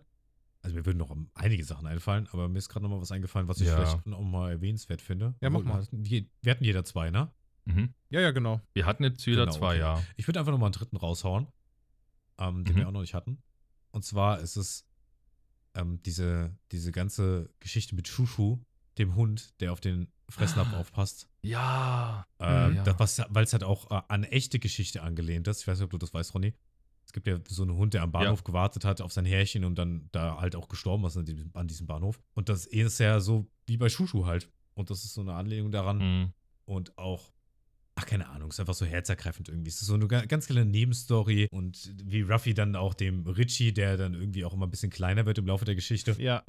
Speaker 1: Also mir würden noch einige Sachen einfallen, aber mir ist gerade noch mal was eingefallen, was ich
Speaker 4: Ja.
Speaker 1: vielleicht noch mal erwähnswert finde.
Speaker 2: Ja, mach
Speaker 1: Obwohl,
Speaker 2: mal.
Speaker 1: Wir wir hatten jeder zwei, ne?
Speaker 4: Mhm.
Speaker 2: ja, ja, genau.
Speaker 4: Wir hatten jetzt jeder
Speaker 1: Genau,
Speaker 4: zwei
Speaker 1: okay.
Speaker 4: Jahre.
Speaker 1: Ich würde einfach nochmal einen dritten raushauen, ähm, den
Speaker 4: Mhm.
Speaker 1: wir auch noch nicht hatten. Und zwar ist es ähm, diese, diese ganze Geschichte mit Shushu, dem Hund, der auf den Fressnapf
Speaker 4: Ah.
Speaker 1: aufpasst.
Speaker 4: Ja.
Speaker 1: Äh,
Speaker 4: Mhm. Ja.
Speaker 1: das, was- Weil es halt auch äh, an eine echte Geschichte angelehnt ist. Ich weiß nicht, ob du das weißt, Ronny. Es gibt ja so einen Hund, der am Bahnhof gewartet hat auf sein Härchen und dann da halt auch gestorben ist an diesem, an diesem Bahnhof. Und das ist ja so wie bei Shushu halt. Und das ist so eine Anlehnung daran
Speaker 4: Mhm.
Speaker 1: und auch, ach keine Ahnung, ist einfach so herzergreifend irgendwie. Es ist so eine ga- ganz kleine Nebenstory und wie Ruffy dann auch dem Richie, der dann irgendwie auch immer ein bisschen kleiner wird im Laufe der Geschichte,
Speaker 2: Ja.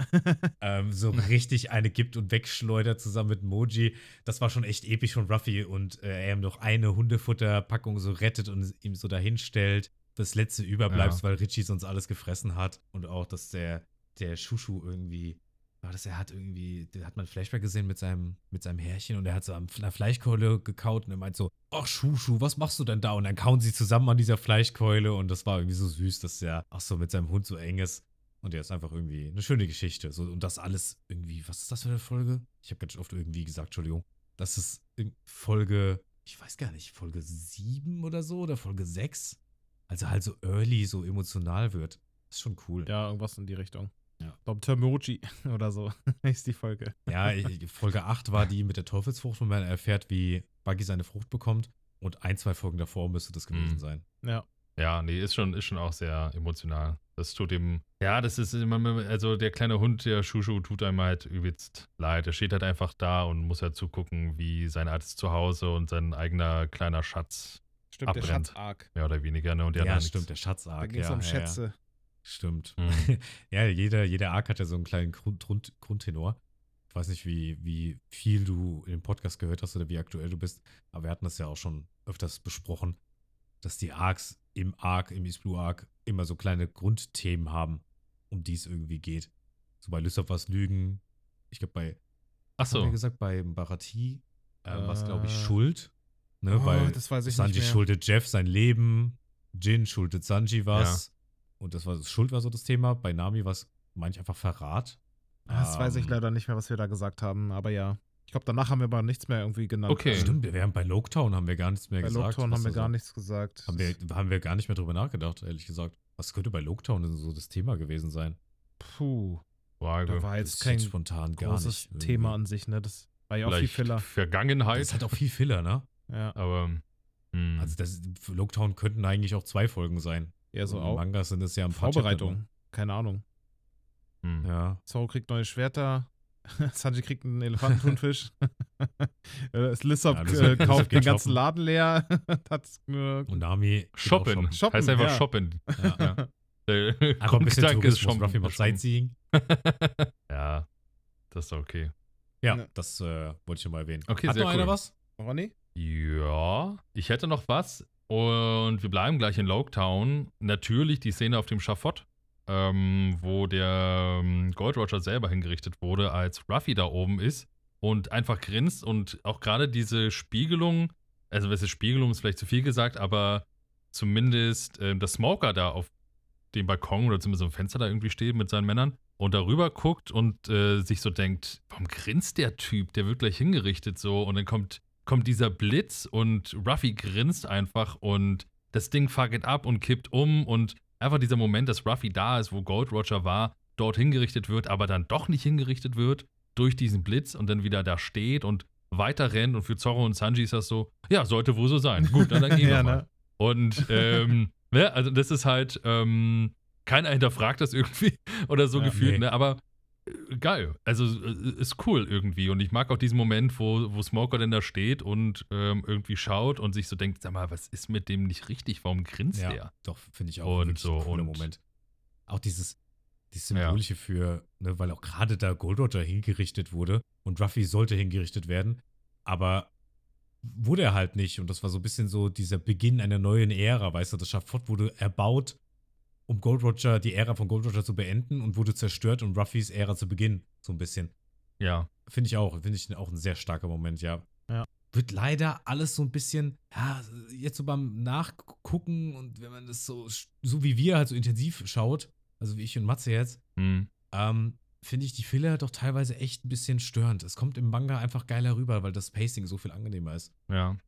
Speaker 1: ähm, so richtig eine gibt und wegschleudert zusammen mit Moji. Das war schon echt episch von Ruffy und äh, er ihm noch eine Hundefutterpackung so rettet und ihm so dahin stellt. Das letzte überbleibt,
Speaker 4: Ja.
Speaker 1: weil Richie sonst alles gefressen hat und auch, dass der, der Shushu irgendwie. War das, er hat irgendwie, den hat man Flashback gesehen mit seinem, mit seinem Härchen und er hat so an einer Fleischkeule gekaut und er meint so, ach Shushu, was machst du denn da? Und dann kauen sie zusammen an dieser Fleischkeule und das war irgendwie so süß, dass er auch so mit seinem Hund so eng ist. Und ja, ist einfach irgendwie eine schöne Geschichte. So, und das alles irgendwie, was ist das für eine Folge? Ich habe ganz oft irgendwie gesagt, Entschuldigung. Das ist in Folge,
Speaker 5: ich weiß gar nicht, Folge 7 oder so oder Folge 6. Also halt so early, so emotional wird. Das ist schon cool.
Speaker 2: Ja, irgendwas in die Richtung.
Speaker 5: Ja.
Speaker 2: Ich glaube, Termoji oder so ist die Folge.
Speaker 1: ja, ich,
Speaker 5: Ich- Folge 8 war die mit der Teufelsfrucht, wo man erfährt, wie Buggy seine Frucht bekommt. Und ein, zwei Folgen davor müsste das gewesen
Speaker 4: Mhm.
Speaker 5: sein.
Speaker 2: Ja.
Speaker 4: Ja, nee, ist schon, ist schon auch sehr emotional. Das tut ihm, ja, das ist immer, also der kleine Hund, der Shushu, tut einem halt übelst leid. Er steht halt einfach da und muss halt zugucken, wie sein altes Zuhause und sein eigener kleiner Schatz,
Speaker 2: Stimmt, der
Speaker 4: Abbrennt.
Speaker 2: Schatz arg.
Speaker 4: mehr oder weniger, ne? Und der
Speaker 1: ja,
Speaker 4: hat halt
Speaker 1: stimmt, der
Speaker 4: nichts.
Speaker 1: Schatzarg.
Speaker 2: Da ging es
Speaker 1: ja,
Speaker 2: um
Speaker 1: ja,
Speaker 2: Schätze.
Speaker 1: Ja, stimmt.
Speaker 2: Hm.
Speaker 4: Mhm.
Speaker 1: Ja, jeder, jeder Arc hat ja so einen kleinen Grund, Grund, Grundtenor. Ich weiß nicht, wie, wie viel du in dem Podcast gehört hast oder wie aktuell du bist, aber wir hatten das ja auch schon öfters besprochen, dass die Arcs im Arc, im East Blue Arc, immer so kleine Grundthemen haben, um die es irgendwie geht. So bei Lysop war es Lügen. Ich glaube, bei,
Speaker 4: Ach
Speaker 1: haben wir
Speaker 4: so.
Speaker 1: gesagt, bei Barati äh, war es, glaube ich,
Speaker 2: Äh.
Speaker 1: Schuld. Ne,
Speaker 2: Oh,
Speaker 1: weil
Speaker 2: das weiß ich nicht
Speaker 1: Sanji
Speaker 2: mehr.
Speaker 1: schuldet Jeff sein Leben, Jin schuldet Sanji was. Und das war Schuld war so das Thema. Bei Nami war es, meine ich, einfach Verrat.
Speaker 2: Ah, Das weiß ich
Speaker 1: Ähm,
Speaker 2: leider nicht mehr, was wir da gesagt haben, aber ja. Ich glaube, danach haben wir aber nichts mehr irgendwie genannt. Also
Speaker 4: Okay.
Speaker 1: Stimmt, wir haben bei Loketown haben wir gar nichts mehr
Speaker 2: Bei
Speaker 1: gesagt.
Speaker 2: Lockdown
Speaker 1: was
Speaker 2: haben wir
Speaker 1: da
Speaker 2: gar
Speaker 1: so-
Speaker 2: nichts gesagt.
Speaker 1: Haben wir, haben wir gar nicht mehr drüber nachgedacht, ehrlich gesagt. Was könnte bei Loketown denn so das Thema gewesen sein?
Speaker 2: Puh, da
Speaker 4: Frage.
Speaker 1: Also,
Speaker 2: war
Speaker 1: Das
Speaker 2: jetzt
Speaker 1: ist
Speaker 2: kein
Speaker 1: spontan gar
Speaker 2: großes
Speaker 1: nicht irgendwie.
Speaker 2: Thema an sich, ne? Das war ja auch viel
Speaker 4: Vielleicht
Speaker 2: Filler.
Speaker 1: Das
Speaker 4: Vergangenheit.
Speaker 1: hat auch viel Filler, ne?
Speaker 2: Ja,
Speaker 4: Aber,
Speaker 2: Mhm.
Speaker 4: hm, mh.
Speaker 1: Also das, für Loketown könnten eigentlich auch zwei Folgen sein.
Speaker 2: eher so
Speaker 1: Und
Speaker 2: auch.
Speaker 1: Mangas sind es ja ein paar
Speaker 2: Vorbereitung. Keine Ahnung.
Speaker 4: mh. hm.
Speaker 1: Chapter, ne? Ja.
Speaker 2: Zoro kriegt neue Schwerter. Sanji kriegt einen Elefantenthunfisch. Äh, Lissop
Speaker 1: Ja, Lissop-
Speaker 2: äh,
Speaker 1: Lissop
Speaker 2: kauft den
Speaker 1: geht
Speaker 2: ganzen
Speaker 1: shoppen.
Speaker 2: Laden leer. Hat nur
Speaker 1: Und Nami. geht auch
Speaker 4: Shoppen.
Speaker 2: shoppen.
Speaker 4: Heißt einfach
Speaker 2: Ja.
Speaker 4: shoppen.
Speaker 1: Ja, ja.
Speaker 4: Der
Speaker 1: Einfach ein bisschen
Speaker 4: Grundgedanke
Speaker 1: Tourismus, Ruffy macht
Speaker 4: shoppen.
Speaker 1: Sightseeing.
Speaker 4: ja, das ist okay.
Speaker 1: Ja,
Speaker 2: Ja.
Speaker 1: das äh, wollte ich schon mal erwähnen.
Speaker 4: Okay,
Speaker 1: Hat
Speaker 4: sehr
Speaker 1: noch einer
Speaker 4: cool.
Speaker 1: was?
Speaker 2: Ronny?
Speaker 4: Ja, ich hätte noch was. Und wir bleiben gleich in Loketown. Natürlich die Szene auf dem Schafott, ähm, wo der ähm, Gold Roger selber hingerichtet wurde, als Ruffy da oben ist und einfach grinst. Und auch gerade diese Spiegelung, also was ist Spiegelung, ist vielleicht zu viel gesagt, aber zumindest ähm, der Smoker da auf dem Balkon oder zumindest so einem Fenster da irgendwie steht mit seinen Männern und darüber guckt und äh, sich so denkt, warum grinst der Typ? Der wird gleich hingerichtet so und dann kommt, kommt dieser Blitz und Ruffy grinst einfach und das Ding fuck it ab und kippt um und einfach dieser Moment, dass Ruffy da ist, wo Gold Roger war, dort hingerichtet wird, aber dann doch nicht hingerichtet wird durch diesen Blitz und dann wieder da steht und weiter rennt und für Zorro und Sanji ist das so, ja, sollte wohl so sein. Gut, dann, dann
Speaker 1: Eh
Speaker 4: gehen wir
Speaker 2: Ja,
Speaker 4: mal.
Speaker 2: ne?
Speaker 4: Und ähm, ne, also das ist halt, ähm, keiner hinterfragt das irgendwie oder so
Speaker 2: Ja,
Speaker 4: gefühlt,
Speaker 1: nee.
Speaker 4: ne? Aber äh, geil. Also äh, ist cool irgendwie. Und ich mag auch diesen Moment, wo, wo Smoker denn da steht und ähm, irgendwie schaut und sich so denkt, sag mal, was ist mit dem nicht richtig? Warum grinst
Speaker 1: Ja,
Speaker 4: der?
Speaker 1: doch, finde ich auch
Speaker 4: Und
Speaker 1: wirklich
Speaker 4: so,
Speaker 1: ein cooler
Speaker 4: und-
Speaker 1: Moment. Auch dieses, dieses
Speaker 4: Ja.
Speaker 1: Symbolische für, ne, weil auch gerade da Gold Roger hingerichtet wurde und Ruffy sollte hingerichtet werden, aber wurde er halt nicht. Und das war so ein bisschen so dieser Beginn einer neuen Ära, weißt du, das Schafott wurde erbaut, um Gold Roger, die Ära von Gold Roger zu beenden und wurde zerstört, um Ruffys Ära zu beginnen, so ein bisschen.
Speaker 4: Ja.
Speaker 1: Finde ich auch. Finde ich auch ein sehr starker Moment, ja.
Speaker 2: Ja.
Speaker 1: Wird leider alles so ein bisschen, ja, jetzt so beim Nachgucken und wenn man das so, so wie wir halt so intensiv schaut, also wie ich und Matze jetzt,
Speaker 4: Hm.
Speaker 1: ähm, finde ich die Filler doch teilweise echt ein bisschen störend. Es kommt im Manga einfach geiler rüber, weil das Pacing so viel angenehmer ist.
Speaker 4: Ja.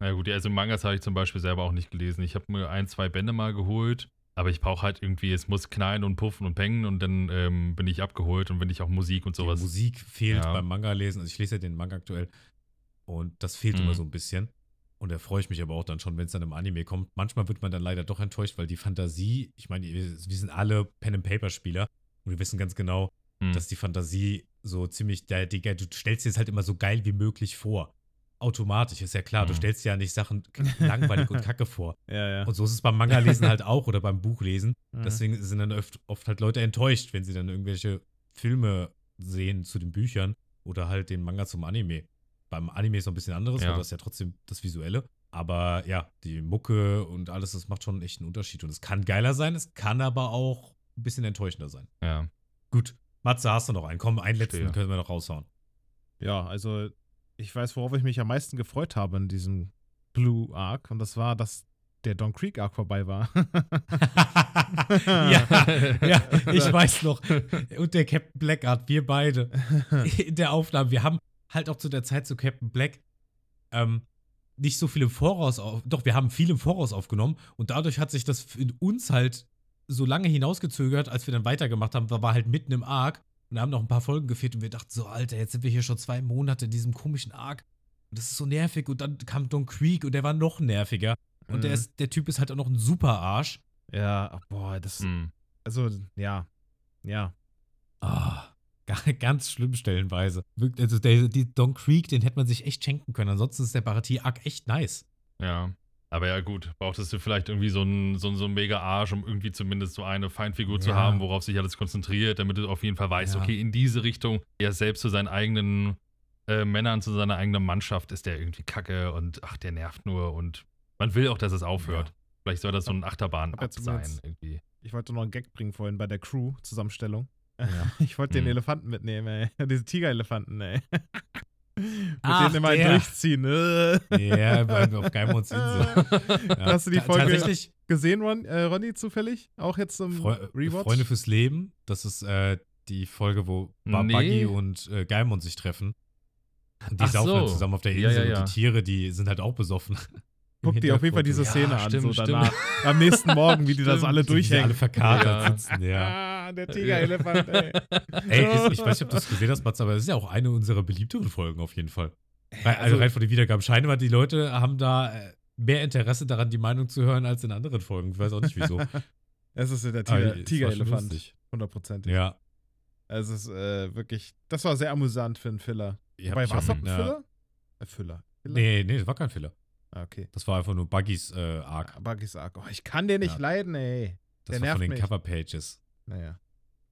Speaker 4: Na gut, also Mangas habe ich zum Beispiel selber auch nicht gelesen. Ich habe mir ein, zwei Bände mal geholt, aber ich brauche halt irgendwie, es muss knallen und puffen und pengen und dann ähm, bin ich abgeholt und wenn ich auch Musik und sowas.
Speaker 1: Die Musik fehlt
Speaker 4: Ja.
Speaker 1: beim Manga-Lesen. Also ich lese ja den Manga aktuell. Und das fehlt
Speaker 4: Mhm.
Speaker 1: immer so ein bisschen. Und da freue ich mich aber auch dann schon, wenn es dann im Anime kommt. Manchmal wird man dann leider doch enttäuscht, weil die Fantasie, ich meine, wir wir sind alle Pen-and-Paper-Spieler und wir wissen ganz genau,
Speaker 4: Hm.
Speaker 1: dass die Fantasie so ziemlich, der, die, du stellst dir es halt immer so geil wie möglich vor. Automatisch, ist ja klar, du
Speaker 4: Mhm.
Speaker 1: stellst dir ja nicht Sachen k- langweilig und kacke vor.
Speaker 2: Ja, ja.
Speaker 1: Und so ist es beim Manga-Lesen halt auch oder beim Buchlesen.
Speaker 2: Mhm.
Speaker 1: Deswegen sind dann oft, oft halt Leute enttäuscht, wenn sie dann irgendwelche Filme sehen zu den Büchern oder halt den Manga zum Anime. Beim Anime ist noch ein bisschen anderes,
Speaker 4: Ja.
Speaker 1: weil das ja trotzdem das Visuelle. Aber ja, die Mucke und alles, das macht schon echt einen Unterschied. Und es kann geiler sein, es kann aber auch ein bisschen enttäuschender sein.
Speaker 4: ja.
Speaker 1: Gut, Matze, hast du noch einen? Komm, einen letzten
Speaker 4: Verstehe.
Speaker 1: können wir noch raushauen.
Speaker 2: Ja, also ich weiß, worauf ich mich am meisten gefreut habe in diesem Blue Arc und das war, dass der Don Creek Arc vorbei war.
Speaker 1: ja, ja, ich weiß noch. Und der Captain Blackguard, wir beide in der Aufnahme, wir haben, halt auch zu der Zeit zu Captain Black ähm, nicht so viel im Voraus auf. Doch, wir haben viel im Voraus aufgenommen und dadurch hat sich das in uns halt so lange hinausgezögert, als wir dann weitergemacht haben, war, war halt mitten im Arc und haben noch ein paar Folgen gefehlt und wir dachten so, Alter, jetzt sind wir hier schon zwei Monate in diesem komischen Arc und das ist so nervig und dann kam Don Creek und der war noch ne-, nerviger und der,
Speaker 2: Mhm.
Speaker 1: ist, der Typ ist halt auch noch ein super Arsch.
Speaker 2: Ja, ach, boah, das.
Speaker 4: Hm.
Speaker 2: Also, ja. Ja.
Speaker 1: Ah, ga- ganz schlimm stellenweise. Wirkt- Also der, die Don Creek, den hätte man sich echt schenken können. Ansonsten ist der Baratie-Arc echt nice.
Speaker 4: Ja. Aber ja, gut, brauchtest du vielleicht irgendwie so einen so, einen- so einen mega Arsch, um irgendwie zumindest so eine Feinfigur zu
Speaker 1: Ja.
Speaker 4: haben, worauf sich alles konzentriert, damit du auf jeden Fall weißt,
Speaker 1: Ja.
Speaker 4: okay, in diese Richtung, er ist selbst zu seinen eigenen äh, Männern, zu seiner eigenen Mannschaft ist der irgendwie kacke und ach, der nervt nur und man will auch, dass es aufhört. Vielleicht soll das so ein
Speaker 2: Hab ja
Speaker 4: Achterbahn-Up sein,
Speaker 2: zumindest-
Speaker 4: irgendwie.
Speaker 2: Ich wollte noch einen Gag bringen vorhin bei der Crew-Zusammenstellung.
Speaker 1: Ja. Mhm.
Speaker 2: Ich wollte den
Speaker 4: Hm.
Speaker 2: Elefanten mitnehmen, ey. Diese Tigerelefanten, ey. Mit
Speaker 1: Ach,
Speaker 2: denen immer einen
Speaker 1: der.
Speaker 2: durchziehen. Äh.
Speaker 1: Ja, bleiben wir auf Geimonds Insel. Ja.
Speaker 2: Hast du die
Speaker 1: Ta-
Speaker 2: Folge
Speaker 1: Tatsächlich,
Speaker 2: gesehen, Ron, äh, Ronny, zufällig? Auch jetzt zum
Speaker 1: Fre äh,
Speaker 2: Rewatch?
Speaker 1: Freunde fürs Leben, das ist äh, die Folge, wo ba
Speaker 4: Nee.
Speaker 1: Buggy und äh, Geimund sich treffen. Und die
Speaker 4: Ach
Speaker 1: saufen halt
Speaker 4: so.
Speaker 1: zusammen auf der
Speaker 4: Ja,
Speaker 1: Insel
Speaker 4: ja, ja.
Speaker 1: und die Tiere, die sind halt auch besoffen. Im
Speaker 2: Guck dir auf jeden Fall
Speaker 1: Hintergrund.
Speaker 2: diese
Speaker 4: Ja,
Speaker 2: Szene an,
Speaker 4: stimmt,
Speaker 2: so
Speaker 4: stimmt.
Speaker 2: danach. Am nächsten Morgen, wie die das
Speaker 4: Stimmt,
Speaker 2: alle
Speaker 1: Wie die
Speaker 2: durchhängen.
Speaker 1: alle verkatert
Speaker 4: Ja.
Speaker 1: sitzen, ja.
Speaker 2: Ah, der Tigerelefant, ey.
Speaker 1: Ey, ist, ich weiß nicht, ob du es gesehen hast, Mats, aber es ist ja auch eine unserer beliebteren Folgen auf jeden Fall. Weil, also,
Speaker 2: also-
Speaker 1: rein von den Wiedergaben. Scheinbar die Leute haben da äh, mehr Interesse daran, die Meinung zu hören, als in anderen Folgen. Ich weiß auch nicht wieso.
Speaker 2: Es ist der
Speaker 1: Aber Ah, es war
Speaker 2: Tiger-
Speaker 1: schon
Speaker 2: Tigerelefant.
Speaker 1: lustig.
Speaker 2: Hundertprozentig.
Speaker 1: Ja.
Speaker 2: Also es ist äh, wirklich, das war sehr amüsant für einen Filler.
Speaker 1: Ich hab
Speaker 2: Bei
Speaker 1: mich
Speaker 2: war es
Speaker 1: auch-
Speaker 2: auch ein
Speaker 1: na,
Speaker 2: Filler? Äh, Filler. Filler?
Speaker 1: Nee, nee, das war kein Fehler.
Speaker 2: Ah, okay.
Speaker 1: Das war einfach nur Buggys äh, Arc.
Speaker 2: Ah, Buggy's Arc. Oh, ich kann den nicht
Speaker 1: Ja.
Speaker 2: leiden, ey.
Speaker 1: Das
Speaker 2: Der
Speaker 1: war
Speaker 2: nervt
Speaker 1: von den
Speaker 2: mich.
Speaker 1: Coverpages.
Speaker 2: Naja.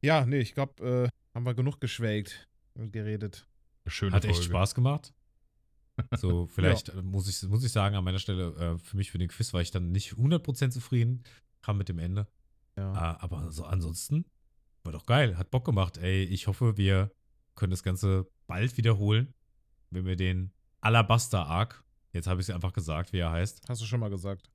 Speaker 2: Ja, nee, ich glaube, äh, haben wir genug geschwelgt und geredet.
Speaker 4: Schöne
Speaker 1: Hat echt
Speaker 4: Folge.
Speaker 1: Spaß gemacht. So, vielleicht äh, muss, ich, muss ich sagen, an meiner Stelle, äh, für mich für den Quiz war ich dann nicht 100% zufrieden, kam mit dem Ende.
Speaker 2: Ja.
Speaker 1: Ah, aber so ansonsten war doch geil, hat Bock gemacht. Ey, ich hoffe, wir können das Ganze bald wiederholen, wenn wir den Alabaster Arc, jetzt habe ich es einfach gesagt, wie er heißt.
Speaker 2: Hast du schon mal gesagt.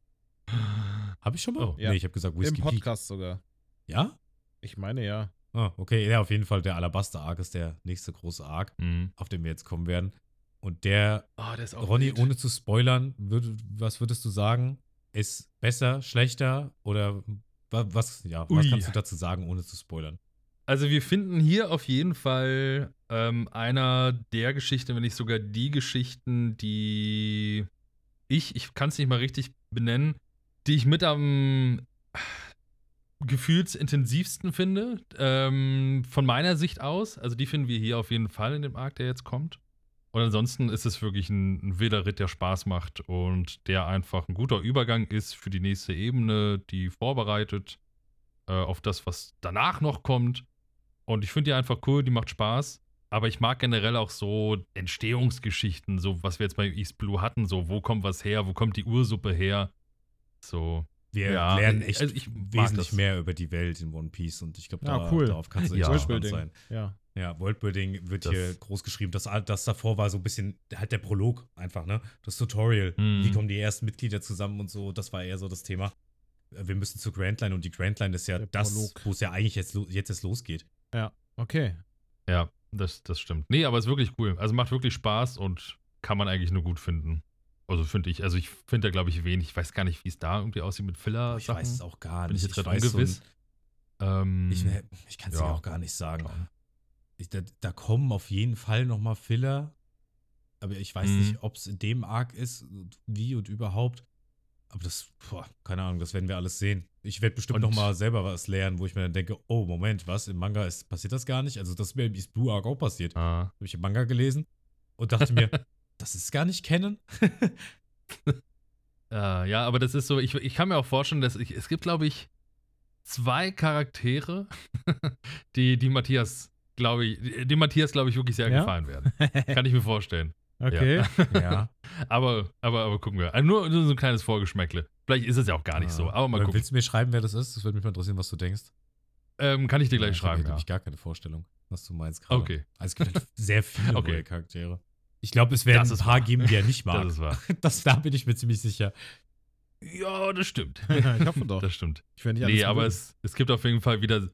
Speaker 1: Habe ich schon mal?
Speaker 4: Oh,
Speaker 2: ja.
Speaker 1: Nee, ich habe gesagt Whiskey
Speaker 2: Im
Speaker 1: Peak.
Speaker 2: Podcast sogar.
Speaker 1: Ja?
Speaker 2: Ich meine ja.
Speaker 1: Ah, okay, ja, auf jeden Fall der Alabaster Arc ist der nächste große Arc,
Speaker 4: Mhm.
Speaker 1: auf den wir jetzt kommen werden. Und der,
Speaker 4: Oh, der ist auch
Speaker 1: Ronny,
Speaker 4: wild.
Speaker 1: ohne zu spoilern, würd, was würdest du sagen? Ist besser, schlechter oder wa- was, ja, was
Speaker 4: Ui.
Speaker 1: kannst du dazu sagen, ohne zu spoilern?
Speaker 4: Also wir finden hier auf jeden Fall ähm, einer der Geschichten, wenn nicht sogar die Geschichten, die ich, ich kann es nicht mal richtig benennen, die ich mit am gefühlsintensivsten finde, ähm, von meiner Sicht aus. Also die finden wir hier auf jeden Fall in dem Arc, der jetzt kommt. Und ansonsten ist es wirklich ein, ein wilder Ritt, der Spaß macht und der einfach ein guter Übergang ist für die nächste Ebene, die vorbereitet äh, auf das, was danach noch kommt. Und ich finde die einfach cool, die macht Spaß. Aber ich mag generell auch so Entstehungsgeschichten, so was wir jetzt bei East Blue hatten, so wo kommt was her, wo kommt die Ursuppe her. So,
Speaker 1: Wir
Speaker 4: Ja,
Speaker 1: lernen echt
Speaker 4: also ich mag
Speaker 1: wesentlich
Speaker 4: das.
Speaker 1: mehr über die Welt in One Piece und ich glaube,
Speaker 2: Ja,
Speaker 1: da,
Speaker 2: cool.
Speaker 1: darauf kannst du echt
Speaker 4: Ja.
Speaker 1: gespannt sein.
Speaker 2: Ja.
Speaker 1: Ja, Worldbuilding wird
Speaker 4: Das-
Speaker 1: hier groß geschrieben. Das, das davor war so ein bisschen halt der Prolog einfach, ne? Das Tutorial.
Speaker 4: Mhm.
Speaker 1: Wie kommen die ersten Mitglieder zusammen und so? Das war eher so das Thema. Äh, Wir müssen zur Grand Line und die Grand Line ist ja
Speaker 2: Der
Speaker 1: das,
Speaker 2: Prolog.
Speaker 1: wo es ja eigentlich jetzt, lo- jetzt erst losgeht.
Speaker 2: Okay.
Speaker 4: Ja, das, das stimmt. Nee, aber ist wirklich cool. Also macht wirklich Spaß und kann man eigentlich nur gut finden. Also finde ich, also ich finde da glaube ich wenig. Ich weiß gar nicht, wie es da irgendwie aussieht mit Filler.
Speaker 1: Boah, ich weiß es auch gar
Speaker 4: Bin
Speaker 1: nicht.
Speaker 4: ich jetzt gerade
Speaker 1: weiß so
Speaker 4: ungewiss. ähm,
Speaker 1: ein- Ich, ich kann es
Speaker 4: Ja.
Speaker 1: dir auch gar nicht sagen.
Speaker 4: Ja.
Speaker 1: Ich, da, da kommen auf jeden Fall nochmal Filler. Aber ich weiß
Speaker 4: Mhm.
Speaker 1: nicht, ob es in dem Arc ist, und wie und überhaupt. Aber das, boah, keine Ahnung, das werden wir alles sehen. Ich werde bestimmt
Speaker 4: Und-
Speaker 1: nochmal selber was lernen, wo ich mir dann denke, oh, Moment, was, im Manga ist, passiert das gar nicht? Also das ist mir im East Blue Arc auch passiert.
Speaker 4: ah.
Speaker 1: Habe ich im Manga gelesen und dachte mir, das ist gar nicht kennen.
Speaker 4: Äh, ja, aber das ist so, ich, ich kann mir auch vorstellen, dass ich, es gibt glaube ich zwei Charaktere, die, die Matthias, glaube ich, die Matthias, glaube ich, wirklich sehr
Speaker 2: Ja?
Speaker 4: gefallen werden. Kann ich mir vorstellen.
Speaker 2: Okay.
Speaker 1: Ja,
Speaker 4: Aber, aber, aber gucken wir. Also Nur, nur so ein kleines Vorgeschmäckle. Vielleicht ist es ja auch gar nicht so, aber mal gucken.
Speaker 1: Ah. Willst du mir schreiben, wer das ist? Das würde mich mal interessieren, was du denkst.
Speaker 4: Ähm, kann ich dir gleich
Speaker 1: ich habe
Speaker 4: schreiben,
Speaker 1: Ich
Speaker 4: ja.
Speaker 1: hab gar keine Vorstellung, was du meinst gerade.
Speaker 4: Okay,
Speaker 1: Also es gibt halt sehr viele
Speaker 4: Okay.
Speaker 1: neue Charaktere. Ich glaube, es werden
Speaker 4: Das
Speaker 1: ein
Speaker 4: ist
Speaker 1: paar
Speaker 4: wahr.
Speaker 1: geben, die er nicht mag.
Speaker 4: das ist wahr.
Speaker 1: Das, da bin ich mir ziemlich sicher.
Speaker 4: Ja, das stimmt.
Speaker 2: ich hoffe doch.
Speaker 4: Das stimmt.
Speaker 2: Ich werde nicht alles
Speaker 4: Nee, aber
Speaker 2: gewinnen.
Speaker 4: es, es gibt auf jeden Fall wieder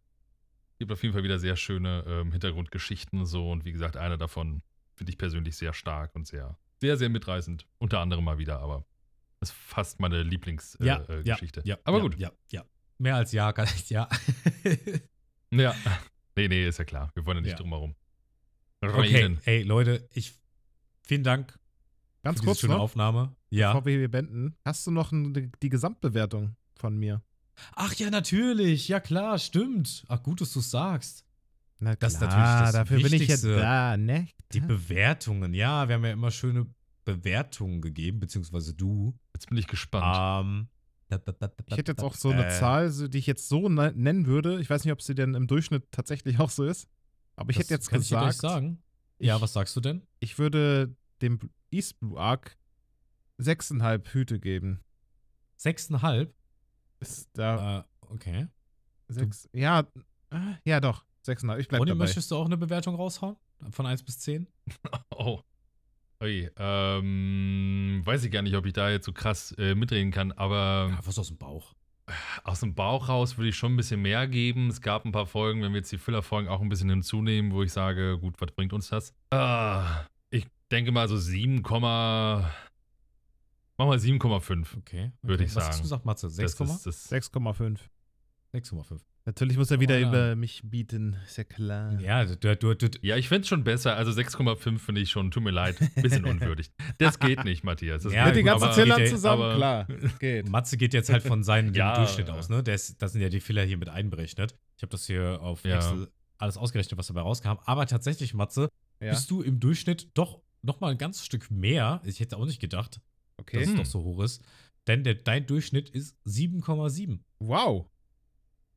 Speaker 4: gibt auf jeden Fall wieder sehr schöne ähm, Hintergrundgeschichten so und wie gesagt, eine davon finde ich persönlich sehr stark und sehr, sehr, sehr mitreißend. Unter anderem mal wieder, aber das ist fast meine Lieblingsgeschichte.
Speaker 1: Ja,
Speaker 4: Äh,
Speaker 1: ja,
Speaker 4: Geschichte.
Speaker 1: ja,
Speaker 4: aber
Speaker 1: ja,
Speaker 4: gut.
Speaker 1: Ja, ja. Mehr als ja, kann ich, ja.
Speaker 4: Ja. Nee, nee, ist ja klar. Wir wollen ja nicht
Speaker 1: Ja.
Speaker 4: drum herum.
Speaker 1: okay,
Speaker 4: Reden.
Speaker 1: ey, Leute, ich. Vielen Dank für
Speaker 2: Ganz
Speaker 1: diese
Speaker 2: kurz
Speaker 1: schöne
Speaker 2: noch,
Speaker 1: Aufnahme. Ja.
Speaker 2: bevor wir hier beenden, hast du noch ein, die Gesamtbewertung von mir?
Speaker 1: Ach ja, natürlich. Ja, klar, stimmt. Ach, gut, dass du es sagst.
Speaker 2: Na
Speaker 1: Das ist natürlich das
Speaker 2: dafür bin ich jetzt
Speaker 1: Wichtigste.
Speaker 2: da, ne?
Speaker 1: Die Bewertungen, ja, wir haben ja immer schöne Bewertungen gegeben, beziehungsweise du.
Speaker 4: Jetzt bin ich gespannt.
Speaker 1: Ähm,
Speaker 2: Ich hätte jetzt auch so eine
Speaker 1: äh,
Speaker 2: Zahl, so- die ich jetzt so ne- nennen würde. Ich weiß nicht, ob sie denn im Durchschnitt tatsächlich auch so ist. Aber ich
Speaker 1: das
Speaker 2: hätte jetzt
Speaker 1: kann Ich dir
Speaker 2: gesagt,
Speaker 1: gleich sagen. Ja,
Speaker 2: ich-
Speaker 1: was sagst du denn?
Speaker 2: ich würde dem Bl- East Blue Arc sechseinhalb Hüte geben.
Speaker 1: Sechseinhalb?
Speaker 2: Ist da
Speaker 1: Äh, okay.
Speaker 2: sechs, ja, äh, ja doch, sechseinhalb. Ich bleibe
Speaker 1: Ronny,
Speaker 2: dabei.
Speaker 1: möchtest du auch eine Bewertung raushauen? Von 1 bis 10?
Speaker 4: Oh. Ui, ähm, weiß ich gar nicht, ob ich da jetzt so krass äh, mitreden kann, aber
Speaker 1: was aus dem Bauch.
Speaker 4: aus dem Bauch raus würde ich schon ein bisschen mehr geben. Es gab ein paar Folgen, wenn wir jetzt die Füllerfolgen auch ein bisschen hinzunehmen, wo ich sage, gut, was bringt uns das? Ah, ich denke mal so 7, Komma- mach mal
Speaker 1: Okay.
Speaker 4: 7,5.
Speaker 1: okay.
Speaker 4: Würde ich
Speaker 1: was
Speaker 4: sagen.
Speaker 1: hast du gesagt, Matze?
Speaker 4: Das
Speaker 1: 6,5?
Speaker 4: ist das.
Speaker 2: 6,5.
Speaker 1: 6,5.
Speaker 2: Natürlich muss er wieder
Speaker 1: Oh, ja.
Speaker 2: über mich bieten, ist ja klar.
Speaker 1: Ja, du, du, du,
Speaker 4: Ja, ich find's schon besser. Also 6,5 finde ich schon, tut mir leid, bisschen unwürdig. Das geht nicht, Matthias. Das
Speaker 1: Ja,
Speaker 2: Mit
Speaker 4: geht
Speaker 2: den
Speaker 1: gut,
Speaker 4: nicht,
Speaker 2: ganzen
Speaker 4: aber-
Speaker 2: Zellern
Speaker 1: aber-
Speaker 2: zusammen,
Speaker 4: aber-
Speaker 2: klar. Geht.
Speaker 1: Matze geht jetzt halt von seinem
Speaker 4: Ja.
Speaker 1: Durchschnitt aus, ne? Der ist, das sind ja die Fehler hier mit einberechnet. Ich habe das hier auf
Speaker 4: Ja.
Speaker 1: Excel alles ausgerechnet, was dabei rauskam. Aber tatsächlich, Matze,
Speaker 2: Ja,
Speaker 1: bist du im Durchschnitt doch nochmal ein ganzes Stück mehr. Ich hätte auch nicht gedacht, dass
Speaker 2: okay.
Speaker 4: Hm.
Speaker 1: es doch so hoch ist. Denn der, dein Durchschnitt ist 7,7.
Speaker 2: Wow.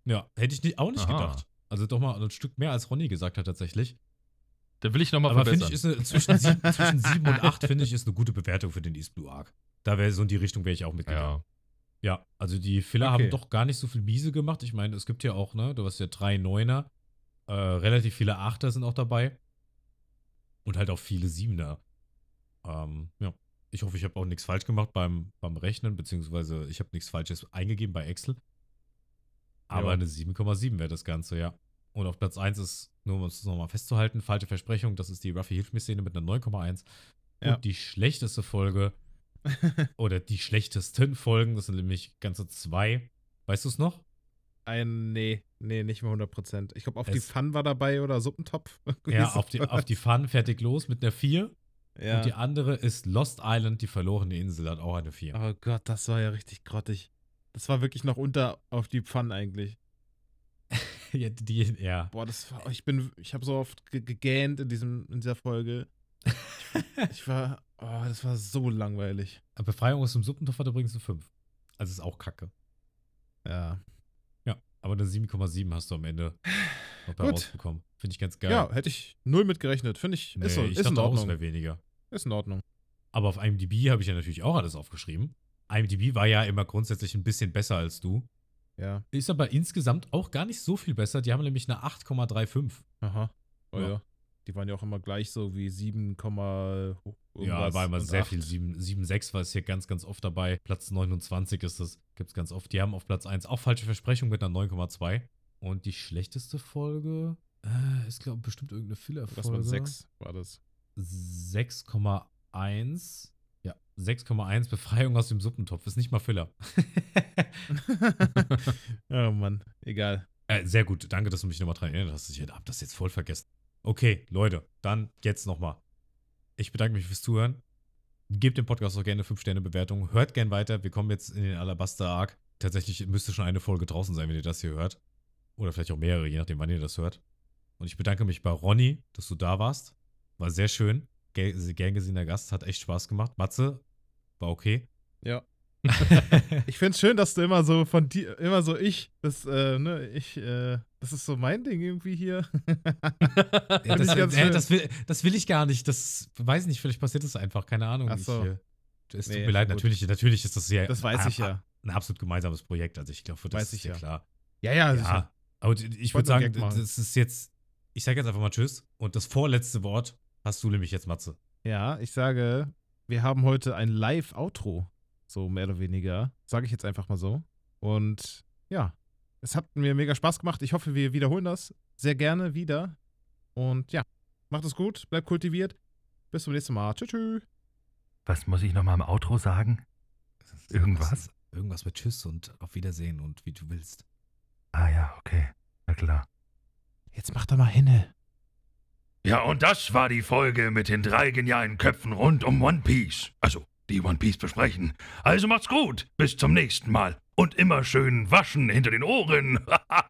Speaker 1: Ja, hätte ich nicht, auch nicht
Speaker 4: Aha.
Speaker 1: gedacht. Also doch mal ein Stück mehr, als Ronny gesagt hat tatsächlich.
Speaker 4: Da will ich nochmal
Speaker 1: Aber finde
Speaker 4: verbessern.
Speaker 1: ich, ist eine, zwischen, sieben, zwischen 7 und 8, finde ich, ist eine gute Bewertung für den East Blue Arc. Da wäre so in die Richtung wäre ich auch mitgegangen.
Speaker 4: ja.
Speaker 1: Ja, also die Filler
Speaker 2: Okay.
Speaker 1: haben doch gar nicht so viel Miese gemacht. Ich meine, es gibt ja auch, ne, du hast ja drei Neuner, äh, relativ viele Achter sind auch dabei und halt auch viele Siebener. Ähm, ja, ich hoffe, ich habe auch nichts falsch gemacht beim, beim Rechnen, beziehungsweise ich habe nichts Falsches eingegeben bei Excel. Aber
Speaker 2: Ja.
Speaker 1: eine 7,7 wäre das Ganze, ja. Und auf Platz 1 ist, nur um es nochmal festzuhalten, falsche Versprechung, das ist die Ruffy Hilf mir Szene mit einer 9,1.
Speaker 2: Ja.
Speaker 1: Und die schlechteste Folge oder die schlechtesten Folgen, das sind nämlich ganze zwei. Weißt du es noch?
Speaker 2: Ein, nee, nee, nicht mehr 100%. Ich glaube, auf die
Speaker 1: Es-
Speaker 2: Pfann war dabei oder Suppentopf.
Speaker 1: Ja, auf die, auf die Fahnen fertig los mit einer 4.
Speaker 2: Ja.
Speaker 1: Und die andere ist Lost Island, die verlorene Insel, hat auch eine 4.
Speaker 2: Oh Gott, das war ja richtig grottig. Das war wirklich noch unter auf die Pfanne eigentlich.
Speaker 1: ja, die, ja.
Speaker 2: Boah, das war, ich bin, ich habe so oft ge gegähnt in diesem, in dieser Folge. Ich war, oh, das war so langweilig.
Speaker 1: Befreiung aus dem Suppentopf hat übrigens eine 5. Also ist auch kacke.
Speaker 2: Ja.
Speaker 1: Ja, aber eine 7,7 hast du am Ende noch bei
Speaker 2: Gut.
Speaker 1: rausbekommen. Finde ich ganz geil.
Speaker 2: Ja, hätte ich null mitgerechnet. Finde ich,
Speaker 1: nee,
Speaker 2: ist, so,
Speaker 1: ich
Speaker 2: ist in
Speaker 1: dachte auch, es
Speaker 2: Ordnung.
Speaker 1: wäre weniger.
Speaker 2: Ist in Ordnung.
Speaker 1: Aber auf IMDb habe ich ja natürlich auch alles aufgeschrieben. IMDb war ja immer grundsätzlich ein bisschen besser als du.
Speaker 2: Ja.
Speaker 1: Ist aber insgesamt auch gar nicht so viel besser. Die haben nämlich eine 8,35.
Speaker 2: Aha. Oh ja.
Speaker 1: Ja.
Speaker 2: Die waren ja auch immer gleich so wie 7, irgendwas
Speaker 1: Ja, war immer
Speaker 2: und
Speaker 1: sehr
Speaker 2: acht.
Speaker 1: viel. 7-6 war es hier ganz, ganz oft dabei. Platz 29 ist das. Gibt es ganz oft. Die haben auf Platz 1 auch falsche Versprechung mit einer 9,2. Und die schlechteste Folge äh, ist, glaube ich, bestimmt irgendeine
Speaker 2: Das
Speaker 1: Filler-Folge.
Speaker 2: waren 6, war das.
Speaker 1: 6,1. Ja, 6,1 Befreiung aus dem Suppentopf. Ist nicht mal Filler.
Speaker 2: oh Mann, egal.
Speaker 1: Äh, sehr gut. Danke, dass du mich nochmal dran erinnert hast. Ich habe das jetzt voll vergessen. Okay, Leute, dann jetzt nochmal. Ich bedanke mich fürs Zuhören. Gebt dem Podcast auch gerne 5-Sterne-Bewertung. Hört gern weiter. Wir kommen jetzt in den Alabaster-Arc. Tatsächlich müsste schon eine Folge draußen sein, wenn ihr das hier hört. Oder vielleicht auch mehrere, je nachdem, wann ihr das hört. Und ich bedanke mich bei Ronny, dass du da warst. War sehr schön. Ge- Gern gesehener Gast. Hat echt Spaß gemacht. Matze, war okay.
Speaker 2: Ja. Ich find's schön, dass du immer so von dir, immer so ich, das, äh, ne, ich, äh, das ist so mein Ding irgendwie hier.
Speaker 1: Ja, das,
Speaker 2: ich ganz
Speaker 1: äh,
Speaker 2: schön.
Speaker 1: das, will, das will ich gar nicht. Das weiß nicht, vielleicht passiert das einfach. Keine Ahnung.
Speaker 2: Ach so.
Speaker 1: Ich, äh, es tut
Speaker 2: Nee,
Speaker 1: mir leid,
Speaker 2: gut.
Speaker 1: natürlich, natürlich ist das ja
Speaker 2: Das weiß
Speaker 1: ein,
Speaker 2: ich ja.
Speaker 1: ein absolut gemeinsames Projekt. Also ich glaube, das
Speaker 2: Weiß
Speaker 1: ist
Speaker 2: ich
Speaker 1: ja
Speaker 2: ja.
Speaker 1: klar.
Speaker 2: Ja, ja, sicher.
Speaker 1: Ja, aber d- ich würde
Speaker 2: wollte nur
Speaker 1: sagen,
Speaker 2: einen Gag machen.
Speaker 1: das ist jetzt, ich sage jetzt einfach mal Tschüss und das vorletzte Wort hast du nämlich jetzt, Matze.
Speaker 2: ja, ich sage, wir haben heute ein Live-Outro, so mehr oder weniger, sage ich jetzt einfach mal so. Und ja, es hat mir mega Spaß gemacht. Ich hoffe, wir wiederholen das sehr gerne wieder. Und ja, macht es gut, bleibt kultiviert. Bis zum nächsten Mal. Tschüss. tschüss.
Speaker 3: Was muss ich nochmal im Outro sagen? Irgendwas?
Speaker 5: Irgendwas mit Tschüss und auf Wiedersehen und wie du willst.
Speaker 3: Ah ja, okay. Na klar.
Speaker 2: Jetzt mach doch mal ne? hinne.
Speaker 3: Ja, und das war die Folge mit den drei genialen Köpfen rund um One Piece. Also, die One Piece besprechen. Also macht's gut, bis zum nächsten Mal. Und immer schön waschen hinter den Ohren.